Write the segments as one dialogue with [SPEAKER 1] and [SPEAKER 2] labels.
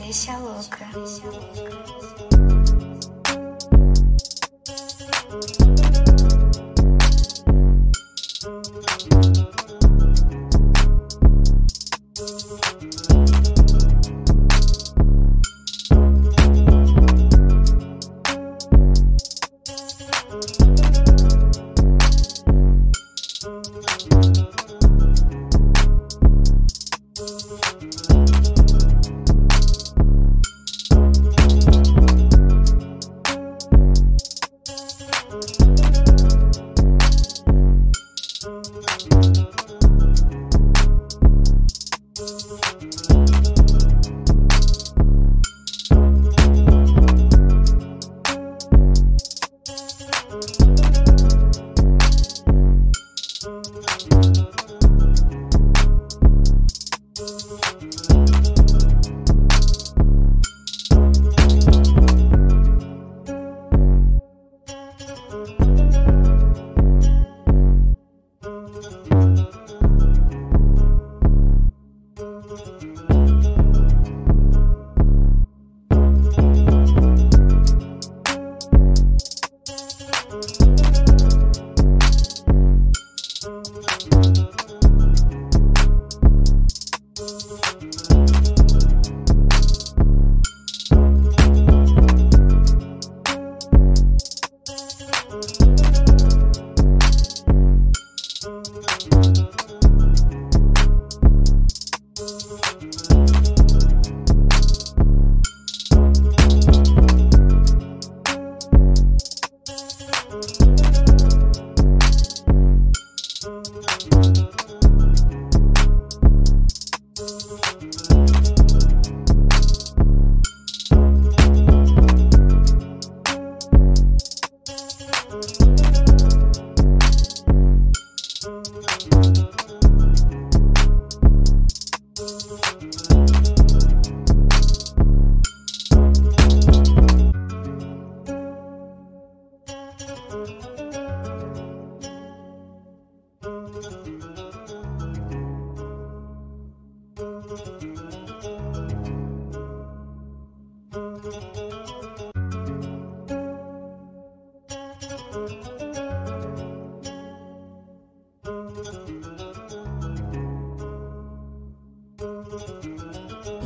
[SPEAKER 1] Bicha louca.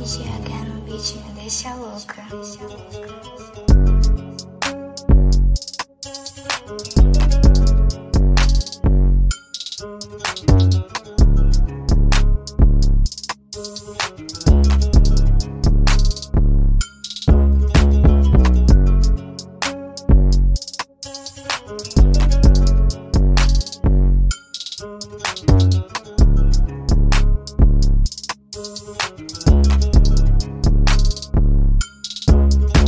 [SPEAKER 1] GH no beat me deixa louca. Deixa louca. Thank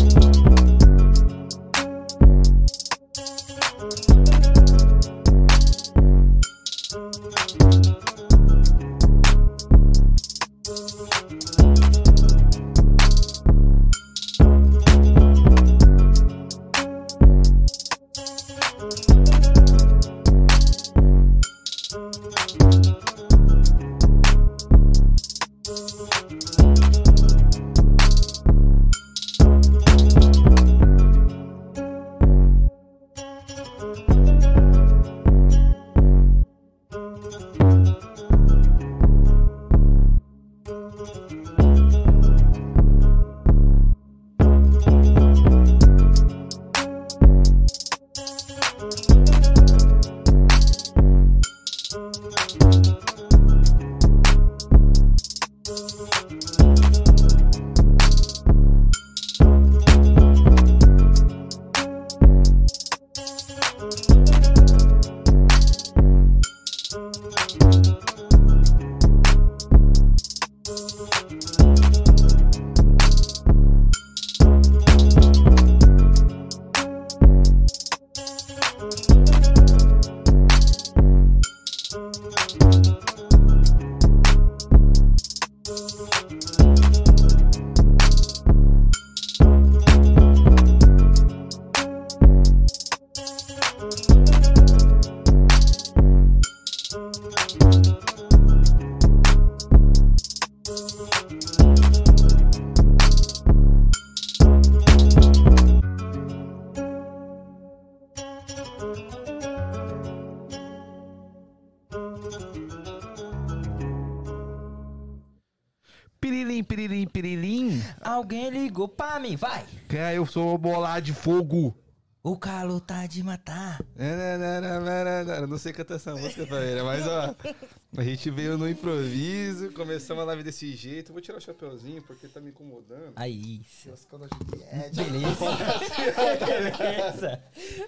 [SPEAKER 2] alguém ligou pra mim, vai!
[SPEAKER 3] É, eu sou bolar de fogo.
[SPEAKER 2] O calor tá de matar.
[SPEAKER 3] Eu Não sei cantar essa música, família, mas ó, a gente veio no improviso, começamos a live desse jeito. Vou tirar o chapeuzinho porque tá me incomodando.
[SPEAKER 2] Aí, isso.
[SPEAKER 4] As canas de Ed.
[SPEAKER 2] Beleza.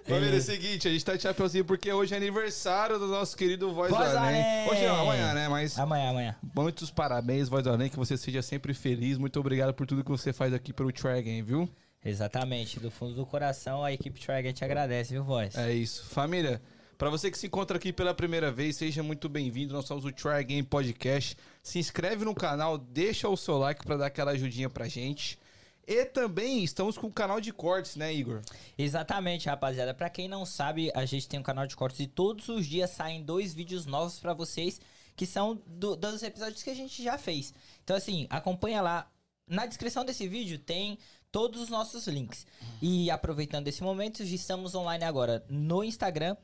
[SPEAKER 3] Família, é o seguinte, a gente tá de chapeuzinho porque hoje é aniversário do nosso querido Voz,
[SPEAKER 2] Voz
[SPEAKER 3] do
[SPEAKER 2] do
[SPEAKER 3] Além.
[SPEAKER 2] Além.
[SPEAKER 3] Hoje não, amanhã, né? Mas
[SPEAKER 2] Amanhã, amanhã.
[SPEAKER 3] muitos parabéns, Voz do Além, que você seja sempre feliz. Muito obrigado por tudo que você faz aqui pelo Try Again, viu?
[SPEAKER 2] Exatamente, do fundo do coração, a equipe Trigon te agradece, viu, voz?
[SPEAKER 3] É isso. Família, pra você que se encontra aqui pela primeira vez, seja muito bem-vindo. Nós somos o Try Again Podcast. Se inscreve no canal, deixa o seu like pra dar aquela ajudinha pra gente. E também estamos com o canal de cortes, né, Igor?
[SPEAKER 2] Exatamente, rapaziada. Pra quem não sabe, a gente tem um canal de cortes e todos os dias saem dois vídeos novos pra vocês, que são do- dos episódios que a gente já fez. Então, assim, acompanha lá. Na descrição desse vídeo tem todos os nossos links. E aproveitando esse momento, já estamos online agora no Instagram,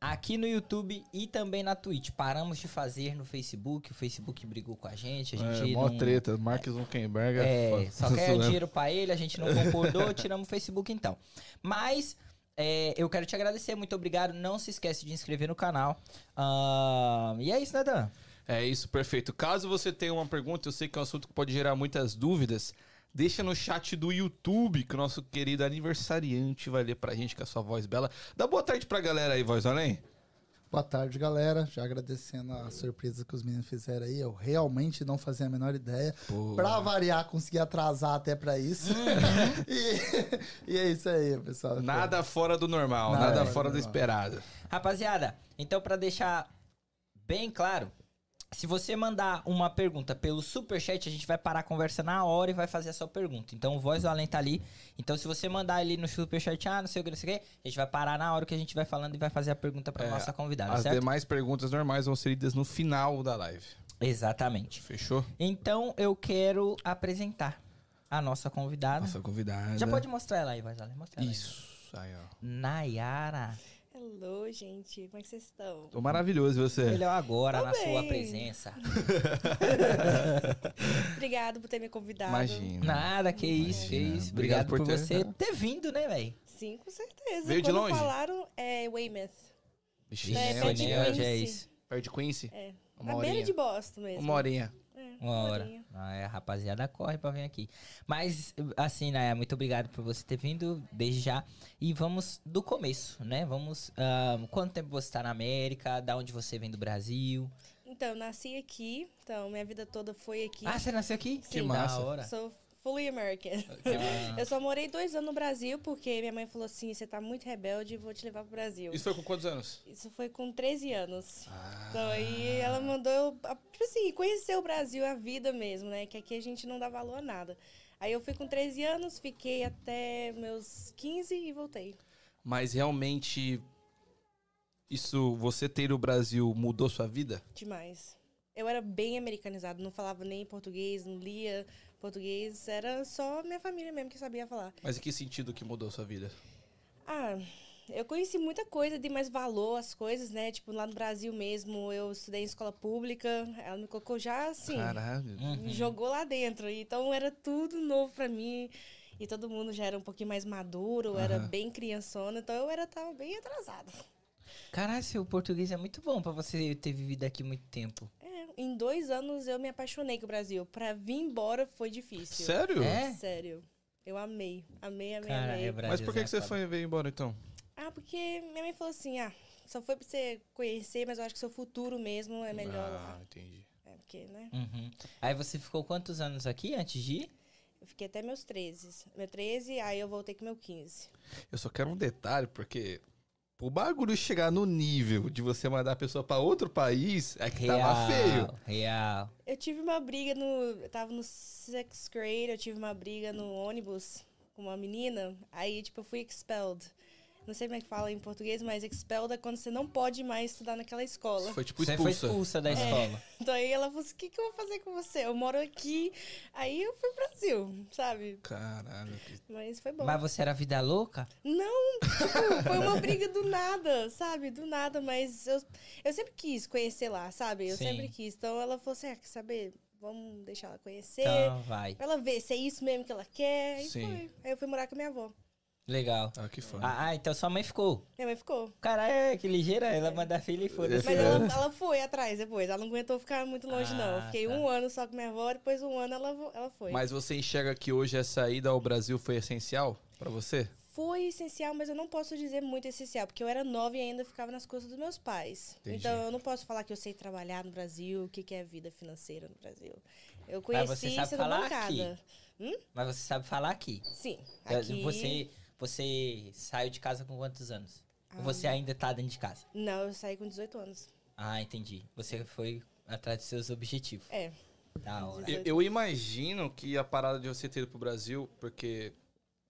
[SPEAKER 2] aqui no YouTube e também na Twitch. Paramos de fazer no Facebook, o Facebook brigou com a gente, a
[SPEAKER 3] É,
[SPEAKER 2] gente não-
[SPEAKER 3] Mark Zuckerberg.
[SPEAKER 2] É, só quer dinheiro pra ele, a gente não concordou, tiramos o Facebook então. Mas é, eu quero te agradecer, muito obrigado. Não se esquece de inscrever no canal. Ahn, e é isso, né, Dan?
[SPEAKER 3] É isso, perfeito. Caso você tenha uma pergunta, eu sei que é um assunto que pode gerar muitas dúvidas. Deixa no chat do YouTube que o nosso querido aniversariante vai ler pra gente com a sua voz bela. Dá boa tarde pra galera aí, voz além.
[SPEAKER 4] Boa tarde, galera. Já agradecendo a surpresa que os meninos fizeram aí. Eu realmente não fazia a menor ideia. Pra variar, consegui atrasar até pra isso.
[SPEAKER 2] Uhum.
[SPEAKER 4] e, e é isso aí, pessoal.
[SPEAKER 3] Nada fora do normal,
[SPEAKER 4] Nada
[SPEAKER 3] nada,
[SPEAKER 4] fora
[SPEAKER 3] fora
[SPEAKER 4] do
[SPEAKER 3] do
[SPEAKER 4] normal.
[SPEAKER 3] esperado.
[SPEAKER 2] Rapaziada, então pra deixar bem claro, se você mandar uma pergunta pelo superchat, a gente vai parar a conversa na hora e vai fazer a sua pergunta. Então o Voz do Além tá ali. Então se você mandar ali no superchat, ah, não sei o que, não sei o que, a gente vai parar na hora que a gente vai falando e vai fazer a pergunta pra
[SPEAKER 3] É,
[SPEAKER 2] nossa convidada,
[SPEAKER 3] As
[SPEAKER 2] Tá certo?
[SPEAKER 3] demais perguntas normais vão ser lidas no final da live.
[SPEAKER 2] Exatamente.
[SPEAKER 3] Fechou?
[SPEAKER 2] Então eu quero apresentar a nossa convidada.
[SPEAKER 3] Nossa convidada.
[SPEAKER 2] Ah, Já pode né? mostrar ela aí, vai, Zala. Mostra ela aí.
[SPEAKER 3] Isso. Aí, ó.
[SPEAKER 2] Nayara.
[SPEAKER 5] Hello, gente. Como é que vocês estão?
[SPEAKER 3] Tô maravilhoso você.
[SPEAKER 2] Melhor é agora
[SPEAKER 5] Tô
[SPEAKER 2] na
[SPEAKER 5] bem.
[SPEAKER 2] sua presença.
[SPEAKER 5] Obrigado por ter me convidado.
[SPEAKER 3] Imagina.
[SPEAKER 2] Nada, que isso, que
[SPEAKER 3] Hum. Imagina.
[SPEAKER 2] isso.
[SPEAKER 3] Obrigado
[SPEAKER 2] Obrigado,
[SPEAKER 3] por
[SPEAKER 2] por,
[SPEAKER 3] ter-
[SPEAKER 2] você ter vindo, né, velho?
[SPEAKER 5] Sim, com certeza.
[SPEAKER 3] Veio de
[SPEAKER 5] Quando
[SPEAKER 3] longe?
[SPEAKER 5] falaram, é Weymouth.
[SPEAKER 3] Vixe,
[SPEAKER 5] É,
[SPEAKER 3] né?
[SPEAKER 5] perto de
[SPEAKER 3] Hoje
[SPEAKER 5] Queens.
[SPEAKER 2] hoje é isso.
[SPEAKER 3] Perto de Quincy?
[SPEAKER 5] É.
[SPEAKER 3] Uma
[SPEAKER 5] na beira
[SPEAKER 3] horinha.
[SPEAKER 5] de Boston mesmo.
[SPEAKER 3] Uma horinha.
[SPEAKER 5] É,
[SPEAKER 2] Uma hora.
[SPEAKER 5] horinha.
[SPEAKER 2] Ah, é, a rapaziada corre pra vir aqui. Mas, assim, Nayara, muito obrigado por você ter vindo desde já. E vamos do começo, né? Vamos. ah, quanto tempo você tá na América? Da onde você vem do Brasil?
[SPEAKER 5] Então, eu nasci aqui. Então, minha vida toda foi aqui.
[SPEAKER 2] Ah, você nasceu aqui?
[SPEAKER 5] Que
[SPEAKER 3] massa.
[SPEAKER 2] Da hora.
[SPEAKER 5] Sou fully American. Eu só morei dois anos no Brasil porque minha mãe falou assim: você tá muito rebelde, vou te levar pro Brasil.
[SPEAKER 3] Isso foi com quantos anos?
[SPEAKER 5] Isso foi com 13 anos. Então aí ela mandou eu, a- tipo assim, conhecer o Brasil, a vida mesmo, né? Que aqui a gente não dá valor a nada. Aí eu fui com 13 anos, fiquei até meus 15 e voltei.
[SPEAKER 3] Ah, Mas realmente. Isso, você ter o Brasil mudou sua vida?
[SPEAKER 5] Demais. Eu era bem americanizado, não falava nem português, não lia português, era só minha família mesmo que sabia falar.
[SPEAKER 3] Mas em que sentido que mudou sua vida?
[SPEAKER 5] Ah, eu conheci muita coisa, dei mais valor às coisas, né? Tipo, lá no Brasil mesmo, eu estudei em escola pública, ela me colocou já assim.
[SPEAKER 3] Caralho.
[SPEAKER 2] Hum.
[SPEAKER 5] Me jogou lá dentro. Então era tudo novo pra mim. E todo mundo já era um pouquinho mais maduro, eu era
[SPEAKER 3] Aham.
[SPEAKER 5] bem criançona, então eu era tava bem atrasada.
[SPEAKER 2] Caralho, seu português é muito bom pra você ter vivido aqui muito tempo.
[SPEAKER 5] É, em dois anos eu me apaixonei com o Brasil. Pra vir embora foi difícil.
[SPEAKER 3] Sério?
[SPEAKER 2] É?
[SPEAKER 5] Sério. Eu amei. Amei, amei,
[SPEAKER 2] Caralho,
[SPEAKER 5] amei.
[SPEAKER 2] é Brasil.
[SPEAKER 3] Mas por que, que você foi veio embora então?
[SPEAKER 5] Ah, porque minha mãe falou assim: ah, só foi pra você conhecer, mas eu acho que seu futuro mesmo é melhor lá.
[SPEAKER 3] Ah, entendi.
[SPEAKER 5] É, porque, né?
[SPEAKER 2] Uhum. Aí você ficou quantos anos aqui antes de ir?
[SPEAKER 5] Eu fiquei até meus 13. Meu 13, aí eu voltei com meu 15.
[SPEAKER 3] Eu só quero um detalhe, porque o bagulho chegar no nível de você mandar a pessoa pra outro país é que tava feio.
[SPEAKER 2] Real.
[SPEAKER 5] Eu tive uma briga no. Eu tava no sixth grade, eu tive uma briga no ônibus com uma menina. Aí, tipo, eu fui expelled. Não sei como é que fala em português, mas expelled é quando você não pode mais estudar naquela escola.
[SPEAKER 3] Você foi tipo
[SPEAKER 2] Você foi
[SPEAKER 3] expulsa.
[SPEAKER 2] expulsa da escola.
[SPEAKER 5] Então aí ela falou assim: o que, que eu vou fazer com você? Eu moro aqui. Aí eu fui pro Brasil, sabe?
[SPEAKER 3] Caralho. que-
[SPEAKER 5] Mas foi bom.
[SPEAKER 2] Mas você era vida louca?
[SPEAKER 5] Não, tipo, foi uma briga do nada, sabe? Do nada, mas eu, eu sempre quis conhecer lá, sabe? Eu
[SPEAKER 2] Sim.
[SPEAKER 5] sempre quis. Então ela falou assim: ah, quer saber? vamos deixar ela conhecer.
[SPEAKER 2] Então vai.
[SPEAKER 5] Pra ela ver se é isso mesmo que ela quer. Aí
[SPEAKER 3] Sim.
[SPEAKER 5] foi. Aí eu fui morar com a minha avó.
[SPEAKER 2] Legal.
[SPEAKER 3] Ah, que fã.
[SPEAKER 2] Ah, ah, então sua mãe ficou.
[SPEAKER 5] Minha mãe ficou.
[SPEAKER 2] Caralho, que ligeira. Ela manda a filha e foda-se.
[SPEAKER 5] É. Mas ela, ela foi atrás depois. Ela não aguentou ficar muito longe, não. Eu
[SPEAKER 2] Ah,
[SPEAKER 5] fiquei
[SPEAKER 2] tá.
[SPEAKER 5] um ano só com minha avó, depois um ano ela, vo- ela foi.
[SPEAKER 3] Mas você enxerga que hoje a saída ao Brasil foi essencial pra você?
[SPEAKER 5] Foi essencial, mas eu não posso dizer muito essencial, porque eu era nova e ainda ficava nas costas dos meus pais.
[SPEAKER 3] Entendi.
[SPEAKER 5] Então eu não posso falar que eu sei trabalhar no Brasil, o que, que é vida financeira no Brasil. Eu
[SPEAKER 2] Mas
[SPEAKER 5] conheci
[SPEAKER 2] você sabe
[SPEAKER 5] sendo
[SPEAKER 2] falar
[SPEAKER 5] bancada.
[SPEAKER 2] Mas você sabe falar aqui. Eh,
[SPEAKER 5] Sim. Aqui.
[SPEAKER 2] É, Você, você saiu de casa com quantos anos?
[SPEAKER 5] Ah,
[SPEAKER 2] Ou você ainda tá dentro de casa?
[SPEAKER 5] Não, eu saí com 18 anos.
[SPEAKER 2] Ah, entendi. Você foi atrás dos seus objetivos.
[SPEAKER 5] É.
[SPEAKER 2] Da hora.
[SPEAKER 3] Eu, eu imagino que a parada de você ter ido pro Brasil, porque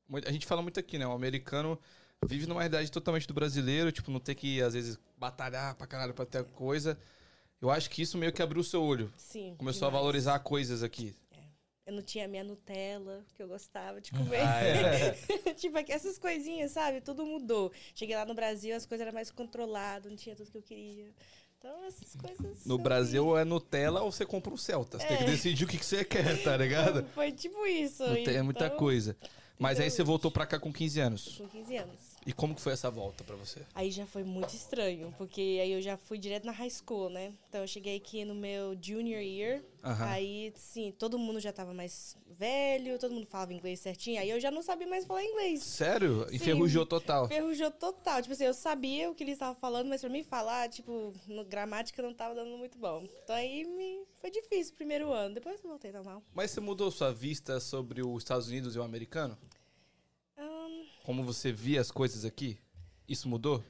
[SPEAKER 3] mui- a gente fala muito aqui, né? O americano vive numa realidade totalmente do brasileiro, tipo, não ter que, às vezes, batalhar pra caralho pra ter coisa. Eu acho que isso meio que abriu o seu olho.
[SPEAKER 5] Sim.
[SPEAKER 3] Começou a
[SPEAKER 5] demais.
[SPEAKER 3] valorizar coisas aqui.
[SPEAKER 5] Eu não tinha a minha Nutella, que eu gostava
[SPEAKER 2] Ah,
[SPEAKER 5] de comer.
[SPEAKER 2] é.
[SPEAKER 3] É.
[SPEAKER 5] tipo, aqui, essas coisinhas, sabe? Tudo mudou. Cheguei lá no Brasil, as coisas eram mais controladas, não tinha tudo que eu queria. Então, essas coisas.
[SPEAKER 3] No
[SPEAKER 5] eu-
[SPEAKER 3] Brasil é Nutella ou você compra um Celta. Você tem que
[SPEAKER 5] É.
[SPEAKER 3] decidir o que, que você quer, tá ligado?
[SPEAKER 5] Foi tipo isso.
[SPEAKER 3] Não tem- é muita
[SPEAKER 5] então,
[SPEAKER 3] coisa. Mas aí você
[SPEAKER 5] literalmente.
[SPEAKER 3] voltou pra cá com 15 anos.
[SPEAKER 5] Com 15 anos.
[SPEAKER 3] E como que foi essa volta pra você?
[SPEAKER 5] Aí já foi muito estranho, porque aí eu já fui direto na high school, né? Então eu cheguei aqui no meu junior year.
[SPEAKER 3] Aham.
[SPEAKER 5] Aí, sim, todo mundo já tava mais velho, todo mundo falava inglês certinho. Aí eu já não sabia mais falar inglês.
[SPEAKER 3] Sério?
[SPEAKER 5] Sim.
[SPEAKER 3] Enferrujou total.
[SPEAKER 5] Ferrujou total. Tipo assim, eu sabia o que eles estavam falando, mas pra mim falar, tipo, no gramática não tava dando muito bom. Então aí me... foi difícil o primeiro ano. Depois eu voltei normal.
[SPEAKER 3] Mas você mudou sua vista sobre os Estados Unidos e o americano?
[SPEAKER 5] Ahn,
[SPEAKER 3] Como você via as coisas aqui? Isso mudou?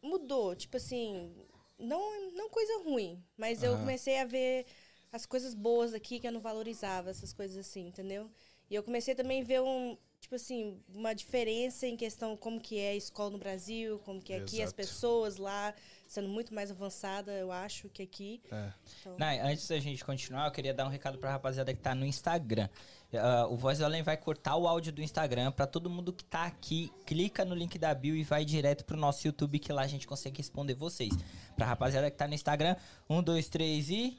[SPEAKER 5] mudou, tipo assim, não, não coisa ruim, mas eu
[SPEAKER 3] Aham.
[SPEAKER 5] comecei a ver as coisas boas aqui que eu não valorizava, essas coisas assim, entendeu? E eu comecei também a ver um, tipo assim, uma diferença em questão como que é a escola no Brasil, como que é aqui, as
[SPEAKER 3] Exato.
[SPEAKER 5] pessoas lá sendo muito mais avançada, eu acho, que aqui.
[SPEAKER 3] É.
[SPEAKER 5] Então,
[SPEAKER 2] Nai, antes da gente continuar, eu queria dar um recado pra rapaziada que tá no Instagram. Ah, o Voz do Além vai cortar o áudio do Instagram pra todo mundo que tá aqui. Clica no link da bio e vai direto pro nosso YouTube, que lá a gente consegue responder vocês. Pra rapaziada que tá no Instagram, um, dois, três e.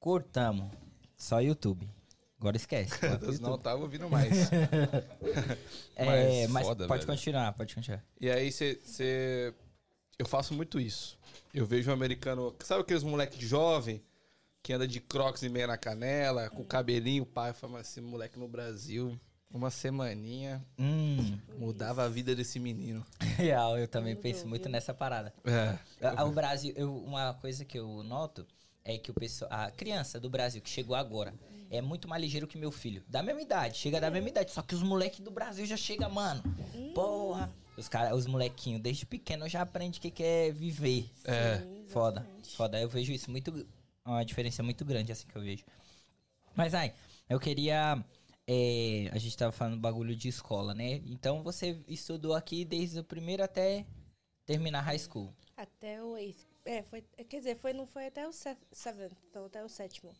[SPEAKER 2] Cortamos. Só YouTube. Agora esquece. Só
[SPEAKER 5] Então,
[SPEAKER 3] Eu
[SPEAKER 2] YouTube.
[SPEAKER 3] Não tava ouvindo mais.
[SPEAKER 2] É,
[SPEAKER 3] Mas
[SPEAKER 2] mas
[SPEAKER 3] foda,
[SPEAKER 2] pode
[SPEAKER 3] velho.
[SPEAKER 2] continuar, pode continuar.
[SPEAKER 3] E aí você- você. Eu faço muito isso. Eu vejo um americano. Sabe aqueles moleque jovem que anda de crocs e meia na canela,
[SPEAKER 5] Uhum.
[SPEAKER 3] com cabelinho, pai, fala assim, moleque no Brasil. Uma semaninha
[SPEAKER 2] Hum,
[SPEAKER 3] mudava a vida desse menino.
[SPEAKER 2] real, eu também
[SPEAKER 5] Mudou,
[SPEAKER 2] penso muito
[SPEAKER 5] viu?
[SPEAKER 2] nessa parada.
[SPEAKER 3] É.
[SPEAKER 2] Ah, O Brasil, eu- uma coisa que eu noto é que o pessoal, a criança do Brasil que chegou agora é muito mais ligeiro que meu filho. Da mesma idade, chega da mesma idade, só que os moleques do Brasil já chega, mano. Porra. Os cara, os molequinhos desde pequeno já aprende o que que é viver.
[SPEAKER 3] É.
[SPEAKER 5] sim,
[SPEAKER 2] Foda.
[SPEAKER 5] exatamente.
[SPEAKER 2] Foda, eu vejo isso muito uma diferença muito grande assim que eu vejo. Mas ai, eu queria é, a gente tava falando bagulho de escola, né? Então você estudou aqui desde o primeiro até terminar high school.
[SPEAKER 5] Até o eighth. É, foi, é, quer dizer, foi, não foi até o se- seventh, então até o sétimo.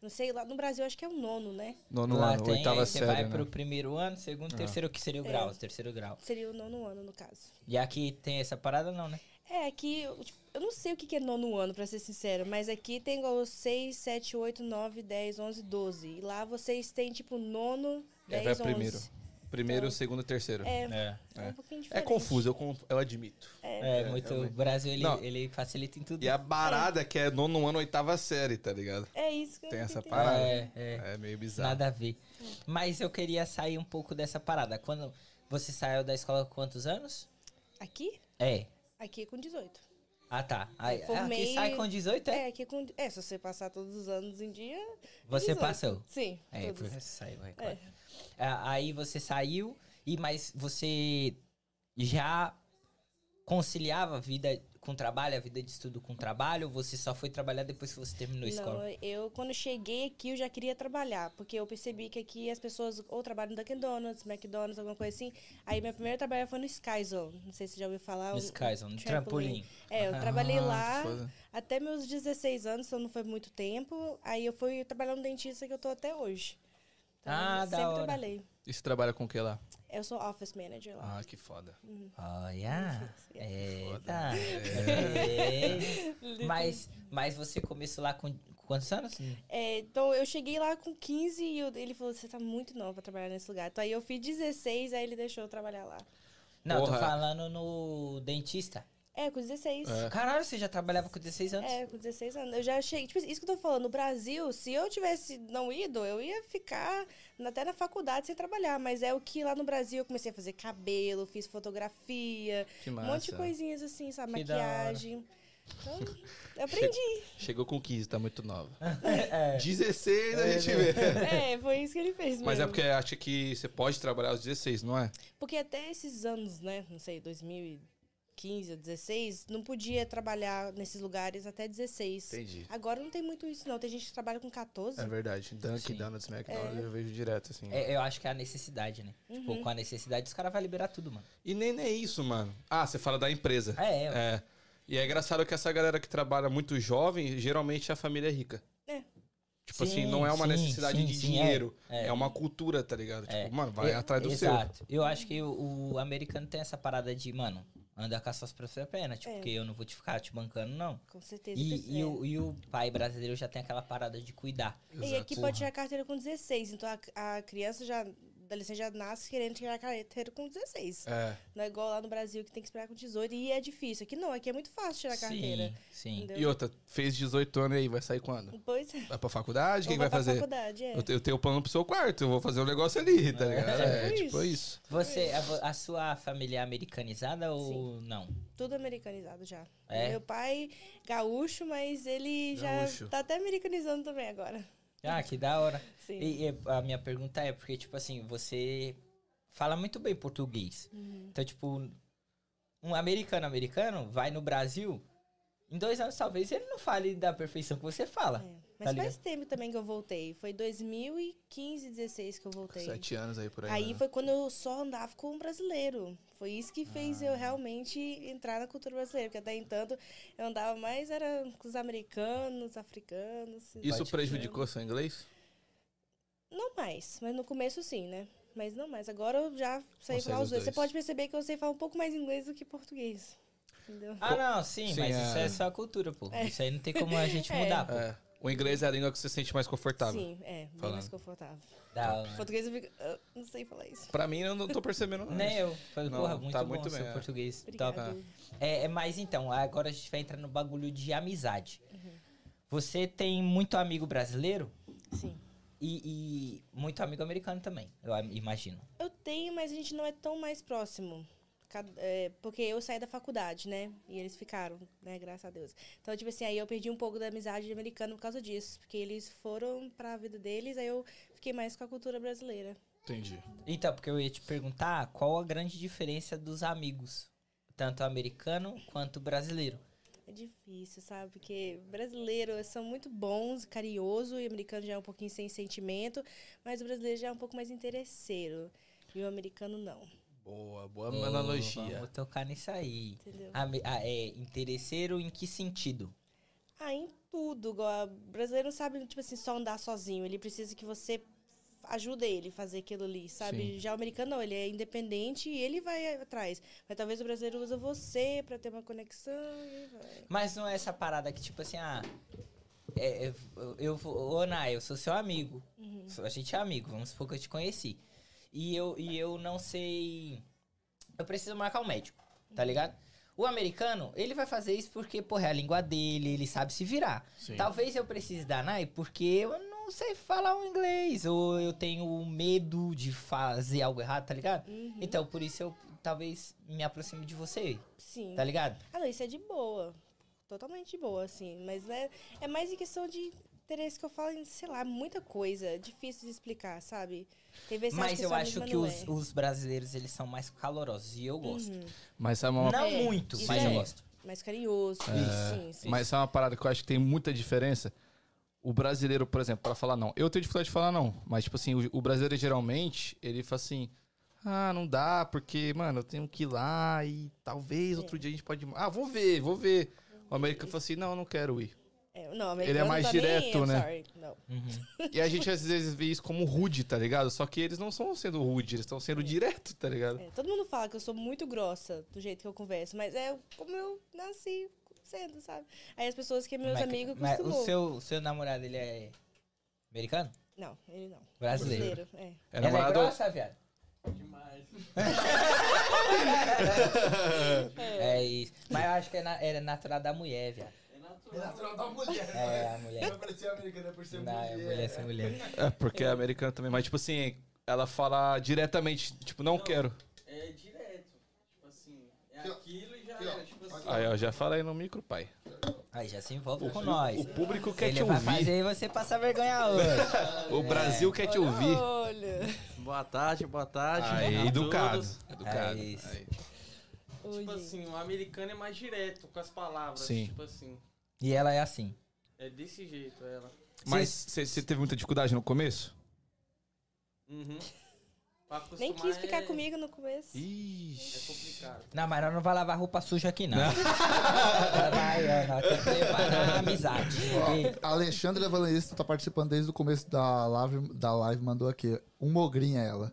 [SPEAKER 5] Não sei, lá no Brasil acho que é o nono, né?
[SPEAKER 3] Nono
[SPEAKER 2] Lá
[SPEAKER 3] ano,
[SPEAKER 2] tem,
[SPEAKER 3] oitava
[SPEAKER 2] aí você vai
[SPEAKER 3] série. né? Ah.
[SPEAKER 2] pro primeiro ano, segundo, terceiro, que
[SPEAKER 5] É.
[SPEAKER 2] seria o grau, terceiro grau.
[SPEAKER 5] Seria o nono ano, no caso.
[SPEAKER 2] E aqui tem essa parada não, né?
[SPEAKER 5] É, aqui, eu, tipo, eu não sei o que que é nono ano, pra ser sincero, mas aqui tem igual 6, 7, 8, 9, 10, 11, 12. E lá vocês têm, tipo, nono,
[SPEAKER 3] É,
[SPEAKER 5] 10,
[SPEAKER 3] vai
[SPEAKER 5] 11.
[SPEAKER 3] primeiro. Primeiro,
[SPEAKER 5] Então,
[SPEAKER 3] segundo e terceiro.
[SPEAKER 5] É, é,
[SPEAKER 2] É.
[SPEAKER 5] um pouquinho
[SPEAKER 3] É
[SPEAKER 5] diferente.
[SPEAKER 3] confuso, eu, conf- eu admito.
[SPEAKER 2] É, muito. O Brasil, ele,
[SPEAKER 3] Não.
[SPEAKER 2] ele facilita em tudo.
[SPEAKER 3] E a barada que é nono ano, oitava série, tá ligado?
[SPEAKER 5] É isso que eu
[SPEAKER 3] Tem
[SPEAKER 5] não
[SPEAKER 3] essa
[SPEAKER 5] entendi.
[SPEAKER 3] parada.
[SPEAKER 2] É, é.
[SPEAKER 3] É meio bizarro.
[SPEAKER 2] Nada a ver.
[SPEAKER 5] É.
[SPEAKER 2] Mas eu queria sair um pouco dessa parada. Quando você saiu da escola com quantos anos?
[SPEAKER 5] Aqui?
[SPEAKER 2] É.
[SPEAKER 5] Aqui com 18.
[SPEAKER 2] Ah, tá. Aí,
[SPEAKER 5] Eu formei-
[SPEAKER 2] Aqui sai com 18, é?
[SPEAKER 5] É, aqui com... É, se você passar todos os anos em dia...
[SPEAKER 2] Você
[SPEAKER 5] 18.
[SPEAKER 2] passou.
[SPEAKER 5] Sim,
[SPEAKER 2] É,
[SPEAKER 5] todos. É.
[SPEAKER 2] porque saiu o recorde. Ah, Aí você saiu, e mas você já conciliava a vida com trabalho, a vida de estudo com trabalho, ou você só foi trabalhar depois que você terminou a escola?
[SPEAKER 5] Não, eu quando cheguei aqui eu já queria trabalhar, porque eu percebi que aqui as pessoas ou trabalham no Dunkin' Donuts, McDonald's, alguma coisa assim. Aí meu primeiro trabalho foi no Sky Zone, não sei se você já ouviu falar.
[SPEAKER 2] No
[SPEAKER 5] o-
[SPEAKER 2] Sky Zone, no trampolim.
[SPEAKER 5] É, eu
[SPEAKER 2] Ah,
[SPEAKER 5] trabalhei
[SPEAKER 3] que
[SPEAKER 5] lá
[SPEAKER 3] foda.
[SPEAKER 5] até meus 16 anos, então não foi muito tempo. Aí eu fui trabalhar no dentista que eu tô até hoje. Então,
[SPEAKER 2] Ah, da
[SPEAKER 5] sempre
[SPEAKER 2] hora.
[SPEAKER 5] trabalhei.
[SPEAKER 3] E você trabalha com o que lá?
[SPEAKER 5] Eu sou office manager lá.
[SPEAKER 3] Ah, que foda.
[SPEAKER 2] Oh, Olha! Eita!
[SPEAKER 3] Foda.
[SPEAKER 2] É. Mas, mas você começou lá com, com Quantos anos?
[SPEAKER 5] É, então eu cheguei lá com 15 e eu- ele falou: você tá muito nova pra trabalhar nesse lugar. Então aí eu fiz 16, aí ele deixou eu trabalhar lá.
[SPEAKER 2] Não, eu tô
[SPEAKER 6] Porra.
[SPEAKER 2] falando no dentista.
[SPEAKER 5] É, com 16. É.
[SPEAKER 2] Caralho, você já trabalhava com 16 anos?
[SPEAKER 5] com 16 anos. Eu já cheguei. Tipo, isso que eu tô falando, no Brasil, se eu tivesse não ido, eu ia ficar na- até na faculdade sem trabalhar. Mas é o que lá no Brasil eu comecei a fazer cabelo, fiz fotografia,
[SPEAKER 6] Que
[SPEAKER 5] um monte de coisinhas assim, sabe?
[SPEAKER 2] Que da hora.
[SPEAKER 5] Maquiagem. Então, eu aprendi.
[SPEAKER 6] Chegou com 15, tá muito nova.
[SPEAKER 2] É.
[SPEAKER 6] 16 a gente vê.
[SPEAKER 5] é, foi isso que ele fez
[SPEAKER 6] Mas é
[SPEAKER 5] mesmo.
[SPEAKER 6] porque acha que você pode trabalhar aos 16, não é?
[SPEAKER 5] Porque até esses anos, né? Não sei, 2015 ou 16, não podia trabalhar nesses lugares até 16.
[SPEAKER 6] Entendi.
[SPEAKER 5] Agora não tem muito isso, não. Tem gente que trabalha com 14.
[SPEAKER 3] É verdade. Dunk,
[SPEAKER 2] Sim.
[SPEAKER 3] Donuts, McDonald's, eu vejo direto, assim.
[SPEAKER 2] É, eu acho que é a necessidade, né?
[SPEAKER 5] Uhum.
[SPEAKER 2] Tipo, com a necessidade, os caras vão liberar tudo, mano.
[SPEAKER 6] E nem é isso, mano. Ah, você fala da empresa.
[SPEAKER 2] É, é.
[SPEAKER 6] É. E é engraçado que essa galera que trabalha muito jovem, geralmente a família é rica.
[SPEAKER 5] É.
[SPEAKER 6] Tipo
[SPEAKER 2] Sim,
[SPEAKER 6] assim, não é uma
[SPEAKER 2] sim,
[SPEAKER 6] necessidade
[SPEAKER 2] sim,
[SPEAKER 6] de
[SPEAKER 2] sim,
[SPEAKER 6] dinheiro.
[SPEAKER 2] é. É.
[SPEAKER 6] É. uma cultura, tá ligado?
[SPEAKER 2] É.
[SPEAKER 6] Tipo, mano, vai
[SPEAKER 2] Eu-
[SPEAKER 6] atrás do seu.
[SPEAKER 2] Exato. Eu acho que o, o americano tem essa parada de, mano, andar com as suas próprias pernas. Tipo,
[SPEAKER 5] É.
[SPEAKER 2] porque eu não vou te ficar te bancando, não.
[SPEAKER 5] Com certeza.
[SPEAKER 2] E,
[SPEAKER 5] é.
[SPEAKER 2] e o, e o pai brasileiro já tem aquela parada de cuidar.
[SPEAKER 5] E aqui pode tirar carteira com 16. Então a, a criança já. Da licença já nasce querendo tirar carteira com 16.
[SPEAKER 6] É.
[SPEAKER 5] Não é igual lá no Brasil que tem que esperar com 18. E é difícil. Aqui não, aqui é muito fácil tirar carteira.
[SPEAKER 2] Sim, sim.
[SPEAKER 5] Entendeu?
[SPEAKER 6] E outra, fez 18 anos e aí, vai sair quando?
[SPEAKER 5] Depois. O
[SPEAKER 6] Vai pra faculdade? O que, que vai fazer?
[SPEAKER 5] faculdade, é.
[SPEAKER 6] Eu, te- eu tenho plano pro seu quarto, eu vou fazer um negócio ali, tá ligado? É,
[SPEAKER 5] Tipo
[SPEAKER 6] tipo
[SPEAKER 5] isso.
[SPEAKER 6] isso.
[SPEAKER 2] Você, a, vo- a sua família é americanizada ou não?
[SPEAKER 5] Tudo americanizado já.
[SPEAKER 2] É?
[SPEAKER 5] Meu pai, gaúcho, mas ele
[SPEAKER 6] Gaúcho.
[SPEAKER 5] já tá até americanizando também agora.
[SPEAKER 2] Ah, que da hora.
[SPEAKER 5] Sim. É.
[SPEAKER 2] E, e a minha pergunta é, porque, tipo assim, você fala muito bem português.
[SPEAKER 5] Uhum.
[SPEAKER 2] Então, tipo, um americano americano vai no Brasil, em dois anos talvez ele não fale da perfeição que você fala.
[SPEAKER 5] É,
[SPEAKER 2] Tá
[SPEAKER 5] Mas
[SPEAKER 2] ligado?
[SPEAKER 5] faz tempo também que eu voltei. Foi 2015, 16 que eu voltei.
[SPEAKER 3] Sete anos aí por aí.
[SPEAKER 5] Aí
[SPEAKER 3] né?
[SPEAKER 5] foi quando eu só andava com um brasileiro. Foi isso que fez
[SPEAKER 6] Ah.
[SPEAKER 5] eu realmente entrar na cultura brasileira. Porque até então eu andava mais era com os americanos, africanos.
[SPEAKER 6] Isso
[SPEAKER 5] latinos.
[SPEAKER 6] prejudicou seu inglês?
[SPEAKER 5] Não mais, mas no começo sim, né? Mas não mais. Agora eu já sei
[SPEAKER 6] Consegue
[SPEAKER 5] falar
[SPEAKER 6] os
[SPEAKER 5] os dois. Você
[SPEAKER 6] dois.
[SPEAKER 5] pode perceber que eu sei falar um pouco mais inglês do que português. Entendeu?
[SPEAKER 2] Ah, não, sim,
[SPEAKER 6] Sim,
[SPEAKER 2] mas isso
[SPEAKER 6] é.
[SPEAKER 2] é só cultura, pô. Isso aí não tem como a gente
[SPEAKER 5] É.
[SPEAKER 2] mudar, pô.
[SPEAKER 6] É. O inglês é a língua que você se sente mais confortável.
[SPEAKER 5] Sim, é, bem mais
[SPEAKER 6] Falando.
[SPEAKER 5] confortável.
[SPEAKER 2] Da hora.
[SPEAKER 5] Português eu fico. "Ah, não sei falar isso.
[SPEAKER 6] Pra mim, eu não tô percebendo nada.
[SPEAKER 2] Nem eu. Falei,
[SPEAKER 6] Não,
[SPEAKER 2] porra, muito
[SPEAKER 6] tá
[SPEAKER 2] bom
[SPEAKER 6] muito
[SPEAKER 2] seu
[SPEAKER 6] bem, é.
[SPEAKER 2] português. Top.
[SPEAKER 5] Obrigada.
[SPEAKER 2] É, é, mas então, agora a gente vai entrar no bagulho de amizade.
[SPEAKER 5] Uhum.
[SPEAKER 2] Você tem muito amigo brasileiro
[SPEAKER 5] Sim.
[SPEAKER 2] e, e muito amigo americano também, eu am- imagino.
[SPEAKER 5] Eu tenho, mas a gente não é tão mais próximo. Cada- é, porque eu saí da faculdade, né? E eles ficaram, né? Graças a Deus. Então, tipo assim, aí eu perdi um pouco da amizade de americano por causa disso. Porque eles foram pra vida deles, aí eu fiquei mais com a cultura brasileira.
[SPEAKER 3] Entendi.
[SPEAKER 2] Então, porque eu ia te perguntar qual a grande diferença dos amigos, tanto americano quanto brasileiro.
[SPEAKER 5] É difícil, sabe? Porque brasileiros são muito bons, carinhoso, e o americano já é um pouquinho sem sentimento, mas o brasileiro já é um pouco mais interesseiro. E o americano não,
[SPEAKER 3] Boa, boa
[SPEAKER 2] Ô,
[SPEAKER 3] analogia.
[SPEAKER 2] Vamos tocar nisso aí.
[SPEAKER 5] entendeu?
[SPEAKER 2] Ami- ah, é, interesseiro em que sentido?
[SPEAKER 5] Ah, em tudo. igual, O brasileiro não sabe, tipo assim, só andar sozinho. Ele precisa que você ajude ele a fazer aquilo ali, sabe? Já o americano não, ele é independente e ele vai atrás. Mas talvez o brasileiro usa você pra ter uma conexão e vai.
[SPEAKER 2] Mas não é essa parada que, tipo assim, ah. é, é, eu vou. Ô, Nai, eu sou seu amigo. Sou- A gente é amigo, vamos supor que eu te conheci. E eu, e eu não sei. Eu preciso marcar um médico, tá ligado? O americano, ele vai fazer isso porque, porra, é a língua dele, ele sabe se virar.
[SPEAKER 3] Sim.
[SPEAKER 2] Talvez eu precise da Nai porque eu não sei falar o inglês. Ou eu tenho medo de fazer algo errado, tá ligado? Então, por isso eu talvez me aproxime de você,
[SPEAKER 5] Sim.
[SPEAKER 2] tá ligado?
[SPEAKER 5] Ah, não, isso é de boa. Totalmente de boa, assim. Mas né, é mais em questão de interesse que eu falo em, sei lá, muita coisa. É Difícil de explicar, sabe? Tem vezes
[SPEAKER 2] Mas eu
[SPEAKER 5] você
[SPEAKER 2] acho
[SPEAKER 5] acha que
[SPEAKER 2] que
[SPEAKER 5] é
[SPEAKER 2] os, os brasileiros, eles são mais calorosos. E eu gosto.
[SPEAKER 3] Mas sabe uma,
[SPEAKER 2] Não
[SPEAKER 5] É,
[SPEAKER 2] muito,
[SPEAKER 5] isso
[SPEAKER 2] mas
[SPEAKER 5] é.
[SPEAKER 2] eu gosto.
[SPEAKER 5] mais carinhoso. Sim, sim.
[SPEAKER 3] mas sabe uma parada que eu acho que tem muita diferença? O brasileiro, por exemplo, pra falar não. Eu tenho dificuldade de falar não. Mas, tipo assim, o, o brasileiro geralmente, ele fala assim. Ah, não dá, porque, mano, eu tenho que ir lá e talvez outro dia a gente pode. Ah, vou ver, vou ver. O americano fala assim: não, eu não quero ir.
[SPEAKER 5] É, não,
[SPEAKER 3] Ele é mais
[SPEAKER 5] americano tá nem,
[SPEAKER 3] direto,
[SPEAKER 5] I'm
[SPEAKER 3] né?
[SPEAKER 5] sorry, não.
[SPEAKER 2] Uhum.
[SPEAKER 3] E a gente às vezes vê isso como rude, tá ligado? Só que eles não estão sendo rude, eles estão sendo direto, tá ligado?
[SPEAKER 5] É, todo mundo fala que eu sou muito grossa do jeito que eu converso, mas é como eu é nasci sendo, sabe? Aí as pessoas que é meus
[SPEAKER 2] Mas-
[SPEAKER 5] amigos
[SPEAKER 2] mas
[SPEAKER 5] costumam.
[SPEAKER 2] o seu, seu namorado, ele é americano?
[SPEAKER 5] Não, ele não.
[SPEAKER 2] Brasileiro.
[SPEAKER 5] é.
[SPEAKER 6] É
[SPEAKER 2] Ela
[SPEAKER 6] namorado-
[SPEAKER 2] é grossa, viado? Demais. é isso. Mas eu acho que é, na- é natural da mulher, viado.
[SPEAKER 4] É natural da mulher. né?
[SPEAKER 2] É, a mulher.
[SPEAKER 4] parecia americana por ser
[SPEAKER 2] Não, é mulher sem mulher.
[SPEAKER 6] É, porque é americano também. Mas, tipo assim, ela fala diretamente, tipo, não, quero.
[SPEAKER 7] É direto. Tipo assim, é
[SPEAKER 4] Aqui, ó.
[SPEAKER 7] aquilo e já
[SPEAKER 4] Aqui, ó.
[SPEAKER 7] era. Tipo assim,
[SPEAKER 6] Aí, ó, já fala aí no micro, pai.
[SPEAKER 2] Aí já se envolve com nós.
[SPEAKER 6] O público quer
[SPEAKER 2] Ele
[SPEAKER 6] te
[SPEAKER 2] vai
[SPEAKER 6] ouvir.
[SPEAKER 2] fazer você passar vergonha hoje.
[SPEAKER 6] O
[SPEAKER 3] É.
[SPEAKER 6] Brasil quer te ouvir.
[SPEAKER 5] Olha,
[SPEAKER 7] boa tarde, boa tarde. a
[SPEAKER 6] Aí, educado.
[SPEAKER 7] todos.
[SPEAKER 6] Educado.
[SPEAKER 2] É isso.
[SPEAKER 6] Aí.
[SPEAKER 5] Ô,
[SPEAKER 7] Tipo
[SPEAKER 5] gente.
[SPEAKER 7] assim, o americano é mais direto com as palavras.
[SPEAKER 6] Sim.
[SPEAKER 7] Tipo assim,
[SPEAKER 2] E ela é assim.
[SPEAKER 7] é desse jeito ela.
[SPEAKER 6] Mas você teve muita dificuldade no começo?
[SPEAKER 7] Uhum. Pra acostumar
[SPEAKER 5] nem quis ficar
[SPEAKER 7] é-
[SPEAKER 5] comigo no começo.
[SPEAKER 6] Ixi.
[SPEAKER 7] É complicado.
[SPEAKER 2] Não, mas ela não vai lavar roupa suja aqui, não. ela vai, ela tem que levar na amizade. E-
[SPEAKER 4] Alexandre Evangelista tá participando desde o começo da live, da live mandou aqui. Um mogrinha ela.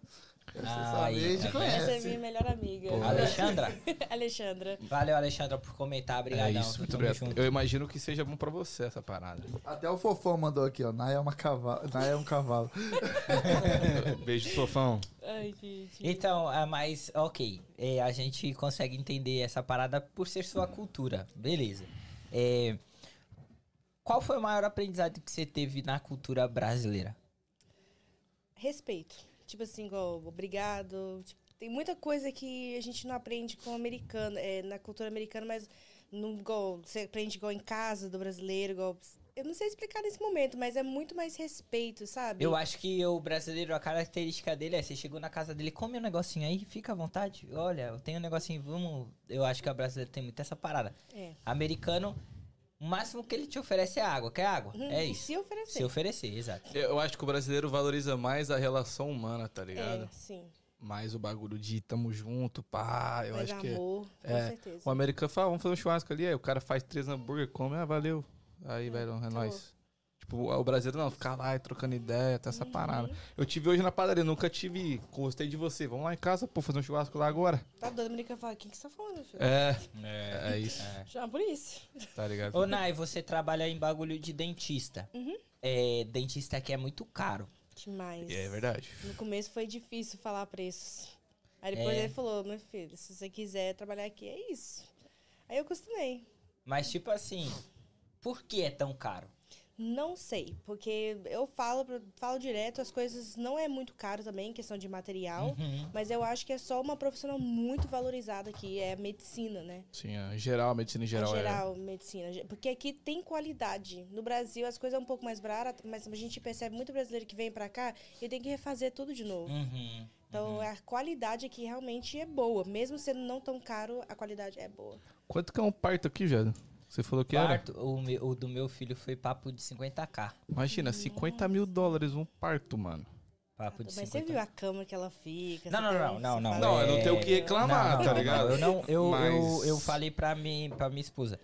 [SPEAKER 4] Você
[SPEAKER 2] Ah,
[SPEAKER 4] sabe,
[SPEAKER 2] aí,
[SPEAKER 4] a gente
[SPEAKER 2] tá
[SPEAKER 5] Essa é
[SPEAKER 4] conhece.
[SPEAKER 5] minha melhor amiga.
[SPEAKER 2] Alexandra,
[SPEAKER 5] Alexandra.
[SPEAKER 2] valeu, Alexandra, por comentar.
[SPEAKER 6] É
[SPEAKER 2] Obrigadão.
[SPEAKER 6] isso, muito
[SPEAKER 2] Tamo
[SPEAKER 6] obrigado.
[SPEAKER 2] junto.
[SPEAKER 6] Eu imagino que seja bom pra você essa parada.
[SPEAKER 4] Até o Fofão mandou aqui, ó. Naya é, uma cavalo, Naya é um cavalo.
[SPEAKER 6] Beijo, sofão.
[SPEAKER 5] Ai, gente.
[SPEAKER 2] Então, ah, mas, ok. é, a gente consegue entender essa parada por ser sua cultura. Beleza. É, qual foi o maior aprendizado que você teve na cultura brasileira?
[SPEAKER 5] Respeito. Tipo assim, igual, obrigado. Tipo, tem muita coisa que a gente não aprende com o americano, é, na cultura americana, mas não, igual, você aprende igual em casa do brasileiro, igual. Eu não sei explicar nesse momento, mas é muito mais respeito, sabe?
[SPEAKER 2] Eu acho que o brasileiro, a característica dele é, você chegou na casa dele, come um negocinho aí, fica à vontade. Olha, eu tenho um negocinho, vamos... Eu acho que o brasileiro tem muito essa parada.
[SPEAKER 5] É.
[SPEAKER 2] Americano, o máximo que ele te oferece é água. Quer água?
[SPEAKER 5] Uhum,
[SPEAKER 2] É
[SPEAKER 5] e
[SPEAKER 2] isso.
[SPEAKER 5] Se oferecer.
[SPEAKER 2] Se oferecer, exato.
[SPEAKER 3] Eu acho que o brasileiro valoriza mais a relação humana, tá ligado?
[SPEAKER 5] É, sim.
[SPEAKER 3] Mais o bagulho de tamo junto, pá. Eu
[SPEAKER 5] mas
[SPEAKER 3] acho que.
[SPEAKER 5] amor, com
[SPEAKER 3] é,
[SPEAKER 5] certeza.
[SPEAKER 3] O americano fala, "Ah, vamos fazer um churrasco ali. Aí o cara faz três hambúrguer, come, ah, valeu. Aí, velho, é nóis. Tipo, o brasileiro não, ficar lá e trocando ideia, tá essa parada. Eu tive hoje na padaria, nunca tive. Gostei de você. Vamos lá em casa, pô, fazer um churrasco lá agora.
[SPEAKER 5] Tá doido, americano fala, o que que você tá falando, filho?
[SPEAKER 3] É,
[SPEAKER 2] É, isso.
[SPEAKER 5] Chama a polícia.
[SPEAKER 3] tá
[SPEAKER 5] Uhum.
[SPEAKER 3] ligado?
[SPEAKER 2] Ô, Nai, você trabalha em bagulho de dentista. É, dentista aqui é muito caro.
[SPEAKER 5] Demais.
[SPEAKER 3] É verdade.
[SPEAKER 5] No começo foi difícil falar preços. Aí depois
[SPEAKER 2] É.
[SPEAKER 5] ele falou, meu filho, se você quiser trabalhar aqui, é isso. Aí eu acostumei.
[SPEAKER 2] Mas, tipo assim, por que é tão caro?
[SPEAKER 5] Não sei, porque eu falo, pra- falo direto, as coisas não é muito caro também, em questão de material.
[SPEAKER 3] Uhum.
[SPEAKER 2] Uhum.
[SPEAKER 5] Mas eu acho que é só uma profissional muito valorizada aqui, é a medicina, né?
[SPEAKER 3] Sim, é, em geral, a medicina em
[SPEAKER 5] Em
[SPEAKER 3] geral, é.
[SPEAKER 5] geral, medicina. ge- Porque aqui tem qualidade. No Brasil, as coisas é um pouco mais baratas, mas a gente percebe muito brasileiro que vem pra cá e tem que refazer tudo de novo.
[SPEAKER 2] Uhum.
[SPEAKER 5] Então a qualidade aqui realmente é boa. Mesmo sendo não tão caro, a qualidade é boa.
[SPEAKER 3] Quanto que é um parto aqui, viado? Você falou que era?
[SPEAKER 2] Quarto, o, meu- o do meu filho foi papo de 50k.
[SPEAKER 3] Imagina, 50 mil dólares um parto, mano.
[SPEAKER 2] Papo de
[SPEAKER 5] Ah, Mas você
[SPEAKER 2] 50k.
[SPEAKER 5] viu a cama que ela fica?
[SPEAKER 2] Não,
[SPEAKER 5] você
[SPEAKER 2] não,
[SPEAKER 5] tem-
[SPEAKER 2] não,
[SPEAKER 5] você
[SPEAKER 2] não, não.
[SPEAKER 5] fala,
[SPEAKER 3] Não, eu não
[SPEAKER 2] É.
[SPEAKER 3] tenho o que reclamar,
[SPEAKER 2] Não,
[SPEAKER 3] tá
[SPEAKER 2] não,
[SPEAKER 3] ligado?
[SPEAKER 2] Eu, não, eu, eu,
[SPEAKER 3] Mas-
[SPEAKER 2] eu falei pra, mim, pra minha esposa: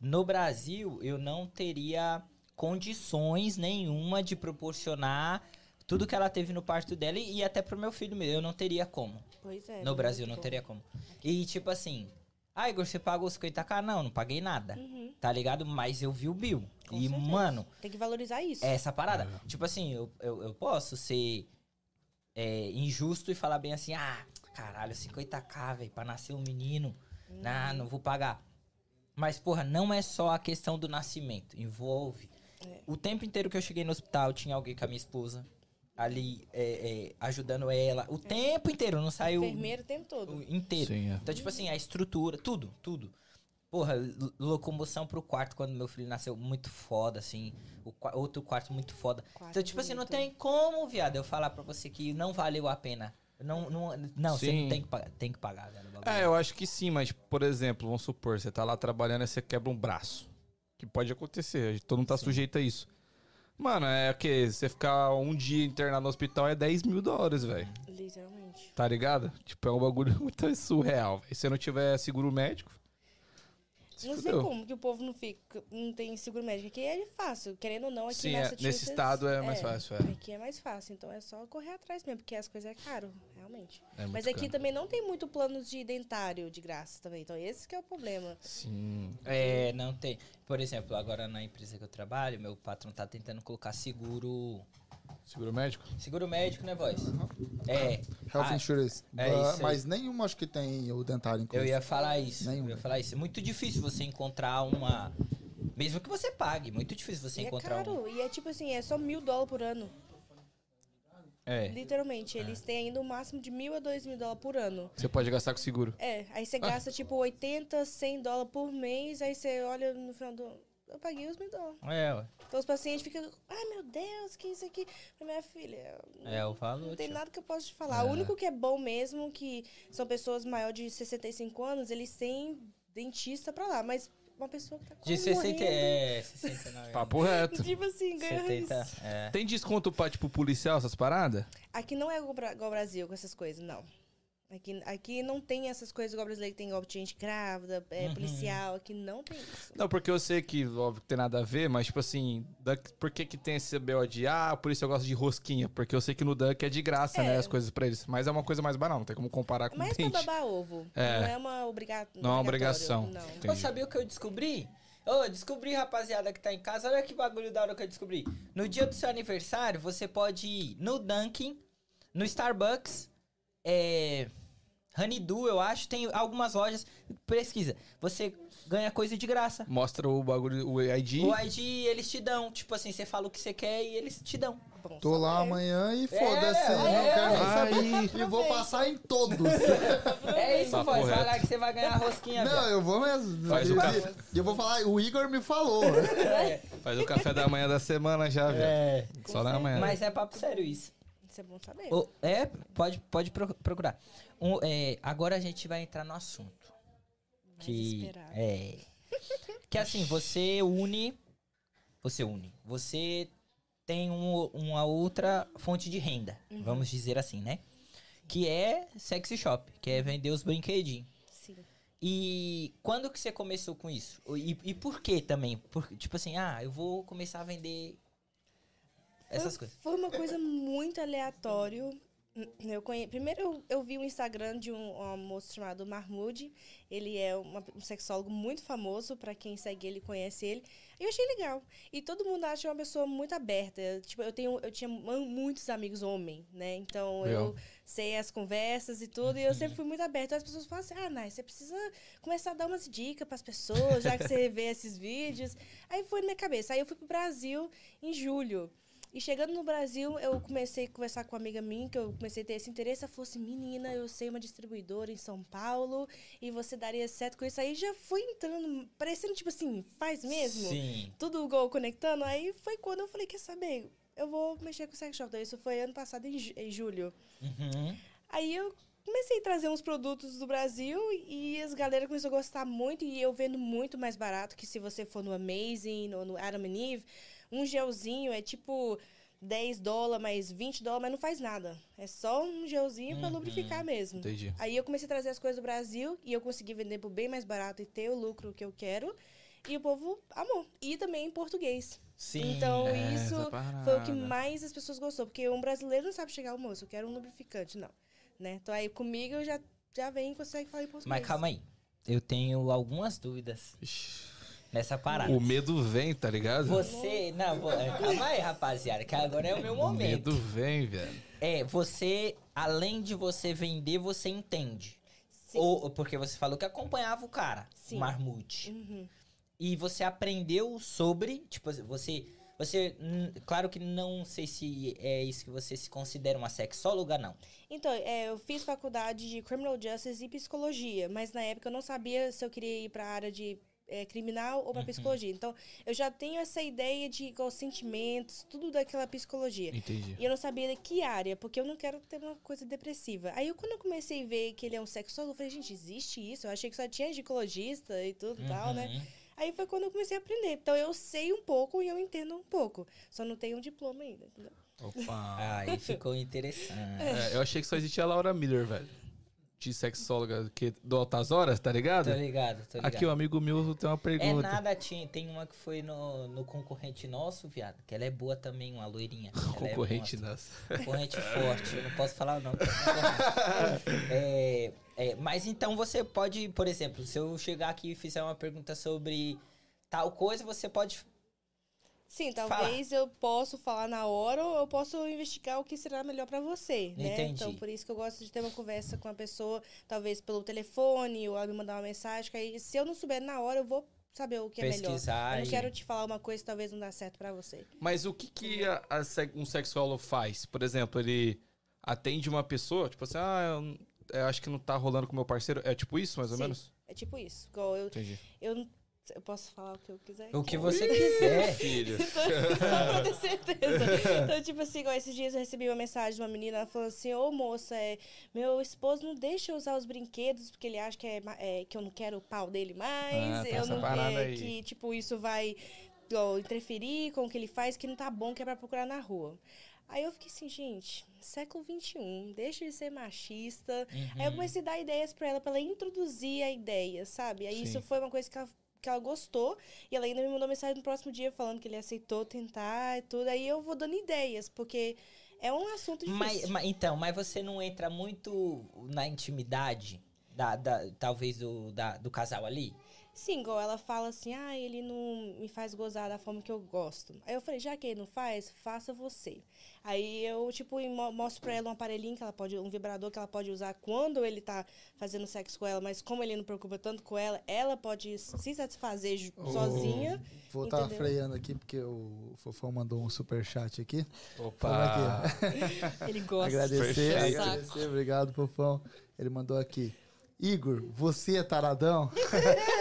[SPEAKER 2] no Brasil, eu não teria condições nenhuma de proporcionar tudo que ela teve no parto dela e, e até pro meu filho mesmo. Eu não teria como.
[SPEAKER 5] Pois é.
[SPEAKER 2] No
[SPEAKER 5] muito
[SPEAKER 2] Brasil não
[SPEAKER 5] bom.
[SPEAKER 2] teria como. E tipo assim, ah, Igor, você pagou 50k? Não, não paguei nada.
[SPEAKER 5] Uhum.
[SPEAKER 2] Tá ligado? Mas eu vi o Bill.
[SPEAKER 5] Com
[SPEAKER 2] e,
[SPEAKER 5] certeza.
[SPEAKER 2] mano,
[SPEAKER 5] Tem que valorizar isso.
[SPEAKER 2] é essa parada. Tipo assim, eu, eu, eu posso ser é, injusto e falar bem assim, ah, caralho, 50k, velho, pra nascer um menino. Nah, não vou pagar. Mas, porra, não é só a questão do nascimento. Envolve. O tempo inteiro que eu cheguei no hospital, tinha alguém com a minha esposa ali é, é, ajudando ela. O tempo inteiro, não saiu
[SPEAKER 5] Enfermeiro o tempo todo.
[SPEAKER 2] o- inteiro.
[SPEAKER 3] Sim, é.
[SPEAKER 2] Então, tipo assim, a estrutura, tudo, tudo. Porra, lo- locomoção pro quarto quando meu filho nasceu, muito foda, assim. O qua- outro quarto muito foda.
[SPEAKER 5] Quarto
[SPEAKER 2] então, tipo assim, não
[SPEAKER 5] bonito.
[SPEAKER 2] tem como, viado, eu falar pra você que não valeu a pena. Não, não, não você não
[SPEAKER 3] Sim.
[SPEAKER 2] tem que pagar, tem que pagar, velho. o bagulho.
[SPEAKER 3] É, eu acho que sim, mas, por exemplo, vamos supor, você tá lá trabalhando e você quebra um braço. Que pode acontecer, todo mundo tá sujeito a isso. Mano, é o quê? Você ficar um dia internado no hospital é 10 mil dólares, velho.
[SPEAKER 5] Literalmente.
[SPEAKER 3] Tá ligado? Tipo, é um bagulho muito surreal, velho. Se você não tiver seguro médico,
[SPEAKER 6] se
[SPEAKER 5] Não sei
[SPEAKER 6] fudeu.
[SPEAKER 5] como que o povo não fica, não tem seguro médico. Aqui é fácil, querendo ou não, aqui em
[SPEAKER 6] Sim, é,
[SPEAKER 5] Massachusetts...
[SPEAKER 6] nesse estado é mais fácil, é.
[SPEAKER 5] Aqui é mais fácil, então é só correr atrás mesmo, porque as coisas é caro, realmente.
[SPEAKER 3] É muito
[SPEAKER 5] Mas aqui
[SPEAKER 3] caro.
[SPEAKER 5] também não tem muito plano de dentário de graça também, então esse que é o problema.
[SPEAKER 3] Sim.
[SPEAKER 2] É, não tem. Por exemplo, agora na empresa que eu trabalho, meu patrão tá tentando colocar seguro.
[SPEAKER 3] Seguro médico?
[SPEAKER 2] Seguro médico, né, voz? É.
[SPEAKER 4] Health
[SPEAKER 2] Ah,
[SPEAKER 4] insurance.
[SPEAKER 2] é
[SPEAKER 4] Ah,
[SPEAKER 2] isso aí.
[SPEAKER 4] mas nenhuma acho que tem o dentário incluso.
[SPEAKER 2] Eu ia falar isso.
[SPEAKER 4] Nenhum,
[SPEAKER 2] eu ia
[SPEAKER 4] velho.
[SPEAKER 2] falar isso. É muito difícil você encontrar uma. Mesmo que você pague, muito difícil você
[SPEAKER 5] e é
[SPEAKER 2] encontrar um.
[SPEAKER 5] caro, e é tipo assim, é só mil dólares por ano.
[SPEAKER 3] É.
[SPEAKER 5] Literalmente, eles têm ainda o máximo de mil a dois mil dólares por ano.
[SPEAKER 3] Você pode gastar com seguro.
[SPEAKER 5] É, aí
[SPEAKER 2] Ah.
[SPEAKER 5] você gasta tipo 80, 100 dólares por mês, aí você olha no final do. Eu paguei os mil dólares.
[SPEAKER 2] É, ué.
[SPEAKER 5] Então os pacientes ficam, ai meu Deus, que isso aqui? Falei, Minha filha,
[SPEAKER 2] é o valor.
[SPEAKER 5] não tem
[SPEAKER 2] tio.
[SPEAKER 5] nada que eu possa te falar. O único que é bom mesmo, que são pessoas maiores de 65 anos, eles têm dentista pra lá, mas uma pessoa que tá quase
[SPEAKER 2] De é. 60.
[SPEAKER 5] morrendo,
[SPEAKER 2] É, 69.
[SPEAKER 3] Papo reto.
[SPEAKER 5] Tipo assim, ganha
[SPEAKER 2] 70.
[SPEAKER 5] né? isso.
[SPEAKER 2] É.
[SPEAKER 3] Tem desconto pra, tipo, policial, essas paradas?
[SPEAKER 5] Aqui não é igual Bra- igual ao Brasil com essas coisas, não. Aqui, aqui não tem essas coisas igual ao brasileiro que tem igual de gente grávida, é,
[SPEAKER 3] Uhum.
[SPEAKER 5] policial, aqui não tem isso.
[SPEAKER 3] Não, porque eu sei que, óbvio, que tem nada a ver, mas, tipo assim, Duck, por que que tem esse BO de, ah, por isso eu gosto de rosquinha? Porque eu sei que no Duck é de graça, né,
[SPEAKER 5] É.
[SPEAKER 3] as coisas pra eles. Mas é uma coisa mais banal, não tem como comparar
[SPEAKER 5] É
[SPEAKER 3] com
[SPEAKER 5] mais pra
[SPEAKER 3] dente.
[SPEAKER 5] babar ovo.
[SPEAKER 3] É.
[SPEAKER 5] Não é uma obriga...
[SPEAKER 3] Não é uma obrigação.
[SPEAKER 5] obrigatório, Não.
[SPEAKER 3] Entendi.
[SPEAKER 2] Pô, sabia o que eu descobri? Ô, descobri, rapaziada, que tá em casa. Olha que bagulho da hora que eu descobri. No dia do seu aniversário, você pode ir no Dunkin', no Starbucks, é. Honeydew, eu acho, tem algumas lojas. Pesquisa. Você ganha coisa de graça.
[SPEAKER 3] Mostra o bagulho, o ID.
[SPEAKER 2] O ID eles te dão. Tipo assim, você fala o que você quer e eles te dão.
[SPEAKER 5] Bom,
[SPEAKER 4] Tô
[SPEAKER 5] só
[SPEAKER 4] lá
[SPEAKER 5] pra-
[SPEAKER 4] amanhã e foda-se.
[SPEAKER 2] é,
[SPEAKER 4] não
[SPEAKER 2] é,
[SPEAKER 4] quero nem
[SPEAKER 3] Aí,
[SPEAKER 4] saber. E vou passar em todos.
[SPEAKER 2] É isso,
[SPEAKER 3] Papo
[SPEAKER 2] voz. Vai
[SPEAKER 3] reto.
[SPEAKER 2] lá que você vai ganhar a rosquinha.
[SPEAKER 4] não,
[SPEAKER 2] velho.
[SPEAKER 4] eu vou mesmo.
[SPEAKER 3] Faz o
[SPEAKER 4] E-
[SPEAKER 3] café.
[SPEAKER 4] e eu vou falar, o Igor me falou.
[SPEAKER 3] faz o café da manhã da semana já, velho.
[SPEAKER 2] É.
[SPEAKER 3] Só na manhã.
[SPEAKER 2] Mas é papo sério isso.
[SPEAKER 5] Isso é bom saber.
[SPEAKER 2] Ô, é, pode, pode pro- procurar. Um, é, agora a gente vai entrar no assunto. Que
[SPEAKER 5] esperado.
[SPEAKER 2] é que assim você une, você une, você tem um- uma outra fonte de renda, vamos dizer assim, né? Que é sexy shop, que é vender os brinquedinhos.
[SPEAKER 5] Sim.
[SPEAKER 2] E quando que você começou com isso? E, e por que também? Por, tipo assim, ah, eu vou começar a vender essas
[SPEAKER 5] foi,
[SPEAKER 2] coisas.
[SPEAKER 5] Foi uma coisa muito aleatória. Eu conhe... Primeiro eu, eu vi o Instagram de um, um moço chamado Mahmoud. Ele é uma- um sexólogo muito famoso, pra quem segue ele conhece ele. E eu achei legal. E todo mundo acha uma pessoa muito aberta. Tipo, eu tenho eu tinha mu- muitos amigos homem, né? Então
[SPEAKER 3] Legal.
[SPEAKER 5] eu sei as conversas e tudo, e eu sempre fui muito aberta. As pessoas falam assim: "Ah, Nai, você precisa começar a dar umas dicas pras pessoas, já que você vê esses vídeos". Aí foi na minha cabeça. Aí eu fui pro Brasil em julho. E chegando no Brasil, eu comecei a conversar com uma amiga minha, que eu comecei a ter esse interesse. Ela falou assim: menina, eu sei uma distribuidora em São Paulo e você daria certo com isso. Aí já fui entrando, parecendo tipo assim, faz mesmo?
[SPEAKER 2] Sim.
[SPEAKER 5] Tudo gol conectando. Aí foi quando eu falei: quer saber? Eu vou mexer com o sex shop. Então, isso foi ano passado, em, ju- em julho.
[SPEAKER 2] Uhum.
[SPEAKER 5] Aí eu comecei a trazer uns produtos do Brasil e as galera começou a gostar muito e eu vendo muito mais barato que se você for no Amazing ou no Adam and Eve, um gelzinho é tipo 10 dólares mais 20 dólares, mas não faz nada. É só um gelzinho pra lubrificar mesmo.
[SPEAKER 3] Entendi.
[SPEAKER 5] Aí eu comecei a trazer as coisas do Brasil e eu consegui vender por bem mais barato e ter o lucro que eu quero. E o povo amou. E também em português.
[SPEAKER 2] Sim.
[SPEAKER 5] então
[SPEAKER 3] É,
[SPEAKER 5] isso
[SPEAKER 3] essa
[SPEAKER 5] foi o que
[SPEAKER 3] parada.
[SPEAKER 5] mais as pessoas gostou. Porque um brasileiro não sabe chegar ao moço, eu quero um lubrificante, não. Né? Então aí comigo eu já, já vem e consegue falar em português.
[SPEAKER 2] Mas calma aí. Eu tenho algumas dúvidas
[SPEAKER 3] Ixi,
[SPEAKER 2] nessa parada.
[SPEAKER 3] O medo vem, tá ligado?
[SPEAKER 2] Você. Não, vo- é, calma aí, rapaziada, que agora é o
[SPEAKER 5] um
[SPEAKER 2] meu
[SPEAKER 3] O medo
[SPEAKER 2] momento.
[SPEAKER 3] vem, velho.
[SPEAKER 2] É, você, além de você vender, você entende.
[SPEAKER 5] Sim.
[SPEAKER 2] Ou, porque você falou que acompanhava o cara,
[SPEAKER 5] Sim.
[SPEAKER 2] o Marmute.
[SPEAKER 5] Uhum.
[SPEAKER 2] E você aprendeu sobre. Tipo, você. Você. hum, Claro que não sei se é isso que você se considera uma sexóloga, não.
[SPEAKER 5] Então, é, eu fiz faculdade de Criminal Justice e Psicologia, mas na época eu não sabia se eu queria ir para a área de é, criminal
[SPEAKER 2] Uhum.
[SPEAKER 5] ou para psicologia. Então, eu já tenho essa ideia de igual, sentimentos, tudo daquela psicologia.
[SPEAKER 3] Entendi.
[SPEAKER 5] E eu não sabia de que área, porque eu não quero ter uma coisa depressiva. Aí, eu, quando eu comecei a ver que ele é um sexólogo, eu falei, gente, existe isso? Eu achei que só tinha ginecologista e tudo e tal, né?
[SPEAKER 2] Uhum.
[SPEAKER 5] Aí foi quando eu comecei a aprender. Então, eu sei um pouco e eu entendo um pouco. Só não tenho um diploma ainda, entendeu?
[SPEAKER 3] Opa.
[SPEAKER 2] Aí ficou interessante.
[SPEAKER 5] É.
[SPEAKER 3] É, eu achei que só existia a Laura Miller, velho. de sexóloga que do Altas Horas, tá ligado?
[SPEAKER 2] Tô ligado, tô Tá ligado.
[SPEAKER 3] Aqui, o amigo meu tem uma
[SPEAKER 2] É
[SPEAKER 3] pergunta.
[SPEAKER 2] nada, tinha, tem uma que foi no, no concorrente nosso, viado, que ela é boa também, uma loirinha. Ela é
[SPEAKER 3] Concorrente
[SPEAKER 2] monstro.
[SPEAKER 3] nossa.
[SPEAKER 2] Concorrente forte, eu não posso falar o nome. porque é concorrente. É, é, mas então você pode, por exemplo, se eu chegar aqui e fizer uma pergunta sobre tal coisa, você pode.
[SPEAKER 5] Sim, talvez eu possa falar na hora ou eu posso investigar o que será melhor pra você, né?
[SPEAKER 2] Entendi.
[SPEAKER 5] Então, por isso que eu gosto de ter uma conversa com a pessoa, talvez pelo telefone ou ela me mandar uma mensagem, que aí se eu não souber na hora, eu vou saber o que é melhor.
[SPEAKER 2] Pesquisar
[SPEAKER 5] Eu não
[SPEAKER 2] e-
[SPEAKER 5] quero te falar uma coisa que talvez não dá certo pra você.
[SPEAKER 3] Mas o que, que a- a se- um sexólogo faz? Por exemplo, ele atende uma pessoa, tipo assim, ah, eu, eu acho que não tá rolando com meu parceiro. É tipo isso, mais ou
[SPEAKER 5] Sim.
[SPEAKER 3] menos?
[SPEAKER 5] É tipo isso. Igual eu,
[SPEAKER 3] Entendi.
[SPEAKER 5] eu, não- eu posso falar o que é eu quiser.
[SPEAKER 2] O que você quiser.
[SPEAKER 3] Filho.
[SPEAKER 5] Então, Só pra ter certeza. Então, tipo assim, igual esses dias eu recebi uma mensagem de uma menina, ela falou assim, ô moça, é, meu esposo não deixa eu usar os brinquedos porque ele acha que, é, ma- é, que eu não quero o pau dele mais,
[SPEAKER 3] Ah, tá
[SPEAKER 5] eu
[SPEAKER 3] essa
[SPEAKER 5] não
[SPEAKER 3] parada
[SPEAKER 5] é,
[SPEAKER 3] aí.
[SPEAKER 5] que, tipo, isso vai ó, interferir com o que ele faz, que não tá bom, que é pra procurar na rua. Aí eu fiquei assim, gente, século XXI, deixa de ser machista.
[SPEAKER 2] Uhum.
[SPEAKER 5] Aí eu comecei a dar ideias pra ela, pra ela introduzir a ideia, sabe? Aí isso foi uma coisa que ela, que ela gostou. E ela ainda me mandou mensagem no próximo dia falando que ele aceitou tentar e tudo. Aí eu vou dando ideias, porque é um assunto difícil.
[SPEAKER 2] Mas, mas- então, mas você não entra muito na intimidade da, da- talvez do, da- do casal ali?
[SPEAKER 5] Sim, igual ela fala assim, ah, ele não me faz gozar da forma que eu gosto. Aí eu falei, já que ele não faz, faça você. Aí eu, tipo, mo- mostro pra ela um aparelhinho que ela pode, um vibrador que ela pode usar quando ele tá fazendo sexo com ela, mas como ele não preocupa tanto com ela, ela pode se satisfazer ju- sozinha.
[SPEAKER 4] Vou estar
[SPEAKER 5] Entendeu?
[SPEAKER 4] freando aqui, porque o Fofão mandou um superchat aqui.
[SPEAKER 3] é Opa!
[SPEAKER 4] Vamos aqui.
[SPEAKER 5] Ele gosta.
[SPEAKER 4] Agradecer,
[SPEAKER 5] Perfeito.
[SPEAKER 4] agradecer. Obrigado, Fofão. Ele mandou aqui. Igor, você é taradão?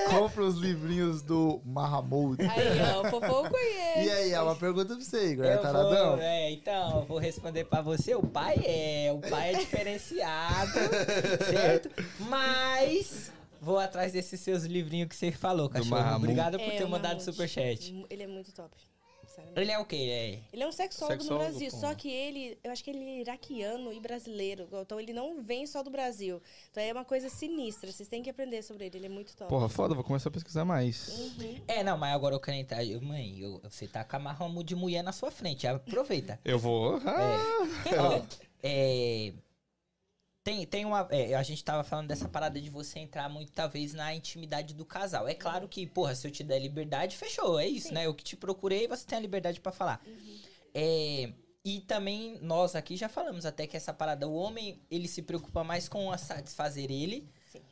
[SPEAKER 4] Compra os livrinhos do Mahamud.
[SPEAKER 5] Aí, ó, o fofão conhece.
[SPEAKER 4] E aí, é uma pergunta pra você, Igor. É
[SPEAKER 2] Eu
[SPEAKER 4] taradão?
[SPEAKER 2] vou, é, então, eu vou responder pra você. O pai é, o pai é diferenciado, certo? Mas vou atrás desses seus livrinhos que você falou, cachorro.
[SPEAKER 3] Mahamud.
[SPEAKER 2] Obrigado por
[SPEAKER 5] É,
[SPEAKER 2] ter
[SPEAKER 5] o
[SPEAKER 2] mandado
[SPEAKER 5] Mamute.
[SPEAKER 2] superchat.
[SPEAKER 5] Ele é muito top. sinceramente.
[SPEAKER 2] Ele é o quê?
[SPEAKER 5] Ele é um sexólogo,
[SPEAKER 3] Sexólogo,
[SPEAKER 5] no Brasil,
[SPEAKER 3] pô.
[SPEAKER 5] só que ele, eu acho que ele é iraquiano e brasileiro, então ele não vem só do Brasil. Então é uma coisa sinistra, vocês têm que aprender sobre ele, ele é muito top.
[SPEAKER 3] Porra, foda, vou começar a pesquisar mais.
[SPEAKER 5] Uhum.
[SPEAKER 2] É, É, não, mas agora eu quero entrar. eu- Mãe, eu- você tá com a marrom de mulher na sua frente. Aproveita.
[SPEAKER 3] Eu vou. Ah,
[SPEAKER 2] É. Ó, é, Tem, tem uma. é, a gente tava falando dessa parada de você entrar muito, talvez, na intimidade do casal. É claro que, porra, se eu te der liberdade, fechou. É isso, né? Eu que te procurei, você tem a liberdade pra falar. É, E também nós aqui já falamos até que essa parada, o homem, ele se preocupa mais com a satisfazer ele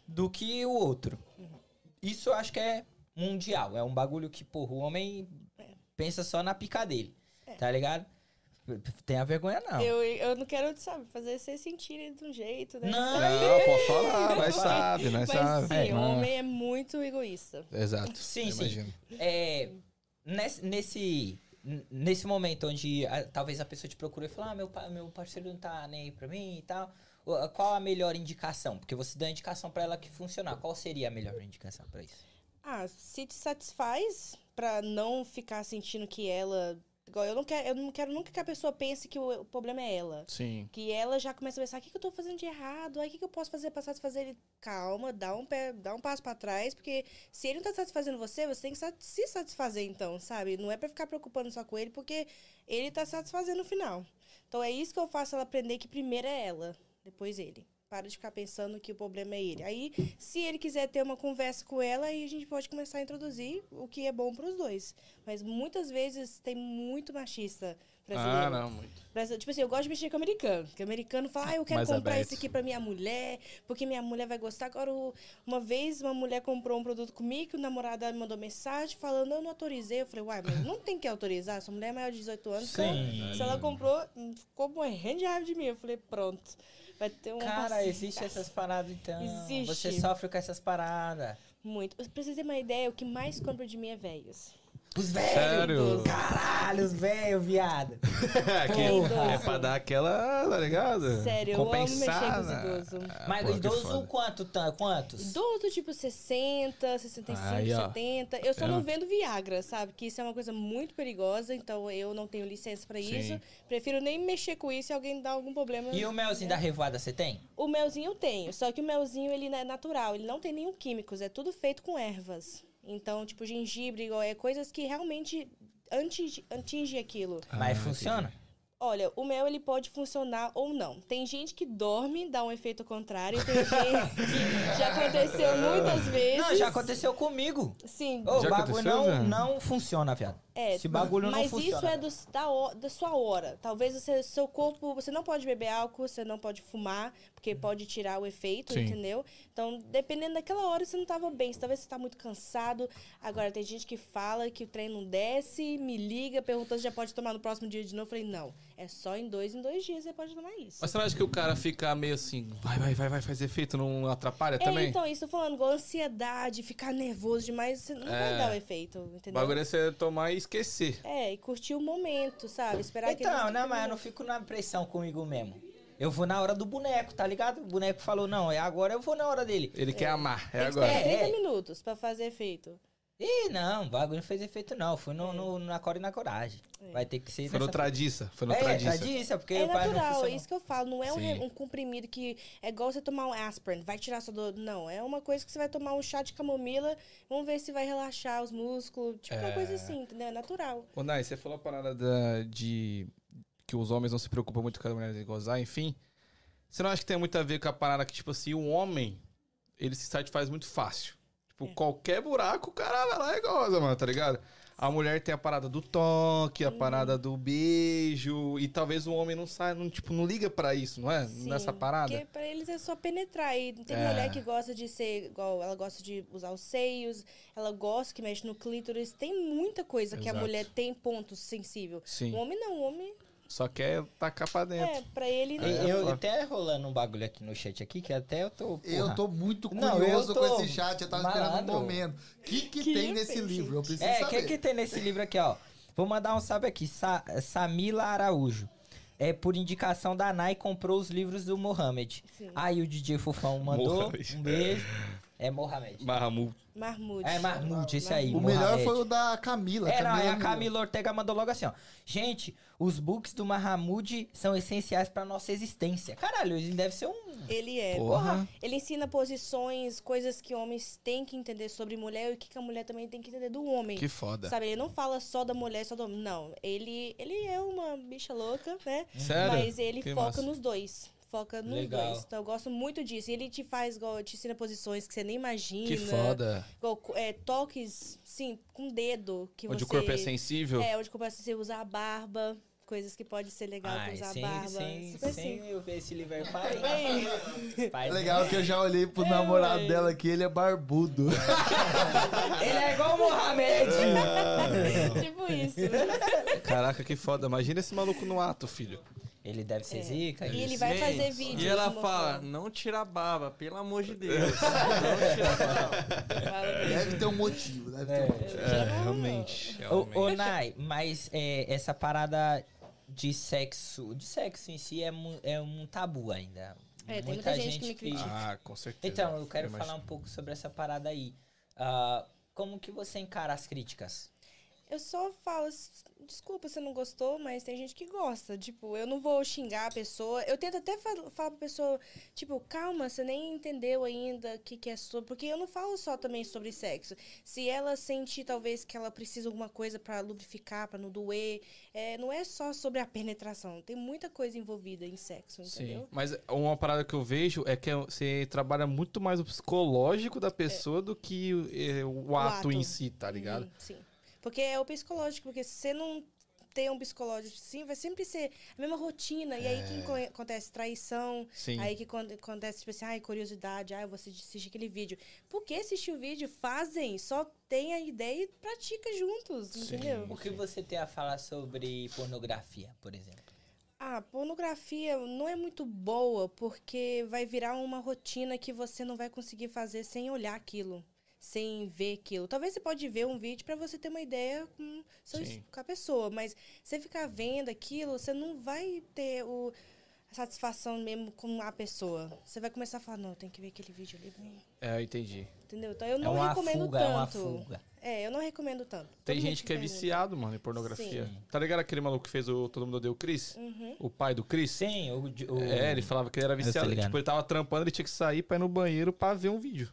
[SPEAKER 2] do que o outro. Isso eu acho que é mundial. É um bagulho que, porra, o homem
[SPEAKER 5] É.
[SPEAKER 2] pensa só na pica dele. Tá ligado? Tenha vergonha, não.
[SPEAKER 5] Eu, eu não quero, sabe, fazer vocês sentirem de um jeito, né?
[SPEAKER 2] Não,
[SPEAKER 3] não, pode falar, nós sabe, nós
[SPEAKER 5] Mas
[SPEAKER 3] sabe.
[SPEAKER 5] sim,
[SPEAKER 3] É,
[SPEAKER 5] o
[SPEAKER 3] não.
[SPEAKER 5] homem é muito egoísta.
[SPEAKER 3] Exato.
[SPEAKER 2] Sim,
[SPEAKER 3] eu
[SPEAKER 2] sim.
[SPEAKER 3] imagino.
[SPEAKER 2] é, nesse, nesse, n- nesse momento onde a- talvez a pessoa te procure e fala, ah, meu, pa- meu parceiro não tá nem aí pra mim e tal, o- qual a melhor indicação? Porque você dá a indicação pra ela que funcionar. Qual seria a melhor indicação pra isso?
[SPEAKER 5] Ah, se te satisfaz pra não ficar sentindo que ela, igual eu não quero, eu não quero nunca que a pessoa pense que o- o problema é ela.
[SPEAKER 3] Sim.
[SPEAKER 5] Que ela já começa a pensar, o que, que eu tô fazendo de errado? Aí, o que, que eu posso fazer pra satisfazer ele? Calma, dá um, pé, dá um passo pra trás, porque se ele não tá satisfazendo você, você tem que sa- se satisfazer então, sabe? Não é pra ficar preocupando só com ele, porque ele tá satisfazendo no final. Então é isso que eu faço ela aprender que primeiro é ela, depois ele. Para de ficar pensando que o problema é ele. Aí, se ele quiser ter uma conversa com ela, aí a gente pode começar a introduzir o que é bom pros dois. Mas muitas vezes tem muito machista brasileiro.
[SPEAKER 3] Ah, não, muito.
[SPEAKER 5] Mas, Tipo assim, eu gosto de mexer com americano. Porque americano fala, ah, eu quero
[SPEAKER 3] Mais
[SPEAKER 5] comprar
[SPEAKER 3] aberto.
[SPEAKER 5] isso aqui pra minha mulher, porque minha mulher vai gostar. Agora, o- uma vez, uma mulher comprou um produto comigo, que o namorado dela me mandou mensagem falando, eu não autorizei. Eu falei, uai, mas não tem que autorizar, sua mulher é maior de 18 anos. Então, se ela comprou, ficou morrendo de raiva de mim. Eu falei, pronto, vai ter um
[SPEAKER 2] Cara,
[SPEAKER 5] paciência.
[SPEAKER 2] existe essas paradas então.
[SPEAKER 5] Existe.
[SPEAKER 2] Você sofre com essas paradas.
[SPEAKER 5] Muito. Pra vocês terem uma ideia, o que mais compra de mim é velhos.
[SPEAKER 2] Os velhos.
[SPEAKER 6] Sério?
[SPEAKER 2] Caralho, os velhos, viado.
[SPEAKER 6] Aqui
[SPEAKER 5] Porra.
[SPEAKER 6] é pra dar aquela, tá ligado?
[SPEAKER 5] Sério, eu amo mexer com os
[SPEAKER 6] na-
[SPEAKER 5] idosos.
[SPEAKER 3] né?
[SPEAKER 2] Mas
[SPEAKER 6] Pô, Ah, que
[SPEAKER 2] idoso
[SPEAKER 6] foda.
[SPEAKER 2] quanto, tá? Quantos?
[SPEAKER 5] Idoso, tipo 60, 65,
[SPEAKER 6] Aí, ó.
[SPEAKER 5] 70. Eu só não vendo Viagra, sabe? Que isso é uma coisa muito perigosa, então eu não tenho licença pra isso. Prefiro nem mexer com isso se alguém dá algum problema.
[SPEAKER 2] E o melzinho da revoada você tem?
[SPEAKER 5] O melzinho eu tenho, só que o melzinho ele é natural, ele não tem nenhum químicos, é tudo feito com ervas. Então, tipo, gengibre, igual, é coisas que realmente anti- atinge aquilo.
[SPEAKER 6] Ah,
[SPEAKER 2] Mas funciona?
[SPEAKER 5] Olha, o mel ele pode funcionar ou não. Tem gente que dorme, dá um efeito contrário, tem gente que já aconteceu muitas vezes.
[SPEAKER 2] Não, já aconteceu comigo.
[SPEAKER 5] Sim,
[SPEAKER 2] Ô,
[SPEAKER 6] Já
[SPEAKER 2] O bagulho
[SPEAKER 6] aconteceu,
[SPEAKER 2] não,
[SPEAKER 6] velho?
[SPEAKER 2] não funciona, viado.
[SPEAKER 5] é.
[SPEAKER 2] Esse bagulho não
[SPEAKER 5] mas
[SPEAKER 2] funciona.
[SPEAKER 5] isso é
[SPEAKER 2] velho.
[SPEAKER 5] do, da, ho- da sua hora. Talvez você, seu corpo. Você não pode beber álcool, você não pode fumar, porque pode tirar o efeito,
[SPEAKER 3] Sim.
[SPEAKER 5] entendeu? Então, dependendo daquela hora, você não tava bem. Você- Talvez você tá muito cansado. Agora, tem gente que fala que o trem não desce, me liga, perguntando se já pode tomar no próximo dia de novo. Eu falei, não. É só em dois, em dois dias você pode tomar isso.
[SPEAKER 3] Mas você não acha que o cara fica meio assim, vai, vai, vai, vai, faz efeito, não atrapalha também?
[SPEAKER 5] É, então, isso eu tô falando, igual ansiedade, ficar nervoso demais, você não vai dar o efeito, entendeu?
[SPEAKER 3] O bagulho é você tomar e esquecer.
[SPEAKER 5] É, e curtir o momento, sabe? Esperar que
[SPEAKER 2] Então,
[SPEAKER 5] eles-
[SPEAKER 2] né, mas eu não fico na pressão comigo mesmo. Eu vou na hora do boneco, tá ligado? O boneco falou, não, é agora, eu vou na hora dele.
[SPEAKER 3] Ele quer amar, é
[SPEAKER 5] Tem que
[SPEAKER 3] agora.
[SPEAKER 5] esperar 30
[SPEAKER 2] É.
[SPEAKER 5] minutos pra fazer efeito.
[SPEAKER 2] Ih, não, o bagulho não fez efeito, não. Fui no, no- na cor e na coragem. Vai ter que ser.
[SPEAKER 3] Foi no
[SPEAKER 2] nessa-
[SPEAKER 3] tradiça, foi no
[SPEAKER 2] né? É,
[SPEAKER 3] tradiça.
[SPEAKER 2] tradiça, porque
[SPEAKER 5] é
[SPEAKER 2] o pai não
[SPEAKER 5] natural, é
[SPEAKER 2] funcionou.
[SPEAKER 5] isso que eu falo. Não é um, re-
[SPEAKER 3] Sim.
[SPEAKER 5] um comprimido que é igual você tomar um aspirin, vai tirar sua dor. Não, é uma coisa que você vai tomar um chá de camomila, vamos ver se vai relaxar os músculos, tipo uma coisa assim, entendeu? É natural.
[SPEAKER 3] Ô, Nai, você falou a parada da- de que os homens não se preocupam muito com as mulheres em gozar, enfim. Você não acha que tem muito a ver com a parada que, tipo assim, o homem, ele se satisfaz muito fácil. Tipo,
[SPEAKER 5] É.
[SPEAKER 3] qualquer buraco, o cara vai lá e goza, mano, tá ligado? A mulher tem a parada do toque, a parada do beijo, e talvez o homem não saia, não, tipo, não liga pra isso, não é?
[SPEAKER 5] Sim,
[SPEAKER 3] Nessa parada.
[SPEAKER 5] Porque pra eles é só penetrar. E tem
[SPEAKER 3] É.
[SPEAKER 5] mulher que gosta de ser igual, ela gosta de usar os seios, ela gosta que mexe no clítoris. Tem muita coisa que a
[SPEAKER 3] Exato.
[SPEAKER 5] mulher tem ponto sensível.
[SPEAKER 3] Sim.
[SPEAKER 5] O homem não, o homem
[SPEAKER 3] Só quer tacar pra dentro.
[SPEAKER 5] é, pra ele
[SPEAKER 2] E-
[SPEAKER 5] não.
[SPEAKER 2] eu até rolando um bagulho aqui no chat aqui, que até eu tô.
[SPEAKER 4] Eu
[SPEAKER 2] porra.
[SPEAKER 4] tô muito
[SPEAKER 2] Não,
[SPEAKER 4] curioso
[SPEAKER 2] eu tô
[SPEAKER 4] com esse chat. Eu tava esperando
[SPEAKER 2] malandro.
[SPEAKER 4] um momento. O que, que,
[SPEAKER 5] Que
[SPEAKER 4] tem
[SPEAKER 5] eu
[SPEAKER 4] nesse
[SPEAKER 5] pensei?
[SPEAKER 4] livro? Eu preciso
[SPEAKER 2] É, o que,
[SPEAKER 4] saber.
[SPEAKER 2] que tem nesse livro aqui, ó? Vou mandar um salve aqui. Sa Samila Araújo. É, por indicação da Nai, comprou os livros do Mohamed.
[SPEAKER 5] Sim.
[SPEAKER 2] Aí o DJ Fufão mandou.
[SPEAKER 3] Mohamed.
[SPEAKER 2] Um beijo. É Mohamed.
[SPEAKER 3] Marramu.
[SPEAKER 5] Marmude.
[SPEAKER 2] É Mahmoud, esse aí.
[SPEAKER 4] O melhor
[SPEAKER 2] Mohamed.
[SPEAKER 4] foi o da Camila.
[SPEAKER 2] É, não, aí a
[SPEAKER 4] me-
[SPEAKER 2] Camila Ortega mandou logo assim, ó. Gente, os books do Mahamud são essenciais pra nossa existência. Caralho, ele deve ser um...
[SPEAKER 5] Ele é.
[SPEAKER 3] Porra.
[SPEAKER 5] Ele ensina posições, coisas que homens têm que entender sobre mulher e o que, que a mulher também tem que entender do homem.
[SPEAKER 3] Que foda.
[SPEAKER 5] Sabe, ele não fala só da mulher, só do homem. Não, ele, ele é uma bicha louca, né?
[SPEAKER 3] Sério?
[SPEAKER 5] Mas ele
[SPEAKER 3] Que
[SPEAKER 5] foca
[SPEAKER 3] massa.
[SPEAKER 5] nos dois. Foca nos
[SPEAKER 2] Legal.
[SPEAKER 5] dois. Então eu gosto muito disso. E ele te faz, igual, te ensina posições que você nem imagina.
[SPEAKER 3] Que foda.
[SPEAKER 5] Igual, co- é, toques, sim, com o dedo. Que
[SPEAKER 3] Onde
[SPEAKER 5] você,
[SPEAKER 3] o corpo é sensível.
[SPEAKER 5] É, onde o corpo é sensível, usar a barba. Coisas que pode ser legal pra usar a barba. Super sim.
[SPEAKER 2] eu ver esse livro aí, pai. Pai,
[SPEAKER 4] Legal que eu já olhei pro
[SPEAKER 5] É,
[SPEAKER 4] namorado dela aqui, ele é barbudo.
[SPEAKER 2] Ele é igual o
[SPEAKER 3] É.
[SPEAKER 2] Mohamed.
[SPEAKER 5] tipo isso.
[SPEAKER 3] Caraca, que foda. Imagina esse maluco no ato, filho.
[SPEAKER 2] ele deve
[SPEAKER 5] É.
[SPEAKER 2] ser zica.
[SPEAKER 5] E ele
[SPEAKER 2] isso.
[SPEAKER 5] vai
[SPEAKER 7] Gente,
[SPEAKER 5] fazer vídeos.
[SPEAKER 7] E ela
[SPEAKER 5] no
[SPEAKER 7] fala, né?
[SPEAKER 5] fone.
[SPEAKER 7] não tira a baba, pelo amor de Deus. não tira a baba.
[SPEAKER 5] Fala mesmo.
[SPEAKER 4] Deve ter um motivo, deve ter um motivo.
[SPEAKER 3] É, realmente.
[SPEAKER 2] Ô,
[SPEAKER 3] é.
[SPEAKER 2] ô, Nai, mas é, essa parada de sexo, de sexo em si é, mu- é um tabu ainda.
[SPEAKER 5] É, tem muita gente que me critica.
[SPEAKER 3] Ah, com certeza.
[SPEAKER 2] Então, eu quero
[SPEAKER 3] imagino.
[SPEAKER 2] falar um pouco sobre essa parada aí. Ah, como que você encara as críticas?
[SPEAKER 5] Eu só falo, "S- desculpa, você não gostou, mas tem gente que gosta. Tipo, eu não vou xingar a pessoa. Eu tento até fal- falar pra pessoa, tipo, calma, você nem entendeu ainda o que, que é sobre. Porque eu não falo só também sobre sexo. Se ela sentir, talvez, que ela precisa de alguma coisa pra lubrificar, pra não doer, é, não é só sobre a penetração. Tem muita coisa envolvida em sexo, entendeu?
[SPEAKER 3] Sim. Mas uma parada que eu vejo é que você trabalha muito mais o psicológico da pessoa do que eh, o, ato,
[SPEAKER 5] ato.
[SPEAKER 3] em si, tá ligado?
[SPEAKER 5] Uhum, sim. Porque é o psicológico, porque se você não tem um psicológico sim, vai sempre ser a mesma rotina. E aí que enco- acontece traição,
[SPEAKER 3] É. Sim.
[SPEAKER 5] aí que con- acontece, tipo assim, ai, curiosidade, ai, eu vou assi- assistir aquele vídeo. Por que assistir o vídeo? Fazem, só tem a ideia e pratica juntos, entendeu?
[SPEAKER 2] O que você tem a falar sobre pornografia, por exemplo?
[SPEAKER 5] Ah, pornografia não é muito boa porque vai virar uma rotina que você não vai conseguir fazer sem olhar aquilo. sem ver aquilo. Talvez você pode ver um vídeo pra você ter uma ideia com, seu es-
[SPEAKER 3] Sim.
[SPEAKER 5] com a pessoa, mas você ficar vendo aquilo, você não vai ter o, a satisfação mesmo com a pessoa. Você vai começar a falar, não, tem que ver aquele vídeo ali. bem",
[SPEAKER 3] É, eu entendi.
[SPEAKER 5] Entendeu? Então eu
[SPEAKER 2] É
[SPEAKER 5] não
[SPEAKER 2] uma
[SPEAKER 5] recomendo
[SPEAKER 2] fuga, é
[SPEAKER 5] tanto.
[SPEAKER 2] uma fuga.
[SPEAKER 5] É, eu não recomendo tanto.
[SPEAKER 3] Tem
[SPEAKER 5] Todo mundo um-
[SPEAKER 3] gente que é
[SPEAKER 5] pergunta.
[SPEAKER 3] viciado, mano, em pornografia.
[SPEAKER 5] Sim. Uhum.
[SPEAKER 3] Tá ligado aquele maluco que fez o Todo Mundo Odeia o Chris? O pai do Chris?
[SPEAKER 2] Sim, o. de- o-
[SPEAKER 3] É, ele falava que ele era
[SPEAKER 2] tô
[SPEAKER 3] viciado.
[SPEAKER 2] ligado.
[SPEAKER 3] Tipo, ele tava trampando, ele tinha que sair pra ir no banheiro pra ver um vídeo.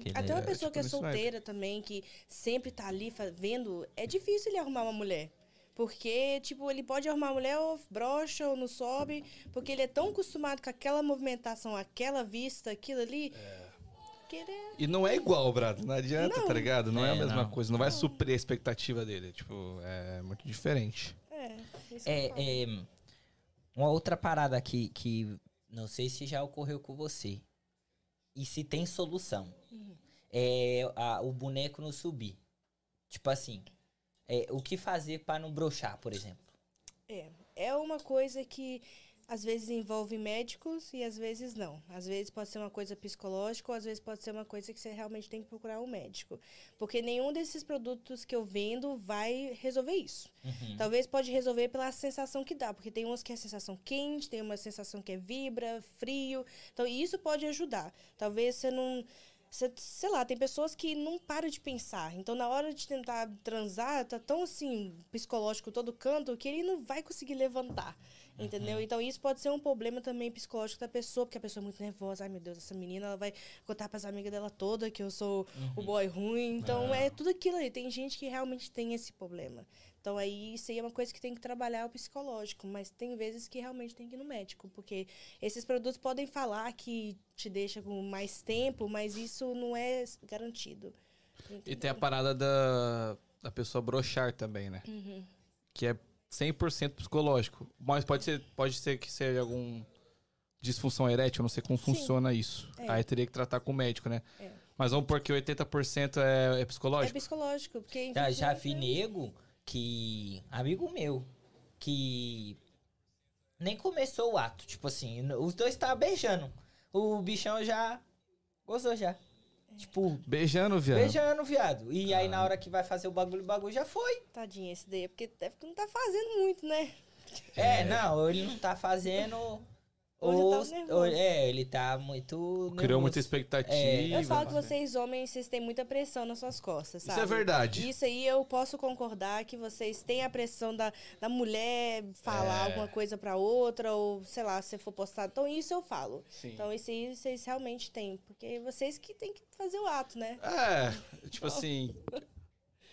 [SPEAKER 2] que ele-
[SPEAKER 5] Até uma pessoa que é
[SPEAKER 3] tipo, isso aí.
[SPEAKER 5] solteira também, que sempre tá ali fa- vendo, é difícil ele arrumar uma mulher. Porque, tipo, ele pode arrumar uma mulher ou brocha ou não sobe, porque ele é tão acostumado com aquela movimentação, aquela vista, aquilo ali, que ele é...
[SPEAKER 3] E não é igual, Brado. Não adianta,
[SPEAKER 5] Não.
[SPEAKER 3] tá ligado? Não é, a
[SPEAKER 2] É,
[SPEAKER 3] mesma
[SPEAKER 2] não.
[SPEAKER 3] coisa. Não vai suprir a expectativa dele. Tipo, é muito diferente.
[SPEAKER 5] É, isso que eu falo.
[SPEAKER 2] É, é, uma outra parada que, que não sei se já ocorreu com você. E se tem solução. É a- o boneco não subir. Tipo assim, é, o que fazer pra não brochar, por exemplo?
[SPEAKER 5] É, é uma coisa que às vezes envolve médicos e às vezes não. Às vezes pode ser uma coisa psicológica ou às vezes pode ser uma coisa que você realmente tem que procurar um médico. Porque nenhum desses produtos que eu vendo vai resolver isso. Talvez pode resolver pela sensação que dá, porque tem uns que é sensação quente, tem uma sensação que é vibra, frio. Então isso pode ajudar. Talvez você não Cê- sei lá, tem pessoas que não param de pensar. Então, na hora de tentar transar, tá tão assim, psicológico todo canto, que ele não vai conseguir levantar. Entendeu? Então, isso pode ser um problema também psicológico da pessoa, porque a pessoa é muito nervosa. Ai, meu Deus, essa menina, ela vai contar pras amigas dela toda que eu sou o boy ruim. Então, é tudo aquilo ali. Tem gente que realmente tem esse problema. Então, aí, isso aí é uma coisa que tem que trabalhar o psicológico. Mas tem vezes que realmente tem que ir no médico, porque esses produtos podem falar que te deixa com mais tempo, mas isso não é garantido. Então, é
[SPEAKER 3] E tem a parada da, da pessoa brochar também, né?
[SPEAKER 5] Uhum.
[SPEAKER 3] Que é 100% psicológico. Mas pode ser, pode ser que seja algum disfunção erétil, eu não sei como funciona isso.
[SPEAKER 5] É.
[SPEAKER 3] Aí teria que tratar com o médico, né?
[SPEAKER 5] É.
[SPEAKER 3] Mas vamos porque 80% é, é
[SPEAKER 5] É
[SPEAKER 3] psicológico?
[SPEAKER 5] psicológico, porque
[SPEAKER 2] Já, já
[SPEAKER 5] infelizmente,
[SPEAKER 2] vi nego que. Amigo meu, que nem começou o ato. Tipo assim, n- os dois estavam beijando. O bichão já gozou já. Tipo,
[SPEAKER 3] Beijando, viado.
[SPEAKER 2] beijando, viado. E aí na hora que vai fazer o bagulho, o bagulho já foi.
[SPEAKER 5] Tadinha, esse daí é porque deve que não tá fazendo muito, né?
[SPEAKER 2] É, não, ou ele não tá fazendo.
[SPEAKER 5] Ou
[SPEAKER 2] Ou,
[SPEAKER 5] ele tá nervoso.
[SPEAKER 2] ou- é, ele tá muito.
[SPEAKER 3] Criou muita
[SPEAKER 2] nervoso.
[SPEAKER 3] expectativa.
[SPEAKER 2] É.
[SPEAKER 5] Eu falo que vocês homens, vocês têm muita pressão nas suas costas, sabe?
[SPEAKER 6] Isso é verdade.
[SPEAKER 5] Isso aí eu posso concordar que vocês têm a pressão da, da mulher falar alguma coisa pra outra, ou sei lá, se for postado. Então isso eu falo.
[SPEAKER 3] Sim.
[SPEAKER 5] Então isso aí vocês realmente têm, porque é vocês que têm que fazer o ato, né?
[SPEAKER 3] É, tipo assim.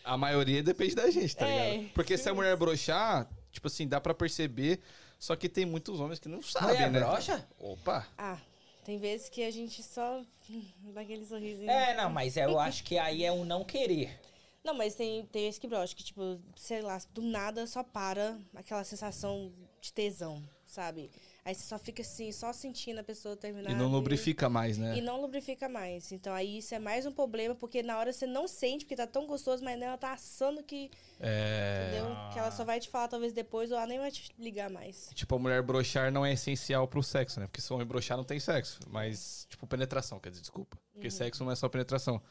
[SPEAKER 3] A maioria depende da gente, tá
[SPEAKER 5] É,
[SPEAKER 3] ligado? Porque se a mulher broxar, tipo assim, dá pra perceber. Só que tem muitos homens que não sabem,
[SPEAKER 2] Mulher
[SPEAKER 3] né?
[SPEAKER 2] É, broxa?
[SPEAKER 3] Opa!
[SPEAKER 5] Ah, tem vezes que a gente só hum, dá aquele sorrisinho.
[SPEAKER 2] É, não, mas eu acho que aí é um não querer.
[SPEAKER 5] Não, mas tem, tem esse que brocha, que tipo, sei lá, do nada só para aquela sensação de tesão, sabe? Aí você só fica assim, só sentindo a pessoa terminar.
[SPEAKER 3] E não lubrifica mais,
[SPEAKER 5] E
[SPEAKER 3] né?
[SPEAKER 5] não lubrifica mais. Então aí isso é mais um problema, porque na hora você não sente, porque tá tão gostoso, mas ela tá assando que.
[SPEAKER 3] É.
[SPEAKER 5] Entendeu? Que ela só vai te falar talvez depois, ou ela nem vai te ligar mais.
[SPEAKER 3] Tipo, a mulher broxar não é essencial pro sexo, né? Porque se o homem broxar não tem sexo. Mas, tipo, penetração, quer dizer, desculpa. Porque
[SPEAKER 2] Uhum.
[SPEAKER 3] sexo não é só penetração.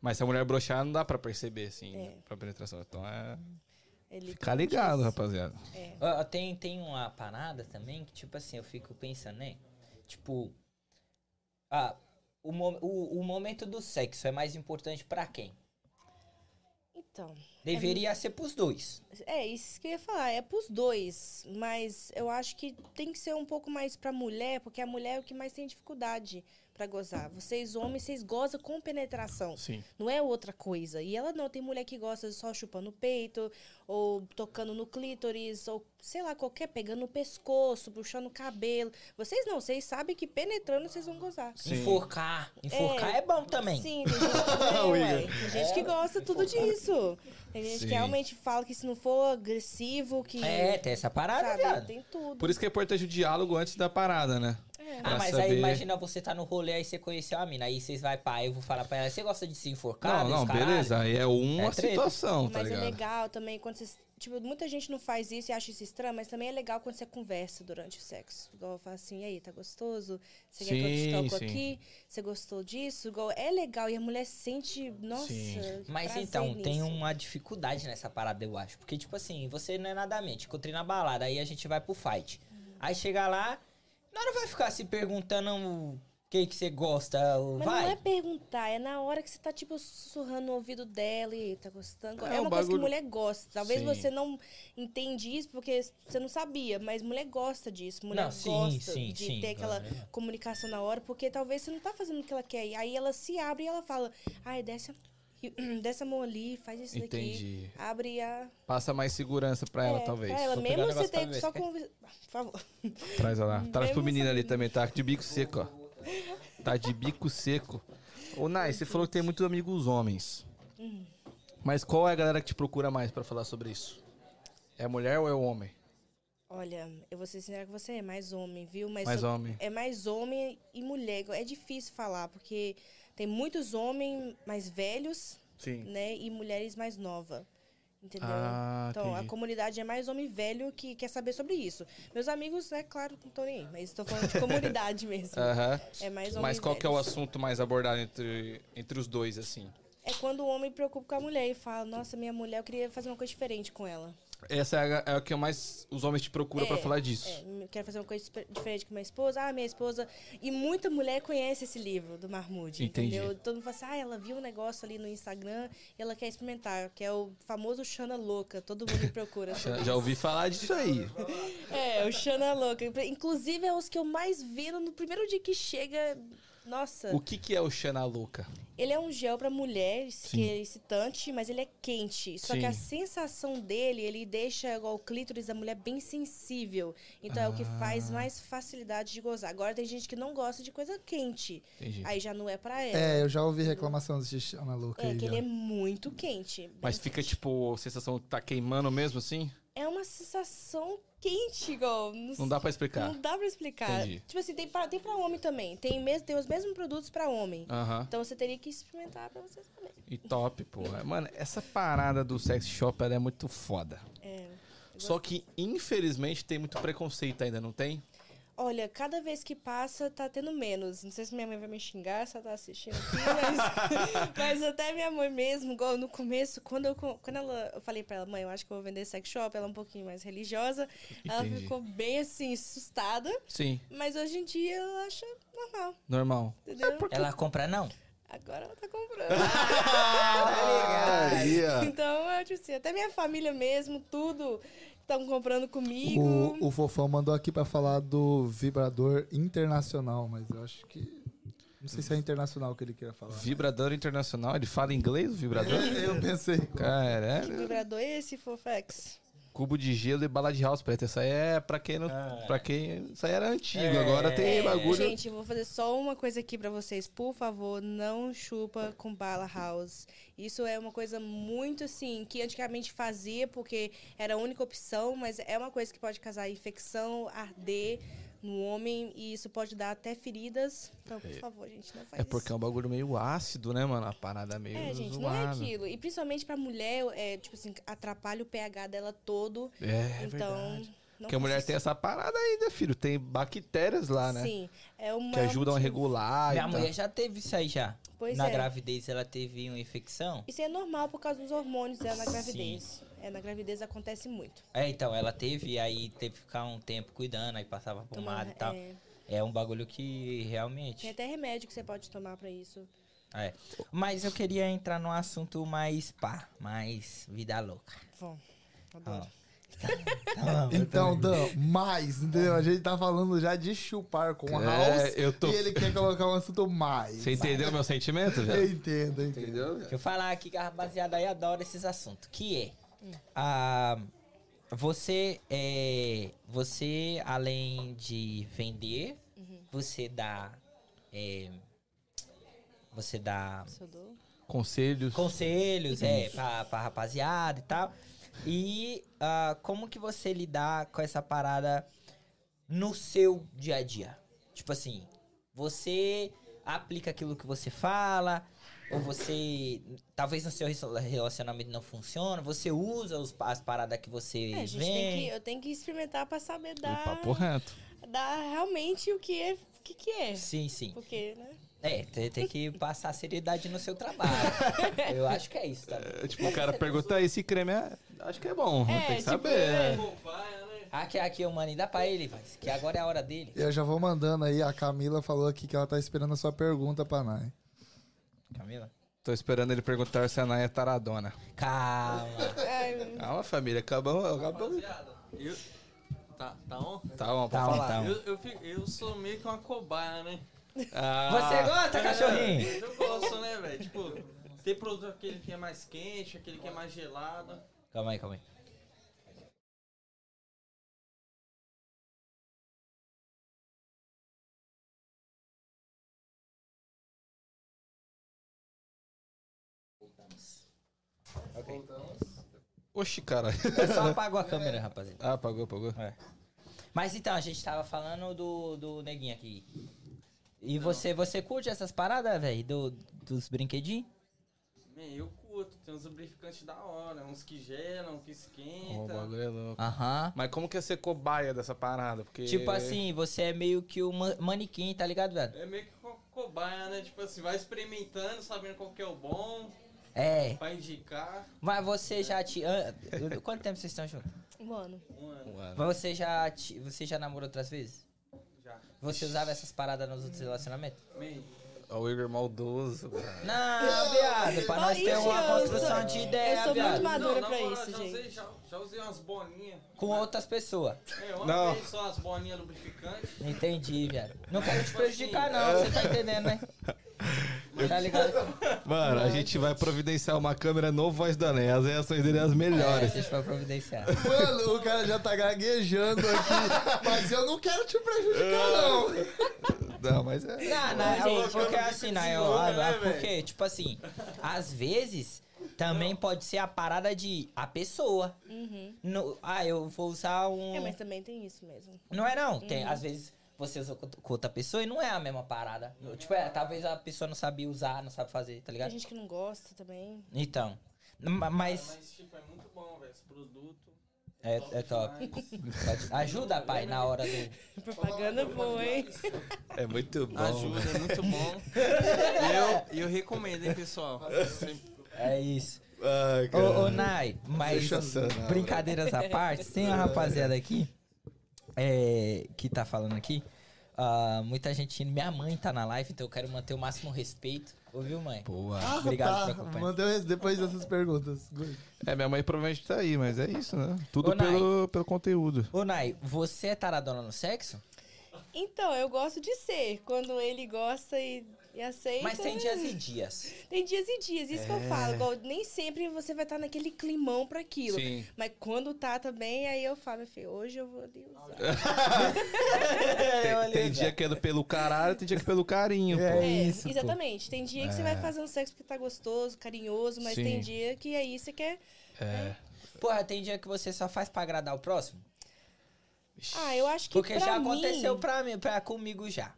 [SPEAKER 3] Mas se a mulher broxar, não dá pra perceber, assim, pra penetração. Então é.
[SPEAKER 5] Ele
[SPEAKER 3] Ficar ligado, rapaziada.
[SPEAKER 5] É.
[SPEAKER 2] Ó, Tem, tem uma parada também que, tipo assim, eu fico pensando, né? Tipo. Ah, o, mo- o, o momento do sexo é mais importante pra quem?
[SPEAKER 5] Então.
[SPEAKER 2] Deveria ser pros dois.
[SPEAKER 5] É, isso que eu ia falar, é pros dois, mas eu acho que tem que ser um pouco mais pra mulher, porque a mulher é o que mais tem dificuldade pra gozar. Vocês homens, vocês gozam com penetração,
[SPEAKER 3] Sim.
[SPEAKER 5] não é outra coisa. E ela não, tem mulher que gosta só chupando o peito, ou tocando no clítoris, ou sei lá, qualquer, pegando no pescoço, puxando o cabelo. Vocês não, vocês sabem que penetrando vocês vão gozar.
[SPEAKER 2] Enforcar. Enforcar é, bom também.
[SPEAKER 5] Sim, tem gente que, é, ué. Tem gente que gosta tudo disso. Tem gente
[SPEAKER 3] Sim.
[SPEAKER 5] que realmente fala que se não for agressivo, que
[SPEAKER 2] É, tem essa parada,
[SPEAKER 5] sabe?
[SPEAKER 2] viado.
[SPEAKER 5] Tem tudo.
[SPEAKER 3] Por isso que é importante o diálogo antes da parada, né?
[SPEAKER 5] É, É.
[SPEAKER 2] Ah,
[SPEAKER 3] Pra
[SPEAKER 2] mas aí
[SPEAKER 3] saber.
[SPEAKER 2] imagina você tá no rolê, aí você conheceu a mina, aí vocês vai pá, eu vou falar pra ela, você gosta de se enforcar?
[SPEAKER 3] Não, não,
[SPEAKER 2] desse caralho?"
[SPEAKER 3] beleza. Aí é uma
[SPEAKER 2] É treta.
[SPEAKER 3] situação, tá
[SPEAKER 5] mas é
[SPEAKER 3] ligado?
[SPEAKER 5] legal também quando você. Tipo, muita gente não faz isso e acha isso estranho, mas também é legal quando você conversa durante o sexo. Igual eu falo assim, e aí, tá gostoso? Você quer que eu
[SPEAKER 3] Sim,
[SPEAKER 5] te toco
[SPEAKER 3] sim.
[SPEAKER 5] aqui? Você gostou disso? Igual, é legal e a mulher sente, nossa.
[SPEAKER 3] Sim.
[SPEAKER 5] que
[SPEAKER 2] Mas
[SPEAKER 5] prazer
[SPEAKER 2] então, tem
[SPEAKER 5] nisso.
[SPEAKER 2] uma dificuldade nessa parada, eu acho. Porque, tipo assim, você não é nada mente. Encontrei na balada, aí a gente vai pro fight.
[SPEAKER 5] Uhum.
[SPEAKER 2] Aí chega lá, nós não vai ficar se perguntando o que que você gosta, ou
[SPEAKER 5] Mas não é
[SPEAKER 2] vai.
[SPEAKER 5] perguntar, é na hora que você tá, tipo, sussurrando no ouvido dela e tá gostando.
[SPEAKER 3] É,
[SPEAKER 5] É, uma
[SPEAKER 3] um
[SPEAKER 5] coisa que
[SPEAKER 3] bagulho-
[SPEAKER 5] mulher gosta. Talvez
[SPEAKER 3] Sim.
[SPEAKER 5] você não entende isso porque você não sabia, mas mulher gosta disso. Mulher
[SPEAKER 2] Não, sim,
[SPEAKER 5] gosta
[SPEAKER 2] sim,
[SPEAKER 5] de
[SPEAKER 2] sim.
[SPEAKER 5] ter aquela comunicação na hora, porque talvez você não tá fazendo o que ela quer. E aí ela se abre e ela fala, ai, desce, a- desce a mão ali, faz isso daqui.
[SPEAKER 3] Entendi.
[SPEAKER 5] Abre a.
[SPEAKER 3] Passa mais segurança pra ela,
[SPEAKER 5] é,
[SPEAKER 3] talvez. um
[SPEAKER 5] pra ela.
[SPEAKER 2] Vou pegar
[SPEAKER 5] Mesmo
[SPEAKER 2] o
[SPEAKER 5] você
[SPEAKER 2] negócio pra
[SPEAKER 5] ter
[SPEAKER 2] ver.
[SPEAKER 5] só conversar. Por favor.
[SPEAKER 3] Traz ela lá. Traz pro
[SPEAKER 5] Mesmo
[SPEAKER 3] menino ali
[SPEAKER 5] sabendo.
[SPEAKER 3] também, tá de bico seco, ó. Tá de bico seco. Ô, Nai, você falou que tem muitos amigos homens.
[SPEAKER 5] Uhum.
[SPEAKER 3] Mas qual é a galera que te procura mais pra falar sobre isso? É mulher ou é homem?
[SPEAKER 5] Olha, eu vou ser sincera com você, é mais homem, viu? Mas
[SPEAKER 3] Mais
[SPEAKER 5] eu-
[SPEAKER 3] homem.
[SPEAKER 5] É mais homem e mulher. É difícil falar, porque tem muitos homens mais velhos,
[SPEAKER 3] Sim.
[SPEAKER 5] né? E mulheres mais novas. Entendeu?
[SPEAKER 3] Ah,
[SPEAKER 5] então, a
[SPEAKER 3] entendi.
[SPEAKER 5] comunidade é mais homem velho que quer saber sobre isso. Meus amigos, né, claro, não estão nem aí, mas estou falando de comunidade mesmo.
[SPEAKER 3] Aham.
[SPEAKER 5] É mais homem
[SPEAKER 3] Mas qual que é o
[SPEAKER 5] velho.
[SPEAKER 3] assunto mais abordado entre, entre os dois, assim?
[SPEAKER 5] É quando o homem preocupa com a mulher e fala, nossa, minha mulher, eu queria fazer uma coisa diferente com ela.
[SPEAKER 3] Essa é a, é a que mais os homens te procuram pra
[SPEAKER 5] É,
[SPEAKER 3] falar disso.
[SPEAKER 5] É, eu quero fazer uma coisa espe- diferente com minha esposa. Ah, minha esposa. E muita mulher conhece esse livro do Marmude,
[SPEAKER 3] Entendi.
[SPEAKER 5] entendeu? Todo mundo fala assim: ah, ela viu um negócio ali no Instagram e ela quer experimentar, que é o famoso Xana Louca. Todo mundo me procura.
[SPEAKER 3] Já, já ouvi falar disso aí.
[SPEAKER 5] é, o Xana Louca. Inclusive, é os que eu mais viro no primeiro dia que chega. Nossa,
[SPEAKER 3] O que que é o Xana Louca?
[SPEAKER 5] ele é um gel pra mulher, que é excitante, mas ele é quente. Só
[SPEAKER 3] Sim.
[SPEAKER 5] que a sensação dele, ele deixa igual, o clítoris da mulher bem sensível. Então é o que
[SPEAKER 3] Ah.
[SPEAKER 5] faz mais facilidade de gozar. Agora tem gente que não gosta de coisa quente.
[SPEAKER 3] Entendi.
[SPEAKER 5] Aí já não é pra ela.
[SPEAKER 4] É, eu já ouvi reclamação de Xana Louca
[SPEAKER 5] É,
[SPEAKER 4] aí.
[SPEAKER 5] que
[SPEAKER 4] já.
[SPEAKER 5] ele é muito quente.
[SPEAKER 3] Mas fica, tipo, a sensação que tá queimando mesmo, assim?
[SPEAKER 5] É uma sensação quente, igual.
[SPEAKER 3] Não dá pra explicar.
[SPEAKER 5] Não dá pra explicar.
[SPEAKER 3] Entendi.
[SPEAKER 5] Tipo assim, tem pra, tem pra homem também. Tem, mes- tem os mesmos produtos pra homem.
[SPEAKER 3] Aham.
[SPEAKER 5] Então você teria que experimentar pra você saber.
[SPEAKER 3] E top, pô. Mano, essa parada do sex shop, ela é muito foda.
[SPEAKER 5] É.
[SPEAKER 3] Só que, infelizmente, tem muito preconceito ainda, não tem?
[SPEAKER 5] Olha, cada vez que passa, tá tendo menos. Não sei se minha mãe vai me xingar, se ela tá assistindo aqui, mas, mas até minha mãe mesmo, igual no começo, quando eu, co- quando ela, eu falei pra ela, mãe, eu acho que eu vou vender sex shop, ela é um pouquinho mais religiosa, ela
[SPEAKER 3] Entendi.
[SPEAKER 5] ficou bem assim, assustada,
[SPEAKER 3] Sim,
[SPEAKER 5] mas hoje em dia ela acha normal,
[SPEAKER 3] normal.
[SPEAKER 5] entendeu?
[SPEAKER 2] Ela compra não?
[SPEAKER 5] Agora ela tá comprando.
[SPEAKER 4] É.
[SPEAKER 5] então, eu, tipo assim, até minha família mesmo, tudo, estão comprando comigo.
[SPEAKER 4] O, o Fofão mandou aqui pra falar do vibrador internacional, mas eu acho que. Não sei se é internacional que ele queria falar.
[SPEAKER 3] Vibrador internacional, ele fala inglês, o vibrador?
[SPEAKER 4] Eu pensei.
[SPEAKER 5] Que
[SPEAKER 3] Caralho.
[SPEAKER 5] vibrador é esse, Fofex?
[SPEAKER 3] Cubo de gelo e bala de house preta. Essa aí é pra quem não. Pra quem. Isso aí era antigo,
[SPEAKER 4] É.
[SPEAKER 3] agora tem É, bagulho.
[SPEAKER 5] É, Gente, eu vou fazer só uma coisa aqui pra vocês. Por favor, não chupa com bala house. Isso é uma coisa muito assim, que antigamente fazia porque era a única opção, mas é uma coisa que pode causar infecção, arder no homem e isso pode dar até feridas. Então, por favor, gente, não faz
[SPEAKER 3] É porque é
[SPEAKER 5] isso.
[SPEAKER 3] um bagulho meio ácido, né, mano? A parada meio.
[SPEAKER 5] É, gente, não é
[SPEAKER 3] zoada.
[SPEAKER 5] aquilo. E principalmente pra mulher, é tipo assim, atrapalha o pH dela todo.
[SPEAKER 3] É, é
[SPEAKER 5] então,
[SPEAKER 3] verdade.
[SPEAKER 5] não
[SPEAKER 3] Porque a mulher
[SPEAKER 5] faça
[SPEAKER 3] tem essa parada ainda, filho. Tem bactérias lá,
[SPEAKER 5] isso.
[SPEAKER 3] né?
[SPEAKER 5] Sim, é uma
[SPEAKER 3] Que ajudam a regular.
[SPEAKER 2] Minha
[SPEAKER 3] e
[SPEAKER 2] mulher é já teve isso aí já.
[SPEAKER 5] Pois
[SPEAKER 2] Na
[SPEAKER 5] é.
[SPEAKER 2] gravidez ela teve uma infecção.
[SPEAKER 5] Isso é normal por causa dos hormônios dela na
[SPEAKER 2] Sim.
[SPEAKER 5] gravidez. É, na gravidez acontece muito.
[SPEAKER 2] É, então, ela teve, aí teve que ficar um tempo cuidando, aí passava pomada
[SPEAKER 5] Tomar,
[SPEAKER 2] e tal.
[SPEAKER 5] é,
[SPEAKER 2] É um bagulho que
[SPEAKER 5] tem
[SPEAKER 2] realmente.
[SPEAKER 5] até remédio que você pode tomar pra isso.
[SPEAKER 2] É. Mas eu queria entrar num assunto mais pá, mais vida louca.
[SPEAKER 5] Bom,
[SPEAKER 2] Ó.
[SPEAKER 5] adoro.
[SPEAKER 2] Tá bom.
[SPEAKER 4] Então, Dan, mais, entendeu? A gente tá falando já de chupar com a house.
[SPEAKER 3] É, eu tô-
[SPEAKER 4] E ele quer colocar um assunto mais.
[SPEAKER 3] Você entendeu meu sentimento,
[SPEAKER 4] Eu
[SPEAKER 3] velho?
[SPEAKER 4] entendo, eu entendo.
[SPEAKER 3] Entendeu?
[SPEAKER 2] Deixa eu falar aqui que a rapaziada aí adora esses assuntos. Que é. ah, você é. Você, além de vender, você dá. é, você dá
[SPEAKER 5] Isso eu dou.
[SPEAKER 3] Conselhos.
[SPEAKER 2] conselhos, é, pra, pra rapaziada e tal. E ah, como que você lidar com essa parada no seu dia a dia? Tipo assim, você aplica aquilo que você fala, ou você. Talvez no seu relacionamento não funciona, você usa os- as paradas que você
[SPEAKER 5] É, a gente tem que,
[SPEAKER 2] vem. Um
[SPEAKER 5] eu tenho que experimentar pra saber dar,
[SPEAKER 3] Papo reto.
[SPEAKER 5] dar realmente o que é, o que, que é.
[SPEAKER 2] Sim, sim.
[SPEAKER 5] Porque, né?
[SPEAKER 2] É, tem, tem que passar seriedade no seu trabalho. eu acho que é isso, tá?
[SPEAKER 3] É, Tipo, o cara pergunta aí se creme é. Acho que é bom. né?
[SPEAKER 5] um É,
[SPEAKER 3] tem que
[SPEAKER 5] tipo,
[SPEAKER 3] saber. né?
[SPEAKER 2] Aqui, aqui, ô, mano, e dá pra ele, mas que agora é a hora dele.
[SPEAKER 4] Eu já vou mandando aí, a Camila falou aqui que ela tá esperando a sua pergunta pra nós.
[SPEAKER 2] Camila?
[SPEAKER 3] Tô esperando ele perguntar se a Naya é taradona.
[SPEAKER 2] Calma.
[SPEAKER 5] Ai, meu
[SPEAKER 3] Calma, família. Acabamos. acabamos.
[SPEAKER 7] Eu... Tá, tá on?
[SPEAKER 3] Tá bom,
[SPEAKER 2] Tá
[SPEAKER 3] pode
[SPEAKER 2] bom,
[SPEAKER 3] falar.
[SPEAKER 2] tá bom.
[SPEAKER 7] Eu, eu, fico- eu sou meio que uma cobaia, né? Ah. É,
[SPEAKER 2] Você gosta, cachorrinho?
[SPEAKER 7] Eu gosto, né, velho? Tipo, tem produto aquele que é mais quente, aquele que é mais gelado.
[SPEAKER 2] Calma aí, calma aí.
[SPEAKER 3] Oxi, cara.
[SPEAKER 2] Só apagou a câmera, rapaziada.
[SPEAKER 3] Ah, apagou, apagou.
[SPEAKER 2] É. Mas então, a gente tava falando do, do neguinho aqui. E você, você curte essas paradas, velho? Do, dos brinquedinhos?
[SPEAKER 7] Man, eu curto, tem uns lubrificantes da hora, uns que gelam, uns
[SPEAKER 3] Ô, o
[SPEAKER 7] que esquenta.
[SPEAKER 3] bagulho é louco.
[SPEAKER 2] Aham.
[SPEAKER 3] Mas como que é ser cobaia dessa parada? Porque...
[SPEAKER 2] Tipo assim, você é meio que o ma- manequim, tá ligado, velho?
[SPEAKER 7] é meio que co cobaia, né? Tipo assim, vai experimentando, sabendo qual que é o bom,
[SPEAKER 2] É.
[SPEAKER 7] pra indicar.
[SPEAKER 2] Mas você já te. ah, Quanto tempo vocês estão juntos?
[SPEAKER 5] Mano,
[SPEAKER 7] Um ano
[SPEAKER 2] Mas você já, te- você já namorou outras vezes?
[SPEAKER 7] já.
[SPEAKER 2] Você usava essas paradas nos outros relacionamentos?
[SPEAKER 7] Man,
[SPEAKER 3] Ó, o Igor maldoso. cara.
[SPEAKER 2] Não, viado, pra nós
[SPEAKER 5] Ixi,
[SPEAKER 2] ter uma
[SPEAKER 5] eu
[SPEAKER 2] construção
[SPEAKER 5] sou-
[SPEAKER 2] de
[SPEAKER 5] eu
[SPEAKER 2] ideia,
[SPEAKER 5] sou muito
[SPEAKER 2] viado.
[SPEAKER 5] ma- Madura
[SPEAKER 7] na
[SPEAKER 5] pra
[SPEAKER 7] moral,
[SPEAKER 5] isso,
[SPEAKER 7] já
[SPEAKER 5] gente.
[SPEAKER 7] Usei, já, já usei umas bolinhas.
[SPEAKER 2] Com outras pessoas.
[SPEAKER 7] É, uma
[SPEAKER 3] Não.
[SPEAKER 7] vez só as bolinhas lubrificantes.
[SPEAKER 2] Entendi, viado. Não quero te prejudicar, não. Você tá entendendo, né? Tá ligado?
[SPEAKER 3] Mano, a gente vai providenciar uma câmera no Voz da Lenha. As reações dele é as
[SPEAKER 2] É,
[SPEAKER 3] melhores.
[SPEAKER 2] vocês foram providenciar.
[SPEAKER 4] É. Mano, o cara já tá gaguejando aqui, mas eu não quero te prejudicar, não.
[SPEAKER 3] Não, mas é...
[SPEAKER 2] Não, não,
[SPEAKER 7] Gente,
[SPEAKER 2] eu- porque
[SPEAKER 7] eu não
[SPEAKER 2] assim,
[SPEAKER 7] fico
[SPEAKER 2] não, eu,
[SPEAKER 7] desenvolto,
[SPEAKER 2] ah,
[SPEAKER 7] né,
[SPEAKER 2] porque, tipo assim, às vezes também pode ser a parada de a pessoa. No- ah, eu vou usar um.
[SPEAKER 5] Uhum. é, mas Uhum. também tem isso mesmo.
[SPEAKER 2] Não é não. Tem, às vezes você usa com com outra pessoa e não é a mesma parada. Tipo, é, talvez a pessoa não sabia usar, não sabe fazer, tá
[SPEAKER 5] Tem
[SPEAKER 2] ligado?
[SPEAKER 5] gente que não gosta também.
[SPEAKER 2] Então. ma- Mas
[SPEAKER 7] Mas, tipo, é muito bom, velho, esse produto.
[SPEAKER 2] é, é top. Pode- Ajuda, pai, na hora do.
[SPEAKER 5] Propaganda boa, hein?
[SPEAKER 3] é muito
[SPEAKER 2] Então,
[SPEAKER 3] bom.
[SPEAKER 7] Ajuda, é muito bom. E eu, eu recomendo, hein, pessoal.
[SPEAKER 2] É isso.
[SPEAKER 3] Ai,
[SPEAKER 2] Ô,
[SPEAKER 3] cara.
[SPEAKER 2] ô Nai, mas
[SPEAKER 3] Sensacional.
[SPEAKER 2] brincadeiras à parte, tem uma rapaziada aqui é, que tá falando aqui. ah, muita gente. Minha mãe tá na live, então eu quero manter o máximo respeito. Ouviu, mãe?
[SPEAKER 3] Boa.
[SPEAKER 4] Ah,
[SPEAKER 2] Obrigado por
[SPEAKER 4] tá.
[SPEAKER 2] acompanhar.
[SPEAKER 4] Mandou esse depois dessas perguntas. Good.
[SPEAKER 3] É, minha mãe provavelmente tá aí, mas é isso, né? Tudo
[SPEAKER 2] Ô, Nai.
[SPEAKER 3] pelo, pelo conteúdo.
[SPEAKER 2] Ô, Nai, você é taradona no sexo?
[SPEAKER 5] Então, eu gosto de ser. Quando ele gosta e, e aceita.
[SPEAKER 2] Mas tem É. dias e dias.
[SPEAKER 5] Tem dias e dias, isso que eu falo. Igual, nem sempre você vai estar naquele climão pra aquilo.
[SPEAKER 3] Sim.
[SPEAKER 5] Mas quando tá também, aí eu falo, meu filho, hoje eu vou ali usar.
[SPEAKER 3] Tem, tem dia que é pelo caralho, tem dia que é pelo carinho. pô. É
[SPEAKER 2] pô.
[SPEAKER 5] É,
[SPEAKER 4] é
[SPEAKER 5] exatamente. Tem dia que você vai fazer um sexo porque tá gostoso, carinhoso, mas
[SPEAKER 3] Sim.
[SPEAKER 5] tem dia que aí você quer.
[SPEAKER 2] Porra, tem dia que você só faz pra agradar o próximo?
[SPEAKER 5] Ah, eu acho que.
[SPEAKER 2] Porque
[SPEAKER 5] pra
[SPEAKER 2] já
[SPEAKER 5] mim-
[SPEAKER 2] aconteceu pra mim, pra comigo já.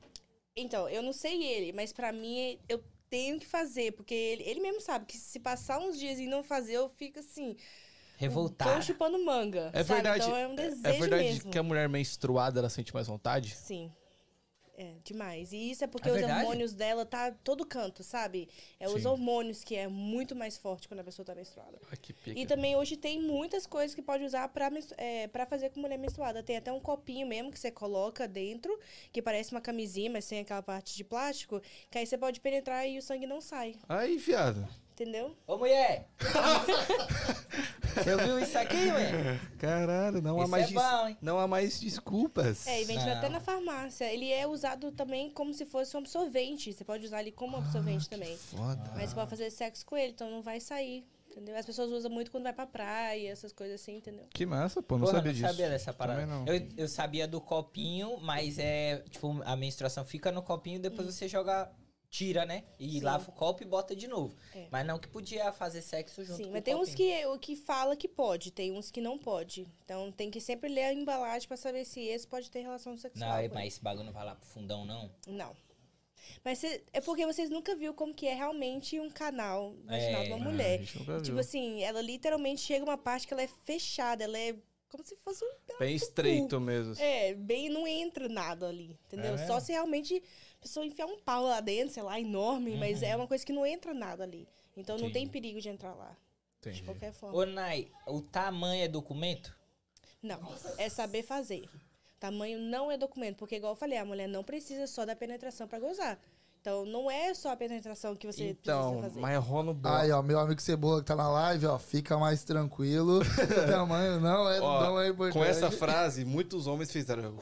[SPEAKER 5] Então, eu não sei ele, mas pra mim eu tenho que fazer, porque ele, ele mesmo sabe que se passar uns dias e não fazer, eu fico assim, tô
[SPEAKER 2] Revoltado.
[SPEAKER 5] chupando manga.
[SPEAKER 3] É
[SPEAKER 5] sabe?
[SPEAKER 3] verdade.
[SPEAKER 5] Então é um desejo
[SPEAKER 3] É verdade
[SPEAKER 5] mesmo.
[SPEAKER 3] que a mulher menstruada ela sente mais vontade?
[SPEAKER 5] Sim. É, demais. E isso é porque
[SPEAKER 2] É
[SPEAKER 5] os
[SPEAKER 2] verdade?
[SPEAKER 5] hormônios dela tá todo canto, sabe? É os
[SPEAKER 3] Sim.
[SPEAKER 5] hormônios que é muito mais forte quando a pessoa tá menstruada.
[SPEAKER 3] Ai, que pica.
[SPEAKER 5] E também hoje tem muitas coisas que pode usar pra, menstru- é, pra fazer com mulher menstruada. Tem até um copinho mesmo que você coloca dentro, que parece uma camisinha, mas sem aquela parte de plástico, que aí você pode penetrar e o sangue não sai,
[SPEAKER 3] Aí, viado.
[SPEAKER 5] entendeu?
[SPEAKER 2] Ô, mulher! você viu isso aqui, mulher?
[SPEAKER 3] Caralho, não há
[SPEAKER 2] Esse
[SPEAKER 3] mais
[SPEAKER 2] é bom, hein?
[SPEAKER 3] não há mais desculpas.
[SPEAKER 5] É, e vende
[SPEAKER 2] Não.
[SPEAKER 5] até na farmácia. Ele é usado também como se fosse um absorvente. Você pode usar ele como
[SPEAKER 2] Ah,
[SPEAKER 5] absorvente também.
[SPEAKER 3] Foda.
[SPEAKER 5] Mas você pode fazer sexo com ele, então não vai sair. Entendeu? As pessoas usam muito quando vai pra praia, essas coisas assim, entendeu?
[SPEAKER 3] Que massa, pô, não
[SPEAKER 2] Porra,
[SPEAKER 3] sabia
[SPEAKER 2] não
[SPEAKER 3] disso.
[SPEAKER 2] sabia
[SPEAKER 5] né?
[SPEAKER 2] dessa parada.
[SPEAKER 3] Também não.
[SPEAKER 2] Eu, eu sabia do copinho, mas é. Tipo, a menstruação fica no copinho, depois você joga tira, né? E
[SPEAKER 5] Sim.
[SPEAKER 2] lava o copo e bota de novo.
[SPEAKER 5] É.
[SPEAKER 2] Mas não que podia fazer sexo junto
[SPEAKER 5] Sim,
[SPEAKER 2] com
[SPEAKER 5] mas
[SPEAKER 2] o
[SPEAKER 5] tem uns
[SPEAKER 2] copinho.
[SPEAKER 5] que, o que fala que pode, tem uns que não pode. Então tem que sempre ler a embalagem pra saber se esse pode ter relação sexual.
[SPEAKER 2] Não, é
[SPEAKER 5] com ele.
[SPEAKER 2] mas esse bagulho não vai lá pro fundão, não.
[SPEAKER 5] Não. Mas cê- é porque vocês nunca viram como que é realmente um canal vaginal de
[SPEAKER 2] É.
[SPEAKER 5] uma
[SPEAKER 3] Ah, A
[SPEAKER 5] mulher.
[SPEAKER 3] gente nunca viu.
[SPEAKER 5] tipo assim, ela literalmente chega uma parte que ela é fechada, ela é como se fosse um...
[SPEAKER 6] Bem estreito mesmo. assim.
[SPEAKER 5] É, bem, não entra nada ali, entendeu?
[SPEAKER 2] É.
[SPEAKER 5] Só se realmente a pessoa enfiar um pau lá dentro, sei lá, enorme, mas é uma coisa que não entra nada ali. Então não tem perigo de entrar lá, de
[SPEAKER 3] Entendi.
[SPEAKER 5] qualquer forma.
[SPEAKER 2] Ô, Nai, o tamanho é documento?
[SPEAKER 5] Não, é saber fazer. Tamanho não é documento, porque igual eu falei, a mulher não precisa só da penetração pra gozar. Então não é só a penetração que você
[SPEAKER 3] Então,
[SPEAKER 5] precisa fazer.
[SPEAKER 3] mas
[SPEAKER 6] um
[SPEAKER 3] rola no
[SPEAKER 4] Aí, ó, meu amigo Cebola que tá na live, ó, fica mais tranquilo. O tamanho não é,
[SPEAKER 6] Ó,
[SPEAKER 4] não é importante.
[SPEAKER 6] Com essa frase, muitos homens fizeram.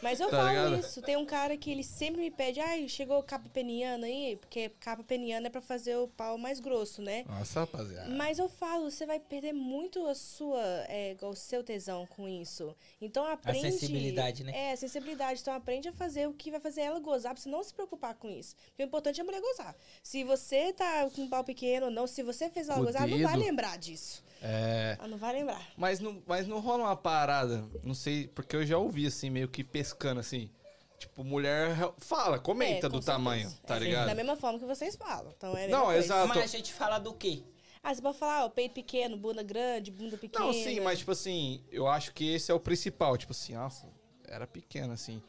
[SPEAKER 5] Mas eu
[SPEAKER 6] Tá
[SPEAKER 5] falo
[SPEAKER 6] ligado?
[SPEAKER 5] isso. Tem um cara que ele sempre me pede, ai, chegou capa peniana aí, porque capa peniana é pra fazer o pau mais grosso, né?
[SPEAKER 3] Nossa, rapaziada.
[SPEAKER 5] Mas eu falo, você vai perder muito a sua, é, igual o seu tesão com isso. Então aprende.
[SPEAKER 2] sensibilidade, né?
[SPEAKER 5] É, a sensibilidade. Então aprende a fazer o que vai fazer ela gozar, pra você não se preocupar com isso. Porque o importante é a mulher gozar. Se você tá com um pau pequeno ou não, se você fez ela
[SPEAKER 3] Com o
[SPEAKER 5] gozar, ela não vai
[SPEAKER 3] dedo.
[SPEAKER 5] lembrar disso.
[SPEAKER 3] É.
[SPEAKER 5] Ela não vai lembrar.
[SPEAKER 6] Mas não, mas não rola uma parada, não sei, porque eu já ouvi assim, meio que pescando assim. Tipo, mulher fala, comenta
[SPEAKER 5] É, com
[SPEAKER 6] do
[SPEAKER 5] certeza.
[SPEAKER 6] tamanho, tá
[SPEAKER 5] É,
[SPEAKER 6] ligado?
[SPEAKER 5] Da mesma forma que vocês falam. Então é a mesma
[SPEAKER 6] Não,
[SPEAKER 5] coisa.
[SPEAKER 6] exato.
[SPEAKER 2] Mas a gente fala do quê?
[SPEAKER 5] Ah, você pode falar, ó, peito pequeno, bunda grande, bunda pequena.
[SPEAKER 6] Não, sim,
[SPEAKER 5] né?
[SPEAKER 6] mas tipo assim, eu acho que esse é o principal. Tipo assim, nossa, era pequeno assim.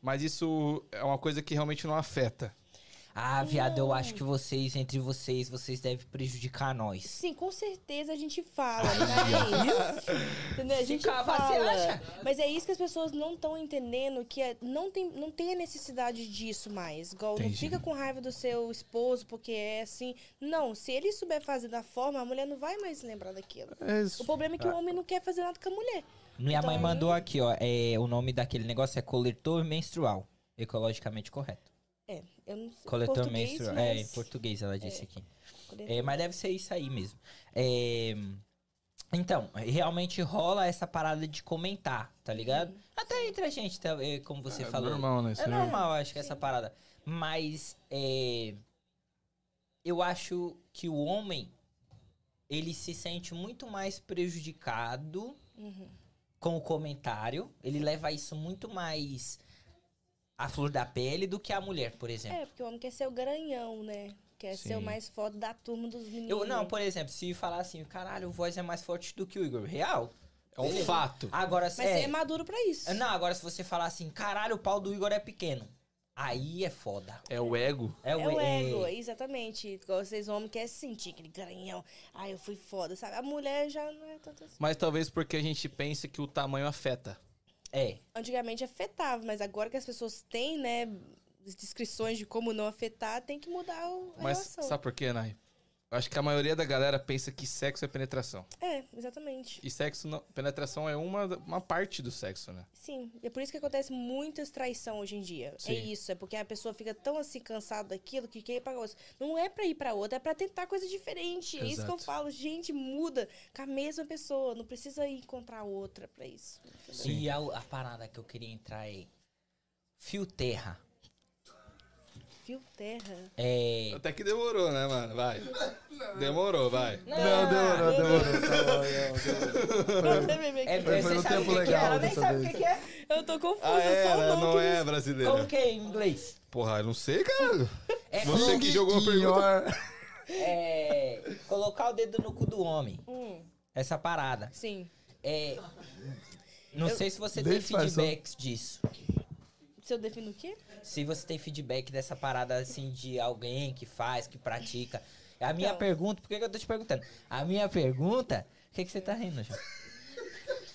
[SPEAKER 6] Mas isso é uma coisa que realmente não afeta.
[SPEAKER 2] Ah, viado, eu acho que vocês, entre vocês, vocês devem prejudicar nós.
[SPEAKER 5] Sim, com certeza a gente fala, mas... Entendeu? A gente
[SPEAKER 2] Ficava,
[SPEAKER 5] fala.
[SPEAKER 2] você acha?
[SPEAKER 5] Mas é isso que as pessoas não estão entendendo, que é- não, tem, não tem a necessidade disso mais. Igual, não
[SPEAKER 3] Entendi.
[SPEAKER 5] fica com raiva do seu esposo porque é assim. Não, se ele souber fazer da forma, a mulher não vai mais lembrar daquilo.
[SPEAKER 3] É
[SPEAKER 5] O
[SPEAKER 3] isso.
[SPEAKER 5] problema é que o homem não quer fazer nada com a mulher.
[SPEAKER 2] Minha
[SPEAKER 5] Então
[SPEAKER 2] mãe
[SPEAKER 5] aí-
[SPEAKER 2] mandou aqui, ó. É, o nome daquele negócio é coletor menstrual. Ecologicamente correto.
[SPEAKER 5] É, eu não sei.
[SPEAKER 2] Coletor
[SPEAKER 5] português,
[SPEAKER 2] menstrual. É, em
[SPEAKER 5] mas-
[SPEAKER 2] português ela disse aqui.
[SPEAKER 5] Coletor.
[SPEAKER 2] É, mas deve ser isso aí mesmo. É, Então, realmente rola essa parada de comentar, tá ligado? Até entre a gente, tá, é, como você
[SPEAKER 3] É
[SPEAKER 2] falou.
[SPEAKER 3] normal, né?
[SPEAKER 2] É
[SPEAKER 3] Isso
[SPEAKER 2] normal, acho que essa parada. Mas é, eu acho que o homem ele se sente muito mais prejudicado com o comentário. Ele leva isso muito mais à flor da pele do que a mulher, por exemplo.
[SPEAKER 5] É, porque o homem quer ser o garanhão, né? Quer ser o
[SPEAKER 3] Sim.
[SPEAKER 5] mais foda da turma dos meninos.
[SPEAKER 2] Eu, não, por exemplo, se falar assim, caralho, o voz é mais forte do que o Igor. Real.
[SPEAKER 6] É um fato.
[SPEAKER 2] Agora,
[SPEAKER 5] Mas
[SPEAKER 2] é,
[SPEAKER 5] você é maduro pra isso.
[SPEAKER 2] Não, agora se você falar assim, caralho, o pau do Igor é pequeno. Aí é foda.
[SPEAKER 3] É o ego.
[SPEAKER 5] É o
[SPEAKER 2] é-
[SPEAKER 5] ego, exatamente. Igual Vocês homens querem sentir aquele garanhão. Ai, eu fui foda, sabe? A mulher já não é tanto assim.
[SPEAKER 3] Mas talvez porque a gente pensa que o tamanho afeta.
[SPEAKER 2] É.
[SPEAKER 5] Antigamente afetava, mas agora que as pessoas têm, né, descrições de como não afetar, tem que mudar o, a
[SPEAKER 3] Mas
[SPEAKER 5] relação.
[SPEAKER 3] sabe por quê, Nai? Acho que a maioria da galera pensa que sexo é penetração.
[SPEAKER 5] É, exatamente.
[SPEAKER 3] E sexo, não- penetração é uma, uma parte do sexo, né?
[SPEAKER 5] Sim, é por isso que acontece muitas traição hoje em dia.
[SPEAKER 3] Sim.
[SPEAKER 5] É isso, é porque a pessoa fica tão assim cansada daquilo que quer ir pra outra. Não é pra ir pra outra, é pra tentar coisa diferente. É isso que eu
[SPEAKER 3] Exato.
[SPEAKER 5] falo, gente, muda com a mesma pessoa, não precisa ir encontrar outra pra isso.
[SPEAKER 2] E a, a parada que eu queria entrar é. Fio terra.
[SPEAKER 5] Fio terra.
[SPEAKER 2] É.
[SPEAKER 6] Até que demorou, né, mano? Vai. Demorou, vai.
[SPEAKER 4] Não, demorou, demorou. Tá bom,
[SPEAKER 5] Não, não, não,
[SPEAKER 2] É,
[SPEAKER 5] não.
[SPEAKER 4] Foi-
[SPEAKER 2] você
[SPEAKER 4] foi um
[SPEAKER 2] sabe o
[SPEAKER 4] tempo
[SPEAKER 2] que, que é?
[SPEAKER 4] legal
[SPEAKER 2] Ela nem
[SPEAKER 4] dessa
[SPEAKER 2] sabe o
[SPEAKER 4] vez.
[SPEAKER 2] que, que é.
[SPEAKER 5] Eu um tô confusa,
[SPEAKER 6] Ah, é,
[SPEAKER 5] só
[SPEAKER 6] ela
[SPEAKER 5] o
[SPEAKER 6] não
[SPEAKER 5] nome.
[SPEAKER 6] é
[SPEAKER 5] que
[SPEAKER 2] Como
[SPEAKER 6] brasileira.
[SPEAKER 2] que é em inglês?
[SPEAKER 6] Porra, eu não sei, cara.
[SPEAKER 2] É,
[SPEAKER 6] Você
[SPEAKER 4] King
[SPEAKER 6] que jogou a pergunta.
[SPEAKER 4] Ior.
[SPEAKER 2] é, colocar o dedo no cu do homem.
[SPEAKER 5] Hum,
[SPEAKER 2] Essa parada.
[SPEAKER 5] sim.
[SPEAKER 2] É. Não sei se você tem
[SPEAKER 4] Deixa eu fazer só-
[SPEAKER 2] feedbacks disso.
[SPEAKER 5] Se eu defino o quê?
[SPEAKER 2] Se você tem feedback dessa parada assim de alguém que faz, que pratica. A minha
[SPEAKER 5] Então.
[SPEAKER 2] pergunta, por que que eu tô te perguntando? A minha pergunta, o que, que você tá rindo, João?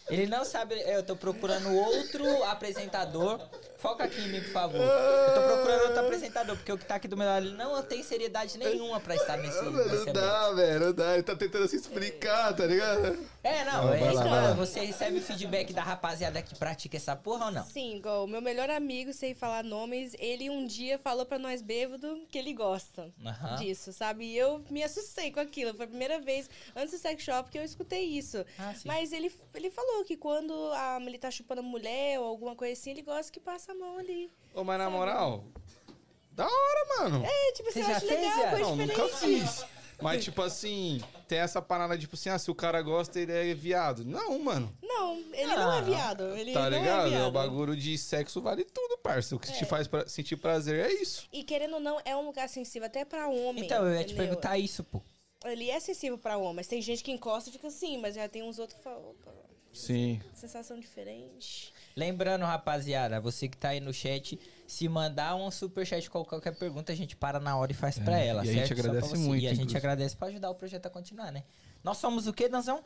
[SPEAKER 2] Ele não sabe, eu tô procurando outro apresentador. Foca aqui em mim, por favor. Eu tô procurando outro apresentador, porque o que tá aqui do meu lado ele não tem seriedade nenhuma pra estar nesse, nesse ambiente.
[SPEAKER 6] velho, não dá. Ele tá tentando se explicar, tá ligado?
[SPEAKER 2] É, não, é
[SPEAKER 4] vai lá,
[SPEAKER 2] isso,
[SPEAKER 4] vai lá.
[SPEAKER 2] Você recebe feedback da rapaziada que pratica essa porra ou não?
[SPEAKER 5] Sim, igual o meu melhor amigo, sem falar nomes, ele um dia falou pra nós bêbado que ele gosta
[SPEAKER 2] Aham.
[SPEAKER 5] disso, sabe? E eu me assustei com aquilo. Foi a primeira vez, antes do sex shop, que eu escutei isso.
[SPEAKER 2] Ah, sim.
[SPEAKER 5] Mas ele, ele falou que quando a, ele tá chupando a mulher ou alguma coisa assim, ele gosta que passa a mão ali.
[SPEAKER 3] Ô, mas na moral, Da hora, mano.
[SPEAKER 5] É, tipo,
[SPEAKER 2] Você
[SPEAKER 5] assim, eu
[SPEAKER 2] já
[SPEAKER 5] acho
[SPEAKER 2] fez,
[SPEAKER 5] legal,
[SPEAKER 2] Yara?
[SPEAKER 5] coisa
[SPEAKER 3] não,
[SPEAKER 5] diferente.
[SPEAKER 3] nunca fiz. Mas, tipo assim, tem essa parada, tipo assim, ah, se o cara gosta, ele é viado. Não, mano.
[SPEAKER 5] Não, ele não é
[SPEAKER 2] Ah,
[SPEAKER 5] viado. Ele
[SPEAKER 3] tá
[SPEAKER 5] não
[SPEAKER 3] ligado?
[SPEAKER 5] é viado. É.
[SPEAKER 3] o bagulho de sexo vale tudo, parça. O que te faz pra- sentir prazer é isso.
[SPEAKER 5] E querendo ou não, é um lugar sensível até pra homem.
[SPEAKER 2] Então, eu ia te
[SPEAKER 5] entendeu?
[SPEAKER 2] perguntar isso, pô.
[SPEAKER 5] Ele é sensível pra homem, mas tem gente que encosta e fica assim, mas já tem uns outros que falam, opa,
[SPEAKER 3] Sim.
[SPEAKER 5] sensação diferente.
[SPEAKER 2] Lembrando, rapaziada, você que tá aí no chat, se mandar um superchat com qualquer pergunta, a gente para na hora e faz pra ela,
[SPEAKER 3] É, e a gente
[SPEAKER 2] certo? Só pra
[SPEAKER 3] agradece
[SPEAKER 2] você.
[SPEAKER 3] muito,
[SPEAKER 2] E a gente
[SPEAKER 3] inclusive.
[SPEAKER 2] agradece pra ajudar o projeto a continuar, né? Nós somos o quê, Danzão?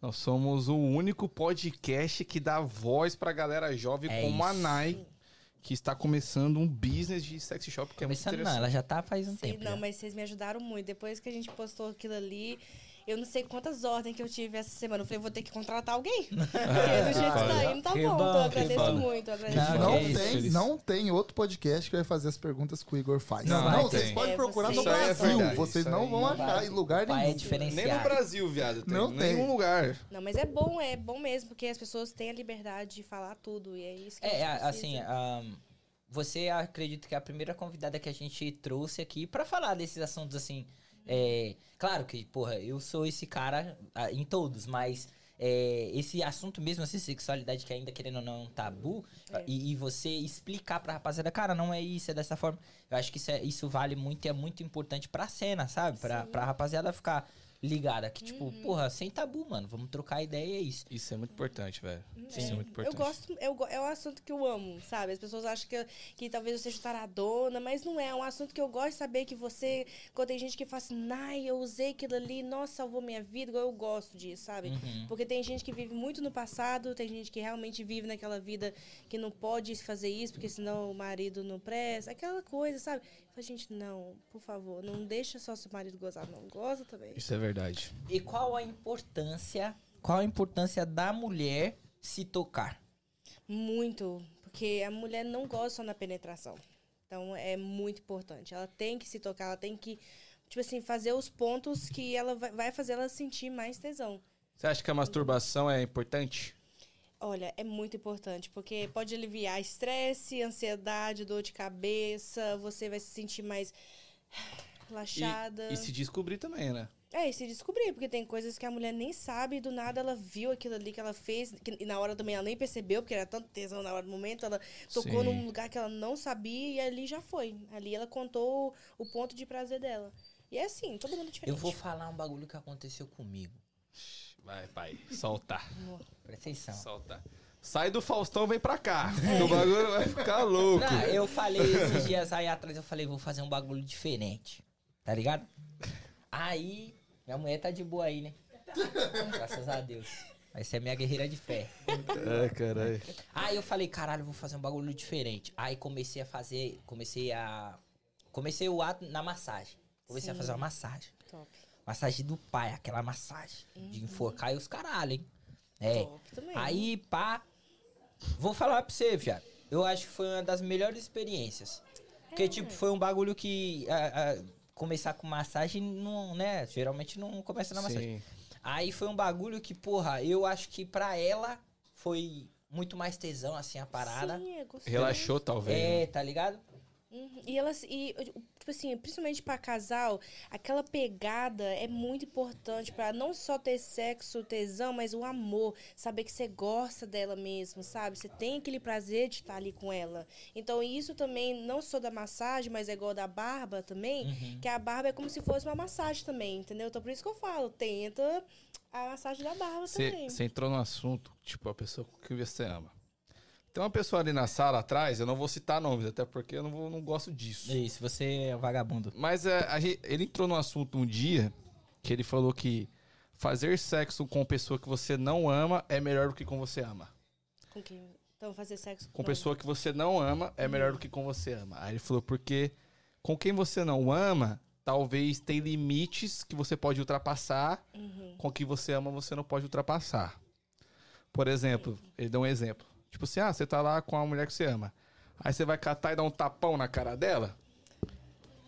[SPEAKER 3] Nós somos o único podcast que dá voz pra galera jovem
[SPEAKER 2] É
[SPEAKER 3] como a
[SPEAKER 2] isso.
[SPEAKER 3] Nai, que está começando um business de sex shop que é muito
[SPEAKER 2] Começando, não,
[SPEAKER 3] interessante.
[SPEAKER 2] ela já tá faz um
[SPEAKER 5] Sim,
[SPEAKER 2] tempo.
[SPEAKER 5] não,
[SPEAKER 2] já.
[SPEAKER 5] mas vocês me ajudaram muito. Depois que a gente postou aquilo ali, eu não sei quantas ordens que eu tive essa semana. Eu falei, vou ter que contratar alguém. Porque do jeito que tá indo, tá
[SPEAKER 2] Que
[SPEAKER 5] bom. Então
[SPEAKER 2] bom,
[SPEAKER 5] eu
[SPEAKER 2] que
[SPEAKER 5] agradeço
[SPEAKER 3] bom.
[SPEAKER 5] muito. eu
[SPEAKER 2] Não,
[SPEAKER 5] agradeço muito.
[SPEAKER 4] Não,
[SPEAKER 2] que isso,
[SPEAKER 4] tem,
[SPEAKER 3] Feliz.
[SPEAKER 4] não tem outro podcast que vai fazer as perguntas que o Igor faz.
[SPEAKER 2] Não
[SPEAKER 4] Não,
[SPEAKER 2] vai
[SPEAKER 4] vocês
[SPEAKER 3] ter.
[SPEAKER 4] podem
[SPEAKER 5] É,
[SPEAKER 4] procurar no
[SPEAKER 5] vocês-
[SPEAKER 3] Isso aí é
[SPEAKER 4] Brasil.
[SPEAKER 3] verdade,
[SPEAKER 4] vocês
[SPEAKER 3] isso
[SPEAKER 4] não
[SPEAKER 3] aí
[SPEAKER 4] vão
[SPEAKER 3] não
[SPEAKER 4] achar
[SPEAKER 2] vai.
[SPEAKER 4] em lugar
[SPEAKER 2] Pai é
[SPEAKER 4] nenhum.
[SPEAKER 2] diferenciado.
[SPEAKER 3] Nem no Brasil, viado. Tem.
[SPEAKER 4] Não tem.
[SPEAKER 3] Nenhum lugar.
[SPEAKER 5] Não, mas é bom, é bom mesmo, porque as pessoas têm a liberdade de falar tudo. E é isso que a
[SPEAKER 2] É,
[SPEAKER 5] gente
[SPEAKER 2] a-
[SPEAKER 5] precisa.
[SPEAKER 2] assim, ahn, você acredita que é a primeira convidada que a gente trouxe aqui pra falar desses assuntos assim. é, claro que, porra, eu sou esse cara ah, em todos, mas é, esse assunto mesmo, assim, sexualidade, que ainda querendo ou não é um tabu,
[SPEAKER 5] É.
[SPEAKER 2] e, e você explicar pra rapaziada, cara, não é isso, é dessa forma. Eu acho que isso, é- isso vale muito e é muito importante pra cena, sabe? Pra,
[SPEAKER 5] Sim. Uhum.
[SPEAKER 2] pra rapaziada ficar ligada, que tipo, porra, sem tabu, mano, vamos trocar ideia e é isso.
[SPEAKER 3] Isso é muito importante, velho. Isso
[SPEAKER 5] É.
[SPEAKER 3] é muito importante.
[SPEAKER 5] Eu gosto, eu, go- é um assunto que eu amo, sabe? As pessoas acham que, eu- que talvez eu seja taradona, mas não é. É um assunto que eu gosto de saber que você. Quando tem gente que fala assim, ai, eu usei aquilo ali, nossa, salvou minha vida, eu gosto disso, sabe? Porque tem gente que vive muito no passado, tem gente que realmente vive naquela vida que não pode fazer isso, porque senão o marido não presta, aquela coisa, sabe? Eu falo, gente, não, por favor, não deixa só seu marido gozar, não. Goza também.
[SPEAKER 3] Isso é verdade.
[SPEAKER 2] E qual a importância? Qual a importância da mulher se tocar?
[SPEAKER 5] Muito, porque a mulher não gosta só na penetração. Então é muito importante. Ela tem que se tocar, ela tem que, tipo assim, fazer os pontos que ela vai- vai fazer ela sentir mais tesão.
[SPEAKER 3] Você acha que a masturbação é importante?
[SPEAKER 5] Olha, é muito importante, porque pode aliviar estresse, ansiedade, dor de cabeça, você vai se sentir mais
[SPEAKER 3] E,
[SPEAKER 5] relaxada.
[SPEAKER 3] e se descobrir também, né?
[SPEAKER 5] É, e se descobrir, porque tem coisas que a mulher nem sabe, e do nada ela viu aquilo ali que ela fez, que- e na hora também ela nem percebeu, porque era tanto tesão na hora do momento, ela tocou
[SPEAKER 3] Sim.
[SPEAKER 5] num lugar que ela não sabia e ali já foi. Ali ela contou o ponto de prazer dela. E é assim, todo mundo é diferente.
[SPEAKER 2] Eu vou falar um bagulho que aconteceu comigo.
[SPEAKER 3] Vai, pai. Solta.
[SPEAKER 2] Presta atenção.
[SPEAKER 3] Solta. Sai do Faustão, vem pra cá. que O bagulho vai ficar louco.
[SPEAKER 2] Não, eu falei esses dias aí atrás, eu falei, vou fazer um bagulho diferente. Tá ligado? Aí, minha mulher tá de boa aí, né? Graças a Deus. Vai ser minha guerreira de fé.
[SPEAKER 3] Ai, É, caralho.
[SPEAKER 2] Aí eu falei, caralho, eu vou fazer um bagulho diferente. Aí comecei a fazer, comecei a. Comecei o ato na massagem. Comecei a
[SPEAKER 5] Sim.
[SPEAKER 2] fazer uma massagem.
[SPEAKER 5] Top.
[SPEAKER 2] Massagem do pai, aquela massagem. De enforcar e os caralho, hein? É.
[SPEAKER 5] Top também.
[SPEAKER 2] Aí, pá. Vou falar pra você, viado. Eu acho que foi uma das melhores experiências. Porque, tipo, foi um bagulho que. ah, ah, começar com massagem, não, né? Geralmente não começa na massagem.
[SPEAKER 3] Sim.
[SPEAKER 2] Aí foi um bagulho que, porra, eu acho que pra ela foi muito mais tesão, assim, a parada.
[SPEAKER 5] Sim, é gostoso.
[SPEAKER 3] Relaxou, talvez. né?
[SPEAKER 2] É, tá ligado?
[SPEAKER 5] Uhum. E elas e tipo assim, principalmente pra casal, aquela pegada é muito importante pra não só ter sexo, tesão, mas o amor, saber que você gosta dela mesmo, sabe? Você tem aquele prazer de estar ali com ela. Então isso também não só da massagem, mas é igual da barba também, que a barba é como se fosse uma massagem também, entendeu? Então por isso que eu falo, tenta a massagem da barba também.
[SPEAKER 3] Você entrou no assunto, tipo, a pessoa que você ama. Tem uma pessoa ali na sala atrás, eu não vou citar nomes, até porque eu não, vou- não gosto disso.
[SPEAKER 2] Isso, você é um vagabundo.
[SPEAKER 3] Mas é, a gen- ele entrou no assunto um dia que ele falou que fazer sexo com pessoa que você não ama é melhor do que com você ama.
[SPEAKER 5] Com quem? Então fazer sexo
[SPEAKER 3] Com
[SPEAKER 5] não.
[SPEAKER 3] pessoa que você não ama é melhor do que com você ama. Aí ele falou, porque com quem você não ama, talvez tem limites que você pode ultrapassar,
[SPEAKER 2] Uhum.
[SPEAKER 3] com quem você ama você não pode ultrapassar. Por exemplo, ele deu um exemplo. Tipo assim, ah, você tá lá com a mulher que você ama. Aí você vai catar e dar um tapão na cara dela?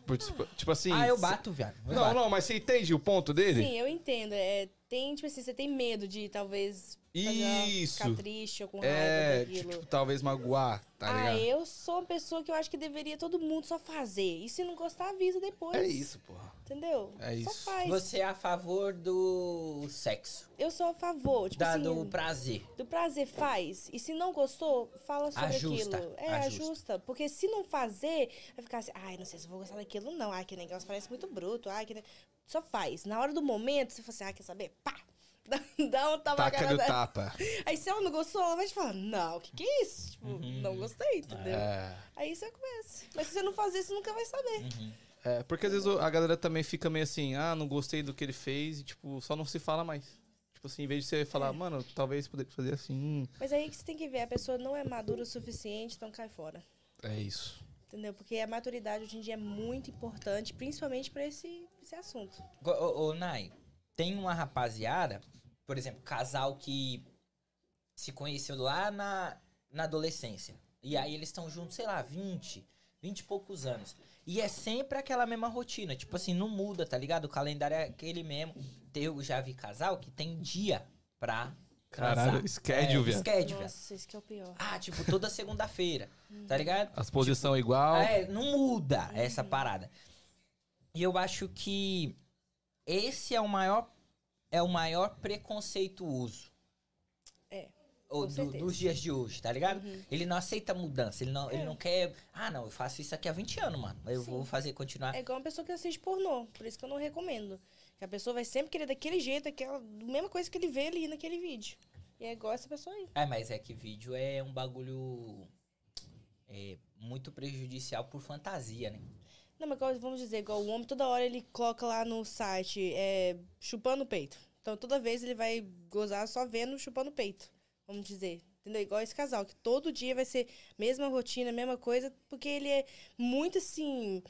[SPEAKER 3] Por- tipo, tipo assim.
[SPEAKER 2] Ah, eu
[SPEAKER 3] cê-
[SPEAKER 2] bato, viado. Eu
[SPEAKER 3] Não,
[SPEAKER 2] bato.
[SPEAKER 3] não, mas você entende o ponto dele?
[SPEAKER 5] Sim, eu entendo. É, tem, tipo assim, você tem medo de talvez Isso. Ficar
[SPEAKER 6] Isso.
[SPEAKER 5] triste ou com raiva
[SPEAKER 6] É,
[SPEAKER 5] daquilo.
[SPEAKER 6] tipo, talvez magoar, tá
[SPEAKER 5] ah,
[SPEAKER 6] ligado?
[SPEAKER 5] eu sou uma pessoa que eu acho que deveria todo mundo só fazer. E se não gostar, avisa depois.
[SPEAKER 6] É isso, porra.
[SPEAKER 5] Entendeu?
[SPEAKER 6] É isso.
[SPEAKER 5] Só faz.
[SPEAKER 2] Você é a favor do sexo,
[SPEAKER 5] Eu sou a favor. Tipo
[SPEAKER 2] da,
[SPEAKER 5] assim,
[SPEAKER 6] um
[SPEAKER 2] do prazer.
[SPEAKER 5] do prazer faz. E se não gostou, fala sobre
[SPEAKER 2] Ajusta,
[SPEAKER 5] aquilo. É,
[SPEAKER 2] ajusta.
[SPEAKER 5] ajusta. Porque se não fazer, vai ficar assim, ai, não sei se eu vou gostar daquilo, não. Ai, que negócio parece muito bruto. Ai, que ne-" Só faz. Na hora do momento, se você, ah, quer saber? Pá! Dá, dá um tapa
[SPEAKER 6] Taca
[SPEAKER 5] na cara
[SPEAKER 6] no
[SPEAKER 5] da...
[SPEAKER 6] tapa.
[SPEAKER 5] Aí se ela não gostou, ela vai te falar, não, o que, que é isso? Tipo, não gostei, entendeu? Aí você começa. Mas se você não fazer, você nunca vai saber.
[SPEAKER 3] É, porque às vezes o- a galera também fica meio assim, ah, não gostei do que ele fez, e tipo, só não se fala mais. Tipo assim, em vez de você
[SPEAKER 5] É.
[SPEAKER 3] falar, mano, talvez poderia fazer assim.
[SPEAKER 5] Mas aí que você tem que ver, a pessoa não é madura o suficiente, então cai fora.
[SPEAKER 3] É isso.
[SPEAKER 5] Entendeu? Porque a maturidade hoje em dia é muito importante, principalmente pra esse, esse assunto.
[SPEAKER 2] Ô, ô, ô, Nai, tem uma rapaziada, por exemplo, casal que se conheceu lá na, na adolescência. E aí eles estão juntos, sei lá, 20, 20 e poucos anos. E é sempre aquela mesma rotina. Tipo assim, não muda, tá ligado? O calendário é aquele mesmo. Eu já vi casal que tem dia pra
[SPEAKER 6] Caralho,
[SPEAKER 2] casar.
[SPEAKER 6] schedule,
[SPEAKER 2] é,
[SPEAKER 6] viado.
[SPEAKER 2] schedule, viado.
[SPEAKER 5] Nossa, isso que é o pior.
[SPEAKER 2] Ah, tipo, toda segunda-feira, tá ligado?
[SPEAKER 3] As posições
[SPEAKER 5] Ah,
[SPEAKER 3] igual.
[SPEAKER 2] É, não muda
[SPEAKER 5] Uhum.
[SPEAKER 2] essa parada. E eu acho que esse é o maior é o maior preconceituoso.
[SPEAKER 5] É,
[SPEAKER 2] Ou
[SPEAKER 5] com
[SPEAKER 2] do-
[SPEAKER 5] certeza. Uhum. É.
[SPEAKER 2] dos dias de hoje, tá ligado? Ele não aceita mudança, ele não, ele não quer. Ah, não, eu faço isso aqui há 20 anos, mano. Eu vou fazer continuar.
[SPEAKER 5] É igual uma pessoa que assiste pornô, por isso que eu não recomendo. Que a pessoa vai sempre querer daquele jeito, aquela mesma coisa que ele vê ali naquele vídeo. E é igual essa pessoa aí.
[SPEAKER 2] É, mas é que vídeo é um bagulho é, muito prejudicial por fantasia, né?
[SPEAKER 5] Não, mas igual- vamos dizer, igual o homem, toda hora ele coloca lá no site, é, chupando o peito. Então toda vez ele vai gozar só vendo chupando o peito, vamos dizer. Entendeu? Igual esse casal, que todo dia vai ser mesma rotina, mesma coisa, porque ele é muito assim.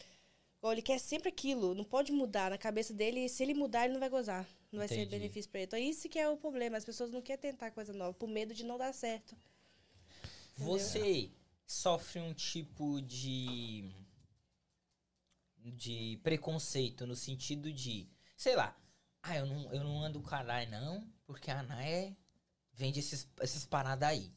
[SPEAKER 5] igual ele quer sempre aquilo, não pode mudar na cabeça dele, e se ele mudar, ele não vai gozar. Não vai ser
[SPEAKER 2] Entendi.
[SPEAKER 5] benefício pra ele. Então, isso que é o problema. As pessoas não querem tentar coisa nova, por medo de não dar certo.
[SPEAKER 2] Você sofre um tipo de de preconceito no sentido de, sei lá, ah, eu não, eu não ando com a Nai não, porque a Nai é- vende esses, essas paradas aí.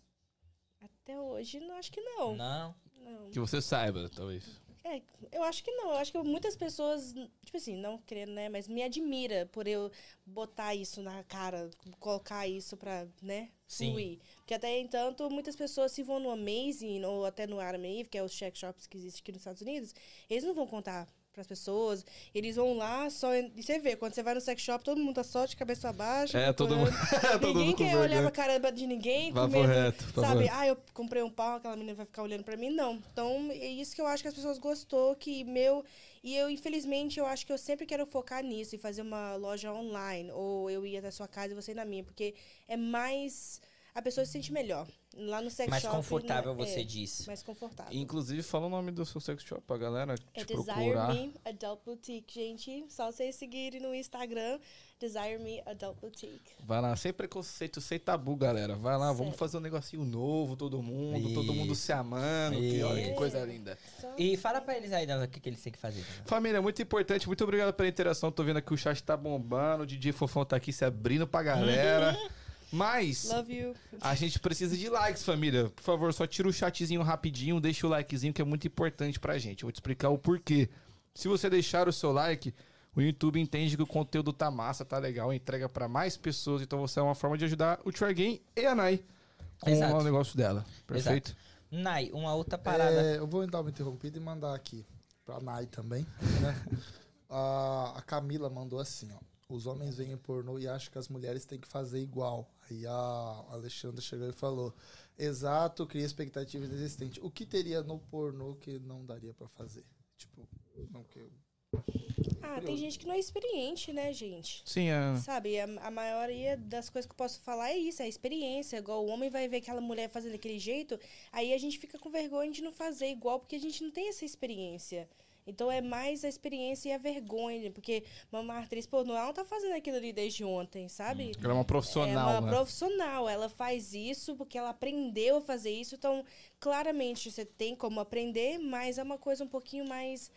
[SPEAKER 5] Até hoje, não acho que não.
[SPEAKER 2] Não.
[SPEAKER 5] não.
[SPEAKER 3] Que você saiba, talvez.
[SPEAKER 5] É, eu acho que não. Eu acho que muitas pessoas, tipo assim, não querendo, né? Mas me admira por eu botar isso na cara, colocar isso pra, né?
[SPEAKER 2] Sim.
[SPEAKER 5] Fluir. Porque até entanto, muitas pessoas se vão no Amazing ou até no Aramave, que é os check shops que existem aqui nos Estados Unidos, eles não vão contar pras pessoas. Eles vão lá só. en- E você vê, quando você vai no sex shop, todo mundo tá só de cabeça baixa.
[SPEAKER 3] É, todo
[SPEAKER 5] procurando.
[SPEAKER 3] mundo. todo
[SPEAKER 5] Ninguém
[SPEAKER 3] mundo com
[SPEAKER 5] quer olhar pra
[SPEAKER 3] vergonha.
[SPEAKER 5] cara de ninguém, com
[SPEAKER 3] Papo
[SPEAKER 5] medo
[SPEAKER 3] reto, tá papo
[SPEAKER 5] sabe?
[SPEAKER 3] reto.
[SPEAKER 5] Ah, eu comprei um pau, aquela menina vai ficar olhando pra mim. Não. Então, é isso que eu acho que as pessoas gostou, que meu... E eu, infelizmente, eu acho que eu sempre quero focar nisso e fazer uma loja online. Ou eu ia da sua casa e você ir na minha. Porque é mais... A pessoa se sente melhor. Lá no sex
[SPEAKER 2] Mais
[SPEAKER 5] shop...
[SPEAKER 2] confortável
[SPEAKER 5] é né?
[SPEAKER 2] você
[SPEAKER 5] é,
[SPEAKER 2] diz.
[SPEAKER 5] Mais confortável.
[SPEAKER 3] Inclusive, fala o nome do seu sex shop pra galera te
[SPEAKER 5] É Desire
[SPEAKER 3] procurar.
[SPEAKER 5] Me Adult Boutique, gente. Só vocês seguirem no Instagram, Desire Me Adult Boutique.
[SPEAKER 3] Vai lá, sem preconceito, sem tabu, galera. Vai lá, vamos
[SPEAKER 5] Sério.
[SPEAKER 3] fazer um negocinho novo, todo mundo,
[SPEAKER 2] Isso.
[SPEAKER 3] todo mundo se amando. Que, olha que
[SPEAKER 5] Isso.
[SPEAKER 3] coisa linda.
[SPEAKER 5] Só...
[SPEAKER 2] E fala pra eles aí Dan, o que, que eles têm que fazer. Dan.
[SPEAKER 3] Família, é muito importante, muito obrigado pela interação. Tô vendo aqui o chat tá bombando, o Didi Fofão tá aqui se abrindo pra galera. Mas
[SPEAKER 5] Love you.
[SPEAKER 3] a gente precisa de likes, família. Por favor, só tira o chatzinho rapidinho, deixa o likezinho que é muito importante pra gente. Eu vou te explicar o porquê. Se você deixar o seu like, o YouTube entende que o conteúdo tá massa, tá legal, entrega pra mais pessoas. Então você é uma forma de ajudar o Try Game e a Nai com
[SPEAKER 2] Exato.
[SPEAKER 3] o negócio dela. Perfeito?
[SPEAKER 2] Nai, uma outra parada.
[SPEAKER 4] É, eu vou dar uma interrompida e mandar aqui pra Nai também. né? a, a Camila mandou assim, ó. Os homens veem pornô e acham que as mulheres têm que fazer igual. Aí a Alexandra chegou e falou: Exato, cria expectativa inexistente. O que teria no pornô que não daria pra fazer? Tipo, não que eu-
[SPEAKER 5] Ah, tem gente que não é experiente, né, gente?
[SPEAKER 3] Sim, é. a...
[SPEAKER 5] Sabe, a, a maioria das coisas que eu posso falar é isso, é a experiência. Igual o homem vai ver aquela mulher fazendo daquele jeito, aí a gente fica com vergonha de não fazer igual, porque a gente não tem essa experiência. Então é mais a experiência e a vergonha, porque uma atriz pornô, ela não tá fazendo aquilo ali desde ontem, sabe?
[SPEAKER 3] ela é uma profissional,
[SPEAKER 5] é uma
[SPEAKER 3] né?
[SPEAKER 5] profissional, ela faz isso porque ela aprendeu a fazer isso, então claramente você tem como aprender, mas é uma coisa um pouquinho mais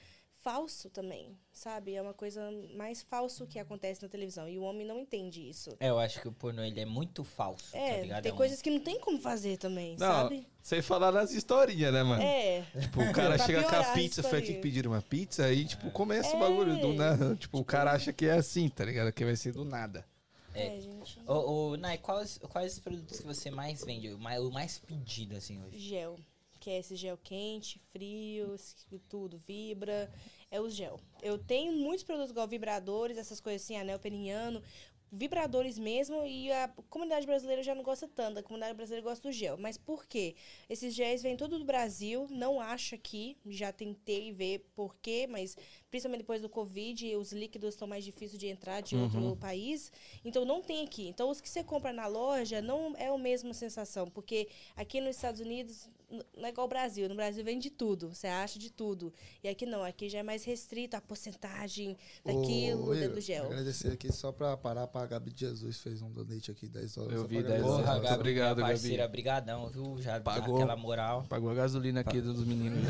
[SPEAKER 5] falso também, sabe? É uma coisa mais falso que acontece na televisão. E o homem não entende isso.
[SPEAKER 2] É, eu acho que o pornô ele é muito falso, tá
[SPEAKER 5] É,
[SPEAKER 2] ligado?
[SPEAKER 5] tem
[SPEAKER 2] um-
[SPEAKER 5] coisas que não tem como fazer também,
[SPEAKER 6] Não,
[SPEAKER 5] sabe?
[SPEAKER 6] Sem falar nas historinhas, né, mano?
[SPEAKER 5] É.
[SPEAKER 6] Tipo, o cara
[SPEAKER 5] Pra
[SPEAKER 6] chega com
[SPEAKER 5] piorar
[SPEAKER 6] a
[SPEAKER 5] a
[SPEAKER 6] pizza, foi aqui
[SPEAKER 5] história.
[SPEAKER 6] que pediram uma pizza, aí, tipo, começa o
[SPEAKER 5] É.
[SPEAKER 6] bagulho do nada. Tipo, o cara acha que é assim, tá ligado? Que vai ser do nada.
[SPEAKER 5] É, gente.
[SPEAKER 2] Ô, ô, Nai, quais, quais os produtos que você mais vende? O mais, o mais pedido, assim, hoje?
[SPEAKER 5] Gel. Que é esse gel quente, frio, esse- tudo, vibra. É o gel. Eu tenho muitos produtos igual vibradores, essas coisas assim, anel peniano, vibradores mesmo, e a comunidade brasileira já não gosta tanto. A comunidade brasileira gosta do gel. Mas por quê? Esses géis vêm todo do Brasil, não acho aqui. Já tentei ver por quê, mas principalmente depois do Covid, os líquidos estão mais difíceis de entrar de
[SPEAKER 2] Uhum.
[SPEAKER 5] outro país. Então não tem aqui. Então os que você compra na loja não é a mesma sensação, porque aqui nos Estados Unidos n- não é igual ao Brasil. No Brasil vem de tudo, você acha de tudo. E aqui não, aqui já é mais restrito a porcentagem daquilo,
[SPEAKER 4] Ô, é
[SPEAKER 5] da-
[SPEAKER 4] Igor,
[SPEAKER 5] do gel.
[SPEAKER 4] Agradecer aqui só pra parar pra Gabi Jesus fez um donate aqui, 10 dólares.
[SPEAKER 3] Eu
[SPEAKER 4] só
[SPEAKER 3] vi
[SPEAKER 4] pra
[SPEAKER 3] 10
[SPEAKER 4] agradecer.
[SPEAKER 3] dólares.
[SPEAKER 2] Porra,
[SPEAKER 3] muito
[SPEAKER 2] Gabi,
[SPEAKER 3] obrigado,
[SPEAKER 2] minha
[SPEAKER 3] Gabi.
[SPEAKER 2] parceira, brigadão, viu? Já dá
[SPEAKER 3] Pagou.
[SPEAKER 2] aquela moral.
[SPEAKER 3] Pagou a gasolina aqui dos meninos.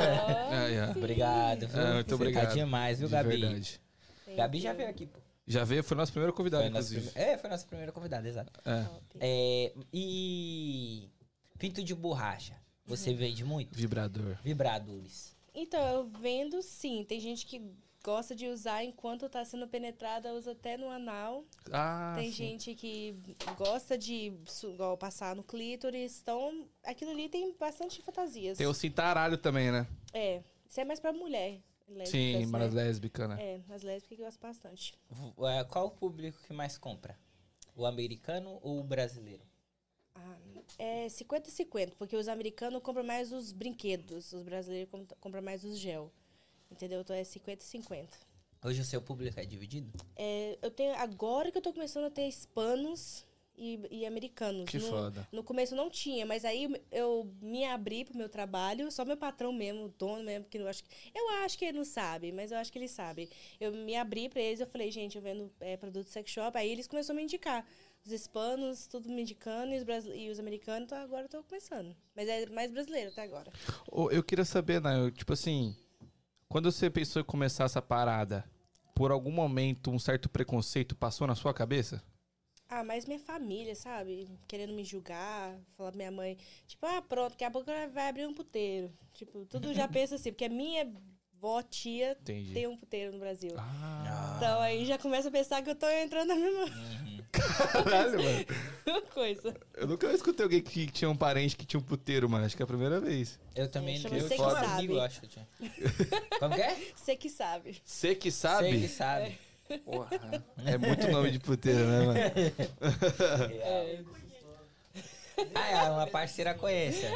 [SPEAKER 3] é, é.
[SPEAKER 2] Obrigado, viu?
[SPEAKER 3] É, muito
[SPEAKER 2] Você Tá
[SPEAKER 3] obrigado.
[SPEAKER 2] demais, viu,
[SPEAKER 3] De
[SPEAKER 2] Gabi?
[SPEAKER 3] verdade.
[SPEAKER 5] Thank
[SPEAKER 2] Gabi
[SPEAKER 5] you.
[SPEAKER 2] já veio aqui, pô.
[SPEAKER 3] Já veio, foi nosso primeiro convidado,
[SPEAKER 2] Foi nossa
[SPEAKER 3] inclusive.
[SPEAKER 2] prime- É, foi nossa primeira convidada, exato.
[SPEAKER 5] Top.
[SPEAKER 2] É, e pinto de borracha,
[SPEAKER 5] Uhum.
[SPEAKER 2] você vende muito?
[SPEAKER 3] Vibrador.
[SPEAKER 2] Vibradores.
[SPEAKER 5] Então, eu vendo sim. Tem gente que gosta de usar enquanto tá sendo penetrada, usa até no anal.
[SPEAKER 3] Ah,
[SPEAKER 5] Tem
[SPEAKER 3] sim.
[SPEAKER 5] gente que gosta de su- igual, passar no clítoris. Então, aquilo ali tem bastante fantasias.
[SPEAKER 3] Tem o cintaralho também, né?
[SPEAKER 5] É. Isso é mais pra mulher.
[SPEAKER 3] Sim,
[SPEAKER 5] lésbicas,
[SPEAKER 3] mas
[SPEAKER 5] né?
[SPEAKER 3] lésbica, né?
[SPEAKER 5] É, as lésbicas que gostam bastante.
[SPEAKER 2] V- é, Qual o público que mais compra? O americano ou o brasileiro?
[SPEAKER 5] Ah, é 50 e 50, porque os americanos compram mais os brinquedos, os brasileiros com- compram mais os gel. Entendeu? Então é 50 e 50.
[SPEAKER 2] Hoje o seu público é dividido?
[SPEAKER 5] É, eu tenho agora que eu tô começando a ter hispanos e, e americanos.
[SPEAKER 3] Que
[SPEAKER 5] no,
[SPEAKER 3] foda.
[SPEAKER 5] No começo não tinha, mas aí eu me abri pro meu trabalho, só meu patrão mesmo, o dono mesmo, que eu acho que. Eu acho que ele não sabe, mas eu acho que ele sabe. Eu me abri pra eles, eu falei, gente, eu vendo é, produto sex shop, aí eles começaram a me indicar. Os hispanos, tudo me indicando, e os, brasile- e os americanos, então agora eu tô começando. Mas é mais brasileiro até agora.
[SPEAKER 3] Ô, Eu queria saber, né? Tipo assim, quando você pensou em começar essa parada, por algum momento um certo preconceito passou na sua cabeça?
[SPEAKER 5] Ah, mas minha família, sabe? Querendo me julgar, falar pra minha mãe, tipo, ah, pronto, daqui a pouco ela vai abrir um puteiro. Tipo, tudo já pensa assim, porque a minha vó, tia,
[SPEAKER 3] Entendi.
[SPEAKER 5] tem um puteiro no Brasil.
[SPEAKER 3] Ah,
[SPEAKER 5] Então aí já começa a pensar que eu tô entrando na mesma
[SPEAKER 3] caralho, mano.
[SPEAKER 5] coisa.
[SPEAKER 3] Eu nunca escutei alguém que tinha um parente que tinha um puteiro, mano. Acho que é a primeira vez.
[SPEAKER 2] Eu também
[SPEAKER 5] chama
[SPEAKER 2] não
[SPEAKER 5] Você Que
[SPEAKER 2] um
[SPEAKER 5] Sabe.
[SPEAKER 2] amigo, eu acho que eu tinha. Como que é?
[SPEAKER 5] Você que sabe.
[SPEAKER 3] Você que
[SPEAKER 2] Você
[SPEAKER 3] sabe?
[SPEAKER 2] que sabe.
[SPEAKER 3] É muito nome de puteiro, né, mano?
[SPEAKER 2] É. Ah, é, uma parceira conhece.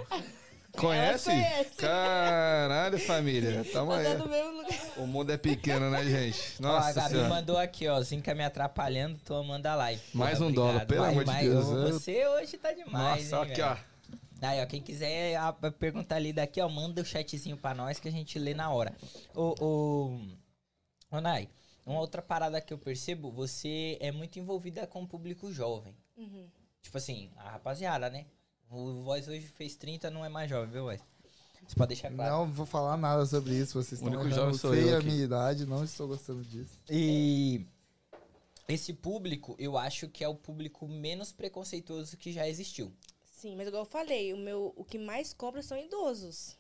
[SPEAKER 3] Conhece?
[SPEAKER 5] Ela conhece.
[SPEAKER 3] Caralho, família. Tamo aí.
[SPEAKER 5] Mas é do mesmo lugar.
[SPEAKER 3] O mundo é pequeno, né, gente?
[SPEAKER 2] Ó, a
[SPEAKER 3] Nossa
[SPEAKER 2] Gabi
[SPEAKER 3] senhora.
[SPEAKER 2] mandou aqui, ó. Zinca me atrapalhando, tô amando a live.
[SPEAKER 3] Mais um
[SPEAKER 2] obrigado.
[SPEAKER 3] dólar, pelo
[SPEAKER 2] Vai,
[SPEAKER 3] amor de
[SPEAKER 2] vai,
[SPEAKER 3] Deus,
[SPEAKER 2] ô,
[SPEAKER 3] eu-
[SPEAKER 2] Você hoje tá demais,
[SPEAKER 3] Nossa,
[SPEAKER 2] hein,
[SPEAKER 3] aqui,
[SPEAKER 2] velho?
[SPEAKER 3] ó.
[SPEAKER 2] Aí, ó, quem quiser a- a perguntar ali daqui, ó, manda o chatzinho pra nós que a gente lê na hora. Ô, ô, ô Nai, uma outra parada que eu percebo, você é muito envolvida com o público jovem.
[SPEAKER 5] Uhum.
[SPEAKER 2] Tipo assim, a rapaziada, né? O Voz hoje fez 30, não é mais jovem, viu, Voz? Você pode deixar claro.
[SPEAKER 4] Não vou falar nada sobre isso, vocês
[SPEAKER 3] O
[SPEAKER 4] estão
[SPEAKER 3] único jovem
[SPEAKER 4] errando
[SPEAKER 3] sou
[SPEAKER 4] feio
[SPEAKER 3] eu
[SPEAKER 4] a
[SPEAKER 3] aqui.
[SPEAKER 4] minha idade, não estou gostando disso.
[SPEAKER 2] E esse público, eu acho que é o público menos preconceituoso que já existiu.
[SPEAKER 5] Sim, mas igual eu falei, o, meu, o que mais compra são idosos.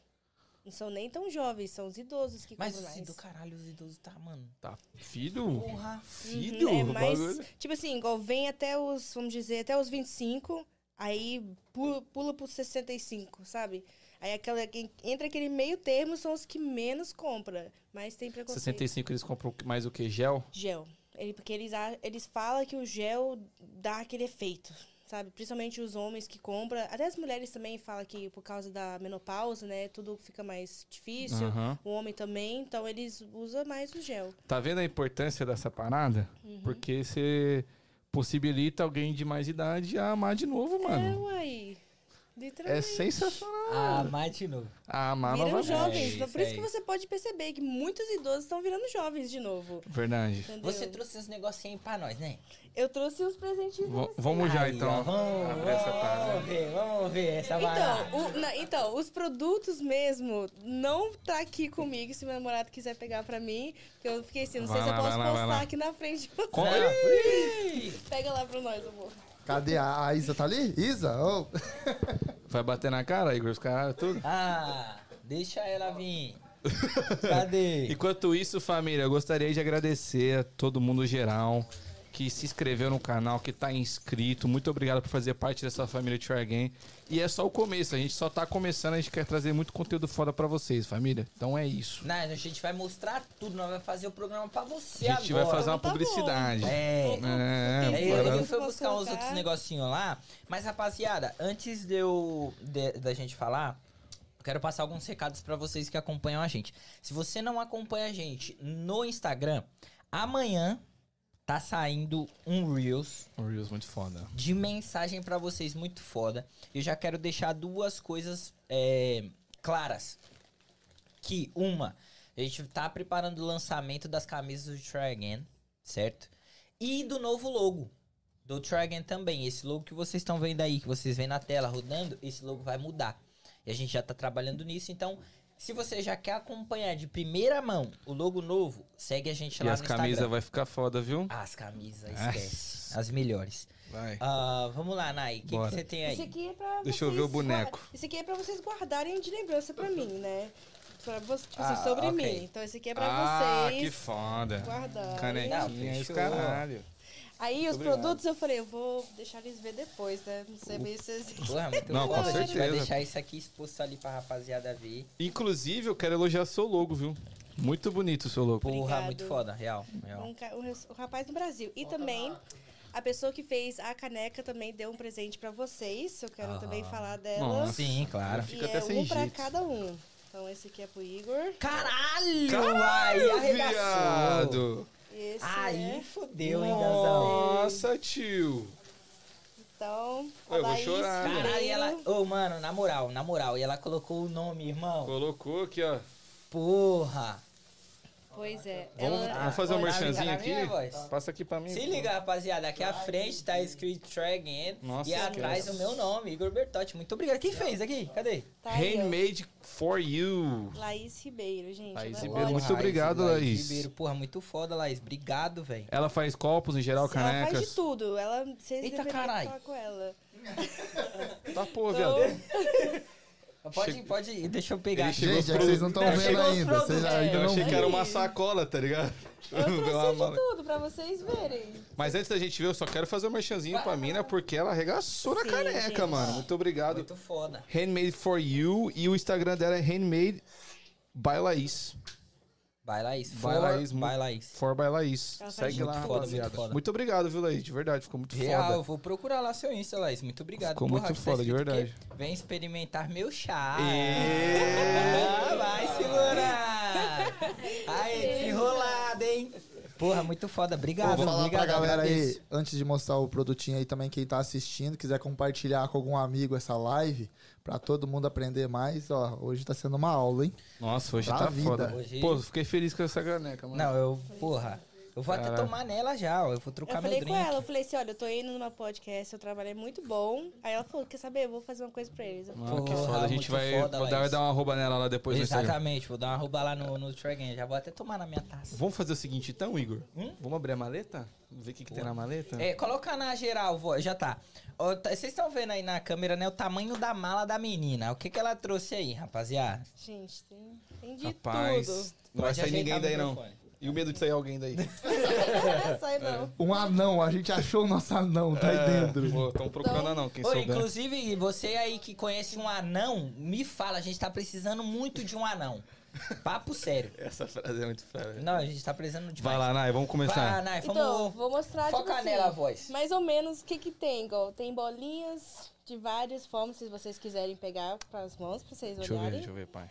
[SPEAKER 5] Não são nem tão jovens, são os idosos que
[SPEAKER 2] Mas
[SPEAKER 5] compram
[SPEAKER 2] os
[SPEAKER 5] mais.
[SPEAKER 2] idosos, caralho, os idosos tá, mano.
[SPEAKER 3] Tá. Filho?
[SPEAKER 2] Porra.
[SPEAKER 3] Filho?
[SPEAKER 5] É
[SPEAKER 3] o
[SPEAKER 5] mais,
[SPEAKER 3] bagulho.
[SPEAKER 5] tipo assim, igual vem até os, vamos dizer, até os 25, aí pula, pula pros 65, sabe? Aí aquela, quem- entre aquele meio termo são os que menos compra, mas tem preconceito.
[SPEAKER 3] 65 eles compram mais o que? Gel?
[SPEAKER 5] Gel. Ele, porque eles, a- eles falam que o gel dá aquele efeito, sabe? Principalmente os homens que compram. Até as mulheres também falam que por causa da menopausa, né? Tudo fica mais difícil.
[SPEAKER 3] Aham.
[SPEAKER 5] O homem também, então eles usam mais o gel.
[SPEAKER 3] Tá vendo a importância dessa parada? Porque você possibilita alguém de mais idade a amar de novo,
[SPEAKER 5] É,
[SPEAKER 3] mano.
[SPEAKER 5] uai.
[SPEAKER 3] É
[SPEAKER 5] Literalmente.
[SPEAKER 3] sensacional.
[SPEAKER 2] Ah, mais de novo.
[SPEAKER 3] Ah, amar
[SPEAKER 5] Viram
[SPEAKER 3] novamente.
[SPEAKER 5] jovens.
[SPEAKER 2] É
[SPEAKER 5] então,
[SPEAKER 2] isso
[SPEAKER 5] por isso
[SPEAKER 2] aí.
[SPEAKER 5] que você pode perceber que muitos idosos estão virando jovens de novo.
[SPEAKER 3] Verdade.
[SPEAKER 5] Entendeu?
[SPEAKER 2] Você trouxe esses negocinhos aí pra nós, né?
[SPEAKER 5] Eu trouxe os presentinhos.
[SPEAKER 3] V- vamos já,
[SPEAKER 2] Aí, ó,
[SPEAKER 3] então.
[SPEAKER 2] Vamos,
[SPEAKER 3] abrir essa parada.
[SPEAKER 2] vamos ver, vamos ver essa
[SPEAKER 5] Então,
[SPEAKER 2] parada.
[SPEAKER 5] o- na- então, os produtos mesmo não tá aqui comigo, se meu namorado quiser pegar pra mim, que eu fiquei assim, não sei
[SPEAKER 3] Vai
[SPEAKER 5] se
[SPEAKER 3] lá,
[SPEAKER 5] eu posso
[SPEAKER 3] vai lá, vai lá.
[SPEAKER 5] postar aqui na frente.
[SPEAKER 3] Com-
[SPEAKER 2] Ah,
[SPEAKER 5] Pega lá pra nós, amor.
[SPEAKER 4] Cadê a, a Isa? Tá ali? Isa? Ô,
[SPEAKER 3] Vai bater na cara, Igor, os caras, tudo.
[SPEAKER 2] Ah, deixa ela vir. Cadê?
[SPEAKER 3] Enquanto isso, família, eu gostaria de agradecer a todo mundo geral que se inscreveu no canal, que tá inscrito. Muito obrigado por fazer parte dessa família Try Game. E é só o começo, a gente só tá começando, a gente quer trazer muito conteúdo foda pra vocês, família. Então é isso.
[SPEAKER 2] Não, a gente vai mostrar tudo, nós vamos fazer o programa pra você
[SPEAKER 3] A gente vai
[SPEAKER 2] agora.
[SPEAKER 3] fazer uma
[SPEAKER 5] Então tá bom.
[SPEAKER 3] publicidade.
[SPEAKER 2] É.
[SPEAKER 3] É,
[SPEAKER 2] Aí
[SPEAKER 5] Fora.
[SPEAKER 2] eu fui
[SPEAKER 5] Posso
[SPEAKER 2] buscar uns
[SPEAKER 5] colocar?
[SPEAKER 2] outros negocinhos lá. Mas, rapaziada, antes de eu, de- da gente falar, eu quero passar alguns recados pra vocês que acompanham a gente. Se você não acompanha a gente no Instagram, amanhã tá saindo um Reels
[SPEAKER 3] Um Reels muito foda.
[SPEAKER 2] de mensagem pra vocês muito foda. Eu já quero deixar duas coisas é, claras. Que uma, a gente tá preparando o lançamento das camisas do Try Again, certo? E do novo logo. Do Try Again também. Esse logo que vocês estão vendo aí, que vocês veem na tela rodando, esse logo vai mudar. E a gente já tá trabalhando nisso, então. Se você já quer acompanhar de primeira mão o logo novo, segue a gente
[SPEAKER 3] E
[SPEAKER 2] lá
[SPEAKER 3] as
[SPEAKER 2] no Instagram.
[SPEAKER 3] camisas vai ficar foda, viu?
[SPEAKER 2] As camisas, esquece. As melhores.
[SPEAKER 3] Vai.
[SPEAKER 2] Ah, vamos lá, Nai. O que que
[SPEAKER 3] Bora.
[SPEAKER 2] você tem
[SPEAKER 5] Isso
[SPEAKER 2] aí?
[SPEAKER 5] aqui é pra
[SPEAKER 3] Deixa eu
[SPEAKER 5] vocês
[SPEAKER 3] ver o boneco.
[SPEAKER 5] guar- Isso aqui é pra vocês guardarem de lembrança pra mim, né? Pra você, tipo
[SPEAKER 2] Ah,
[SPEAKER 5] assim, sobre
[SPEAKER 2] ok.
[SPEAKER 5] mim. Então esse aqui é pra
[SPEAKER 3] Ah, que
[SPEAKER 5] vocês
[SPEAKER 3] foda.
[SPEAKER 5] guardarem.
[SPEAKER 2] Não,
[SPEAKER 3] Canequinha,
[SPEAKER 2] fechou.
[SPEAKER 3] esse caralho.
[SPEAKER 5] Aí os produtos eu falei, eu vou deixar eles ver depois, né? Não sei bem se vocês...
[SPEAKER 2] Porra, muito
[SPEAKER 3] Não, com
[SPEAKER 2] foda. A gente vai
[SPEAKER 3] certeza.
[SPEAKER 2] deixar isso aqui exposto ali pra rapaziada ver.
[SPEAKER 3] Inclusive, eu quero elogiar seu logo, viu? Muito bonito o seu logo.
[SPEAKER 2] Porra,
[SPEAKER 5] Obrigado.
[SPEAKER 2] muito foda, real. real.
[SPEAKER 5] Um, ca- um res- um rapaz no Brasil. E também, a pessoa que fez a caneca também deu um presente pra vocês. Eu quero
[SPEAKER 2] Aham.
[SPEAKER 5] também falar dela.
[SPEAKER 3] Ah. Nossa,
[SPEAKER 2] Sim, claro.
[SPEAKER 5] E
[SPEAKER 3] fica
[SPEAKER 5] é
[SPEAKER 3] até sem
[SPEAKER 5] um pra
[SPEAKER 3] jeito.
[SPEAKER 5] cada um. Então esse aqui é pro Igor.
[SPEAKER 2] Caralho! Caralho aí arregaçou!
[SPEAKER 3] Viado.
[SPEAKER 5] E esse
[SPEAKER 2] Aí
[SPEAKER 5] é...
[SPEAKER 2] fodeu, hein, Danzão?
[SPEAKER 3] Nossa, tio.
[SPEAKER 5] Então,
[SPEAKER 3] Ué, eu vou
[SPEAKER 5] Laís
[SPEAKER 3] chorar. né?
[SPEAKER 5] Ribeiro.
[SPEAKER 2] Caralho, e ela. Ô, mano, na moral, na moral. E ela colocou o nome, irmão.
[SPEAKER 3] Colocou aqui, ó.
[SPEAKER 2] Porra!
[SPEAKER 5] Pois é.
[SPEAKER 3] Vamos,
[SPEAKER 5] ela-
[SPEAKER 3] vamos fazer um
[SPEAKER 2] Olha,
[SPEAKER 3] merchanzinho
[SPEAKER 2] tá na
[SPEAKER 3] aqui?
[SPEAKER 2] minha voz.
[SPEAKER 3] Passa aqui pra mim.
[SPEAKER 5] Uhum.
[SPEAKER 2] Se liga, rapaziada. Aqui à frente tá escrito Trag End.
[SPEAKER 3] Nossa,
[SPEAKER 2] E atrás
[SPEAKER 3] esquece.
[SPEAKER 2] o meu nome, Igor Bertotti. Muito obrigado. Quem fez aqui? Cadê?
[SPEAKER 5] Tá aí, ó.
[SPEAKER 3] Handmade for you.
[SPEAKER 5] Laís Ribeiro, gente.
[SPEAKER 3] Laís
[SPEAKER 5] Ela-
[SPEAKER 3] Ribeiro,
[SPEAKER 5] olha,
[SPEAKER 3] muito obrigado, Laís.
[SPEAKER 2] Ribeiro, porra, muito foda, Laís. Obrigado, velho.
[SPEAKER 3] Ela faz copos em geral,
[SPEAKER 5] Ela faz
[SPEAKER 3] canecas.
[SPEAKER 5] de tudo. Ela, vocês
[SPEAKER 2] Eita,
[SPEAKER 5] deveriam
[SPEAKER 2] carai.
[SPEAKER 5] falar com ela.
[SPEAKER 3] Tá pô,
[SPEAKER 5] Então,
[SPEAKER 3] viado.
[SPEAKER 2] Pode,
[SPEAKER 3] Chega-
[SPEAKER 2] pode, deixa eu pegar.
[SPEAKER 3] Ele
[SPEAKER 2] aqui.
[SPEAKER 3] Chegou
[SPEAKER 4] gente,
[SPEAKER 3] os
[SPEAKER 4] é que vocês não
[SPEAKER 3] produtos.
[SPEAKER 4] estão
[SPEAKER 2] Não,
[SPEAKER 4] vendo
[SPEAKER 2] chegou os
[SPEAKER 4] ainda. Vocês
[SPEAKER 2] produtos.
[SPEAKER 4] ainda
[SPEAKER 3] Eu
[SPEAKER 4] não
[SPEAKER 3] achei que
[SPEAKER 4] viram.
[SPEAKER 3] era uma sacola, tá ligado?
[SPEAKER 5] eu
[SPEAKER 3] Uma
[SPEAKER 5] trouxe
[SPEAKER 3] mala.
[SPEAKER 5] de tudo pra vocês verem.
[SPEAKER 3] Mas antes da gente ver, eu só quero fazer um merchanzinho pra mina, porque ela arregaçou na
[SPEAKER 5] Sim,
[SPEAKER 3] caneca,
[SPEAKER 5] gente.
[SPEAKER 3] mano. Muito obrigado.
[SPEAKER 2] Muito foda.
[SPEAKER 3] Handmade for you. E o Instagram dela é Handmade by Laís.
[SPEAKER 2] Vai, Laís.
[SPEAKER 3] Vai,
[SPEAKER 2] For-
[SPEAKER 3] Laís, mu-
[SPEAKER 2] Vai, Laís.
[SPEAKER 3] For by Laís.
[SPEAKER 5] Ela faz
[SPEAKER 3] Segue
[SPEAKER 5] de
[SPEAKER 3] lá,
[SPEAKER 2] tudo. Muito foda, muito
[SPEAKER 3] rapaziada.
[SPEAKER 2] foda.
[SPEAKER 3] Muito obrigado, viu, Laís? De verdade, ficou muito
[SPEAKER 2] Real, eu
[SPEAKER 3] foda.
[SPEAKER 2] vou procurar lá seu Insta, Laís. Muito obrigado.
[SPEAKER 3] Ficou muito
[SPEAKER 2] aqui tá
[SPEAKER 3] foda, de
[SPEAKER 2] escrito
[SPEAKER 3] verdade.
[SPEAKER 2] que Vem experimentar meu chá.
[SPEAKER 3] E-
[SPEAKER 2] Ah, vai segurar. Aí, desenrolado, hein? Porra, muito foda. Obrigado,
[SPEAKER 4] Vou falar pra
[SPEAKER 2] obrigado.
[SPEAKER 4] galera
[SPEAKER 2] agradeço.
[SPEAKER 4] aí, antes de mostrar o produtinho aí também, quem tá assistindo, quiser compartilhar com algum amigo essa live, pra todo mundo aprender mais, ó, hoje tá sendo uma aula, hein?
[SPEAKER 3] Nossa, hoje
[SPEAKER 4] Pra
[SPEAKER 3] tá
[SPEAKER 4] vida.
[SPEAKER 3] foda.
[SPEAKER 2] Hoje-
[SPEAKER 3] Pô, fiquei feliz com essa caneca, mano.
[SPEAKER 2] Não, eu, porra. Eu vou até
[SPEAKER 3] Caralho.
[SPEAKER 2] tomar nela já, ó. Eu vou
[SPEAKER 5] Eu
[SPEAKER 2] trocar meu
[SPEAKER 5] falei
[SPEAKER 2] drink.
[SPEAKER 5] com ela, eu falei assim, olha, eu tô indo numa podcast, seu trabalho é muito bom. Aí ela falou, quer saber, eu vou fazer uma coisa pra eles. Eu falei,
[SPEAKER 3] Mano, Ah, que
[SPEAKER 2] Porra,
[SPEAKER 3] foda. A gente
[SPEAKER 2] muito
[SPEAKER 3] vai,
[SPEAKER 2] foda,
[SPEAKER 3] vai dar, vai
[SPEAKER 2] Laís.
[SPEAKER 3] dar uma rouba nela lá depois no Instagram.
[SPEAKER 2] Exatamente, vou dar uma rouba lá no, no Tragan. Já vou até tomar na minha taça.
[SPEAKER 3] Vamos fazer o seguinte então, Igor?
[SPEAKER 2] Hum?
[SPEAKER 3] Vamos abrir a maleta? Vamos ver o que, que tem na maleta?
[SPEAKER 2] É, coloca na geral, vó, já tá. Ó, tá- Vocês estão vendo aí na câmera, né, o tamanho da mala da menina. O que, que ela trouxe aí, rapaziada?
[SPEAKER 5] Gente, tem, tem de
[SPEAKER 3] Rapaz,
[SPEAKER 5] tudo.
[SPEAKER 3] não vai
[SPEAKER 2] Pode
[SPEAKER 3] sair ninguém
[SPEAKER 2] ajeitar
[SPEAKER 3] daí
[SPEAKER 2] o
[SPEAKER 3] não.
[SPEAKER 2] microfone.
[SPEAKER 3] E o medo de sair alguém daí.
[SPEAKER 5] Sai
[SPEAKER 2] É.
[SPEAKER 5] não.
[SPEAKER 4] Um anão, a gente achou o nosso anão, tá aí
[SPEAKER 3] É.
[SPEAKER 4] dentro.
[SPEAKER 3] Estão procurando não, quem
[SPEAKER 2] Então,
[SPEAKER 3] né?
[SPEAKER 2] Ô,
[SPEAKER 3] souber.
[SPEAKER 2] inclusive, você aí que conhece um anão, me fala, a gente tá precisando muito de um anão. Papo sério.
[SPEAKER 3] Essa frase é muito fera.
[SPEAKER 2] Não, a gente tá precisando de
[SPEAKER 3] Vai lá, Nai, vamos
[SPEAKER 2] Vai,
[SPEAKER 3] começar.
[SPEAKER 2] Nai,
[SPEAKER 5] Então,
[SPEAKER 2] É, vamos...
[SPEAKER 5] vou mostrar
[SPEAKER 2] Foca
[SPEAKER 5] tipo assim,
[SPEAKER 2] nela a voz.
[SPEAKER 5] Mais ou menos o que que tem, igual tem bolinhas de várias formas, se vocês quiserem pegar com as mãos pra vocês
[SPEAKER 3] Deixa eu ver,
[SPEAKER 5] olharem.
[SPEAKER 3] deixa eu ver, pai.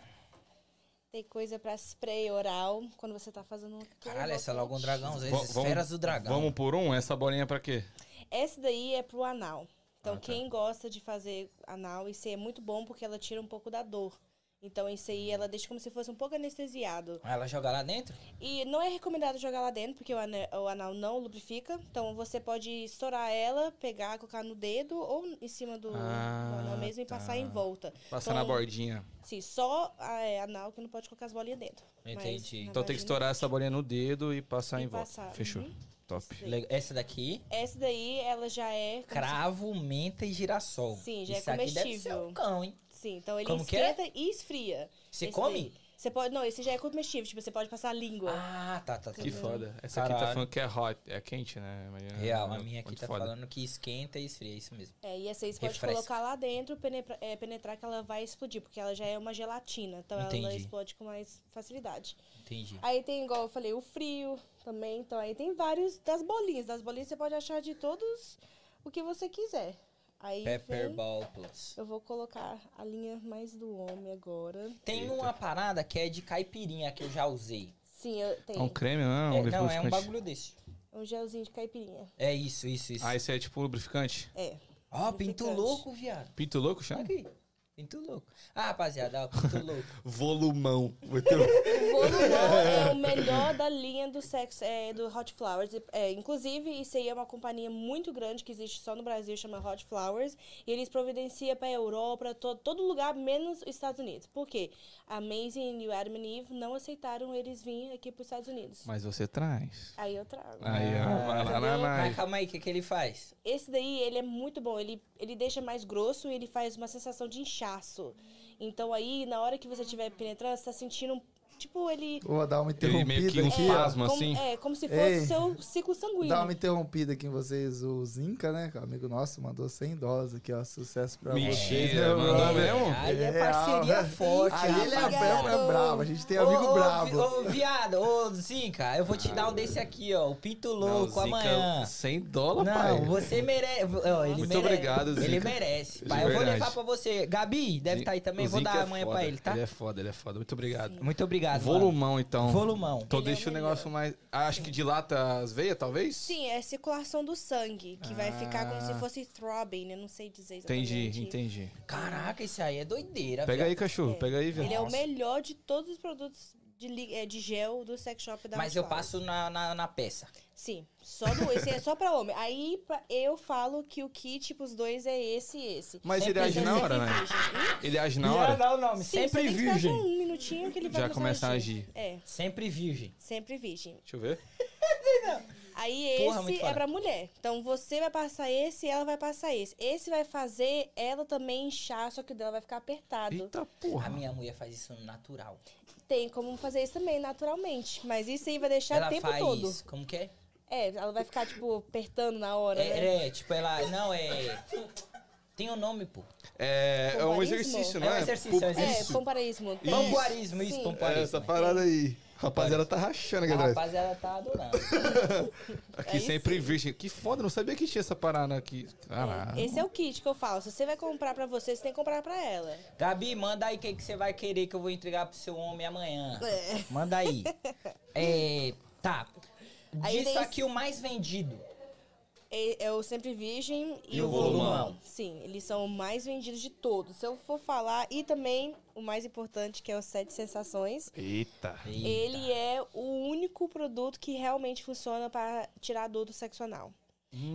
[SPEAKER 5] Tem coisa pra spray oral, quando você tá fazendo um
[SPEAKER 2] Caralho, essa é logo um dragão, as
[SPEAKER 3] Va-
[SPEAKER 2] esferas do dragão.
[SPEAKER 3] um? Vamos por um? Essa bolinha é pra quê?
[SPEAKER 5] Essa daí é pro anal.
[SPEAKER 2] Ah, tá.
[SPEAKER 5] Então, quem gosta de fazer anal, isso aí é muito bom porque ela tira um pouco da dor. Então, isso aí ela deixa como se fosse um pouco anestesiado.
[SPEAKER 2] Ela joga lá dentro?
[SPEAKER 5] E não é recomendado jogar lá dentro, porque o ana- o anal não lubrifica. Então você pode estourar ela, pegar, colocar no dedo ou em cima do,
[SPEAKER 2] Ah,
[SPEAKER 5] do anal mesmo
[SPEAKER 2] tá.
[SPEAKER 5] e passar em volta.
[SPEAKER 3] Passar
[SPEAKER 5] Então,
[SPEAKER 3] na bordinha.
[SPEAKER 5] Sim, só a- é, anal que não pode colocar as bolinhas dentro. Mas
[SPEAKER 2] Entendi.
[SPEAKER 5] na
[SPEAKER 3] Então tem que
[SPEAKER 5] vagina-
[SPEAKER 3] estourar essa bolinha no dedo e passar
[SPEAKER 5] E
[SPEAKER 3] em volta.
[SPEAKER 5] passar,
[SPEAKER 3] Fechou.
[SPEAKER 5] uhum.
[SPEAKER 3] Top.
[SPEAKER 5] Isso aí.
[SPEAKER 2] Le- Essa daqui,
[SPEAKER 5] Essa daí, ela já é. como
[SPEAKER 2] cravo, menta e girassol.
[SPEAKER 5] Sim, já é
[SPEAKER 2] Isso aqui deve ser
[SPEAKER 5] comestível.
[SPEAKER 2] um cão, hein?
[SPEAKER 5] se- Sim, então ele
[SPEAKER 2] Como que é?
[SPEAKER 5] esquenta e esfria.
[SPEAKER 2] Você
[SPEAKER 5] Esse
[SPEAKER 2] come?
[SPEAKER 5] daí. Você pode, não, esse já é comestível, tipo, você pode passar a língua.
[SPEAKER 2] Ah, tá, tá, tá.
[SPEAKER 3] Que
[SPEAKER 2] tá.
[SPEAKER 3] foda. Essa aqui tá
[SPEAKER 2] Caralho.
[SPEAKER 3] falando que é hot, é quente, né? Mas é-
[SPEAKER 2] Real, a
[SPEAKER 3] é
[SPEAKER 2] minha aqui
[SPEAKER 3] muito
[SPEAKER 2] tá
[SPEAKER 3] foda.
[SPEAKER 2] falando que esquenta e esfria, é isso mesmo.
[SPEAKER 5] É, e essa aí você pode
[SPEAKER 2] Refresca.
[SPEAKER 5] colocar lá dentro, penetrar, é, penetrar que ela vai explodir, porque ela já é uma gelatina, então ela
[SPEAKER 2] Entendi.
[SPEAKER 5] explode com mais facilidade.
[SPEAKER 2] Entendi.
[SPEAKER 5] Aí tem, igual eu falei, o frio também, então aí tem vários das bolinhas. Das bolinhas você pode achar de todos o que você quiser. Aí
[SPEAKER 2] Pepper
[SPEAKER 5] vem-
[SPEAKER 2] Ball Plus.
[SPEAKER 5] eu vou colocar a linha mais do homem agora.
[SPEAKER 2] Tem uma parada que é de caipirinha que eu já usei.
[SPEAKER 5] Sim, eu
[SPEAKER 3] É um
[SPEAKER 5] tenho.
[SPEAKER 3] creme, não?
[SPEAKER 2] É,
[SPEAKER 3] um
[SPEAKER 2] não, é um
[SPEAKER 3] lubrificante?
[SPEAKER 2] bagulho desse.
[SPEAKER 5] É Um gelzinho de caipirinha.
[SPEAKER 2] É isso, isso, isso.
[SPEAKER 3] Ah, esse é tipo um lubrificante?
[SPEAKER 5] É.
[SPEAKER 2] Ó, pinto
[SPEAKER 5] lubrificante.
[SPEAKER 2] louco, viado.
[SPEAKER 3] Pinto louco,
[SPEAKER 2] Tá
[SPEAKER 3] chama?
[SPEAKER 2] Aqui. Pinto louco. Ah, rapaziada, ó, pinto louco.
[SPEAKER 3] Volumão.
[SPEAKER 5] O Volumão é o melhor da linha do sexo, é, do Hot Flowers. É, inclusive, isso aí é uma companhia muito grande que existe só no Brasil, chama Hot Flowers. E eles providenciam pra Europa, to, todo lugar, menos os Estados Unidos. Por quê? A Amazing e o Adam and Eve não aceitaram eles virem aqui pros Estados Unidos.
[SPEAKER 3] Mas Ah. você traz.
[SPEAKER 5] Aí eu trago.
[SPEAKER 3] Aí, ó. Vai lá na
[SPEAKER 5] entendeu?
[SPEAKER 2] Mas
[SPEAKER 3] nai.
[SPEAKER 2] calma aí, Ah, o que, que ele faz?
[SPEAKER 5] Esse daí, ele é muito bom. Ele, ele deixa mais grosso e ele faz uma sensação de inchaço. Então aí, na hora que você estiver penetrando, você tá sentindo... um- Tipo, ele...
[SPEAKER 4] Vou dar uma
[SPEAKER 3] Ele
[SPEAKER 4] interrompida
[SPEAKER 3] meio que um
[SPEAKER 4] aqui, ó.
[SPEAKER 3] espasmo,
[SPEAKER 5] como,
[SPEAKER 3] assim.
[SPEAKER 5] É, como se
[SPEAKER 4] Ei.
[SPEAKER 5] fosse o seu ciclo sanguíneo.
[SPEAKER 4] Dá uma interrompida aqui em vocês, o Zinca, né? que é um Amigo nosso mandou 100 dólares aqui, ó. Sucesso pra vocês.
[SPEAKER 3] Mentira,
[SPEAKER 4] meu
[SPEAKER 3] mandou
[SPEAKER 4] brother.
[SPEAKER 3] é mesmo?
[SPEAKER 2] Aí é
[SPEAKER 4] É,
[SPEAKER 2] parceria
[SPEAKER 4] ó.
[SPEAKER 2] forte,
[SPEAKER 4] Aí ele é
[SPEAKER 2] rapaziada.
[SPEAKER 4] brabo, é brabo. A gente tem amigo
[SPEAKER 2] ô,
[SPEAKER 4] brabo.
[SPEAKER 2] Ô, vi- ô, viado, ô, Zinca, eu vou te dar um desse aqui, ó. O Pinto Louco amanhã.
[SPEAKER 3] 100 dólares,
[SPEAKER 2] Não,
[SPEAKER 3] pai.
[SPEAKER 2] você merece. ó, ele
[SPEAKER 3] Muito
[SPEAKER 2] merece.
[SPEAKER 3] obrigado, Zica.
[SPEAKER 2] Ele merece.
[SPEAKER 3] De
[SPEAKER 2] Pai, eu vou
[SPEAKER 3] verdade.
[SPEAKER 2] levar pra você. Gabi, deve estar aí também.
[SPEAKER 3] O
[SPEAKER 2] vou
[SPEAKER 3] Zinca
[SPEAKER 2] dar
[SPEAKER 3] é
[SPEAKER 2] amanhã
[SPEAKER 3] foda.
[SPEAKER 2] pra ele, tá?
[SPEAKER 3] Ele é foda, ele é foda. Muito obrigado.
[SPEAKER 2] Muito obrigado. mano.
[SPEAKER 3] Volumão, então.
[SPEAKER 2] Volumão.
[SPEAKER 3] Então
[SPEAKER 5] Ele é
[SPEAKER 3] deixa o
[SPEAKER 5] o
[SPEAKER 3] negócio mais... Ah, Acho que dilata as veias, talvez?
[SPEAKER 5] Sim, é circulação do sangue, que vai ficar como se fosse throbbing, eu não sei dizer exatamente.
[SPEAKER 3] Entendi, entendi.
[SPEAKER 2] Caraca, isso aí é doideira.
[SPEAKER 3] Pega
[SPEAKER 2] viado.
[SPEAKER 3] aí, cachorro. Pega aí, velho.
[SPEAKER 5] Ele é o melhor de todos os produtos de, li- eh, de gel do sex shop da
[SPEAKER 2] Mas eu
[SPEAKER 5] Hotflowers.
[SPEAKER 2] passo na, na, na peça.
[SPEAKER 5] Sim, só do, esse é só pra homem. Aí pra- eu falo que o kit pros dois é esse e esse.
[SPEAKER 3] Mas ele
[SPEAKER 5] Então,
[SPEAKER 3] age na
[SPEAKER 5] sempre
[SPEAKER 3] hora, né?
[SPEAKER 5] virgem.
[SPEAKER 3] Ele age na
[SPEAKER 2] Não
[SPEAKER 3] hora?
[SPEAKER 2] dá o nome.
[SPEAKER 5] Sim, você
[SPEAKER 2] Sempre
[SPEAKER 5] tem que esperar só
[SPEAKER 2] virgem.
[SPEAKER 5] um minutinho que ele vai
[SPEAKER 3] Já começa a agir.
[SPEAKER 5] É,
[SPEAKER 2] Sempre virgem.
[SPEAKER 5] sempre virgem.
[SPEAKER 3] Deixa eu ver.
[SPEAKER 5] Aí
[SPEAKER 2] Porra, muito
[SPEAKER 5] esse
[SPEAKER 2] fora.
[SPEAKER 5] é pra mulher. Então você vai passar esse e ela vai passar esse. Esse vai fazer ela também inchar, só que o dela vai ficar apertado.
[SPEAKER 3] Eita
[SPEAKER 2] A
[SPEAKER 3] porra.
[SPEAKER 2] minha mulher faz isso natural.
[SPEAKER 5] Tem como fazer isso também naturalmente. Mas isso aí vai deixar
[SPEAKER 2] ela
[SPEAKER 5] o é tempo
[SPEAKER 2] faz.
[SPEAKER 5] todo.
[SPEAKER 2] Como que é?
[SPEAKER 5] É, ela vai ficar, tipo, apertando na hora, né?
[SPEAKER 2] É, é, tipo, ela. Não, é. Tem o nome, pô.
[SPEAKER 3] É, é um
[SPEAKER 5] Pombarismo?
[SPEAKER 3] exercício, não
[SPEAKER 2] É um
[SPEAKER 3] é?
[SPEAKER 2] exercício, é um
[SPEAKER 5] É,
[SPEAKER 2] exercício.
[SPEAKER 5] pomparismo. Tem-
[SPEAKER 2] Pompoarismo, isso,
[SPEAKER 5] Sim.
[SPEAKER 2] pompoarismo.
[SPEAKER 3] essa parada aí. Rapaziada tá rachando aqui
[SPEAKER 2] A
[SPEAKER 3] atrás.
[SPEAKER 2] rapaziada tá adorando.
[SPEAKER 3] Aqui
[SPEAKER 5] é Aí
[SPEAKER 3] sempre virgem. Que foda, não sabia que tinha essa parada aqui. Caralho.
[SPEAKER 5] Esse é o kit que eu falo. Se você vai comprar pra você, você tem que comprar pra ela.
[SPEAKER 2] Gabi, manda aí o que, que você vai querer que eu vou entregar pro seu homem amanhã. Manda aí. É, tá.
[SPEAKER 5] Aí
[SPEAKER 2] Disso
[SPEAKER 5] tem-
[SPEAKER 2] aqui, o mais vendido.
[SPEAKER 5] É, é o Sempre Virgem e,
[SPEAKER 2] E o
[SPEAKER 5] o Volumão.
[SPEAKER 2] Volumão.
[SPEAKER 5] Sim, eles são o mais vendidos de todos. Se eu for falar, e também o mais importante, que é o Sete Sensações.
[SPEAKER 3] Eita.
[SPEAKER 2] Eita.
[SPEAKER 5] Ele é o único produto que realmente funciona para tirar a dor do sexo anal.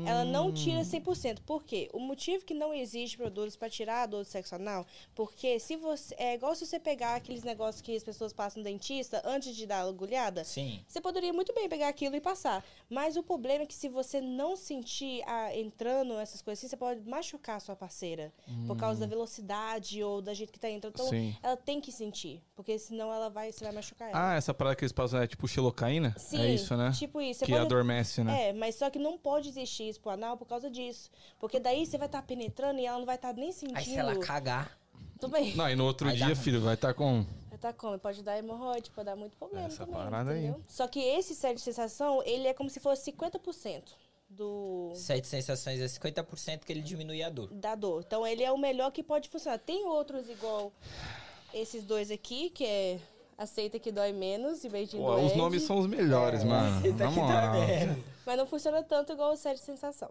[SPEAKER 5] Ela não tira 100%. Por quê? O motivo que não existe produtos para tirar a dor do sexo anal, porque se você é igual se você pegar aqueles negócios que as pessoas passam no dentista antes de dar a agulhada,
[SPEAKER 2] Sim.
[SPEAKER 5] você poderia muito bem pegar aquilo e passar. Mas o problema é que se você não sentir a, entrando essas coisas assim, você pode machucar a sua parceira. Por causa da velocidade ou da jeito que tá entrando. Então,
[SPEAKER 3] Sim.
[SPEAKER 5] ela tem que sentir. Porque senão ela vai, você vai machucar ela.
[SPEAKER 3] Ah, essa parada que eles passam é tipo xilocaína?
[SPEAKER 5] Sim,
[SPEAKER 3] é isso, né?
[SPEAKER 5] Tipo isso. Você
[SPEAKER 3] que
[SPEAKER 5] pode...
[SPEAKER 3] adormece, né?
[SPEAKER 5] É, mas só que não pode existir isso pro anal por causa disso. Porque daí você vai estar penetrando e ela não vai estar nem sentindo.
[SPEAKER 2] Aí se ela cagar.
[SPEAKER 5] Tudo bem.
[SPEAKER 3] Não, e no outro
[SPEAKER 2] Aí dá
[SPEAKER 3] dia,
[SPEAKER 2] ruim.
[SPEAKER 3] filho, vai estar com.
[SPEAKER 5] Vai tá como? Pode dar hemorroide, pode dar muito problema
[SPEAKER 3] Essa
[SPEAKER 5] também,
[SPEAKER 3] parada aí.
[SPEAKER 5] entendeu? Só que esse sério de sensação, ele é como se fosse 50% do...
[SPEAKER 2] Sete sensações é 50% que ele diminui a dor.
[SPEAKER 5] da dor. Então ele é o melhor que pode funcionar. Tem outros igual esses dois aqui, que é aceita que dói menos e beijinho
[SPEAKER 6] Pô,
[SPEAKER 5] do
[SPEAKER 6] os
[SPEAKER 5] Ed,
[SPEAKER 6] nomes são os melhores, mano. Na moral.
[SPEAKER 5] Mas não funciona tanto igual o Sede Sensação.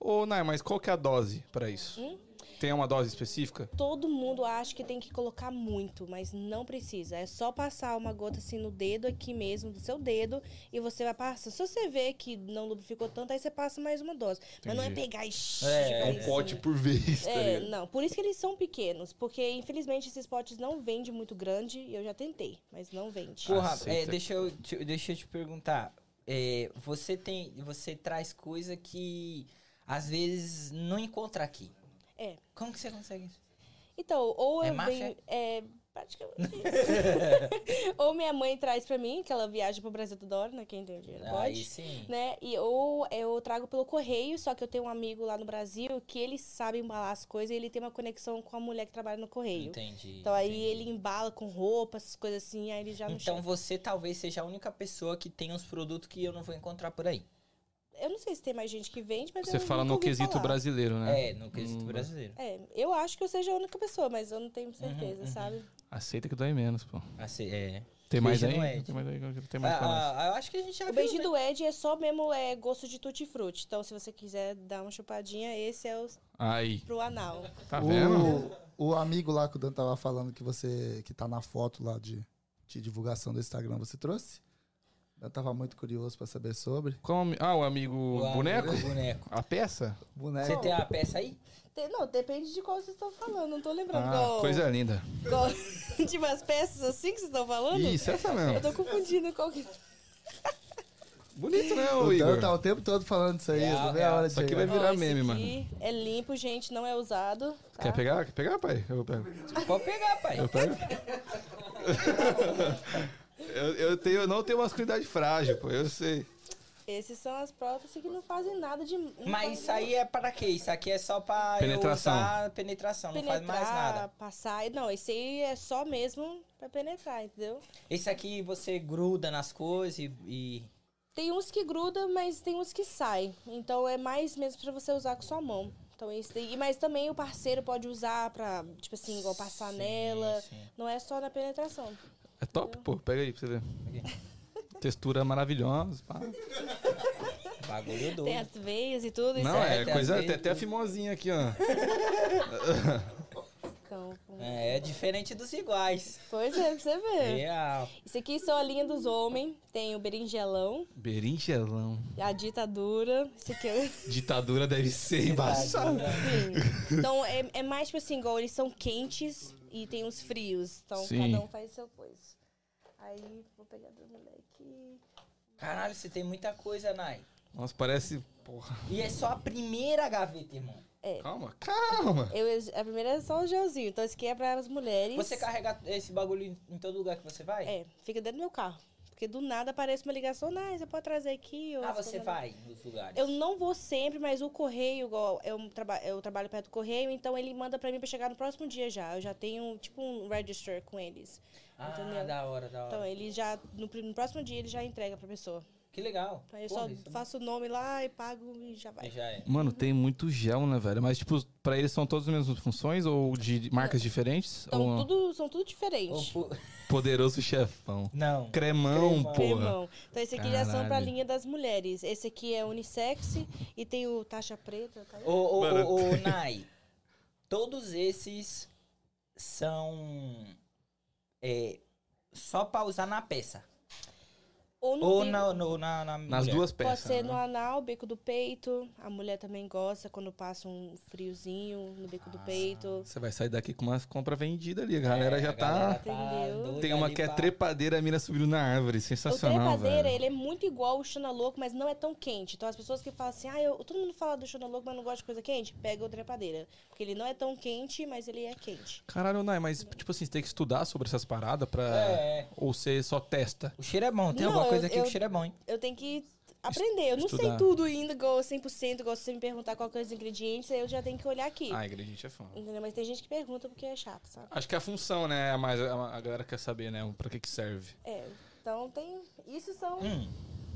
[SPEAKER 6] Ô, Nai, mas qual que é a dose pra isso? Tem uma dose específica?
[SPEAKER 5] Todo mundo acha que tem que colocar muito, mas não precisa. É só passar uma gota assim no dedo aqui mesmo, do seu dedo, e você vai passar. Se você vê que não lubrificou tanto, aí você passa mais uma dose. Mas não é
[SPEAKER 6] Entendi.
[SPEAKER 5] pegar e... assim.
[SPEAKER 2] É,
[SPEAKER 6] É um pote por vez, tá
[SPEAKER 5] É,
[SPEAKER 6] ligado?
[SPEAKER 5] não, por isso que eles são pequenos, porque infelizmente esses potes não vendem muito grande, e eu já tentei, mas não vende.
[SPEAKER 2] Porra,
[SPEAKER 6] Aceita.
[SPEAKER 2] é, deixa, eu te, deixa eu te perguntar. É, você tem. Você traz coisa que às vezes não encontra aqui.
[SPEAKER 5] É.
[SPEAKER 2] Como que você consegue isso?
[SPEAKER 5] Então, ou
[SPEAKER 2] É
[SPEAKER 5] eu
[SPEAKER 2] macho,
[SPEAKER 5] venho. É, praticamente. ou minha mãe traz pra mim, que ela viaja pro Brasil toda hora, né? Quem tem dinheiro
[SPEAKER 2] Aí
[SPEAKER 5] pode.
[SPEAKER 2] sim.
[SPEAKER 5] Né? E, ou eu trago pelo correio, só que eu tenho um amigo lá no Brasil que ele sabe embalar as coisas e ele tem uma conexão com a mulher que trabalha no correio.
[SPEAKER 2] Entendi.
[SPEAKER 5] Então aí
[SPEAKER 2] entendi.
[SPEAKER 5] ele embala com roupa, essas coisas assim, aí ele já não
[SPEAKER 2] Então
[SPEAKER 5] chega.
[SPEAKER 2] você talvez seja a única pessoa que tem uns produtos que eu não vou encontrar por aí.
[SPEAKER 5] Eu não sei se tem mais gente que vende, mas
[SPEAKER 3] Você
[SPEAKER 5] eu
[SPEAKER 3] fala
[SPEAKER 5] nunca
[SPEAKER 3] no
[SPEAKER 5] ouvi
[SPEAKER 3] quesito
[SPEAKER 5] falar.
[SPEAKER 3] brasileiro, né?
[SPEAKER 2] É, no quesito
[SPEAKER 3] Hum.
[SPEAKER 2] brasileiro.
[SPEAKER 5] É, eu acho que eu seja a única pessoa, mas eu não tenho certeza,
[SPEAKER 2] uhum.
[SPEAKER 5] sabe?
[SPEAKER 3] Aceita que dói menos, pô.
[SPEAKER 2] Assim, é.
[SPEAKER 3] Tem mais
[SPEAKER 2] Beijo
[SPEAKER 3] aí?
[SPEAKER 2] no Ed.
[SPEAKER 3] Tem mais aí? Tem mais pra nós.
[SPEAKER 2] Ah, ah, eu acho que a gente já
[SPEAKER 5] O
[SPEAKER 2] viu,
[SPEAKER 5] beijinho
[SPEAKER 2] né?
[SPEAKER 5] do Ed é só mesmo é, gosto de tutti-frutti. Então, se você quiser dar uma chupadinha, esse é o,
[SPEAKER 3] Aí,
[SPEAKER 5] pro anal.
[SPEAKER 3] tá vendo?
[SPEAKER 4] O, o amigo lá que o Dan tava falando que você que tá na foto lá de, de divulgação do Instagram, você trouxe? Eu tava muito curioso pra saber sobre.
[SPEAKER 3] Qual o ami- ah, o amigo
[SPEAKER 2] O
[SPEAKER 3] boneco? É.
[SPEAKER 2] amigo boneco.
[SPEAKER 3] A peça?
[SPEAKER 4] Boneco.
[SPEAKER 2] Você tem a peça aí?
[SPEAKER 5] Tem- não, depende de qual vocês estão falando. Não tô lembrando.
[SPEAKER 3] Ah,
[SPEAKER 5] qual,
[SPEAKER 3] coisa linda.
[SPEAKER 5] qual- de umas peças assim que vocês estão falando?
[SPEAKER 3] Isso, essa
[SPEAKER 5] Eu
[SPEAKER 3] mesmo.
[SPEAKER 5] tô confundindo qual que... é.
[SPEAKER 6] Bonito, né,
[SPEAKER 4] O
[SPEAKER 6] ô
[SPEAKER 4] Dan
[SPEAKER 6] Igor?
[SPEAKER 4] tá o tempo todo falando isso aí,
[SPEAKER 2] Real,
[SPEAKER 4] não vê a
[SPEAKER 2] real.
[SPEAKER 4] hora de
[SPEAKER 3] Isso aqui
[SPEAKER 4] chegar.
[SPEAKER 3] vai virar
[SPEAKER 5] Ó, esse
[SPEAKER 3] meme, mano.
[SPEAKER 5] aqui É limpo, gente. Não é usado. tá?
[SPEAKER 3] Quer pegar? Quer pegar, pai? Eu pego.
[SPEAKER 2] Pode pegar, pai.
[SPEAKER 3] Eu pego.
[SPEAKER 6] Eu, eu tenho, eu não tenho masculinidade frágil, pô, eu sei.
[SPEAKER 5] Esses são as próteses que não fazem nada de... não fazem
[SPEAKER 2] Mas isso aí é para quê? Isso aqui é só pra
[SPEAKER 3] Penetração.
[SPEAKER 2] eu usar penetração, não faz mais nada.
[SPEAKER 5] passar. Não, esse aí é só mesmo pra penetrar, entendeu?
[SPEAKER 2] Esse aqui você gruda nas coisas e. e-
[SPEAKER 5] Tem uns que grudam, mas tem uns que saem. Então é mais mesmo pra você usar com sua mão. Então esse daí, mas também o parceiro pode usar pra, tipo assim, igual passar
[SPEAKER 2] Sim,
[SPEAKER 5] nela.
[SPEAKER 2] sim.
[SPEAKER 5] Não é só na penetração.
[SPEAKER 3] É top, pô. Pega aí pra você ver. Textura maravilhosa. pá.
[SPEAKER 2] Bagulho doido.
[SPEAKER 5] Tem as veias e tudo, isso
[SPEAKER 3] Não,
[SPEAKER 5] é.
[SPEAKER 3] é
[SPEAKER 2] até
[SPEAKER 3] coisa.
[SPEAKER 2] às vezes-
[SPEAKER 3] Tem até a fimosinha aqui, ó.
[SPEAKER 5] campo.
[SPEAKER 2] É, é diferente dos iguais.
[SPEAKER 5] Pois é, pra você ver.
[SPEAKER 2] Real.
[SPEAKER 5] Isso aqui são a linha dos homens. Tem o berinjelão,
[SPEAKER 3] Berinjelão.
[SPEAKER 5] a ditadura. Isso aqui é.
[SPEAKER 3] Ditadura deve ser embaçada.
[SPEAKER 5] Sim. Então é, é mais tipo assim, igual eles são quentes e tem uns frios. Então
[SPEAKER 3] Sim.
[SPEAKER 5] cada um faz seu coisa. Aí vou pegar do moleque aqui.
[SPEAKER 2] Caralho, você tem muita coisa, Nai.
[SPEAKER 3] Nossa, parece. Porra.
[SPEAKER 2] E é só a primeira gaveta, irmão.
[SPEAKER 3] Calma, calma.
[SPEAKER 5] Eu, a primeira é só o gelzinho, então esse aqui é para as mulheres.
[SPEAKER 2] Você carrega esse bagulho em- em todo lugar que você vai?
[SPEAKER 5] É, fica dentro do meu carro. Porque do nada aparece uma ligação, ah, você pode trazer aqui. ou
[SPEAKER 2] Ah,
[SPEAKER 5] essa
[SPEAKER 2] você
[SPEAKER 5] coisa lá."
[SPEAKER 2] vai nos lugares.
[SPEAKER 5] Eu não vou sempre, mas o correio, igual eu, traba eu trabalho perto do correio, então ele manda pra mim pra chegar no próximo dia já. Eu já tenho, tipo, um register com eles.
[SPEAKER 2] Ah,
[SPEAKER 5] entendeu?
[SPEAKER 2] da hora, da hora.
[SPEAKER 5] Então ele já, no, pr- no próximo dia, ele já entrega pra pessoa.
[SPEAKER 2] Que legal.
[SPEAKER 5] Então eu
[SPEAKER 2] Porra,
[SPEAKER 5] só
[SPEAKER 2] isso é
[SPEAKER 5] faço o nome lá e pago e já
[SPEAKER 2] bom.
[SPEAKER 5] vai.
[SPEAKER 2] Já é.
[SPEAKER 3] Mano, tem muito gel, né, velho? Mas, tipo, pra eles são todas as mesmas funções ou de marcas diferentes?
[SPEAKER 5] Então,
[SPEAKER 3] ou não?
[SPEAKER 5] tudo, são tudo
[SPEAKER 2] Ô,
[SPEAKER 5] diferente.
[SPEAKER 2] pu-
[SPEAKER 3] Poderoso chefão.
[SPEAKER 2] Não.
[SPEAKER 3] Cremão,
[SPEAKER 2] Cremão.
[SPEAKER 3] porra.
[SPEAKER 5] Irmão. Então esse aqui já são pra
[SPEAKER 3] Caralho.
[SPEAKER 5] linha das mulheres. Esse aqui é unissex e tem o taxa preta, tá?
[SPEAKER 2] Ô, ô, ô, ô, Nai. Todos esses são. É, só pra usar na peça.
[SPEAKER 5] Ou no
[SPEAKER 2] Ou
[SPEAKER 5] bico.
[SPEAKER 2] na, no- na, na
[SPEAKER 3] Nas
[SPEAKER 2] mulher.
[SPEAKER 3] duas
[SPEAKER 5] Pode
[SPEAKER 3] peças.
[SPEAKER 5] ser no
[SPEAKER 3] né?
[SPEAKER 5] anal, bico do peito. A mulher também gosta quando passa um friozinho no bico do peito.
[SPEAKER 3] Você vai sair daqui com uma compra vendida ali. A galera
[SPEAKER 2] É,
[SPEAKER 3] já
[SPEAKER 2] a
[SPEAKER 3] tá.
[SPEAKER 2] galera
[SPEAKER 5] Entendeu?
[SPEAKER 2] doida
[SPEAKER 3] Tem uma
[SPEAKER 2] ali
[SPEAKER 3] que é
[SPEAKER 2] pra-
[SPEAKER 3] trepadeira, a mina subindo na árvore.
[SPEAKER 5] tá O
[SPEAKER 3] Sensacional,
[SPEAKER 5] trepadeira,
[SPEAKER 3] velho.
[SPEAKER 5] ele é muito igual o Xana Louco, mas não é tão quente. Então as pessoas que falam assim, ah, eu, todo mundo fala do Xana Louco, mas não gosta de coisa quente, pega o trepadeira. Porque ele não é tão quente, mas ele é quente.
[SPEAKER 3] Caralho, Nai, mas, tipo assim, você tem que estudar sobre essas paradas pra.
[SPEAKER 2] É. é.
[SPEAKER 3] Ou você só testa?
[SPEAKER 2] O cheiro é bom. Tem
[SPEAKER 5] Não,
[SPEAKER 2] alguma coisa
[SPEAKER 5] eu-
[SPEAKER 2] aqui que
[SPEAKER 5] eu-
[SPEAKER 2] o cheiro é bom, hein?
[SPEAKER 5] Eu tenho que aprender. Eu não
[SPEAKER 3] Estudar.
[SPEAKER 5] sei tudo ainda, igual 100%, igual se você me perguntar qual que é os ingredientes, aí eu já tenho que olhar aqui.
[SPEAKER 3] Ah, ingrediente é fã.
[SPEAKER 5] Entendeu? Mas tem gente que pergunta porque é chato, sabe?
[SPEAKER 3] Acho que a função, né? é mais a, a galera quer saber, né? Pra que que serve.
[SPEAKER 5] É, então tem... Isso são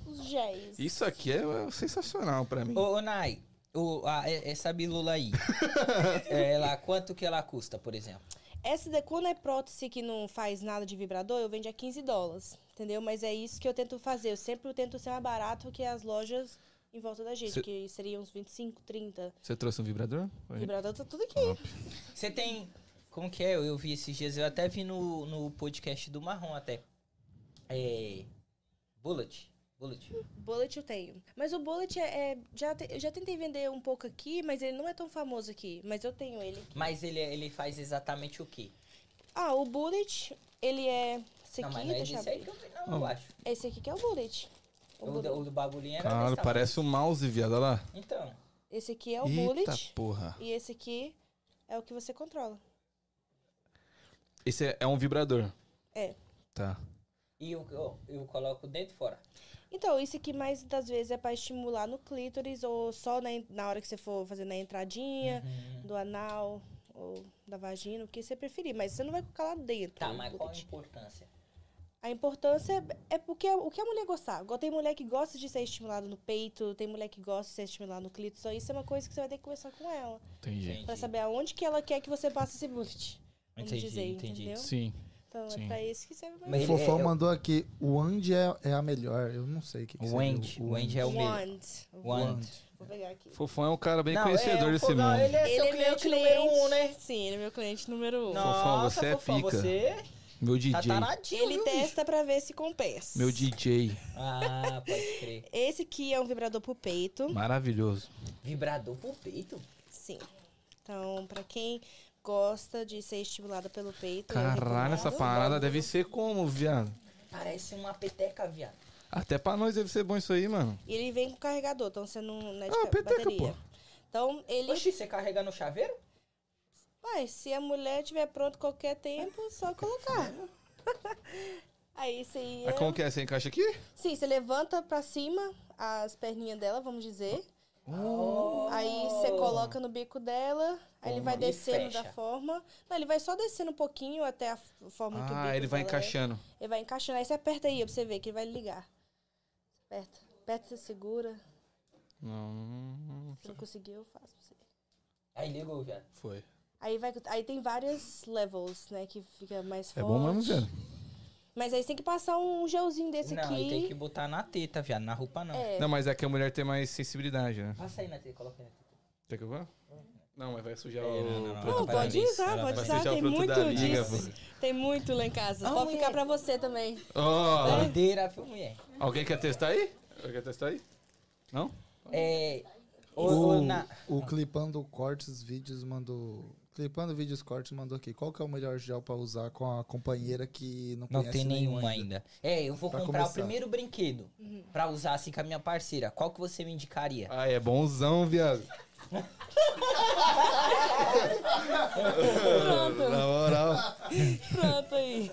[SPEAKER 5] os géis.
[SPEAKER 3] Hum. Isso aqui é, é sensacional pra mim.
[SPEAKER 2] Ô, ô Nai. O, a- e- essa bilula aí. é, ela, quanto que ela custa, por exemplo?
[SPEAKER 5] Essa da, quando é prótese que não faz nada de vibrador, eu vendo a 15 dólares, entendeu? Mas é isso que eu tento fazer. Eu sempre tento ser mais barato que as lojas em volta da gente,
[SPEAKER 3] Cê-
[SPEAKER 5] que seriam uns 25, 30.
[SPEAKER 3] Você trouxe um vibrador? Oi.
[SPEAKER 5] Vibrador tá tudo aqui.
[SPEAKER 2] Você tem. Como que é? Eu, eu vi esses dias, eu até vi no, no podcast do Marrom até. É. Bullet. Bullet.
[SPEAKER 5] Bullet eu tenho. Mas o Bullet é. é- já te- eu já tentei vender um pouco aqui, mas ele não é tão famoso aqui. Mas eu tenho ele.
[SPEAKER 2] Mas ele, ele faz exatamente o quê?
[SPEAKER 5] Ah, o Bullet, ele é. Esse
[SPEAKER 2] não,
[SPEAKER 5] aqui,
[SPEAKER 2] mas não é
[SPEAKER 5] deixa eu
[SPEAKER 2] disso aí
[SPEAKER 5] abrir.
[SPEAKER 2] que eu vi, não, eu acho.
[SPEAKER 5] Esse aqui que é o Bullet. O
[SPEAKER 2] O,
[SPEAKER 5] Bullet.
[SPEAKER 2] do- o do bagulhinho era
[SPEAKER 6] Caralho,
[SPEAKER 2] desse
[SPEAKER 6] parece um mouse, viado. Olha lá.
[SPEAKER 2] tamanho. Então.
[SPEAKER 5] Esse aqui é o
[SPEAKER 6] Eita
[SPEAKER 5] Bullet.
[SPEAKER 6] porra.
[SPEAKER 5] E esse aqui é o que você controla.
[SPEAKER 6] Esse é, é um vibrador.
[SPEAKER 5] É.
[SPEAKER 6] Tá.
[SPEAKER 2] E eu, eu, eu coloco dentro e fora.
[SPEAKER 5] Então, isso aqui mais das vezes é pra estimular no clítoris ou só na, en- na hora que você for fazer na entradinha,
[SPEAKER 2] Uhum.
[SPEAKER 5] do anal ou da vagina, o que você preferir. Mas você não vai colocar lá dentro.
[SPEAKER 2] Tá,
[SPEAKER 5] o
[SPEAKER 2] mas qual a
[SPEAKER 5] bullet.
[SPEAKER 2] importância?
[SPEAKER 5] A importância é é porque o que a mulher gostar. Igual Tem mulher que gosta de ser estimulada no peito, tem mulher que gosta de ser estimulada no clítoris. Só isso é uma coisa que você vai ter que conversar com ela.
[SPEAKER 3] Entendi.
[SPEAKER 5] Pra saber aonde que ela quer que você passe esse bullet. Vamos
[SPEAKER 2] Entendi,
[SPEAKER 5] dizer,
[SPEAKER 2] entendi.
[SPEAKER 5] entendeu?
[SPEAKER 3] Sim.
[SPEAKER 5] Então é
[SPEAKER 3] Sim.
[SPEAKER 5] pra isso que serve mais.
[SPEAKER 2] Mas
[SPEAKER 4] o
[SPEAKER 2] ele-
[SPEAKER 4] Fofão
[SPEAKER 2] é-
[SPEAKER 4] mandou aqui, o Andy é, é a melhor. Eu não sei o que, que
[SPEAKER 2] O
[SPEAKER 4] seria
[SPEAKER 2] Andy. O Andy é o melhor.
[SPEAKER 5] Wand.
[SPEAKER 2] Wand.
[SPEAKER 5] Vou pegar aqui.
[SPEAKER 3] Fofão é um cara bem
[SPEAKER 2] Não,
[SPEAKER 3] conhecedor
[SPEAKER 2] é, o
[SPEAKER 3] desse
[SPEAKER 2] Fogão,
[SPEAKER 3] mundo.
[SPEAKER 2] Ele é seu
[SPEAKER 5] Ele é meu
[SPEAKER 2] cliente, número um, né?
[SPEAKER 5] cliente. Sim, ele é meu cliente número um.
[SPEAKER 2] Nossa,
[SPEAKER 3] você é
[SPEAKER 2] Fofão,
[SPEAKER 3] pica.
[SPEAKER 2] Você
[SPEAKER 3] Meu DJ.
[SPEAKER 2] tá taradinho,
[SPEAKER 5] Ele
[SPEAKER 2] viu, bicho?
[SPEAKER 5] testa pra ver se compensa.
[SPEAKER 3] Meu DJ.
[SPEAKER 2] Ah, pode crer.
[SPEAKER 5] Esse aqui é um vibrador pro peito.
[SPEAKER 3] Maravilhoso.
[SPEAKER 2] Vibrador pro peito?
[SPEAKER 5] Sim. Então, pra quem gosta de ser estimulada pelo
[SPEAKER 2] é
[SPEAKER 5] peito, é eu
[SPEAKER 3] Caralho, essa
[SPEAKER 5] recomendo.
[SPEAKER 3] parada deve ser como, viado?
[SPEAKER 2] Parece uma peteca, viado.
[SPEAKER 3] Até pra nós deve ser bom isso aí, mano.
[SPEAKER 5] E ele vem com carregador, então você não. não é de
[SPEAKER 3] Ah,
[SPEAKER 5] ca-
[SPEAKER 3] peteca,
[SPEAKER 5] bateria.
[SPEAKER 3] pô.
[SPEAKER 5] Então, ele.
[SPEAKER 2] Oxi, você carrega no chaveiro?
[SPEAKER 5] Vai, se a mulher tiver pronto qualquer tempo, só colocar. Aí você ia.
[SPEAKER 3] Mas como que é? Você encaixa aqui?
[SPEAKER 5] Sim, você levanta pra cima as perninhas dela, vamos dizer.
[SPEAKER 3] Oh.
[SPEAKER 5] Aí você coloca no bico dela, aí ele vai
[SPEAKER 2] E
[SPEAKER 5] descendo da
[SPEAKER 2] fecha.
[SPEAKER 5] forma. Não, ele vai só descendo um pouquinho até a f-
[SPEAKER 2] Tá
[SPEAKER 5] forma que o bico
[SPEAKER 3] Ah, ele vai
[SPEAKER 5] dela é.
[SPEAKER 3] encaixando.
[SPEAKER 5] Ele vai encaixando. Aí você aperta aí pra você ver que ele vai ligar. Aperta. Aperta, você segura.
[SPEAKER 3] Não,
[SPEAKER 5] Se não conseguir, eu faço pra você.
[SPEAKER 2] Aí ligou, viado.
[SPEAKER 3] foi.
[SPEAKER 5] Aí, vai, aí tem várias levels, né? Que fica mais
[SPEAKER 3] É
[SPEAKER 5] forte.
[SPEAKER 3] bom mesmo, viado.
[SPEAKER 5] Mas aí você tem que passar um gelzinho desse
[SPEAKER 2] não,
[SPEAKER 5] aqui.
[SPEAKER 2] e tem que botar na teta, viado. Na roupa não.
[SPEAKER 5] É.
[SPEAKER 3] Não, mas é que a mulher tem mais sensibilidade, né?
[SPEAKER 2] Passa aí na teta, coloca aí na teta.
[SPEAKER 3] Quer que eu vá? Não, mas vai sujar
[SPEAKER 2] É, não, não,
[SPEAKER 3] o...
[SPEAKER 2] não.
[SPEAKER 5] Não, pode
[SPEAKER 2] Parabéns.
[SPEAKER 5] usar,
[SPEAKER 2] Parabéns.
[SPEAKER 5] pode
[SPEAKER 3] Vai
[SPEAKER 5] usar.
[SPEAKER 3] sujar o
[SPEAKER 5] Tem
[SPEAKER 3] produto
[SPEAKER 5] muito
[SPEAKER 3] da liga,
[SPEAKER 5] disso. Tem muito lá em casa.
[SPEAKER 2] Ah,
[SPEAKER 5] pode ficar
[SPEAKER 2] mulher.
[SPEAKER 5] pra você também.
[SPEAKER 3] Ó,
[SPEAKER 2] Doideira, viu, mulher?
[SPEAKER 3] alguém quer testar aí? Alguém Quer testar aí? Não?
[SPEAKER 2] É.
[SPEAKER 4] O,
[SPEAKER 2] Ô, ô, na...
[SPEAKER 4] o Clipando Cortes Vídeos mandou... Clipando Vídeos Cortes mandou aqui. Qual que é o melhor gel pra usar com a companheira que não,
[SPEAKER 2] Não
[SPEAKER 4] conhece
[SPEAKER 2] tem
[SPEAKER 4] nenhum
[SPEAKER 2] nenhuma ainda. É, eu vou
[SPEAKER 4] Pra
[SPEAKER 2] comprar o
[SPEAKER 4] começar.
[SPEAKER 2] primeiro brinquedo pra usar assim com a minha parceira. Qual que você me indicaria?
[SPEAKER 3] Ah, é bonzão, viado.
[SPEAKER 5] Pronto,
[SPEAKER 3] Na moral.
[SPEAKER 5] pronto aí.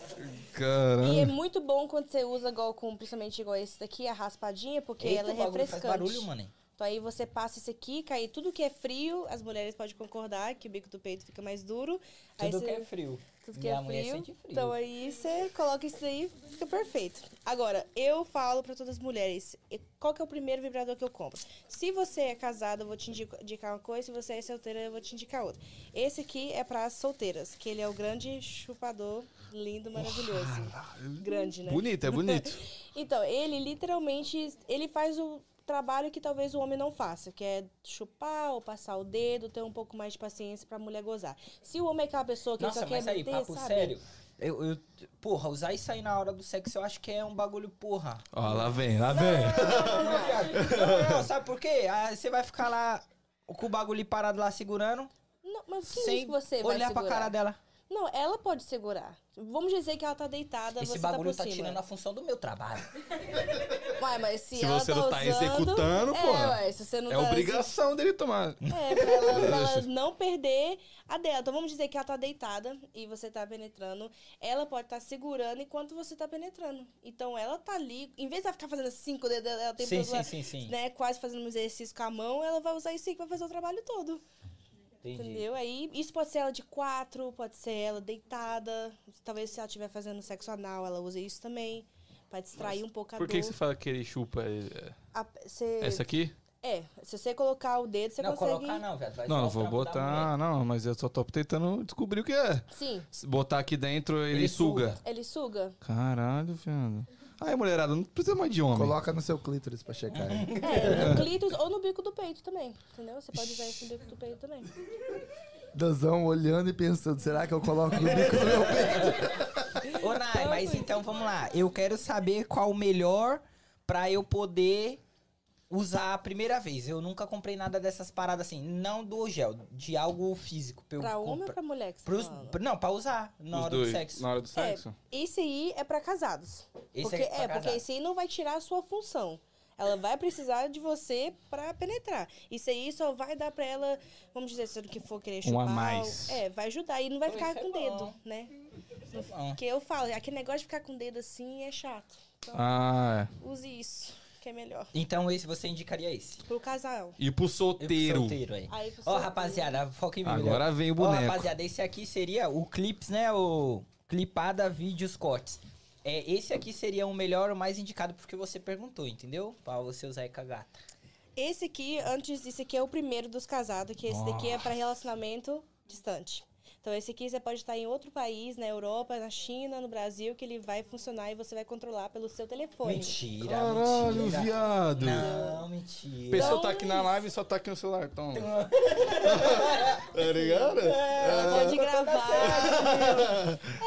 [SPEAKER 3] Caramba.
[SPEAKER 5] E é muito bom quando você usa igual com, principalmente igual esse daqui, a raspadinha, porque
[SPEAKER 2] Eita,
[SPEAKER 5] ela é
[SPEAKER 2] o bagulho
[SPEAKER 5] refrescante.
[SPEAKER 2] Faz barulho, mano.
[SPEAKER 5] Então aí você passa isso aqui, cai tudo que é frio, as mulheres podem concordar que o bico do peito fica mais duro. aí
[SPEAKER 2] Tudo
[SPEAKER 5] você-
[SPEAKER 2] que é frio.
[SPEAKER 5] tudo que
[SPEAKER 2] Minha
[SPEAKER 5] é
[SPEAKER 2] mulher
[SPEAKER 5] frio.
[SPEAKER 2] sente frio.
[SPEAKER 5] Então aí você coloca isso daí, fica perfeito. Agora, eu falo pra todas as mulheres, e qual que é o primeiro vibrador que eu compro? Se você é casado, eu vou te indico- indicar uma coisa, se você é solteira, eu vou te indicar outra. Esse aqui é para solteiras, que ele é o grande chupador, lindo, maravilhoso. Grande, né?
[SPEAKER 3] Bonito, é bonito.
[SPEAKER 5] Então, ele literalmente, ele faz o trabalho que talvez o homem não faça, que é chupar ou passar o dedo, ter um pouco mais de paciência pra mulher gozar. Se o homem é aquela pessoa que
[SPEAKER 2] Nossa,
[SPEAKER 5] só quer
[SPEAKER 2] mas aí,
[SPEAKER 5] meter,
[SPEAKER 2] papo
[SPEAKER 5] sabe?
[SPEAKER 2] sério. Eu, eu- porra, usar isso aí na hora do sexo eu acho que é um bagulho, porra.
[SPEAKER 3] Ó, lá vem, lá vem.
[SPEAKER 2] Não, não, sabe por quê? Ah, Você vai ficar lá com o bagulho parado lá segurando,
[SPEAKER 5] Não, mas quem disse
[SPEAKER 2] sem
[SPEAKER 5] que você vai
[SPEAKER 2] olhar pra
[SPEAKER 5] segurar?
[SPEAKER 2] cara dela.
[SPEAKER 5] Não, ela pode segurar. Vamos dizer que ela tá deitada,
[SPEAKER 2] Esse
[SPEAKER 5] você
[SPEAKER 2] bagulho
[SPEAKER 5] tá
[SPEAKER 2] tá,
[SPEAKER 5] por cima.
[SPEAKER 2] tirando a função do meu trabalho.
[SPEAKER 5] Uai, mas se,
[SPEAKER 3] Se
[SPEAKER 5] ela
[SPEAKER 3] você
[SPEAKER 5] tá
[SPEAKER 3] não tá
[SPEAKER 5] usando...
[SPEAKER 3] executando,
[SPEAKER 5] é,
[SPEAKER 3] porra.
[SPEAKER 5] Ué, se você não
[SPEAKER 3] É
[SPEAKER 5] tá
[SPEAKER 3] obrigação dele tomar.
[SPEAKER 5] É, pra ela, pra ela não perder a dela. Então vamos dizer que ela tá deitada e você tá penetrando. Ela pode estar segurando enquanto você tá penetrando. Então ela tá ali. Em vez de ela ficar fazendo assim com o dedo dela, ela tem
[SPEAKER 2] Sim,
[SPEAKER 5] problema,
[SPEAKER 2] sim, sim, sim.
[SPEAKER 5] né? Quase fazendo um exercício com a mão, ela vai usar isso aí que vai fazer o trabalho todo.
[SPEAKER 2] Entendi.
[SPEAKER 5] Entendeu? Aí isso pode ser ela de quatro, pode ser ela deitada. Talvez se ela estiver fazendo sexo anal, ela use isso também. Pra distrair um pouco a
[SPEAKER 3] Por que, que
[SPEAKER 5] dor.
[SPEAKER 3] você fala que ele chupa eh,
[SPEAKER 5] A- cê-
[SPEAKER 3] essa aqui?
[SPEAKER 5] É, se você colocar o dedo, você
[SPEAKER 2] não,
[SPEAKER 5] consegue.
[SPEAKER 2] colocar não, velho. Vai
[SPEAKER 3] Não,
[SPEAKER 2] só
[SPEAKER 3] não
[SPEAKER 2] o
[SPEAKER 3] vou
[SPEAKER 2] trampo da mulher.
[SPEAKER 3] botar, não, mas eu só tô tentando descobrir o que é.
[SPEAKER 5] Sim,
[SPEAKER 3] Se botar aqui dentro, ele,
[SPEAKER 2] Ele
[SPEAKER 3] suga.
[SPEAKER 5] ele suga.
[SPEAKER 3] Caralho, Fernando. Aí, mulherada, não precisa mais de homem.
[SPEAKER 4] Coloca no seu clítoris pra checar. hein?
[SPEAKER 5] É, no clítoris ou no bico do peito também, entendeu? Você pode usar isso no bico do peito também.
[SPEAKER 4] Danzão olhando e pensando, será que eu coloco no bico do meu peito?
[SPEAKER 2] Ô, Nai, mas
[SPEAKER 5] assim,
[SPEAKER 2] então vamos lá. Eu quero saber qual o melhor pra eu poder usar a primeira vez. Eu nunca comprei nada dessas paradas assim. Não do gel, de algo físico. Pra, eu
[SPEAKER 5] Pra homem ou
[SPEAKER 2] comprar-
[SPEAKER 5] pra mulher que você
[SPEAKER 2] Pros-
[SPEAKER 5] fala?
[SPEAKER 2] Não, pra usar na
[SPEAKER 3] Os
[SPEAKER 2] hora
[SPEAKER 3] dois.
[SPEAKER 2] do sexo.
[SPEAKER 3] Na hora do
[SPEAKER 5] É,
[SPEAKER 3] sexo?
[SPEAKER 5] esse aí é pra casados.
[SPEAKER 2] Esse
[SPEAKER 5] porque,
[SPEAKER 2] é pra
[SPEAKER 5] é, porque
[SPEAKER 2] casado.
[SPEAKER 5] esse aí não vai tirar a sua função. Ela vai precisar de você pra penetrar. Isso aí só vai dar pra ela, vamos dizer, se o que for querer
[SPEAKER 3] Um
[SPEAKER 5] chupar.
[SPEAKER 3] a mais.
[SPEAKER 5] É, vai ajudar. E não vai
[SPEAKER 2] Pô,
[SPEAKER 5] ficar
[SPEAKER 2] isso é
[SPEAKER 5] com o
[SPEAKER 2] bom.
[SPEAKER 5] dedo, né?
[SPEAKER 2] bom.
[SPEAKER 5] Porque eu falo, é aquele negócio de ficar com o dedo assim é chato. Então,
[SPEAKER 3] Ah, é.
[SPEAKER 5] use isso, que é melhor.
[SPEAKER 2] Então esse você indicaria esse.
[SPEAKER 5] Pro casal.
[SPEAKER 3] E pro
[SPEAKER 2] Eu
[SPEAKER 3] solteiro.
[SPEAKER 2] solteiro aí.
[SPEAKER 5] Aí, pro
[SPEAKER 2] Ó,
[SPEAKER 5] solteiro.
[SPEAKER 2] rapaziada, foca em mim.
[SPEAKER 3] Agora
[SPEAKER 2] Léo.
[SPEAKER 3] vem o
[SPEAKER 2] Ó,
[SPEAKER 3] boneco.
[SPEAKER 2] rapaziada, esse aqui seria o clips, né? O clipada vídeos cortes. É, esse aqui seria o melhor, o mais indicado porque você perguntou, entendeu? Pra você usar aí com a gata.
[SPEAKER 5] Esse aqui, antes disso aqui, é o primeiro dos casados, que esse daqui é para relacionamento distante. Então, esse aqui você pode estar em outro país, na Europa, na China, no Brasil, que ele vai funcionar e você vai controlar pelo seu telefone.
[SPEAKER 2] Mentira,
[SPEAKER 3] Caralho,
[SPEAKER 2] mentira.
[SPEAKER 3] viado.
[SPEAKER 2] Não,
[SPEAKER 3] A
[SPEAKER 2] mentira.
[SPEAKER 3] pessoa
[SPEAKER 5] Então,
[SPEAKER 3] tá aqui na
[SPEAKER 5] Luiz.
[SPEAKER 3] live e só tá aqui no celular. Toma. tá ligado?
[SPEAKER 5] Ela é, pode gravar.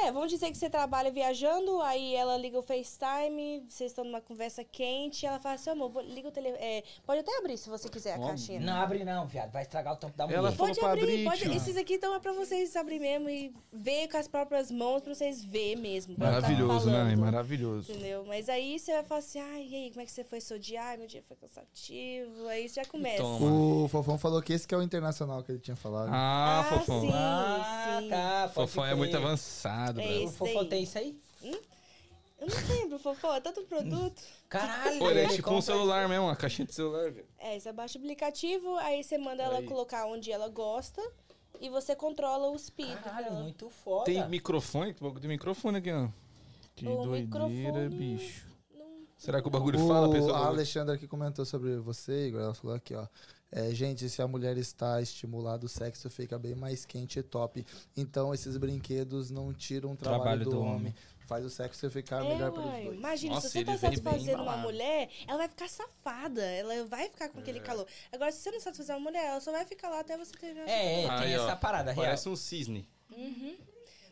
[SPEAKER 5] É, vamos dizer que você trabalha viajando, aí ela liga o FaceTime, vocês estão numa conversa quente, ela fala assim, amor, vou- liga o telefone. pode até abrir se você quiser a caixinha. né?
[SPEAKER 2] Não abre não, viado. Vai estragar o tampo da mulher.
[SPEAKER 3] Ela falou
[SPEAKER 5] Pode
[SPEAKER 3] pra
[SPEAKER 5] abrir,
[SPEAKER 3] abrir,
[SPEAKER 5] pode.
[SPEAKER 3] tio.
[SPEAKER 5] Esses aqui então é pra vocês abrir mesmo e ver com as próprias mãos pra vocês ver mesmo. pra eu tá
[SPEAKER 3] Maravilhoso, né?
[SPEAKER 5] falando,
[SPEAKER 3] Maravilhoso.
[SPEAKER 5] Entendeu? Mas aí você vai falar assim, ai, e aí, como é que você foi seu dia? Ai, meu dia foi cansativo. Aí você já começa.
[SPEAKER 3] Toma.
[SPEAKER 4] O Fofão falou que esse que é o internacional que ele tinha falado.
[SPEAKER 3] Ah, fofão.
[SPEAKER 5] sim,
[SPEAKER 2] Ah,
[SPEAKER 5] sim.
[SPEAKER 2] tá. pode
[SPEAKER 3] Fofão é
[SPEAKER 2] crer.
[SPEAKER 3] muito avançado,
[SPEAKER 5] É
[SPEAKER 3] velho.
[SPEAKER 2] O
[SPEAKER 5] Esse
[SPEAKER 2] Fofão
[SPEAKER 5] daí.
[SPEAKER 2] tem isso aí?
[SPEAKER 5] Eu não lembro, fofó, é tanto produto.
[SPEAKER 2] Caralho.
[SPEAKER 3] Olha, é
[SPEAKER 2] ele
[SPEAKER 3] tipo um
[SPEAKER 2] compra-
[SPEAKER 3] celular mesmo, uma caixinha de celular, velho.
[SPEAKER 5] É, você baixa o aplicativo, aí você manda ela
[SPEAKER 3] Aí.
[SPEAKER 5] colocar onde ela gosta e você controla o speed.
[SPEAKER 2] Caralho,
[SPEAKER 5] dela.
[SPEAKER 2] muito foda.
[SPEAKER 3] Tem microfone? Que bagulho de microfone aqui, ó. Que
[SPEAKER 5] O
[SPEAKER 3] doideira,
[SPEAKER 5] microfone-
[SPEAKER 3] bicho.
[SPEAKER 5] Não-
[SPEAKER 3] Será que o bagulho
[SPEAKER 4] O
[SPEAKER 3] fala, pessoal?
[SPEAKER 4] a Alexandra aqui comentou sobre você, Igor. Ela falou aqui, ó. É, gente, se a mulher está estimulada, o sexo fica bem mais quente e top. Então, esses brinquedos não tiram o trabalho,
[SPEAKER 3] Trabalho
[SPEAKER 4] do,
[SPEAKER 3] do
[SPEAKER 4] homem.
[SPEAKER 3] homem.
[SPEAKER 4] Faz o sexo ficar
[SPEAKER 5] É,
[SPEAKER 4] melhor para os
[SPEAKER 5] uai.
[SPEAKER 4] dois.
[SPEAKER 5] Imagina,
[SPEAKER 3] Nossa,
[SPEAKER 5] se você
[SPEAKER 3] ele
[SPEAKER 5] tá
[SPEAKER 3] veio bem
[SPEAKER 5] satisfazendo uma
[SPEAKER 3] embalado. É.
[SPEAKER 5] mulher, ela vai ficar safada. Ela vai ficar com aquele calor. Agora, se você não satisfazer uma mulher, ela só vai ficar lá até você terminar. de-
[SPEAKER 2] É, é, tem
[SPEAKER 3] Aí, ó.
[SPEAKER 2] essa parada, real.
[SPEAKER 3] Parece um cisne.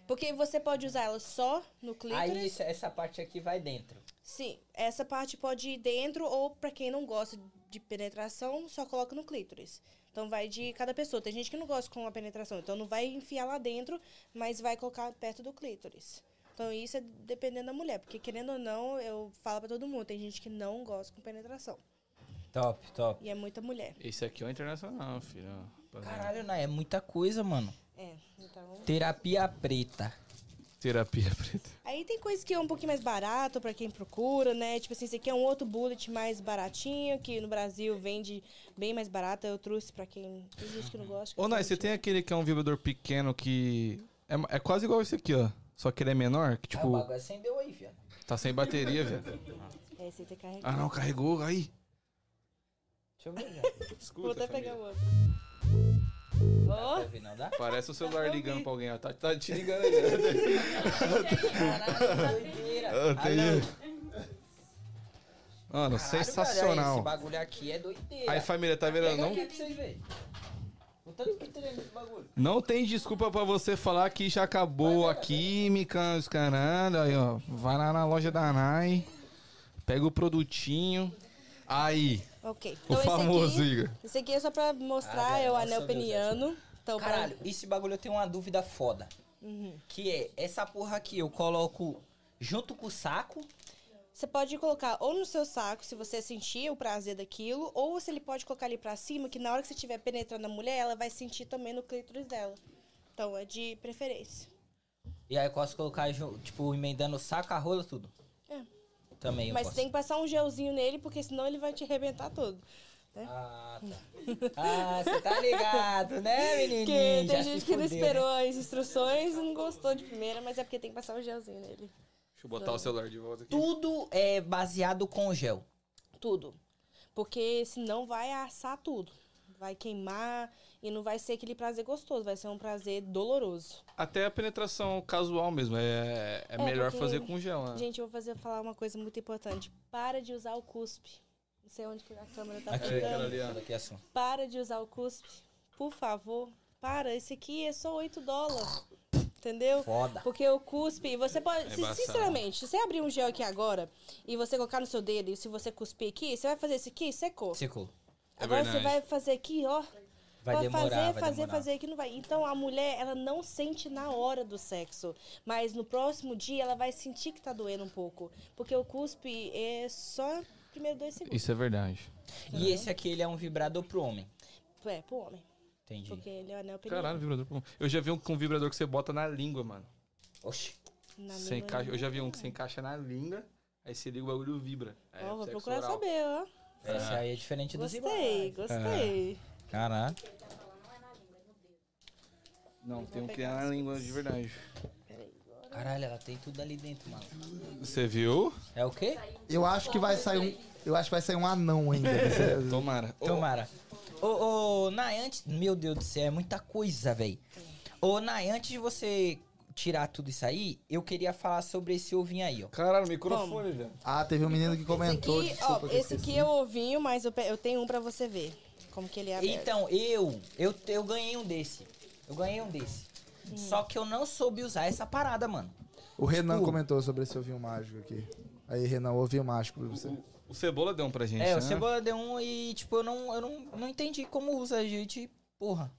[SPEAKER 5] Porque você pode usar ela só no
[SPEAKER 2] Aí
[SPEAKER 5] clítoris.
[SPEAKER 2] isso- essa parte aqui vai dentro.
[SPEAKER 5] Sim, essa parte pode ir dentro ou pra quem não gosta de penetração, só coloca no clítoris. Então vai de cada pessoa. Tem gente que não gosta com a penetração, então não vai enfiar lá dentro, mas vai colocar perto do clítoris. Então isso é dependendo da mulher, porque querendo ou não, eu falo pra todo mundo, tem gente que não gosta com penetração.
[SPEAKER 2] Top, top.
[SPEAKER 5] E é muita mulher.
[SPEAKER 3] Esse aqui é o internacional, filho. ó.
[SPEAKER 2] Caralho, Nai, é muita coisa, mano.
[SPEAKER 5] É, então.
[SPEAKER 2] Terapia preta.
[SPEAKER 3] Terapia preta.
[SPEAKER 5] Aí tem coisa que é um pouquinho mais barato pra quem procura, né? Tipo assim, esse aqui é um outro bullet mais baratinho, que no Brasil vende bem mais barato. Eu trouxe pra quem. Tem gente que não gosta. que
[SPEAKER 3] Ô,
[SPEAKER 5] eu
[SPEAKER 3] Nai,
[SPEAKER 5] trouxe.
[SPEAKER 3] você tem aquele que é um vibrador pequeno que. É, é quase igual esse aqui, ó. Só que ele é menor, que
[SPEAKER 2] Ah, o
[SPEAKER 3] tipo,
[SPEAKER 2] bagulho acendeu aí, viado.
[SPEAKER 3] tá sem bateria, velho.
[SPEAKER 5] É, você tem que carregar.
[SPEAKER 3] Ah, não, carregou, aí.
[SPEAKER 2] Deixa eu ver, viado.
[SPEAKER 5] Vou
[SPEAKER 3] Escuta,
[SPEAKER 5] até
[SPEAKER 3] família.
[SPEAKER 5] pegar o outro.
[SPEAKER 2] Pra
[SPEAKER 5] Ó,
[SPEAKER 2] ver, não dá?
[SPEAKER 3] Parece o celular
[SPEAKER 5] Eu
[SPEAKER 3] ligando
[SPEAKER 5] vi.
[SPEAKER 3] pra alguém, ó. Tá, tá te ligando aí.
[SPEAKER 2] Caralho, doideira.
[SPEAKER 3] Ah, entendi. Mano,
[SPEAKER 2] Caralho, velho, Esse
[SPEAKER 3] sensacional.
[SPEAKER 2] bagulho aqui é doideira.
[SPEAKER 3] Aí, família, tá vendo?
[SPEAKER 2] Pega
[SPEAKER 3] Não,
[SPEAKER 2] aqui pra vocês verem. O tanto que tem nesse bagulho.
[SPEAKER 3] não tem desculpa pra você falar que já acabou a química, os caralho. Aí, ó. Vai lá na loja da Nai. Pega o produtinho. Aí,
[SPEAKER 5] ok.
[SPEAKER 3] o
[SPEAKER 5] Então
[SPEAKER 3] famoso,
[SPEAKER 5] esse aqui.
[SPEAKER 3] Igor.
[SPEAKER 5] Esse aqui é só pra mostrar,
[SPEAKER 2] Ah,
[SPEAKER 5] é o
[SPEAKER 2] nossa,
[SPEAKER 5] anel
[SPEAKER 2] meu Deus,
[SPEAKER 5] peniano. Então, pra-
[SPEAKER 2] Caralho, esse bagulho eu tenho uma dúvida foda.
[SPEAKER 5] Uhum.
[SPEAKER 2] Que é, essa porra aqui eu coloco junto com o saco.
[SPEAKER 5] Você pode colocar ou no seu saco, se você sentir o prazer daquilo, ou se ele pode colocar ali pra cima, que na hora que você estiver penetrando a mulher, ela vai sentir também no clítoris dela. Então é de preferência.
[SPEAKER 2] E aí eu posso colocar, ju- tipo, emendando o saco, a rola, tudo.
[SPEAKER 5] É.
[SPEAKER 2] Também eu
[SPEAKER 5] Mas
[SPEAKER 2] posso.
[SPEAKER 5] tem que passar um gelzinho nele, porque senão ele vai te arrebentar todo.
[SPEAKER 2] Ah, tá. Ah, você tá ligado, né, menininho?
[SPEAKER 5] Porque
[SPEAKER 2] Já
[SPEAKER 5] tem
[SPEAKER 2] se
[SPEAKER 5] gente que não
[SPEAKER 2] fudeu, né?
[SPEAKER 5] esperou as instruções e não gostou de primeira, mas é porque tem que passar um gelzinho nele.
[SPEAKER 3] Deixa eu botar o celular de volta aqui.
[SPEAKER 2] Tudo é baseado com gel.
[SPEAKER 5] Tudo. Porque senão vai assar tudo. Vai queimar e não vai ser aquele prazer gostoso, vai ser um prazer doloroso.
[SPEAKER 3] Até a penetração casual mesmo. É, é, melhor
[SPEAKER 5] porque-
[SPEAKER 3] fazer com gel, né?
[SPEAKER 2] Ah.
[SPEAKER 5] Gente, eu vou fazer, falar uma coisa muito importante. Para de usar o cuspe. Não sei onde que a câmera tá
[SPEAKER 2] Aqui,
[SPEAKER 5] ficando.
[SPEAKER 2] aqui assim.
[SPEAKER 5] Para de usar o cuspe. Por favor. Para, esse aqui é só 8 dólares. Entendeu?
[SPEAKER 2] Foda.
[SPEAKER 5] Porque o cuspe, você pode. se-
[SPEAKER 3] É embaçado.
[SPEAKER 5] sinceramente, se você abrir um gel aqui agora e você colocar no seu dedo, e se você cuspir aqui, você vai fazer esse aqui, secou.
[SPEAKER 2] Secou.
[SPEAKER 3] É
[SPEAKER 5] agora
[SPEAKER 3] verdade.
[SPEAKER 5] você vai fazer aqui, ó.
[SPEAKER 2] Vai
[SPEAKER 5] Pode
[SPEAKER 2] demorar, vai
[SPEAKER 5] fazer, fazer,
[SPEAKER 2] demorar.
[SPEAKER 5] fazer que não vai. Então a mulher, ela não sente na hora do sexo, mas no próximo dia ela vai sentir que tá doendo um pouco, porque o cuspe é só primeiro dois segundos.
[SPEAKER 3] Isso é verdade.
[SPEAKER 2] E esse aqui, ele é um vibrador pro homem.
[SPEAKER 5] É, pro homem,
[SPEAKER 2] Entendi.
[SPEAKER 5] porque ele é o anel peniano.
[SPEAKER 3] Caralho, vibrador. pô. Eu já vi um com vibrador que você bota na língua, mano.
[SPEAKER 2] Oxi.
[SPEAKER 5] Na
[SPEAKER 3] Você
[SPEAKER 5] língua,
[SPEAKER 3] encaixa-
[SPEAKER 5] né?
[SPEAKER 3] eu já vi um que você encaixa na língua, aí você liga o bagulho e vibra. É,
[SPEAKER 5] Ó, vou
[SPEAKER 3] sexo
[SPEAKER 5] procurar
[SPEAKER 3] oral.
[SPEAKER 5] saber, ó.
[SPEAKER 2] Esse aí é diferente dos
[SPEAKER 5] Ah. Gostei,
[SPEAKER 2] É.
[SPEAKER 5] gostei.
[SPEAKER 2] Caralho.
[SPEAKER 3] Não, tem um que é na língua de verdade.
[SPEAKER 2] Caralho, ela tem tudo ali dentro, mano.
[SPEAKER 3] Você viu?
[SPEAKER 2] É o quê?
[SPEAKER 4] Eu acho que vai sair um. Eu acho que vai sair um anão ainda. Você-
[SPEAKER 3] Tomara. Ô,
[SPEAKER 2] Tomara. Ô, ô, Nay, antes. Meu Deus do céu, é muita coisa, velho. Ô, Nay, antes de você tirar tudo isso aí, eu queria falar sobre esse ovinho aí, ó.
[SPEAKER 3] Caralho, microfone, velho.
[SPEAKER 4] Ah, teve um menino que comentou.
[SPEAKER 5] esse aqui,
[SPEAKER 4] desculpa,
[SPEAKER 5] ó,
[SPEAKER 4] que eu
[SPEAKER 5] esse aqui
[SPEAKER 4] esqueci.
[SPEAKER 5] é o ovinho, mas eu, pe- eu tenho um pra você ver. Como que ele é aberto.
[SPEAKER 2] Então, eu, eu, eu ganhei um desse. Eu ganhei um desse. Só que eu não soube usar essa parada, mano.
[SPEAKER 4] O Renan
[SPEAKER 2] Uh.
[SPEAKER 4] comentou sobre esse ovinho mágico aqui. Aí, Renan, ovinho mágico pra você.
[SPEAKER 3] O Cebola deu um pra gente,
[SPEAKER 2] É,
[SPEAKER 3] né?
[SPEAKER 2] o Cebola deu um e, tipo, eu não, eu não, não entendi como usa a gente. Porra.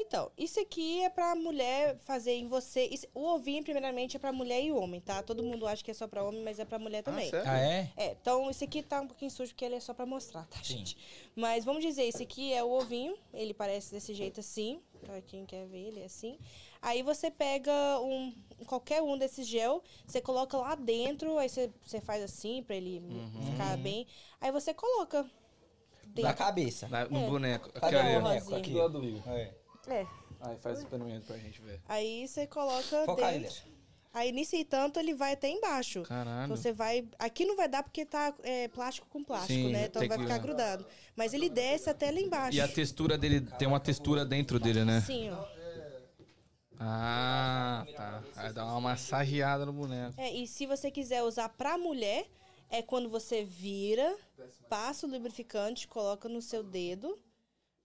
[SPEAKER 5] Então, isso aqui é pra mulher fazer em você. Isso- o ovinho, primeiramente, é pra mulher e homem, tá? Todo mundo acha que é só pra homem, mas é pra mulher também.
[SPEAKER 3] sério?
[SPEAKER 2] Ah, é?
[SPEAKER 5] é, então esse aqui tá um pouquinho sujo porque ele é só pra mostrar, tá,
[SPEAKER 2] Sim.
[SPEAKER 5] gente? Mas vamos dizer, esse aqui é o ovinho, ele parece desse jeito assim, pra quem quer ver, ele é assim. Aí você pega um qualquer um desses gel, você coloca lá dentro, aí você, você faz assim pra ele
[SPEAKER 3] Uhum.
[SPEAKER 5] ficar bem. Aí você coloca
[SPEAKER 2] Na
[SPEAKER 5] dentro.
[SPEAKER 2] cabeça.
[SPEAKER 3] Na- no
[SPEAKER 5] É.
[SPEAKER 3] um boneco.
[SPEAKER 2] Cadê
[SPEAKER 3] Aquele
[SPEAKER 2] o
[SPEAKER 3] ali, ó.
[SPEAKER 2] boneco
[SPEAKER 5] rosinha?
[SPEAKER 2] aqui?
[SPEAKER 3] Do lado do Igor. Aí.
[SPEAKER 5] É.
[SPEAKER 3] Aí faz o experimento pra gente ver.
[SPEAKER 5] Aí você coloca
[SPEAKER 2] Foca ele.
[SPEAKER 5] dentro. Aí nisso e tanto ele vai até embaixo. Então,
[SPEAKER 3] Caralho.
[SPEAKER 5] Você vai. Aqui não vai dar porque tá é, plástico com plástico,
[SPEAKER 3] Sim,
[SPEAKER 5] né? Então
[SPEAKER 3] tem
[SPEAKER 5] vai
[SPEAKER 3] que-
[SPEAKER 5] ficar grudado. Mas ele desce até lá embaixo.
[SPEAKER 3] E a textura dele, tem uma textura dentro dele, né?
[SPEAKER 5] Sim, ó.
[SPEAKER 3] Ah, tá. Aí dá uma massageada no boneco.
[SPEAKER 5] É, e se você quiser usar pra mulher, é quando você vira, passa o lubrificante, coloca no seu dedo.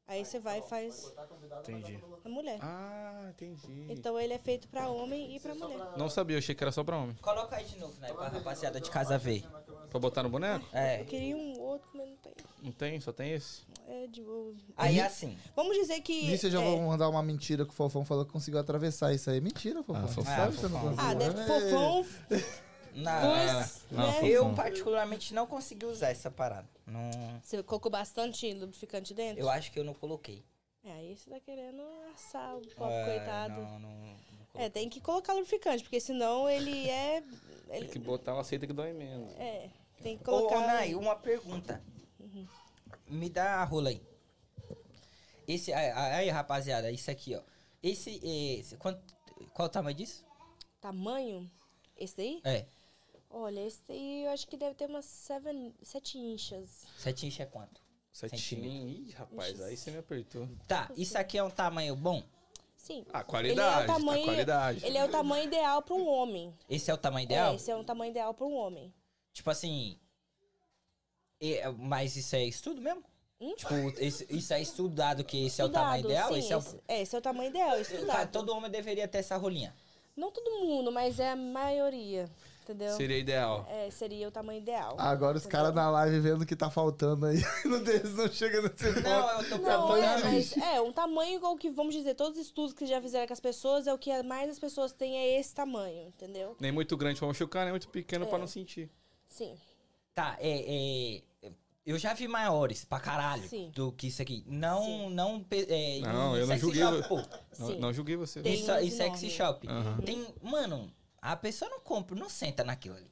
[SPEAKER 5] Aí você vai e faz
[SPEAKER 3] Entendi.
[SPEAKER 5] a mulher.
[SPEAKER 3] Ah, entendi.
[SPEAKER 5] Então ele é feito pra homem e pra mulher.
[SPEAKER 3] Não sabia, eu achei que era só pra homem.
[SPEAKER 2] Coloca aí de novo, né? Pra rapaziada de casa ver.
[SPEAKER 3] Pra botar no boneco?
[SPEAKER 2] É.
[SPEAKER 5] Eu queria um outro, mas não tem.
[SPEAKER 3] Não tem, só tem esse.
[SPEAKER 5] É de boa.
[SPEAKER 2] Aí assim.
[SPEAKER 5] Vamos dizer que.
[SPEAKER 4] Nisso eu já
[SPEAKER 5] é,
[SPEAKER 4] vou mandar uma mentira que o Fofão falou que conseguiu atravessar isso aí. Mentira, Fofão.
[SPEAKER 3] Ah, Fofão.
[SPEAKER 4] Sabe que você não
[SPEAKER 2] Ah,
[SPEAKER 4] conseguiu.
[SPEAKER 5] Ah, deve
[SPEAKER 4] É.
[SPEAKER 5] fofão.
[SPEAKER 2] Na,
[SPEAKER 5] pus,
[SPEAKER 3] não,
[SPEAKER 5] né?
[SPEAKER 3] fofão.
[SPEAKER 2] eu particularmente não consegui usar essa parada. Não,
[SPEAKER 5] Você colocou bastante lubrificante dentro?
[SPEAKER 2] eu acho que eu não coloquei.
[SPEAKER 5] É, aí você tá querendo assar o pobre
[SPEAKER 2] É,
[SPEAKER 5] coitado.
[SPEAKER 2] Não, não, não
[SPEAKER 5] É,
[SPEAKER 2] coloquei.
[SPEAKER 5] tem que colocar lubrificante, porque senão ele é.
[SPEAKER 3] Tem
[SPEAKER 5] ele-
[SPEAKER 3] que botar uma aceita que dói menos.
[SPEAKER 5] é, tem que
[SPEAKER 2] Ô, ô,
[SPEAKER 5] colocar. Uhum.
[SPEAKER 2] Nay, uma pergunta. Me dá a rola aí. Esse, aí, aí, rapaziada, isso aqui, ó. Esse, é, esse quanto, qual o tamanho disso?
[SPEAKER 5] Tamanho? Esse daí?
[SPEAKER 2] É,
[SPEAKER 5] Olha, esse daí eu acho que deve ter umas 7 inchas.
[SPEAKER 2] sete inch é quanto?
[SPEAKER 3] Setinho. Ih, rapaz, aí você me apertou.
[SPEAKER 2] Tá, isso aqui é um tamanho bom?
[SPEAKER 5] Sim.
[SPEAKER 3] Ah,
[SPEAKER 5] Ele é,
[SPEAKER 3] qualidade,
[SPEAKER 5] o
[SPEAKER 3] tá
[SPEAKER 5] tamanho,
[SPEAKER 3] qualidade.
[SPEAKER 5] ele é o tamanho ideal pra um homem.
[SPEAKER 2] Esse é o tamanho
[SPEAKER 5] É,
[SPEAKER 2] ideal?
[SPEAKER 5] esse é um tamanho ideal pra um homem.
[SPEAKER 2] Tipo assim. é, mas isso é estudo mesmo?
[SPEAKER 5] Hum?
[SPEAKER 2] Tipo, esse- isso é estudado que esse é o
[SPEAKER 5] Estudado,
[SPEAKER 2] tamanho ideal?
[SPEAKER 5] Sim,
[SPEAKER 2] esse é o.
[SPEAKER 5] esse, é, esse é o tamanho ideal,
[SPEAKER 2] Tá,
[SPEAKER 5] estudado.
[SPEAKER 2] todo homem deveria ter essa rolinha.
[SPEAKER 5] Não todo mundo, mas é a maioria, entendeu?
[SPEAKER 3] Seria ideal.
[SPEAKER 5] É, seria o tamanho ideal.
[SPEAKER 4] Agora os caras na live vendo o que tá faltando aí. No deles não chega nesse ponto.
[SPEAKER 2] Não, eu tô
[SPEAKER 5] Não, é,
[SPEAKER 2] perguntando.
[SPEAKER 5] mas é, um tamanho igual que, vamos dizer, todos os estudos que já fizeram com as pessoas, é o que mais as pessoas têm é esse tamanho, entendeu?
[SPEAKER 3] Nem muito grande pra machucar, nem muito pequeno
[SPEAKER 5] É.
[SPEAKER 3] pra não sentir.
[SPEAKER 5] Sim.
[SPEAKER 2] Tá, é, é, Eu já vi maiores pra caralho
[SPEAKER 5] Sim.
[SPEAKER 2] do que isso aqui. Não,
[SPEAKER 5] Sim.
[SPEAKER 2] não. pe- É,
[SPEAKER 3] Não,
[SPEAKER 2] em
[SPEAKER 3] eu não
[SPEAKER 2] sexy
[SPEAKER 3] julguei.
[SPEAKER 2] Shop, pô.
[SPEAKER 3] Não,
[SPEAKER 5] Sim.
[SPEAKER 3] não julguei você.
[SPEAKER 5] Tem
[SPEAKER 2] Isso,
[SPEAKER 5] uns
[SPEAKER 2] isso é sexy
[SPEAKER 5] enormes.
[SPEAKER 2] shop.
[SPEAKER 3] Aham.
[SPEAKER 2] Tem. Mano, a pessoa não compra, não senta naquilo ali.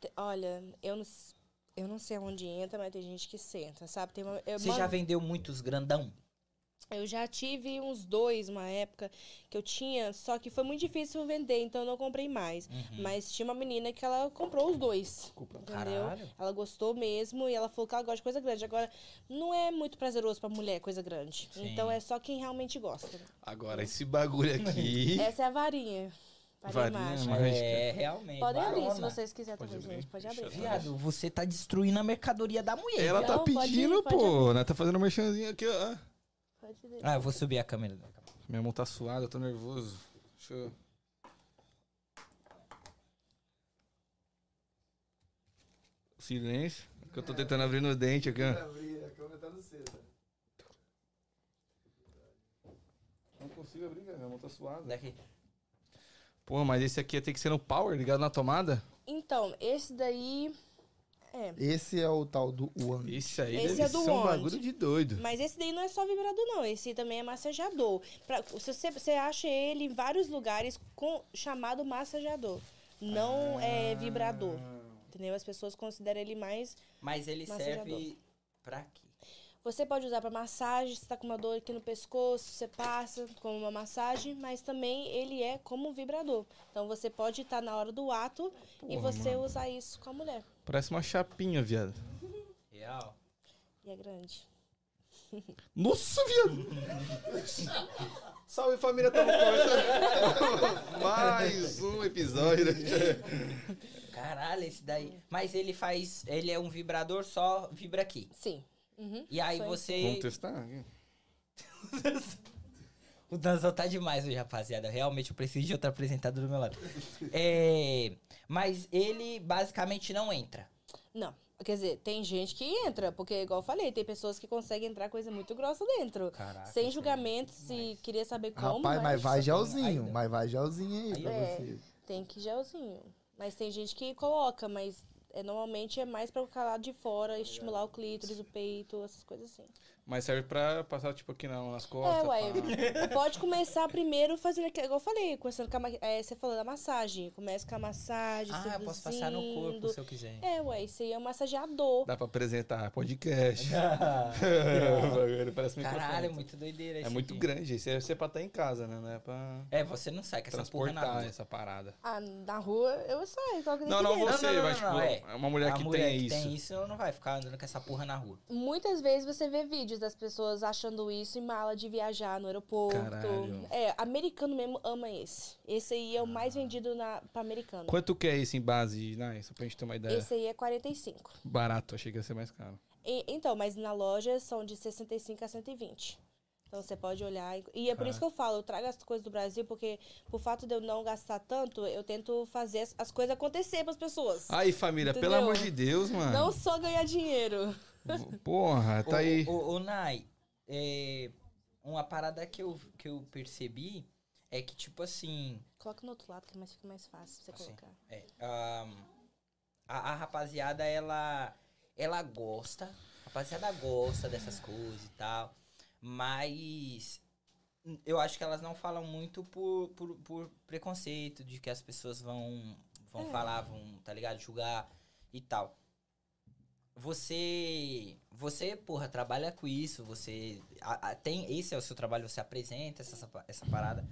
[SPEAKER 5] Te- Olha, eu não, s- eu não sei onde entra, mas tem gente que senta, sabe? Tem uma, eu
[SPEAKER 2] Você
[SPEAKER 5] mando-
[SPEAKER 2] já vendeu muitos grandão?
[SPEAKER 5] Eu já tive uns dois, uma época, que eu tinha, só que foi muito difícil vender, então eu não comprei mais.
[SPEAKER 2] Uhum.
[SPEAKER 5] Mas tinha uma menina que ela comprou os dois. Entendeu?
[SPEAKER 2] Caralho.
[SPEAKER 5] Ela gostou mesmo e ela falou que ela gosta de coisa grande. Agora, não é muito prazeroso pra mulher coisa grande.
[SPEAKER 2] Sim.
[SPEAKER 5] Então é só quem realmente gosta.
[SPEAKER 6] Agora, esse bagulho aqui.
[SPEAKER 5] Essa é a varinha. Varinha,
[SPEAKER 6] Varinha
[SPEAKER 5] mágica.
[SPEAKER 6] mágica.
[SPEAKER 2] É, realmente.
[SPEAKER 5] Podem abrir se
[SPEAKER 2] varona.
[SPEAKER 5] vocês quiserem também, gente. né? Pode abrir.
[SPEAKER 2] Viado, você tá destruindo a mercadoria da mulher.
[SPEAKER 6] Ela
[SPEAKER 5] Não,
[SPEAKER 6] tá
[SPEAKER 5] É, então pode ir,
[SPEAKER 6] pedindo,
[SPEAKER 5] pode
[SPEAKER 6] pô. Ela tá fazendo um merchanzinho aqui, ó.
[SPEAKER 5] Pode ver.
[SPEAKER 2] Ah, eu vou subir a câmera.
[SPEAKER 6] Minha mão tá suada, eu tô nervoso. Deixa eu. Silêncio. É Que eu tô tentando abrir no dente aqui, ó.
[SPEAKER 4] Abrir, a câmera tá no cedo.
[SPEAKER 6] Não consigo abrir, cara. Minha mão tá suada.
[SPEAKER 2] Daqui.
[SPEAKER 6] Porra, mas esse aqui tem que ser no power, ligado na tomada?
[SPEAKER 5] Então, esse daí. É.
[SPEAKER 4] Esse é o tal do One.
[SPEAKER 6] Isso aí
[SPEAKER 5] Esse
[SPEAKER 6] deve
[SPEAKER 5] é do
[SPEAKER 6] ser um
[SPEAKER 5] Wand.
[SPEAKER 6] bagulho de doido.
[SPEAKER 5] Mas esse daí não é só vibrador, não. Esse também é massajador. Pra, se você, você acha ele em vários lugares com chamado massajador. Não é vibrador. Entendeu? As pessoas consideram ele mais.
[SPEAKER 2] Mas ele
[SPEAKER 5] Massajador.
[SPEAKER 2] serve pra quê?
[SPEAKER 5] Você pode usar pra massagem, se tá com uma dor aqui no pescoço, você passa como uma massagem, mas também ele é como um vibrador. Então você pode estar na hora do ato e você usar isso com a mulher.
[SPEAKER 6] Parece uma chapinha, viado.
[SPEAKER 2] Real.
[SPEAKER 5] E é grande.
[SPEAKER 6] Nossa, viado! Salve família, tamo começando mais um episódio.
[SPEAKER 2] Caralho, esse daí. Mas ele faz. Ele é um vibrador, só vibra aqui.
[SPEAKER 5] Sim. Uhum.
[SPEAKER 2] E aí
[SPEAKER 5] Foi.
[SPEAKER 2] você.
[SPEAKER 6] Vamos testar aqui.
[SPEAKER 2] O Danzão tá demais hoje, rapaziada. Realmente eu preciso de outro apresentador do meu lado. É, Mas ele basicamente não entra.
[SPEAKER 5] Não. Quer dizer, tem gente que entra, porque, igual eu falei, tem pessoas que conseguem entrar coisa muito grossa dentro.
[SPEAKER 2] Caraca, é
[SPEAKER 5] sem julgamento, se queria saber como.
[SPEAKER 4] Rapaz, mas vai
[SPEAKER 5] tá
[SPEAKER 2] Aí,
[SPEAKER 4] gelzinho. Mas vai gelzinho aí, pra
[SPEAKER 5] É.
[SPEAKER 4] você.
[SPEAKER 5] Tem que gelzinho. Mas tem gente que coloca, mas é, normalmente é mais pra colocar lá de fora, estimular o clítoris, o peito, essas coisas assim.
[SPEAKER 6] Mas serve pra passar, tipo, aqui na- nas costas.
[SPEAKER 5] É, ué.
[SPEAKER 6] pá.
[SPEAKER 5] Pode começar primeiro fazendo aquilo, igual eu falei, começando com a, ma- é, você falou da massagem. Começa com a massagem,
[SPEAKER 2] Ah, eu posso passar no corpo
[SPEAKER 5] seduzindo.
[SPEAKER 2] se eu quiser.
[SPEAKER 5] É, ué, isso aí é um massageador.
[SPEAKER 6] Dá pra apresentar podcast. Ele Parece um
[SPEAKER 2] Caralho, é
[SPEAKER 6] microfone.
[SPEAKER 2] muito doideira
[SPEAKER 6] É
[SPEAKER 2] esse
[SPEAKER 6] muito
[SPEAKER 2] aqui.
[SPEAKER 6] grande. Isso é você pra estar em casa, né? Não é pra
[SPEAKER 2] É, você não sai com essa porra na
[SPEAKER 6] transportar né?
[SPEAKER 2] rua.
[SPEAKER 6] essa parada.
[SPEAKER 5] Ah, na rua eu saio, coloco
[SPEAKER 6] Não,
[SPEAKER 5] dentro
[SPEAKER 6] não
[SPEAKER 5] dele.
[SPEAKER 6] você,
[SPEAKER 2] não,
[SPEAKER 6] mas
[SPEAKER 2] não,
[SPEAKER 6] tipo,
[SPEAKER 2] não,
[SPEAKER 6] é. uma mulher
[SPEAKER 2] a
[SPEAKER 6] que
[SPEAKER 2] mulher
[SPEAKER 6] tem
[SPEAKER 2] que
[SPEAKER 6] isso.
[SPEAKER 2] tem isso não vai ficar andando com essa porra na rua.
[SPEAKER 5] Muitas vezes você vê vídeos das pessoas achando isso em mala de viajar no aeroporto.
[SPEAKER 6] Caralho.
[SPEAKER 5] É, americano mesmo ama esse. Esse aí é o mais vendido na, pra americano.
[SPEAKER 6] Quanto que é isso em base, né? Só pra gente ter uma ideia.
[SPEAKER 5] Esse aí é 45.
[SPEAKER 6] Barato, achei que ia ser mais caro.
[SPEAKER 5] E- então, mas na loja são de 65 a 120. Então você pode olhar. E, e é por isso que eu falo, eu trago as coisas do Brasil, porque por fato de eu não gastar tanto, eu tento fazer as, as coisas acontecer pras pessoas.
[SPEAKER 3] Ah.
[SPEAKER 6] Aí, família, pelo
[SPEAKER 5] Entendeu?
[SPEAKER 6] amor de Deus, mano.
[SPEAKER 5] Não só ganhar dinheiro.
[SPEAKER 6] V- Porra, tá
[SPEAKER 2] Ô,
[SPEAKER 6] aí.
[SPEAKER 2] Ô, ô, Nai, é, uma parada que eu, que eu percebi é que, tipo assim,
[SPEAKER 5] Coloca no outro lado, que é mais fica mais fácil pra você
[SPEAKER 2] Assim.
[SPEAKER 5] colocar.
[SPEAKER 2] é, ahm, a, a rapaziada, ela, ela gosta, a rapaziada gosta dessas coisas e tal, mas hum, eu acho que elas não falam muito por, por, por preconceito de que as pessoas vão, vão
[SPEAKER 5] É.
[SPEAKER 2] falar, vão, tá ligado, julgar e tal. Você, você, porra, trabalha com isso, você a- a- tem, esse é o seu trabalho, você apresenta essa, essa pa- essa parada.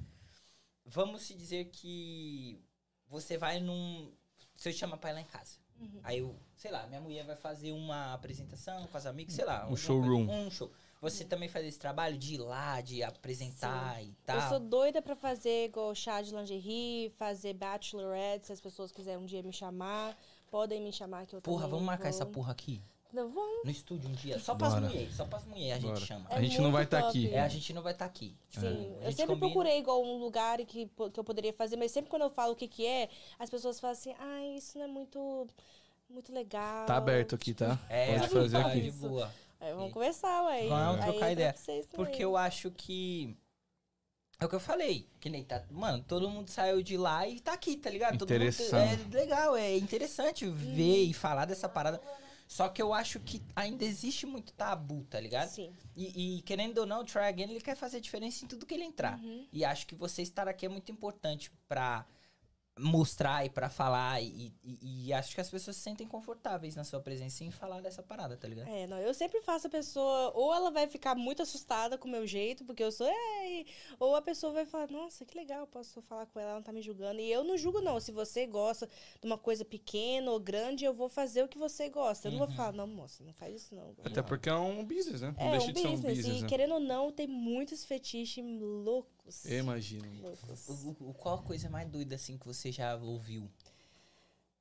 [SPEAKER 2] Vamos se dizer que você vai num, você chama pra ir lá em casa. Aí eu, sei lá, minha mulher vai fazer uma apresentação com as amigas, sei lá. alguma coisa,
[SPEAKER 6] showroom.
[SPEAKER 2] um show. Você também faz esse trabalho de ir lá, de apresentar e tal.
[SPEAKER 5] Uhum. Eu sou doida pra fazer igual chá de lingerie, fazer bachelorette, se as pessoas quiserem um dia me chamar, podem me chamar que eu
[SPEAKER 2] Porra,
[SPEAKER 5] também
[SPEAKER 2] vamos marcar
[SPEAKER 5] vou.
[SPEAKER 2] essa porra aqui
[SPEAKER 5] Não, vamos.
[SPEAKER 2] no estúdio um dia. Só pras
[SPEAKER 6] Bora.
[SPEAKER 2] mulheres, só pras mulheres a gente
[SPEAKER 6] Bora.
[SPEAKER 2] chama.
[SPEAKER 5] É
[SPEAKER 6] a gente não
[SPEAKER 3] tá
[SPEAKER 5] muito
[SPEAKER 6] vai estar
[SPEAKER 5] top.
[SPEAKER 6] aqui.
[SPEAKER 2] É, a gente não vai estar aqui.
[SPEAKER 5] Sim,
[SPEAKER 2] É, A
[SPEAKER 5] eu
[SPEAKER 2] gente
[SPEAKER 5] sempre
[SPEAKER 2] combina.
[SPEAKER 5] procurei igual um lugar que, po- que eu poderia fazer, mas sempre quando eu falo o que que é, as pessoas falam assim, ai, isso não é muito, muito legal.
[SPEAKER 3] Tá aberto aqui, tá?
[SPEAKER 2] É,
[SPEAKER 3] Pode
[SPEAKER 2] Pode
[SPEAKER 3] fazer
[SPEAKER 5] aqui.
[SPEAKER 2] de boa.
[SPEAKER 5] Aí vamos
[SPEAKER 2] E-
[SPEAKER 5] conversar, ué.
[SPEAKER 2] Vamos
[SPEAKER 5] Aí
[SPEAKER 2] trocar
[SPEAKER 5] eu
[SPEAKER 2] ideia.
[SPEAKER 5] pra vocês também.
[SPEAKER 2] Porque eu acho que. É o que eu falei. Que nem tá. Mano, todo mundo saiu de lá e tá aqui, tá ligado? Todo mundo-
[SPEAKER 6] Interessante.
[SPEAKER 2] é legal, é interessante ver e falar dessa parada. Só que eu acho que ainda existe muito tabu, tá ligado?
[SPEAKER 5] Sim.
[SPEAKER 2] E, e, querendo ou não, o Try Again ele Uhum.
[SPEAKER 3] Uhum.
[SPEAKER 2] quer fazer diferença em tudo que ele entrar. E acho que você estar aqui é muito importante pra mostrar e pra falar. E, e- e acho que as pessoas se sentem confortáveis na sua presença em falar dessa parada, tá
[SPEAKER 3] né?
[SPEAKER 2] ligado?
[SPEAKER 5] É, não, eu sempre faço a pessoa, ou ela vai ficar muito assustada com o meu jeito, porque eu sou, "Ei", ou a pessoa vai falar, nossa, que legal, posso falar com ela, ela não tá me julgando. E eu não julgo, não. Se você gosta de uma coisa pequena ou grande, eu vou fazer o que você gosta. Eu não vou falar, não, moça, não faz isso, não.
[SPEAKER 3] Uhum. Até porque é um business, né? Não
[SPEAKER 5] é
[SPEAKER 3] deixa
[SPEAKER 5] um
[SPEAKER 3] de ser um
[SPEAKER 5] business,
[SPEAKER 3] business,
[SPEAKER 5] e
[SPEAKER 3] né?
[SPEAKER 5] querendo ou não, tem muitos fetiches loucos.
[SPEAKER 3] Eu imagino.
[SPEAKER 5] loucos.
[SPEAKER 2] O- o- o- qual a coisa mais doida, assim, que você já ouviu?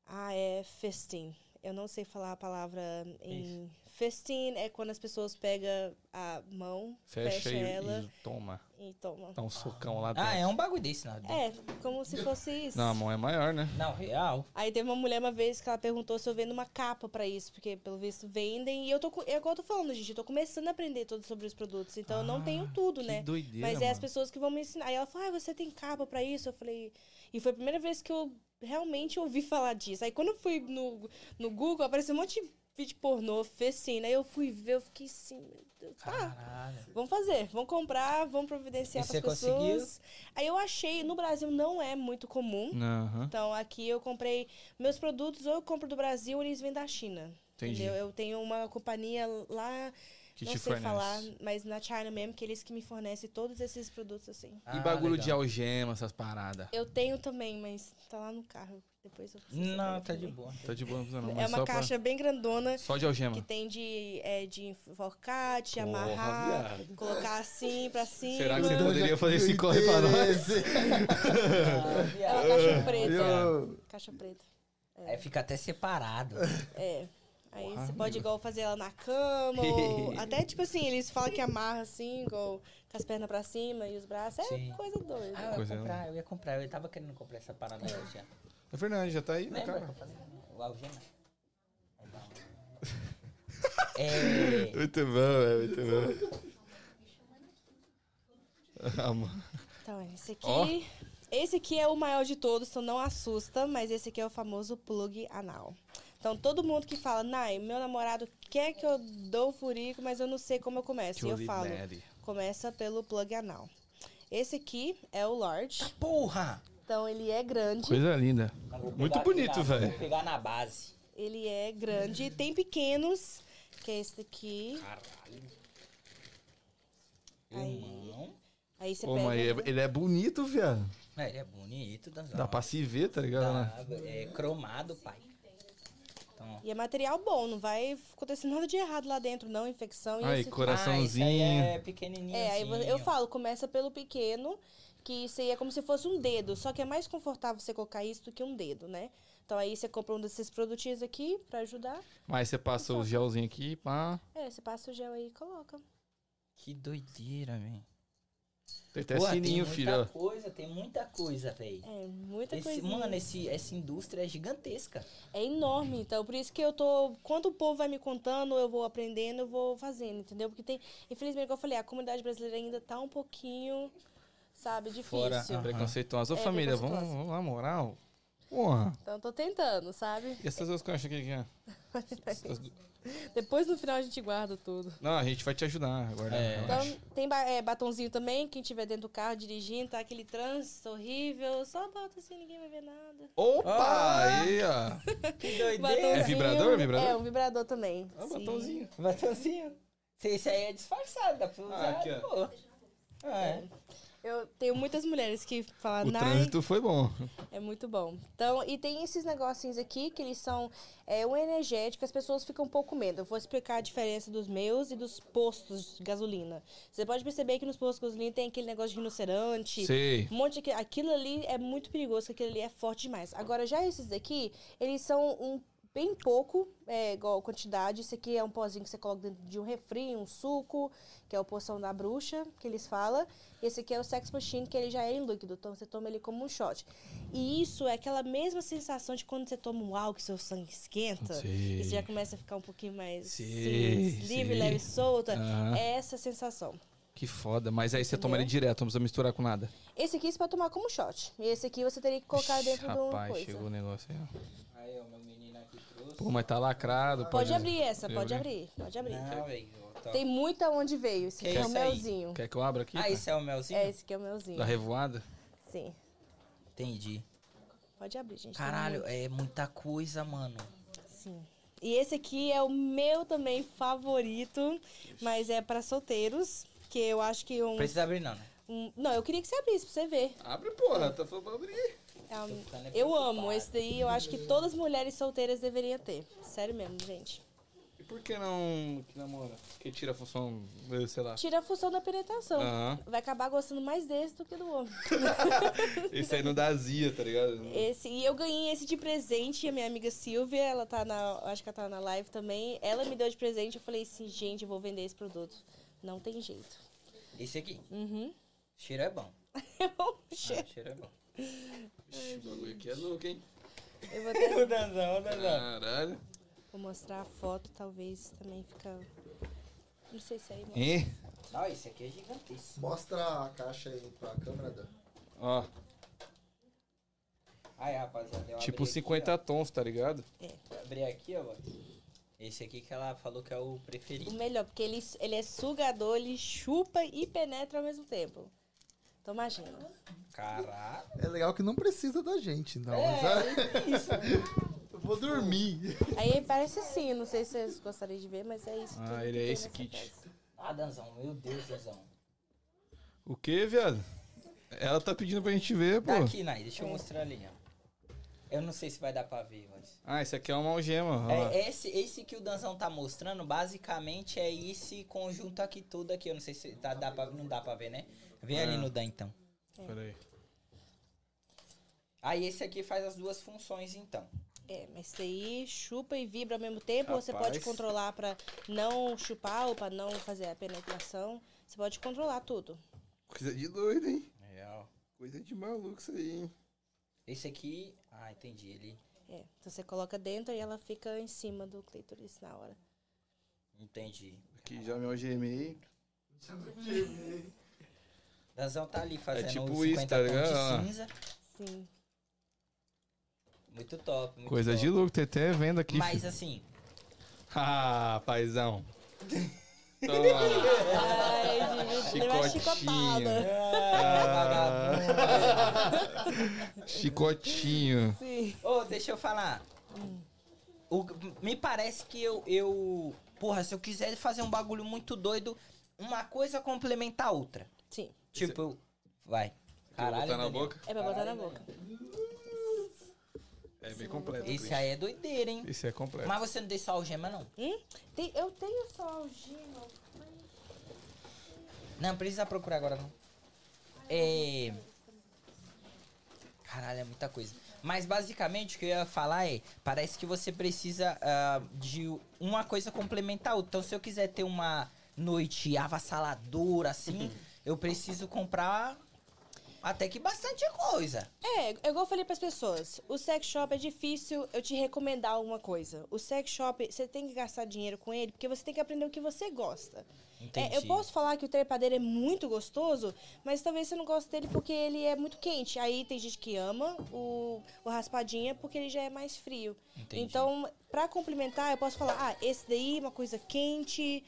[SPEAKER 5] Ah, é festim. Eu não sei falar a palavra em. Festim é quando as pessoas pegam a mão, fecha,
[SPEAKER 3] Fecha, e-
[SPEAKER 5] ela
[SPEAKER 3] e, toma.
[SPEAKER 5] e, toma.
[SPEAKER 3] Dá um socão lá dentro.
[SPEAKER 2] Ah, é um bagulho desse, nada.
[SPEAKER 5] Então, É, como se fosse isso.
[SPEAKER 3] Não, a mão é maior, né?
[SPEAKER 2] Não, real.
[SPEAKER 5] Aí teve uma mulher uma vez que ela perguntou se eu vendo uma capa pra isso, porque pelo visto vendem. E eu tô. co- É igual eu tô falando, gente, eu tô começando a aprender tudo sobre os produtos, então eu não tenho tudo,
[SPEAKER 3] Ah, que
[SPEAKER 5] né?
[SPEAKER 3] doideira,
[SPEAKER 5] Mas é as
[SPEAKER 3] mano.
[SPEAKER 5] pessoas que vão me ensinar. Aí ela falou, ah, você tem capa pra isso? Eu falei. E foi a primeira vez que eu realmente ouvi falar disso. Aí quando eu fui no, no Google, apareceu um monte de vídeo pornô, fecina. Aí eu fui ver, eu fiquei assim, meu Deus,
[SPEAKER 3] Ah.
[SPEAKER 5] tá.
[SPEAKER 2] Caralho.
[SPEAKER 5] Vamos fazer, vamos comprar, vamos providenciar
[SPEAKER 2] E
[SPEAKER 5] para
[SPEAKER 2] você
[SPEAKER 5] pessoas. Aí eu achei, no Brasil não é muito comum.
[SPEAKER 3] Uhum. Aham.
[SPEAKER 5] Então, aqui eu comprei meus produtos, ou eu compro do Brasil, ou eles vêm da China.
[SPEAKER 3] Entendi.
[SPEAKER 5] Entendeu? Eu tenho uma companhia lá,
[SPEAKER 3] Que
[SPEAKER 5] não
[SPEAKER 3] te
[SPEAKER 5] sei
[SPEAKER 3] fornece.
[SPEAKER 5] falar, mas na China mesmo, que eles que me fornecem todos esses produtos assim.
[SPEAKER 2] Ah,
[SPEAKER 3] e bagulho de
[SPEAKER 2] legal.
[SPEAKER 3] algema, essas paradas.
[SPEAKER 5] Eu tenho também, mas tá lá no carro. Depois eu preciso
[SPEAKER 2] Não,
[SPEAKER 5] pegar
[SPEAKER 2] tá de
[SPEAKER 5] também.
[SPEAKER 2] boa.
[SPEAKER 3] Tá de boa, não precisa não.
[SPEAKER 5] É
[SPEAKER 3] mas
[SPEAKER 5] uma
[SPEAKER 3] só
[SPEAKER 5] caixa bem grandona
[SPEAKER 3] Pra... Só de
[SPEAKER 5] que
[SPEAKER 3] algema.
[SPEAKER 5] tem de, é, de enforcar, de amarrar, colocar assim pra cima.
[SPEAKER 3] Será que você
[SPEAKER 5] né?
[SPEAKER 3] poderia fazer esse
[SPEAKER 4] Esse
[SPEAKER 3] corre pra nós? Ah,
[SPEAKER 5] É uma caixa
[SPEAKER 2] Eu-
[SPEAKER 5] preta. Caixa preta.
[SPEAKER 2] Aí Ah, é, fica até separado.
[SPEAKER 5] É. Aí você pode igual fazer ela na cama, ou até tipo assim, eles falam que amarra assim, igual com as pernas pra cima e os braços. É
[SPEAKER 2] Sim.
[SPEAKER 5] coisa doida.
[SPEAKER 2] Ah, eu ia
[SPEAKER 3] Coisa
[SPEAKER 2] comprar, eu ia comprar. Eu tava querendo comprar essa parada aí já.
[SPEAKER 3] É verdade, já tá aí, né,
[SPEAKER 2] Lembra?
[SPEAKER 3] cara?
[SPEAKER 2] que eu falei? O algema. É bom. É,
[SPEAKER 3] Muito bom, é muito bom.
[SPEAKER 2] né?
[SPEAKER 3] Ah, mano.
[SPEAKER 5] Então, esse aqui.
[SPEAKER 3] Ó.
[SPEAKER 5] Esse aqui é o maior de todos, então não assusta, mas esse aqui é o famoso plug anal. Então, todo mundo que fala, Nai, meu namorado quer que eu dou o furico, mas eu não sei como eu começo. E eu falo, começa pelo plug anal. Esse aqui é o large,
[SPEAKER 2] porra!
[SPEAKER 5] então ele é grande.
[SPEAKER 3] Coisa linda.
[SPEAKER 2] Mas vou
[SPEAKER 3] Muito
[SPEAKER 2] pegar-
[SPEAKER 3] bonito,
[SPEAKER 2] pegar-
[SPEAKER 3] velho.
[SPEAKER 2] Vou pegar na base.
[SPEAKER 5] Ele é grande. Tem pequenos, que é esse daqui. Aí,
[SPEAKER 2] Irmão.
[SPEAKER 5] aí você
[SPEAKER 3] Ô,
[SPEAKER 5] pega. um.
[SPEAKER 3] mas ele é- ele é bonito, viado.
[SPEAKER 2] É, ele é bonito, das
[SPEAKER 3] Dá pra se ver, tá ligado? né?
[SPEAKER 2] É cromado, pai. Então,
[SPEAKER 5] E é material bom, não vai acontecer nada de errado lá dentro, não. Infecção e
[SPEAKER 3] Aí,
[SPEAKER 5] esse- tipo.
[SPEAKER 2] Ah, esse
[SPEAKER 3] coraçãozinho.
[SPEAKER 2] aí é pequenininho.
[SPEAKER 5] É, aí vo- eu
[SPEAKER 2] assim, ó.
[SPEAKER 5] falo, começa pelo pequeno, que isso aí é como se fosse um dedo. Só que é mais confortável você colocar isso do que um dedo, né? Então aí você compra um desses produtinhos aqui pra ajudar.
[SPEAKER 3] Mas você passa o gelzinho aqui, pá.
[SPEAKER 5] É, você passa o gel aí e coloca.
[SPEAKER 2] Que doideira, velho.
[SPEAKER 3] Tem até
[SPEAKER 2] Porra,
[SPEAKER 3] sininho,
[SPEAKER 2] tem
[SPEAKER 3] filho.
[SPEAKER 2] muita
[SPEAKER 3] ó.
[SPEAKER 2] coisa, tem muita coisa, velho.
[SPEAKER 5] É, muita
[SPEAKER 2] Esse-
[SPEAKER 5] coisinha.
[SPEAKER 2] mano, esse, essa indústria é gigantesca.
[SPEAKER 5] É enorme, então por isso que eu tô. Quando o povo vai me contando, eu vou aprendendo, eu vou fazendo, entendeu? Porque tem. Infelizmente, como eu falei, a comunidade brasileira ainda tá um pouquinho, sabe,
[SPEAKER 2] Fora,
[SPEAKER 5] difícil.
[SPEAKER 2] aham.
[SPEAKER 3] Preconceituosa. Ô,
[SPEAKER 5] É,
[SPEAKER 3] família, vamos,
[SPEAKER 5] preconceituosa.
[SPEAKER 3] vamos na moral. Porra.
[SPEAKER 5] Então eu tô tentando, sabe?
[SPEAKER 3] E essas duas caixas aqui, aqui, ó? Essas du-
[SPEAKER 5] Depois no final a gente guarda tudo.
[SPEAKER 3] Não, a gente vai te ajudar agora.
[SPEAKER 2] É.
[SPEAKER 5] Então,
[SPEAKER 3] relaxa.
[SPEAKER 5] tem ba- é, batonzinho também, quem tiver dentro do carro dirigindo, tá aquele trânsito horrível, só bota assim, ninguém vai ver nada.
[SPEAKER 3] Opa!
[SPEAKER 5] Ah!
[SPEAKER 3] Aí, ó.
[SPEAKER 2] Que doideira.
[SPEAKER 5] Batonzinho,
[SPEAKER 3] É vibrador, vibrador?
[SPEAKER 5] É, um vibrador também.
[SPEAKER 3] Ó,
[SPEAKER 5] sim.
[SPEAKER 3] botãozinho.
[SPEAKER 2] Batonzinho. Isso aí é disfarçado, dá pra usar,
[SPEAKER 3] aqui, ó.
[SPEAKER 2] pô. É.
[SPEAKER 5] Eu tenho muitas mulheres que falam,
[SPEAKER 3] O
[SPEAKER 5] "Nai,
[SPEAKER 3] trânsito foi bom.
[SPEAKER 5] É muito bom. Então, e tem esses negocinhos aqui que eles são é um energético, as pessoas ficam um pouco medo. Eu vou explicar a diferença dos meus e dos postos de gasolina. Você pode perceber que nos postos de gasolina tem aquele negócio de rinoceronte.
[SPEAKER 3] Sei.
[SPEAKER 5] Um monte de... Aquilo ali é muito perigoso, porque aquilo ali é forte demais. Agora, já esses daqui, eles são um bem pouco, é, igual quantidade. Isso aqui é um pozinho que você coloca dentro de um refri, um suco, que é o poção da bruxa, que eles falam. Esse aqui é o Sex Machine, que ele já é em líquido, então você toma ele como um shot. E isso é aquela mesma sensação de quando você toma um álcool, seu sangue esquenta.
[SPEAKER 3] Sei.
[SPEAKER 5] E você já começa a ficar um pouquinho mais
[SPEAKER 3] Sim,
[SPEAKER 5] assim, livre,
[SPEAKER 3] sim.
[SPEAKER 5] leve, solta.
[SPEAKER 3] Aham.
[SPEAKER 5] É essa sensação.
[SPEAKER 3] Que foda. Mas aí você toma ele direto, não precisa misturar com nada.
[SPEAKER 5] Esse aqui você pode tomar como shot. E esse aqui você teria que colocar
[SPEAKER 3] Ixi,
[SPEAKER 5] dentro de uma
[SPEAKER 3] Rapaz,
[SPEAKER 5] coisa.
[SPEAKER 6] um
[SPEAKER 3] chegou o negócio aí, ó.
[SPEAKER 2] Aí, ó, meu menino aqui trouxe.
[SPEAKER 3] Pô, mas tá lacrado.
[SPEAKER 5] Pode
[SPEAKER 3] pô.
[SPEAKER 5] abrir essa,
[SPEAKER 3] Quer
[SPEAKER 5] pode
[SPEAKER 3] abrir?
[SPEAKER 5] abrir, pode abrir.
[SPEAKER 2] Não, velho. tá-
[SPEAKER 5] Tem muita onde veio. Esse
[SPEAKER 2] Que
[SPEAKER 5] aqui é o
[SPEAKER 2] isso aí?
[SPEAKER 5] melzinho.
[SPEAKER 3] Quer que eu abra aqui?
[SPEAKER 2] Ah,
[SPEAKER 3] cara?
[SPEAKER 2] esse é o melzinho?
[SPEAKER 5] É, esse aqui é o melzinho.
[SPEAKER 3] Da revoada?
[SPEAKER 5] Sim.
[SPEAKER 2] Entendi.
[SPEAKER 5] Pode abrir, gente. tem
[SPEAKER 2] Caralho,
[SPEAKER 5] muito.
[SPEAKER 2] é muita coisa, mano.
[SPEAKER 5] Sim. E esse aqui é o meu também favorito, mas é pra solteiros, que eu acho que um,
[SPEAKER 2] Precisa abrir, não, né?
[SPEAKER 5] um- Não, eu queria que você abrisse pra você ver.
[SPEAKER 6] Abre, porra. Tá falando pra abrir.
[SPEAKER 5] É um-
[SPEAKER 2] ficando
[SPEAKER 5] eu
[SPEAKER 2] preocupado.
[SPEAKER 5] amo esse daí, eu acho que todas as mulheres solteiras deveriam ter. Sério mesmo, gente.
[SPEAKER 6] E por que não que namora? Que tira a função, eh, sei lá.
[SPEAKER 5] Tira a função da
[SPEAKER 3] Ah.
[SPEAKER 5] penetração.
[SPEAKER 6] Aham.
[SPEAKER 5] Vai acabar gostando mais desse do que do homem.
[SPEAKER 6] Esse aí não dá azia, tá ligado?
[SPEAKER 5] Esse, e eu ganhei esse de presente, e a minha amiga Silvia, ela tá na. Acho que ela tá na live também. Ela me deu de presente, eu falei assim, gente, eu vou vender esse produto. Não tem jeito.
[SPEAKER 2] Esse aqui.
[SPEAKER 5] Uhum.
[SPEAKER 2] Cheiro é bom. Ah,
[SPEAKER 5] eu
[SPEAKER 2] cheiro é bom.
[SPEAKER 6] Ixi, o bagulho aqui é louco, hein?
[SPEAKER 5] vou até.
[SPEAKER 2] O Danzão, né? o Danzão.
[SPEAKER 6] Caralho.
[SPEAKER 5] Vou mostrar a foto, talvez também fica. Não sei se é aí. Mas...
[SPEAKER 6] Hein?
[SPEAKER 2] Não, esse aqui é gigantesco.
[SPEAKER 4] Mostra a caixa aí pra câmera, Dan.
[SPEAKER 6] Ó,
[SPEAKER 2] Aí, rapaziada, eu
[SPEAKER 6] tipo
[SPEAKER 2] abri
[SPEAKER 6] 50 tons, tá ligado?
[SPEAKER 2] Aqui, ó. Abri aqui, ó. Esse aqui que ela falou que é o preferido.
[SPEAKER 5] O melhor, porque ele, ele é sugador, ele chupa e penetra ao mesmo tempo. Então imagina.
[SPEAKER 2] Caralho.
[SPEAKER 4] É legal que não precisa da gente, não.
[SPEAKER 2] É, isso.
[SPEAKER 4] Eu vou dormir.
[SPEAKER 5] Aí parece assim, não sei se vocês gostariam de ver, mas é isso.
[SPEAKER 6] Ah,
[SPEAKER 5] tudo que
[SPEAKER 6] ele é
[SPEAKER 5] tem
[SPEAKER 6] esse
[SPEAKER 5] nessa
[SPEAKER 6] kit.
[SPEAKER 5] peça.
[SPEAKER 2] Ah, Danzão, meu Deus, Danzão.
[SPEAKER 6] O que, viado? Ela tá pedindo pra gente ver, pô.
[SPEAKER 2] Tá aqui, Nai, deixa eu mostrar ali, ó. Eu não sei se vai dar pra ver, mas.
[SPEAKER 6] Ah, esse aqui é uma algema. ó lá.
[SPEAKER 2] É, esse, esse que o Danzão tá mostrando, basicamente é esse conjunto aqui todo aqui. Eu não sei se tá, dá pra, não dá pra ver, né? Vê
[SPEAKER 6] É.
[SPEAKER 2] ali no Dan, então.
[SPEAKER 6] Peraí.
[SPEAKER 2] Aí esse aqui faz as duas funções, então.
[SPEAKER 5] É, mas isso aí chupa e vibra ao mesmo tempo, ou você
[SPEAKER 6] Rapaz.
[SPEAKER 5] pode controlar pra não chupar ou pra não fazer a penetração. Você pode controlar tudo.
[SPEAKER 6] Coisa de doido, hein?
[SPEAKER 2] Real.
[SPEAKER 6] Coisa de maluco isso aí, hein?
[SPEAKER 2] Esse aqui. Ah, entendi. Ele.
[SPEAKER 5] É, então você coloca dentro e ela fica em cima do clítoris na hora.
[SPEAKER 2] Entendi.
[SPEAKER 6] Aqui já me algemei.
[SPEAKER 2] Danzão tá ali fazendo
[SPEAKER 6] tipo
[SPEAKER 2] os
[SPEAKER 6] isso,
[SPEAKER 2] 50
[SPEAKER 6] tá ligado? Olha
[SPEAKER 2] tons
[SPEAKER 6] lá.
[SPEAKER 2] de cinza.
[SPEAKER 5] Sim.
[SPEAKER 2] Muito top. Muito
[SPEAKER 3] Coisa
[SPEAKER 2] top.
[SPEAKER 3] de louco, tem até vendo aqui.
[SPEAKER 2] Mas assim,
[SPEAKER 6] Ah, paizão. Toma.
[SPEAKER 5] Ai, Didi, ele vai chicotada.
[SPEAKER 6] Ah.
[SPEAKER 2] é
[SPEAKER 3] Chicotinho.
[SPEAKER 5] Sim.
[SPEAKER 2] Ô, deixa eu falar. O- me parece que eu, eu. Porra, se eu quiser fazer um bagulho muito doido, uma coisa complementa a outra.
[SPEAKER 5] Sim.
[SPEAKER 2] Tipo, eu- vai.
[SPEAKER 6] Caralho,
[SPEAKER 2] Caralho.
[SPEAKER 6] botar na
[SPEAKER 2] Daniel.
[SPEAKER 6] boca?
[SPEAKER 5] É pra botar na boca.
[SPEAKER 6] É bem completo.
[SPEAKER 2] Esse aí é doideira, hein?
[SPEAKER 3] Isso é completo.
[SPEAKER 2] Mas você não deixa só algema, não?
[SPEAKER 5] Hum? Tem- eu tenho só algema.
[SPEAKER 2] Não, precisa procurar agora, não. É. Caralho, é muita coisa. Mas basicamente o que eu ia falar é: parece que você precisa ah, de uma coisa complementar a outra. Então, se eu quiser ter uma noite avassaladora assim,
[SPEAKER 5] Uhum.
[SPEAKER 2] eu preciso comprar até que bastante coisa.
[SPEAKER 5] É, é igual eu falei pras pessoas. O sex shop é difícil eu te recomendar alguma coisa. O sex shop, você tem que gastar dinheiro com ele, porque você tem que aprender o que você gosta.
[SPEAKER 2] Entendi.
[SPEAKER 5] É, eu posso falar que o trepadeiro é muito gostoso, mas talvez você não goste dele porque ele é muito quente. Aí tem gente que ama o, o raspadinha porque ele já é mais frio.
[SPEAKER 2] Entendi.
[SPEAKER 5] Então, pra complementar, eu posso falar, ah, esse daí é uma coisa quente.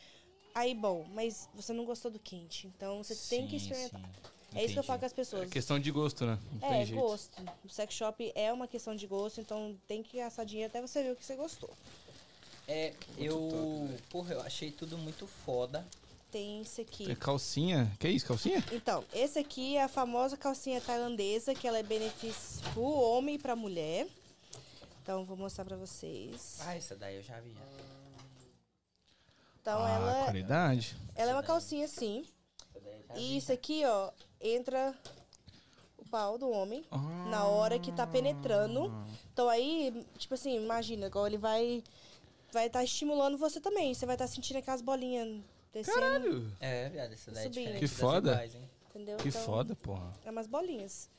[SPEAKER 5] Aí, bom, mas você não gostou do quente. Então, você tem que
[SPEAKER 2] Sim,
[SPEAKER 5] experimentar.
[SPEAKER 2] sim.
[SPEAKER 5] É isso que eu
[SPEAKER 2] Entendi.
[SPEAKER 5] falo com as pessoas.
[SPEAKER 3] É questão de gosto, né? Não
[SPEAKER 5] É,
[SPEAKER 3] tem jeito.
[SPEAKER 5] gosto. O sex shop é uma questão de gosto, então tem que gastar dinheiro até você ver o que você gostou.
[SPEAKER 2] É, eu. Porra, eu achei tudo muito foda.
[SPEAKER 5] Tem esse aqui.
[SPEAKER 3] É calcinha? Que isso, calcinha?
[SPEAKER 5] Então, esse aqui é a famosa calcinha tailandesa, que ela é benefício pro homem e pra mulher. Então, vou mostrar pra vocês.
[SPEAKER 2] Ah, essa daí eu já vi. já.
[SPEAKER 5] Então,
[SPEAKER 3] ah,
[SPEAKER 5] ela,
[SPEAKER 3] qualidade.
[SPEAKER 5] ela é uma calcinha assim.
[SPEAKER 2] Essa daí eu já vi.
[SPEAKER 5] E isso aqui, ó, entra o pau do homem na hora que tá penetrando. Então aí, tipo assim, imagina, igual ele vai vai estar estimulando você também. Você vai estar sentindo aquelas bolinhas descendo,
[SPEAKER 2] É, viado, essa daí é
[SPEAKER 5] Subindo.
[SPEAKER 2] diferente.
[SPEAKER 3] Que
[SPEAKER 2] das
[SPEAKER 3] foda.
[SPEAKER 2] iguais, hein?
[SPEAKER 5] entendeu?
[SPEAKER 3] Que
[SPEAKER 5] Então,
[SPEAKER 3] foda, porra.
[SPEAKER 5] É umas bolinhas.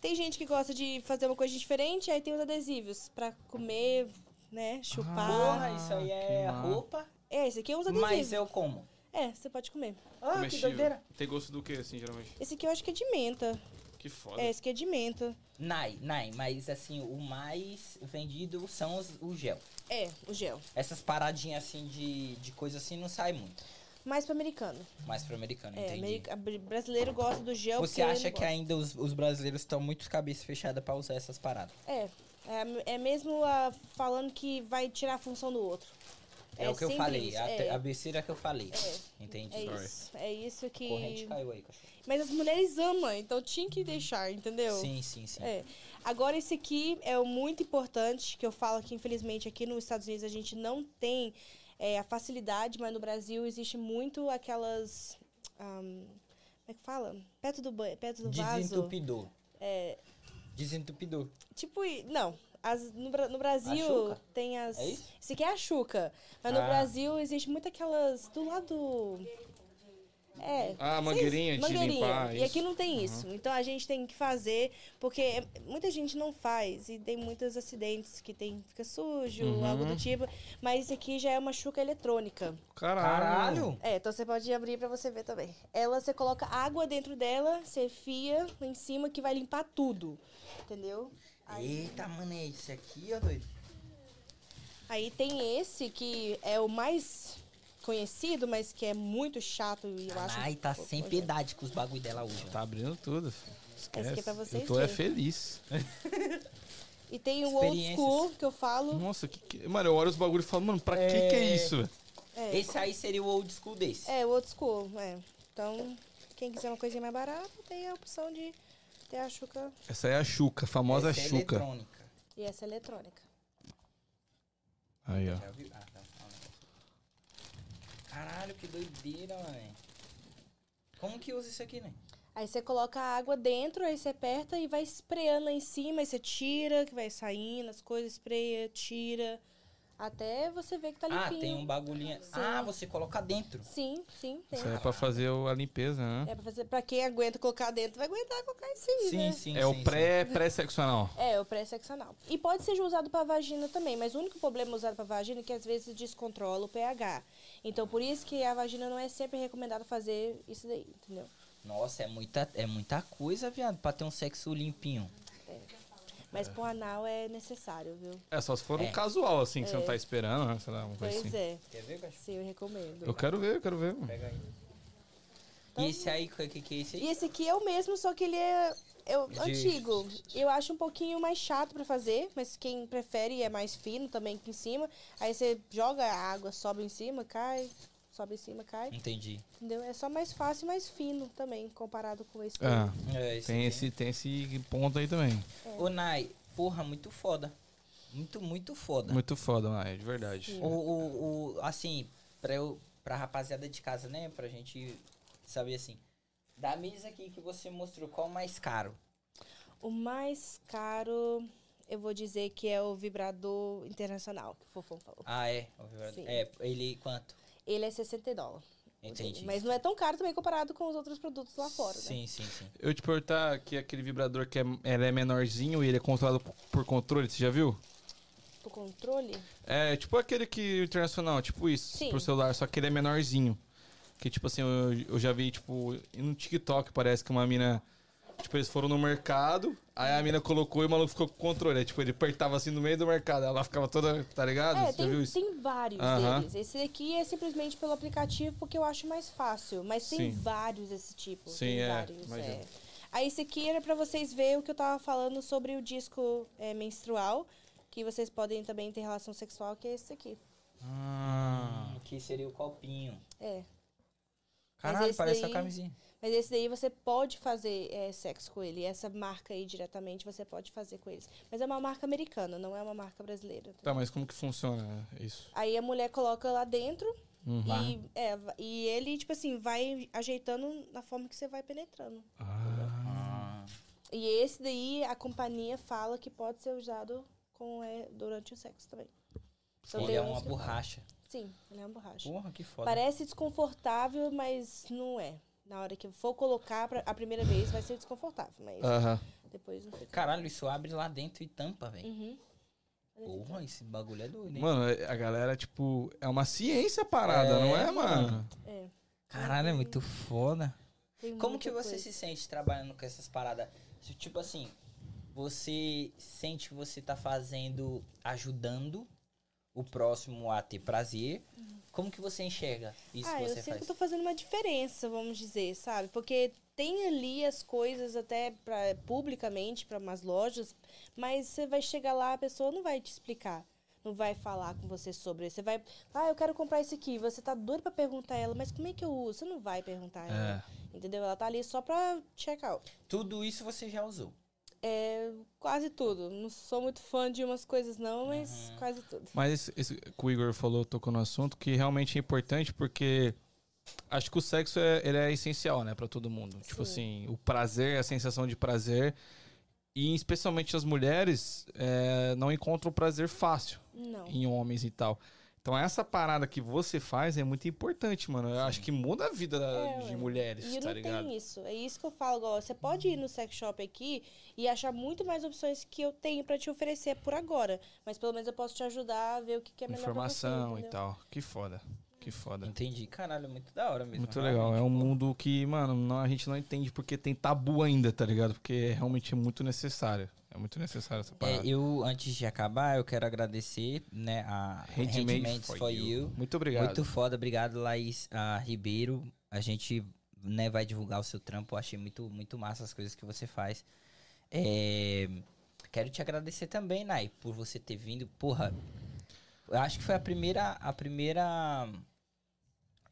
[SPEAKER 5] Tem gente que gosta de fazer uma coisa diferente, aí tem os adesivos pra comer, né, chupar.
[SPEAKER 2] Porra, isso aí é
[SPEAKER 3] que massa.
[SPEAKER 2] roupa.
[SPEAKER 5] É, esse aqui é uns adesivos.
[SPEAKER 2] Mas eu como.
[SPEAKER 5] É, você pode comer.
[SPEAKER 2] Ah, que doideira.
[SPEAKER 3] Tem gosto do que, assim, geralmente?
[SPEAKER 5] Esse aqui eu acho que é de menta.
[SPEAKER 3] Que foda.
[SPEAKER 5] É, esse aqui é de menta.
[SPEAKER 2] Nai, Nai, mas assim, o mais vendido são os, o gel.
[SPEAKER 5] É, o gel.
[SPEAKER 2] Essas paradinhas assim de, de coisa assim não sai muito.
[SPEAKER 5] mais pra americano.
[SPEAKER 2] Mais pro americano,
[SPEAKER 5] É,
[SPEAKER 2] entendi.
[SPEAKER 5] america- é br- brasileiro gosta do gel.
[SPEAKER 2] Você
[SPEAKER 5] porque ele
[SPEAKER 2] acha
[SPEAKER 5] não
[SPEAKER 2] que é
[SPEAKER 5] gosta.
[SPEAKER 2] ainda os, os brasileiros estão muito cabeça fechada pra usar essas paradas?
[SPEAKER 5] É. É, é mesmo ah, falando que vai tirar a função do outro.
[SPEAKER 2] É, o que eu
[SPEAKER 5] sempre
[SPEAKER 2] falei,
[SPEAKER 5] isso,
[SPEAKER 2] a, te-
[SPEAKER 5] é,
[SPEAKER 2] a besteira que eu falei. Entendi.
[SPEAKER 5] é isso. É isso que.
[SPEAKER 2] Corrente caiu aí, cachorro.
[SPEAKER 5] Mas as mulheres amam, então tinha que deixar, entendeu?
[SPEAKER 2] Sim, sim, sim.
[SPEAKER 5] É. Agora, esse aqui é o muito importante, que eu falo que, infelizmente, aqui nos Estados Unidos a gente não tem é, a facilidade, mas no Brasil existe muito aquelas. ahm, como é que fala? Perto do, ba- perto do vaso. É.
[SPEAKER 2] Desentupidor. Desentupidor.
[SPEAKER 5] Tipo, e- não. As, no, Bra- no Brasil
[SPEAKER 2] Chuca?
[SPEAKER 5] tem as.
[SPEAKER 2] É isso?
[SPEAKER 5] Esse aqui é a Chuca. Mas no
[SPEAKER 2] Ah.
[SPEAKER 5] Brasil existe muito aquelas. Do lado. É.
[SPEAKER 3] Ah, mangueirinha de limpar.
[SPEAKER 5] E aqui não tem isso. Então a gente tem que fazer, porque muita gente não faz. E tem muitos acidentes que tem, fica sujo,
[SPEAKER 3] Uhum.
[SPEAKER 5] algo do tipo. Mas isso aqui já é uma chuca eletrônica.
[SPEAKER 2] Caralho!
[SPEAKER 5] É, então você pode abrir pra você ver também. Ela, você coloca água dentro dela, você fia lá em cima que vai limpar tudo. Entendeu?
[SPEAKER 2] Eita, mano, é isso aqui, ó, doido.
[SPEAKER 5] Aí tem esse que é o mais conhecido, mas que é muito chato e eu acho. é um
[SPEAKER 2] Ai, tá sem piedade com os bagulho dela hoje. ó.
[SPEAKER 3] Tá abrindo tudo.
[SPEAKER 5] Esse aqui é pra vocês
[SPEAKER 3] Eu tô é
[SPEAKER 5] verem.
[SPEAKER 3] feliz.
[SPEAKER 5] E tem o old
[SPEAKER 2] Experiências.
[SPEAKER 5] school que eu falo.
[SPEAKER 3] É, Nossa, que, que- Mano, eu olho os bagulhos e falo, mano, pra que que é isso? velho?
[SPEAKER 5] É.
[SPEAKER 2] Esse aí seria o old school desse.
[SPEAKER 5] É, o old school, é. Então, quem quiser uma coisinha mais barata, tem a opção de ter a chuca
[SPEAKER 3] Essa é a Xuca, a famosa
[SPEAKER 2] Essa é
[SPEAKER 3] Xuca.
[SPEAKER 2] eletrônica.
[SPEAKER 5] e essa eletrônica.
[SPEAKER 3] Aí, ó.
[SPEAKER 2] Já viu? Ah, tá. Ah, não. Caralho, que doideira, mano. Como que usa isso aqui, né?
[SPEAKER 5] Aí você coloca a água dentro, aí você aperta e vai espreando lá em cima, aí você tira, que vai saindo as coisas, espreia, tira, até você ver que tá
[SPEAKER 2] Ah,
[SPEAKER 5] limpinho.
[SPEAKER 2] tem um bagulhinho. Ah, você coloca dentro.
[SPEAKER 5] Sim, sim, tem.
[SPEAKER 3] Isso aí é pra fazer o- a limpeza, né?
[SPEAKER 5] É pra fazer, pra quem aguenta colocar dentro, vai aguentar colocar em cima, né?
[SPEAKER 2] sim.
[SPEAKER 3] É o pré- pré-seccional.
[SPEAKER 5] É, o pré-sexanal. E pode ser usado pra vagina também, mas o único problema usado pra vagina é que às vezes descontrola o pH. Então, por isso que a vagina não é sempre recomendada fazer isso daí, entendeu?
[SPEAKER 2] Nossa, é muita, é muita coisa, viado, pra ter um sexo limpinho.
[SPEAKER 5] Mas pro anal é necessário, viu?
[SPEAKER 3] é, só se for
[SPEAKER 2] É.
[SPEAKER 3] um casual, assim, que você não tá esperando, né? Sei lá, uma coisa
[SPEAKER 5] Pois
[SPEAKER 3] assim.
[SPEAKER 5] é.
[SPEAKER 2] Quer ver, cachorro?
[SPEAKER 5] Sim, eu recomendo.
[SPEAKER 3] Eu quero ver, eu quero ver. mano.
[SPEAKER 2] Pega aí.
[SPEAKER 5] Tá
[SPEAKER 2] E esse aí, o que, que é esse aí?
[SPEAKER 5] E esse aqui é o mesmo, só que ele é, é o
[SPEAKER 2] De-
[SPEAKER 5] antigo. Eu acho um pouquinho mais chato pra fazer, mas quem prefere é mais fino também aqui em cima. Aí você joga a água, sobe em cima, cai, sobe em cima, cai.
[SPEAKER 2] Entendi.
[SPEAKER 5] Entendeu? É só mais fácil e mais fino também, comparado com esse.
[SPEAKER 3] Ah,
[SPEAKER 2] É, esse
[SPEAKER 3] tem
[SPEAKER 2] aqui.
[SPEAKER 3] esse, tem esse ponto aí também.
[SPEAKER 5] É.
[SPEAKER 2] Ô, Nai, porra, muito foda. Muito, muito foda.
[SPEAKER 3] Muito foda, mano, de verdade.
[SPEAKER 2] O, o, o- assim, pra, eu, pra rapaziada de casa, né? Pra gente saber assim. Da mesa aqui que você mostrou, qual o mais caro?
[SPEAKER 5] O mais caro, eu vou dizer que é o vibrador internacional, que o Fofão falou.
[SPEAKER 2] Ah, é. o vibrador.
[SPEAKER 5] Sim.
[SPEAKER 2] É, ele quanto?
[SPEAKER 5] Ele é 60 dólares.
[SPEAKER 2] Entendi.
[SPEAKER 5] Mas não é tão caro também comparado com os outros produtos lá fora, né?
[SPEAKER 2] Sim, sim, sim.
[SPEAKER 3] Eu te perguntar que aquele vibrador que é, ele é menorzinho e ele é controlado por- por controle, você já viu?
[SPEAKER 5] O controle.
[SPEAKER 3] É, tipo aquele que internacional, tipo isso,
[SPEAKER 5] Sim.
[SPEAKER 3] pro celular, só que ele é menorzinho. Que tipo assim, eu, eu já vi, tipo, no TikTok parece que uma mina. Tipo, eles foram no mercado, aí a mina colocou e o maluco ficou com o controle. Aí, tipo, ele apertava assim no meio do mercado, ela ficava toda, tá ligado?
[SPEAKER 5] É,
[SPEAKER 3] Você já viu
[SPEAKER 5] tem,
[SPEAKER 3] isso?
[SPEAKER 5] tem vários
[SPEAKER 3] Aham.
[SPEAKER 5] deles. Esse daqui é simplesmente pelo aplicativo porque eu acho mais fácil. Mas tem
[SPEAKER 3] Sim.
[SPEAKER 5] vários desse tipo.
[SPEAKER 3] Sim,
[SPEAKER 5] tem
[SPEAKER 3] é,
[SPEAKER 5] vários,
[SPEAKER 3] imagino.
[SPEAKER 5] é. Aí esse aqui era pra vocês verem o que eu tava falando sobre o disco é, menstrual. Que vocês podem também ter relação sexual, que é esse aqui.
[SPEAKER 3] Ah.
[SPEAKER 2] Aqui Hum, seria o copinho.
[SPEAKER 5] É.
[SPEAKER 2] Caralho,
[SPEAKER 5] esse
[SPEAKER 2] parece
[SPEAKER 5] daí-
[SPEAKER 2] uma camisinha.
[SPEAKER 5] Mas esse daí você pode fazer é, sexo com ele. Essa marca aí diretamente você pode fazer com eles. Mas é uma marca americana, não é uma marca brasileira.
[SPEAKER 3] Tá, mas como que funciona isso?
[SPEAKER 5] Aí a mulher coloca lá dentro
[SPEAKER 2] Uhum.
[SPEAKER 5] e, é, va- e ele, tipo assim, vai ajeitando na forma que você vai penetrando.
[SPEAKER 2] Ah,
[SPEAKER 5] E esse daí a companhia fala que pode ser usado com, é, durante o sexo também. Então
[SPEAKER 2] ele
[SPEAKER 5] tem
[SPEAKER 2] é
[SPEAKER 5] uns
[SPEAKER 2] uma
[SPEAKER 5] que-
[SPEAKER 2] borracha.
[SPEAKER 5] Sim, ele é uma borracha.
[SPEAKER 2] Porra, que foda.
[SPEAKER 5] Parece desconfortável, mas não é. Na hora que for colocar pra- a primeira vez vai ser desconfortável, mas
[SPEAKER 2] Ah.
[SPEAKER 3] Aham.
[SPEAKER 5] depois não fica.
[SPEAKER 2] Caralho, isso abre lá dentro e tampa, velho.
[SPEAKER 5] Uhum.
[SPEAKER 2] Porra, esse bagulho é doido, hein?
[SPEAKER 3] Mano, a galera, tipo, é uma ciência a parada,
[SPEAKER 2] É,
[SPEAKER 3] não é,
[SPEAKER 2] mano.
[SPEAKER 3] mano?
[SPEAKER 5] É.
[SPEAKER 2] Caralho, é muito foda.
[SPEAKER 5] Tem
[SPEAKER 2] Como
[SPEAKER 5] muita
[SPEAKER 2] que você
[SPEAKER 5] coisa.
[SPEAKER 2] se sente trabalhando com essas paradas? Se, Tipo assim, você sente que você tá fazendo, ajudando o o próximo a ter prazer. Como que você enxerga isso
[SPEAKER 5] Uhum. ah,
[SPEAKER 2] que
[SPEAKER 5] eu
[SPEAKER 2] você
[SPEAKER 5] sempre
[SPEAKER 2] faz?
[SPEAKER 5] tô fazendo uma diferença, vamos dizer, sabe? Porque tem ali as coisas até pra, publicamente para umas lojas, mas você vai chegar lá, a pessoa não vai te explicar. Não vai falar com você sobre isso. Você vai. Ah, eu quero comprar isso aqui. Você tá doido pra perguntar ela, mas como é que eu uso? Você não vai perguntar ela.
[SPEAKER 2] É.
[SPEAKER 5] Entendeu? Ela tá ali só pra check out.
[SPEAKER 2] Tudo isso você já usou.
[SPEAKER 5] Quase tudo. Não sou muito fã de umas coisas, não, mas
[SPEAKER 2] Uhum.
[SPEAKER 5] quase tudo.
[SPEAKER 3] Mas esse, esse que o Igor falou, tocou no assunto, que realmente é importante porque acho que o sexo é, ele é essencial, né, pra todo mundo. Tipo assim, o prazer, a sensação de prazer. E especialmente as mulheres é, não encontram prazer fácil
[SPEAKER 5] Não.
[SPEAKER 3] em homens e tal. Então essa parada que você faz é muito importante, mano. Eu acho que muda a vida
[SPEAKER 5] É,
[SPEAKER 3] de
[SPEAKER 5] ué.
[SPEAKER 3] mulheres,
[SPEAKER 5] E
[SPEAKER 3] tá
[SPEAKER 5] não
[SPEAKER 3] ligado?
[SPEAKER 5] tem isso. É isso que eu falo. Igual, você pode ir no sex shop aqui e achar muito mais opções que eu tenho pra te oferecer por agora. Mas pelo menos eu posso te ajudar a ver o que, que é melhor
[SPEAKER 3] Informação
[SPEAKER 5] pra você,
[SPEAKER 3] e
[SPEAKER 5] entendeu?
[SPEAKER 3] tal. Que foda. Que foda.
[SPEAKER 2] Entendi. Caralho, muito da hora mesmo.
[SPEAKER 3] É. Muito legal. É um
[SPEAKER 2] realmente,
[SPEAKER 3] mundo que, mano, não- a gente não entende porque tem tabu ainda, tá ligado? Porque realmente é muito necessário. É muito necessário essa
[SPEAKER 2] pô. É,
[SPEAKER 3] parada.
[SPEAKER 2] eu, antes de acabar, eu quero agradecer, né, a
[SPEAKER 3] Handmade
[SPEAKER 2] Handmade for, you.
[SPEAKER 3] Muito obrigado.
[SPEAKER 2] Muito foda, obrigado, Laís ah, Ribeiro. A gente né, vai divulgar o seu trampo. Eu achei muito, muito massa as coisas que você faz. É, Quero te agradecer também, Nai, por você ter vindo. Porra, eu acho que foi a primeira, a primeira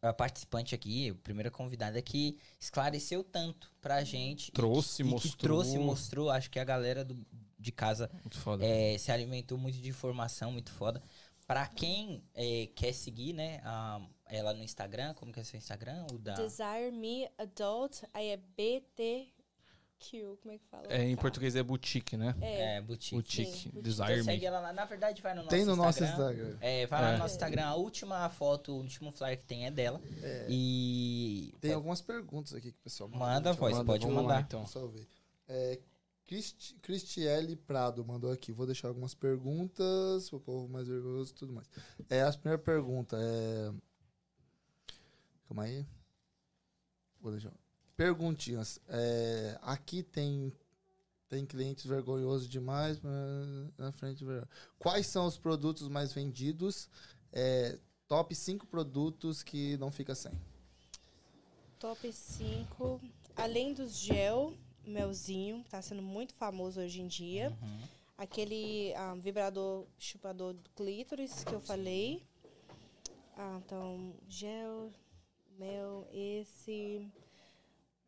[SPEAKER 2] a participante aqui, a primeira convidada que esclareceu tanto pra gente. e
[SPEAKER 3] Trouxe,
[SPEAKER 2] que- e que,
[SPEAKER 3] mostrou.
[SPEAKER 2] trouxe, mostrou. Acho que a galera do- de casa
[SPEAKER 3] Muito foda.
[SPEAKER 2] é,
[SPEAKER 4] Uhum.
[SPEAKER 2] se alimentou muito de informação, muito foda. Pra quem é, quer seguir, né, a- ela no Instagram, como que é seu Instagram? O da...
[SPEAKER 5] Desire me adult, aí é BTQ. Como é que fala?
[SPEAKER 3] É, em
[SPEAKER 5] Tá.
[SPEAKER 3] português é boutique, né?
[SPEAKER 5] É.
[SPEAKER 2] É, boutique.
[SPEAKER 3] Boutique.
[SPEAKER 5] Sim, boutique.
[SPEAKER 2] Então
[SPEAKER 3] Desire
[SPEAKER 2] segue
[SPEAKER 3] me.
[SPEAKER 2] ela lá. Na verdade, vai no nosso
[SPEAKER 4] Tem no
[SPEAKER 2] Instagram.
[SPEAKER 4] nosso Instagram.
[SPEAKER 2] É, vai lá
[SPEAKER 3] É.
[SPEAKER 2] no nosso Instagram. A última foto, o último flyer que tem é dela. E...
[SPEAKER 4] Tem algumas perguntas aqui que o pessoal
[SPEAKER 2] Manda,
[SPEAKER 4] Deixa eu
[SPEAKER 2] voz,
[SPEAKER 4] mandar.
[SPEAKER 2] pode
[SPEAKER 4] Vamos lá,
[SPEAKER 2] mandar.
[SPEAKER 3] então.
[SPEAKER 4] Só ver. É, Crist- Cristiele Prado mandou aqui. Vou deixar algumas perguntas, o povo mais vergonhoso e tudo mais. É, a primeira pergunta é. Calma aí. Vou deixar. Perguntinhas. É, aqui tem. Tem clientes vergonhosos demais mas na frente. ver- Quais são os produtos mais vendidos? É, top 5 produtos que não fica sem.
[SPEAKER 5] Top 5. Além dos gel, melzinho, tá sendo muito famoso hoje em dia. Aquele ah, vibrador chupador do clítoris que eu falei. Ah, então, gel, mel, esse.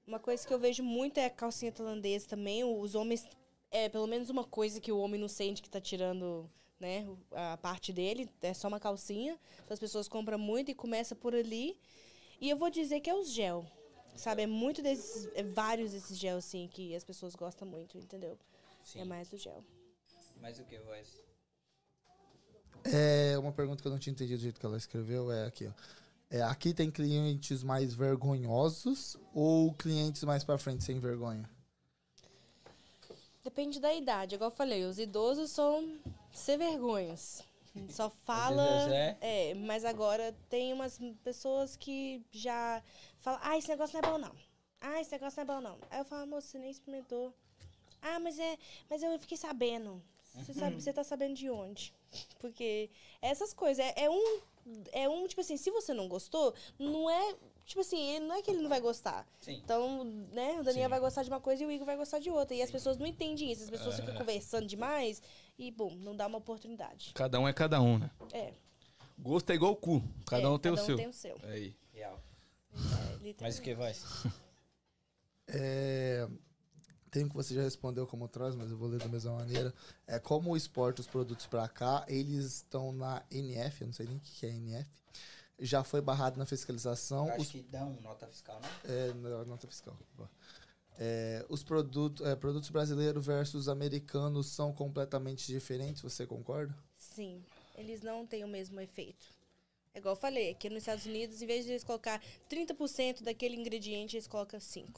[SPEAKER 5] Uma coisa que eu vejo muito é a calcinha tailandesa também. Os homens. É pelo menos uma coisa que o homem não sente que tá tirando, né? A parte dele. É só uma calcinha. Então as pessoas compram muito e começa por ali. E eu vou dizer que é os gel. Sabe? É muito desses. É vários desses gel, assim, que as pessoas gostam muito, entendeu?
[SPEAKER 4] um-
[SPEAKER 5] É mais o gel.
[SPEAKER 2] Mas o que, voz?
[SPEAKER 4] É, uma pergunta que eu não tinha entendido do jeito que ela escreveu é aqui, ó. É, aqui tem clientes mais vergonhosos ou clientes mais pra frente sem vergonha?
[SPEAKER 5] Depende da idade. Igual eu falei, os idosos são sem vergonhas. Só fala.
[SPEAKER 2] é?
[SPEAKER 5] É, mas agora tem umas pessoas que já falam: ah, esse negócio não é bom não. Ah, esse negócio não é bom não. Aí eu falo: moço, você nem experimentou. Ah, mas é. Mas eu fiquei sabendo. Você,
[SPEAKER 3] Uhum.
[SPEAKER 5] sabe, você tá sabendo de onde? Porque essas coisas. É, é um. É um, tipo assim, se você não gostou, não é. Tipo assim, ele- não é que ele não vai gostar.
[SPEAKER 2] Sim.
[SPEAKER 5] Então, né, o Daniel vai gostar de uma coisa e o Igor vai gostar de outra. E as pessoas não entendem isso, as pessoas
[SPEAKER 3] É.
[SPEAKER 5] ficam conversando demais e, bom, não dá uma oportunidade.
[SPEAKER 3] Cada um é cada um, né?
[SPEAKER 5] É.
[SPEAKER 3] Gosto é igual o cu. Cada
[SPEAKER 5] é,
[SPEAKER 3] um tem
[SPEAKER 5] cada
[SPEAKER 3] o seu.
[SPEAKER 5] tem o seu.
[SPEAKER 3] Aí.
[SPEAKER 2] Real.
[SPEAKER 5] É, literalmente.
[SPEAKER 2] Mas o que, voz?
[SPEAKER 4] Então, É, tem um que você já respondeu como trás, mas eu vou ler da mesma maneira. É como exporta os produtos pra cá, eles estão na NF, eu não sei nem o que que é NF. Já foi barrado na fiscalização.
[SPEAKER 2] Eu
[SPEAKER 4] Os
[SPEAKER 2] Acho que dá um nota fiscal, né?
[SPEAKER 4] É, na nota fiscal. Boa. É, os produtos, é, produtos brasileiros versus americanos são completamente diferentes, você concorda?
[SPEAKER 5] Sim, eles não têm o mesmo efeito. É igual eu falei, aqui nos Estados Unidos, em vez de eles colocar 30% daquele ingrediente, eles colocam 5%.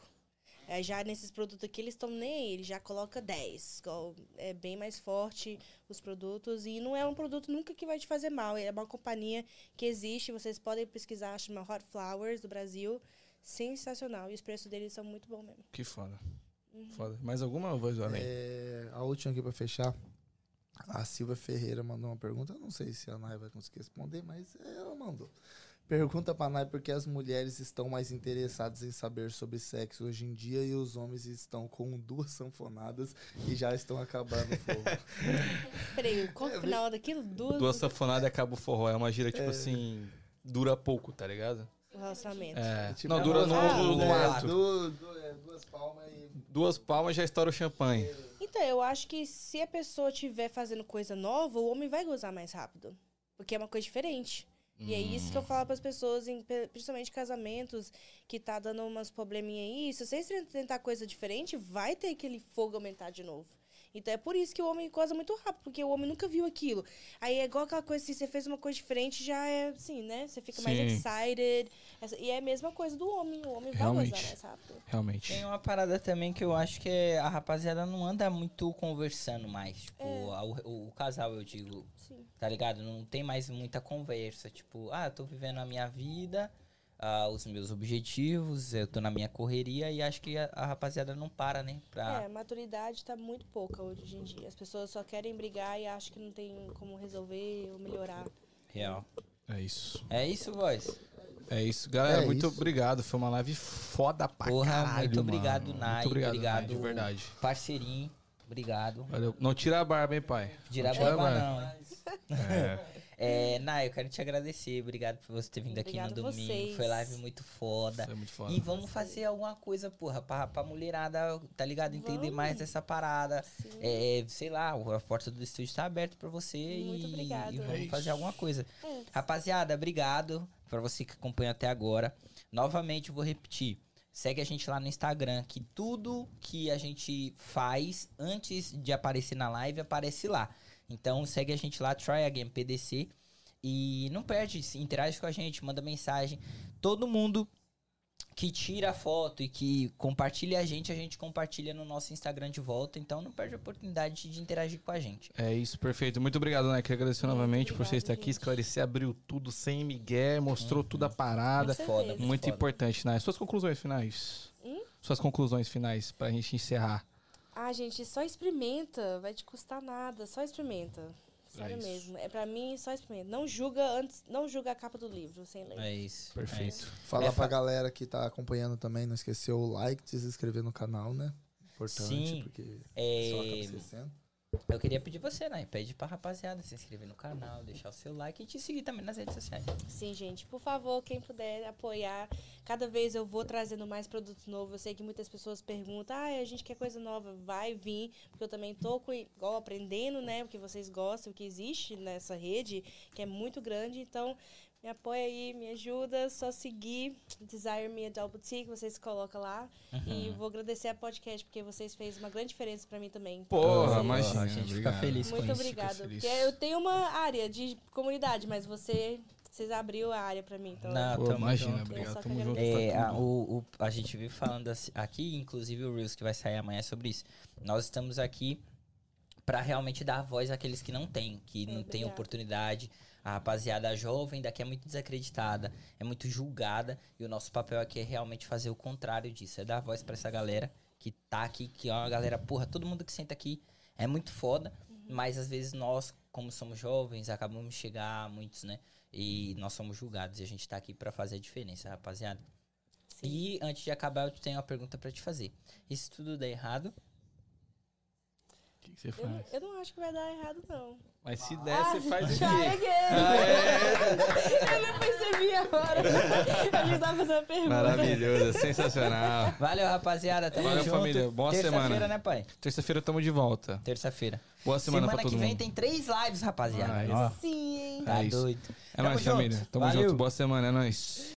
[SPEAKER 5] É, já nesses produtos aqui, eles estão nem aí, eles já colocam 10. igual, é bem mais forte os produtos. E não é um produto nunca que vai te fazer mal. É uma companhia que existe, vocês podem pesquisar, chama Hot Flowers do Brasil. Sensacional. E os preços deles são muito bons mesmo. Uhum.
[SPEAKER 3] Que foda. Foda. Mais alguma voz do além?
[SPEAKER 4] É, a última aqui pra fechar. A Silvia Ferreira mandou uma pergunta. Eu não sei se a Nai vai conseguir responder, mas ela mandou. Pergunta pra Nai por que as mulheres estão mais interessadas em saber sobre sexo hoje em dia e os homens estão com duas sanfonadas e já estão acabando o fogo.
[SPEAKER 5] Peraí, qual o final daquilo? Duas,
[SPEAKER 6] Duas safonadas e acaba o forró. É uma gira, tipo
[SPEAKER 4] É.
[SPEAKER 6] assim, dura pouco, tá ligado?
[SPEAKER 5] o relacionamento.
[SPEAKER 6] É.
[SPEAKER 4] Tipo,
[SPEAKER 6] não, dura no,
[SPEAKER 5] ah,
[SPEAKER 6] no, no
[SPEAKER 4] é,
[SPEAKER 6] ato.
[SPEAKER 4] du- du- é, duas palmas e
[SPEAKER 6] Duas palmas já estoura o champanhe.
[SPEAKER 5] Então, eu acho que se a pessoa estiver fazendo coisa nova, o homem vai gozar mais rápido. Porque é uma coisa diferente. E é isso que eu falo para as pessoas, em- pe- principalmente casamentos, que tá dando umas probleminhas aí. Se vocês tentar coisa diferente, vai ter aquele fogo aumentar de novo. Então é por isso que o homem goza muito rápido, porque o homem nunca viu aquilo. Aí é igual aquela coisa assim, você fez uma coisa diferente, já é assim, né? Você fica mais
[SPEAKER 6] Sim.
[SPEAKER 5] excited. Essa- E é a mesma coisa do homem. O homem vai
[SPEAKER 6] Realmente.
[SPEAKER 5] gozar mais rápido.
[SPEAKER 6] Realmente.
[SPEAKER 2] Tem um- uma parada também que eu acho que é- a rapaziada não anda muito conversando mais. Tipo, a- o, o casal, eu digo,
[SPEAKER 5] É. Sim.
[SPEAKER 2] tá ligado? Não tem mais muita conversa. Tipo, ah, eu tô vivendo a minha vida, ah, os meus objetivos, eu tô na minha correria e acho que a, a rapaziada não para, né? Pra...
[SPEAKER 5] É, maturidade tá muito pouca hoje em dia. As pessoas só querem brigar e acham que não tem como resolver ou melhorar.
[SPEAKER 2] Real.
[SPEAKER 6] É isso.
[SPEAKER 2] É isso, voz.
[SPEAKER 6] É isso. Galera,
[SPEAKER 4] É
[SPEAKER 6] muito
[SPEAKER 4] isso.
[SPEAKER 6] obrigado. Foi uma live foda pra
[SPEAKER 2] Porra,
[SPEAKER 6] caralho,
[SPEAKER 2] muito obrigado,
[SPEAKER 6] mano.
[SPEAKER 2] Nai.
[SPEAKER 6] Muito obrigado,
[SPEAKER 2] Obrigado.
[SPEAKER 6] Nai, de verdade.
[SPEAKER 2] Parceirinho, obrigado.
[SPEAKER 6] Valeu. Não tira a barba, hein, pai?
[SPEAKER 2] Dirá
[SPEAKER 6] Não tira
[SPEAKER 2] barba não. hein?
[SPEAKER 6] É.
[SPEAKER 2] É, Nai, eu quero te agradecer. Obrigado por você ter vindo aqui
[SPEAKER 5] Obrigado
[SPEAKER 2] no
[SPEAKER 5] a
[SPEAKER 2] domingo.
[SPEAKER 5] vocês.
[SPEAKER 2] Foi live muito foda.
[SPEAKER 6] Isso é muito foda.
[SPEAKER 2] E vamos fazer alguma coisa, porra, pra, pra mulherada, tá ligado? Entender
[SPEAKER 5] Vamos.
[SPEAKER 2] mais dessa parada.
[SPEAKER 5] Sim.
[SPEAKER 2] É, sei lá, a porta do estúdio tá aberta pra você
[SPEAKER 5] Muito
[SPEAKER 2] e,
[SPEAKER 5] obrigada.
[SPEAKER 2] e
[SPEAKER 5] É
[SPEAKER 2] vamos
[SPEAKER 5] isso.
[SPEAKER 2] fazer alguma coisa.
[SPEAKER 5] É.
[SPEAKER 2] Rapaziada, obrigado pra você que acompanha até agora. Novamente, eu vou repetir. Segue a gente lá no Instagram, que tudo que a gente faz antes de aparecer na live, aparece lá. Então segue a gente lá, Try Again PDC. E não perde, se interage com a gente, manda mensagem. Todo mundo que tira a foto e que compartilha a gente, a gente compartilha no nosso Instagram de volta. Então não perde a oportunidade de interagir com a gente.
[SPEAKER 6] É isso, perfeito. Muito obrigado, né? Queria agradecer
[SPEAKER 5] Muito
[SPEAKER 6] novamente por você
[SPEAKER 5] obrigado,
[SPEAKER 6] estar aqui,
[SPEAKER 5] gente.
[SPEAKER 6] esclarecer, abriu tudo sem migué, mostrou tudo a parada.
[SPEAKER 5] certeza.
[SPEAKER 2] é Foda,
[SPEAKER 6] Muito
[SPEAKER 2] Uhum. foda.
[SPEAKER 6] importante, né? Suas conclusões finais.
[SPEAKER 5] Hum?
[SPEAKER 6] Suas conclusões finais pra gente encerrar.
[SPEAKER 5] Ah, gente, só experimenta. Vai te custar nada. Só experimenta. Sério
[SPEAKER 6] isso.
[SPEAKER 5] mesmo. É pra mim, só experimenta. Não julga antes, não julga a capa do livro sem
[SPEAKER 2] É
[SPEAKER 5] ler.
[SPEAKER 2] isso. é isso.
[SPEAKER 6] Perfeito.
[SPEAKER 4] Falar
[SPEAKER 2] É,
[SPEAKER 4] pra
[SPEAKER 2] fa-
[SPEAKER 4] galera que tá acompanhando também, não esquecer o like, de se inscrever no canal, né? Importante,
[SPEAKER 2] Sim.
[SPEAKER 4] porque
[SPEAKER 2] É,
[SPEAKER 4] só acaba esquecendo.
[SPEAKER 2] eu queria pedir você, né? Pede pra rapaziada se inscrever no canal, deixar o seu like e te seguir também nas redes sociais.
[SPEAKER 5] Sim, gente, por favor, quem puder apoiar. Cada vez eu vou trazendo mais produtos novos. Eu sei que muitas pessoas perguntam: ah, a gente quer coisa nova. Vai vir, porque eu também tô com, igual aprendendo, né? O que vocês gostam, o que existe nessa rede, que é muito grande. Então, me apoia aí, me ajuda. Só seguir Desire Me Adult Boutique, vocês colocam lá. E vou agradecer a podcast, porque vocês fez uma grande diferença pra mim também. Então, assim,
[SPEAKER 6] Porra,
[SPEAKER 5] Vocês-
[SPEAKER 6] imagina.
[SPEAKER 2] a gente fica
[SPEAKER 6] obrigado.
[SPEAKER 2] feliz com
[SPEAKER 5] muito
[SPEAKER 2] isso.
[SPEAKER 5] obrigada.
[SPEAKER 6] feliz.
[SPEAKER 5] Porque eu tenho uma área de comunidade, mas você, vocês abriu a área pra mim. Então,
[SPEAKER 2] Não,
[SPEAKER 6] Pô,
[SPEAKER 2] tamo
[SPEAKER 6] imagina,
[SPEAKER 2] junto.
[SPEAKER 5] Eu
[SPEAKER 6] obrigado.
[SPEAKER 5] só
[SPEAKER 6] Ah, Tamo
[SPEAKER 5] quero
[SPEAKER 6] junto.
[SPEAKER 5] agradecer.
[SPEAKER 2] É,
[SPEAKER 6] tá
[SPEAKER 2] a,
[SPEAKER 6] tudo.
[SPEAKER 2] o, o- a gente vive falando assim- aqui, inclusive o Reels que vai sair amanhã é sobre isso. Nós estamos aqui pra realmente dar voz àqueles que não têm, que não têm
[SPEAKER 5] obrigada.
[SPEAKER 2] oportunidade. A rapaziada jovem daqui é muito desacreditada, é muito julgada. E o nosso papel aqui é realmente fazer o contrário disso. É dar voz pra essa galera que tá aqui, que é uma galera, porra, todo mundo que senta aqui é muito foda. Mas às vezes nós, como somos jovens, acabamos de chegar, muitos, né? E nós somos julgados e a gente tá aqui pra fazer a diferença, rapaziada.
[SPEAKER 5] Sim.
[SPEAKER 2] E antes de acabar, eu tenho uma pergunta pra te fazer. E se tudo der errado,
[SPEAKER 6] O que que você
[SPEAKER 5] Eu, Ah, não-
[SPEAKER 6] faz?
[SPEAKER 5] eu não acho que vai dar errado, não.
[SPEAKER 6] Mas se der, você faz o
[SPEAKER 5] try
[SPEAKER 6] quê? Ah, é?
[SPEAKER 5] again. Eu não percebi agora. Eu já tava fazendo a pergunta.
[SPEAKER 6] Maravilhoso, sensacional.
[SPEAKER 2] valeu, rapaziada. Tamo
[SPEAKER 6] Valeu,
[SPEAKER 2] junto.
[SPEAKER 6] família. Boa
[SPEAKER 2] Terça-feira,
[SPEAKER 6] semana.
[SPEAKER 2] né, pai?
[SPEAKER 6] Terça-feira tamo de volta.
[SPEAKER 2] Terça-feira.
[SPEAKER 6] Boa semana,
[SPEAKER 2] Semana,
[SPEAKER 6] pra todo
[SPEAKER 2] que vem
[SPEAKER 6] mundo.
[SPEAKER 2] tem três lives, rapaziada.
[SPEAKER 6] Ai,
[SPEAKER 2] Ó,
[SPEAKER 5] Sim, hein?
[SPEAKER 2] Tá
[SPEAKER 6] É isso.
[SPEAKER 2] doido.
[SPEAKER 6] É nóis,
[SPEAKER 2] Tamo
[SPEAKER 6] família.
[SPEAKER 2] junto.
[SPEAKER 6] Tamo
[SPEAKER 2] Valeu.
[SPEAKER 6] junto. Boa semana, é nóis.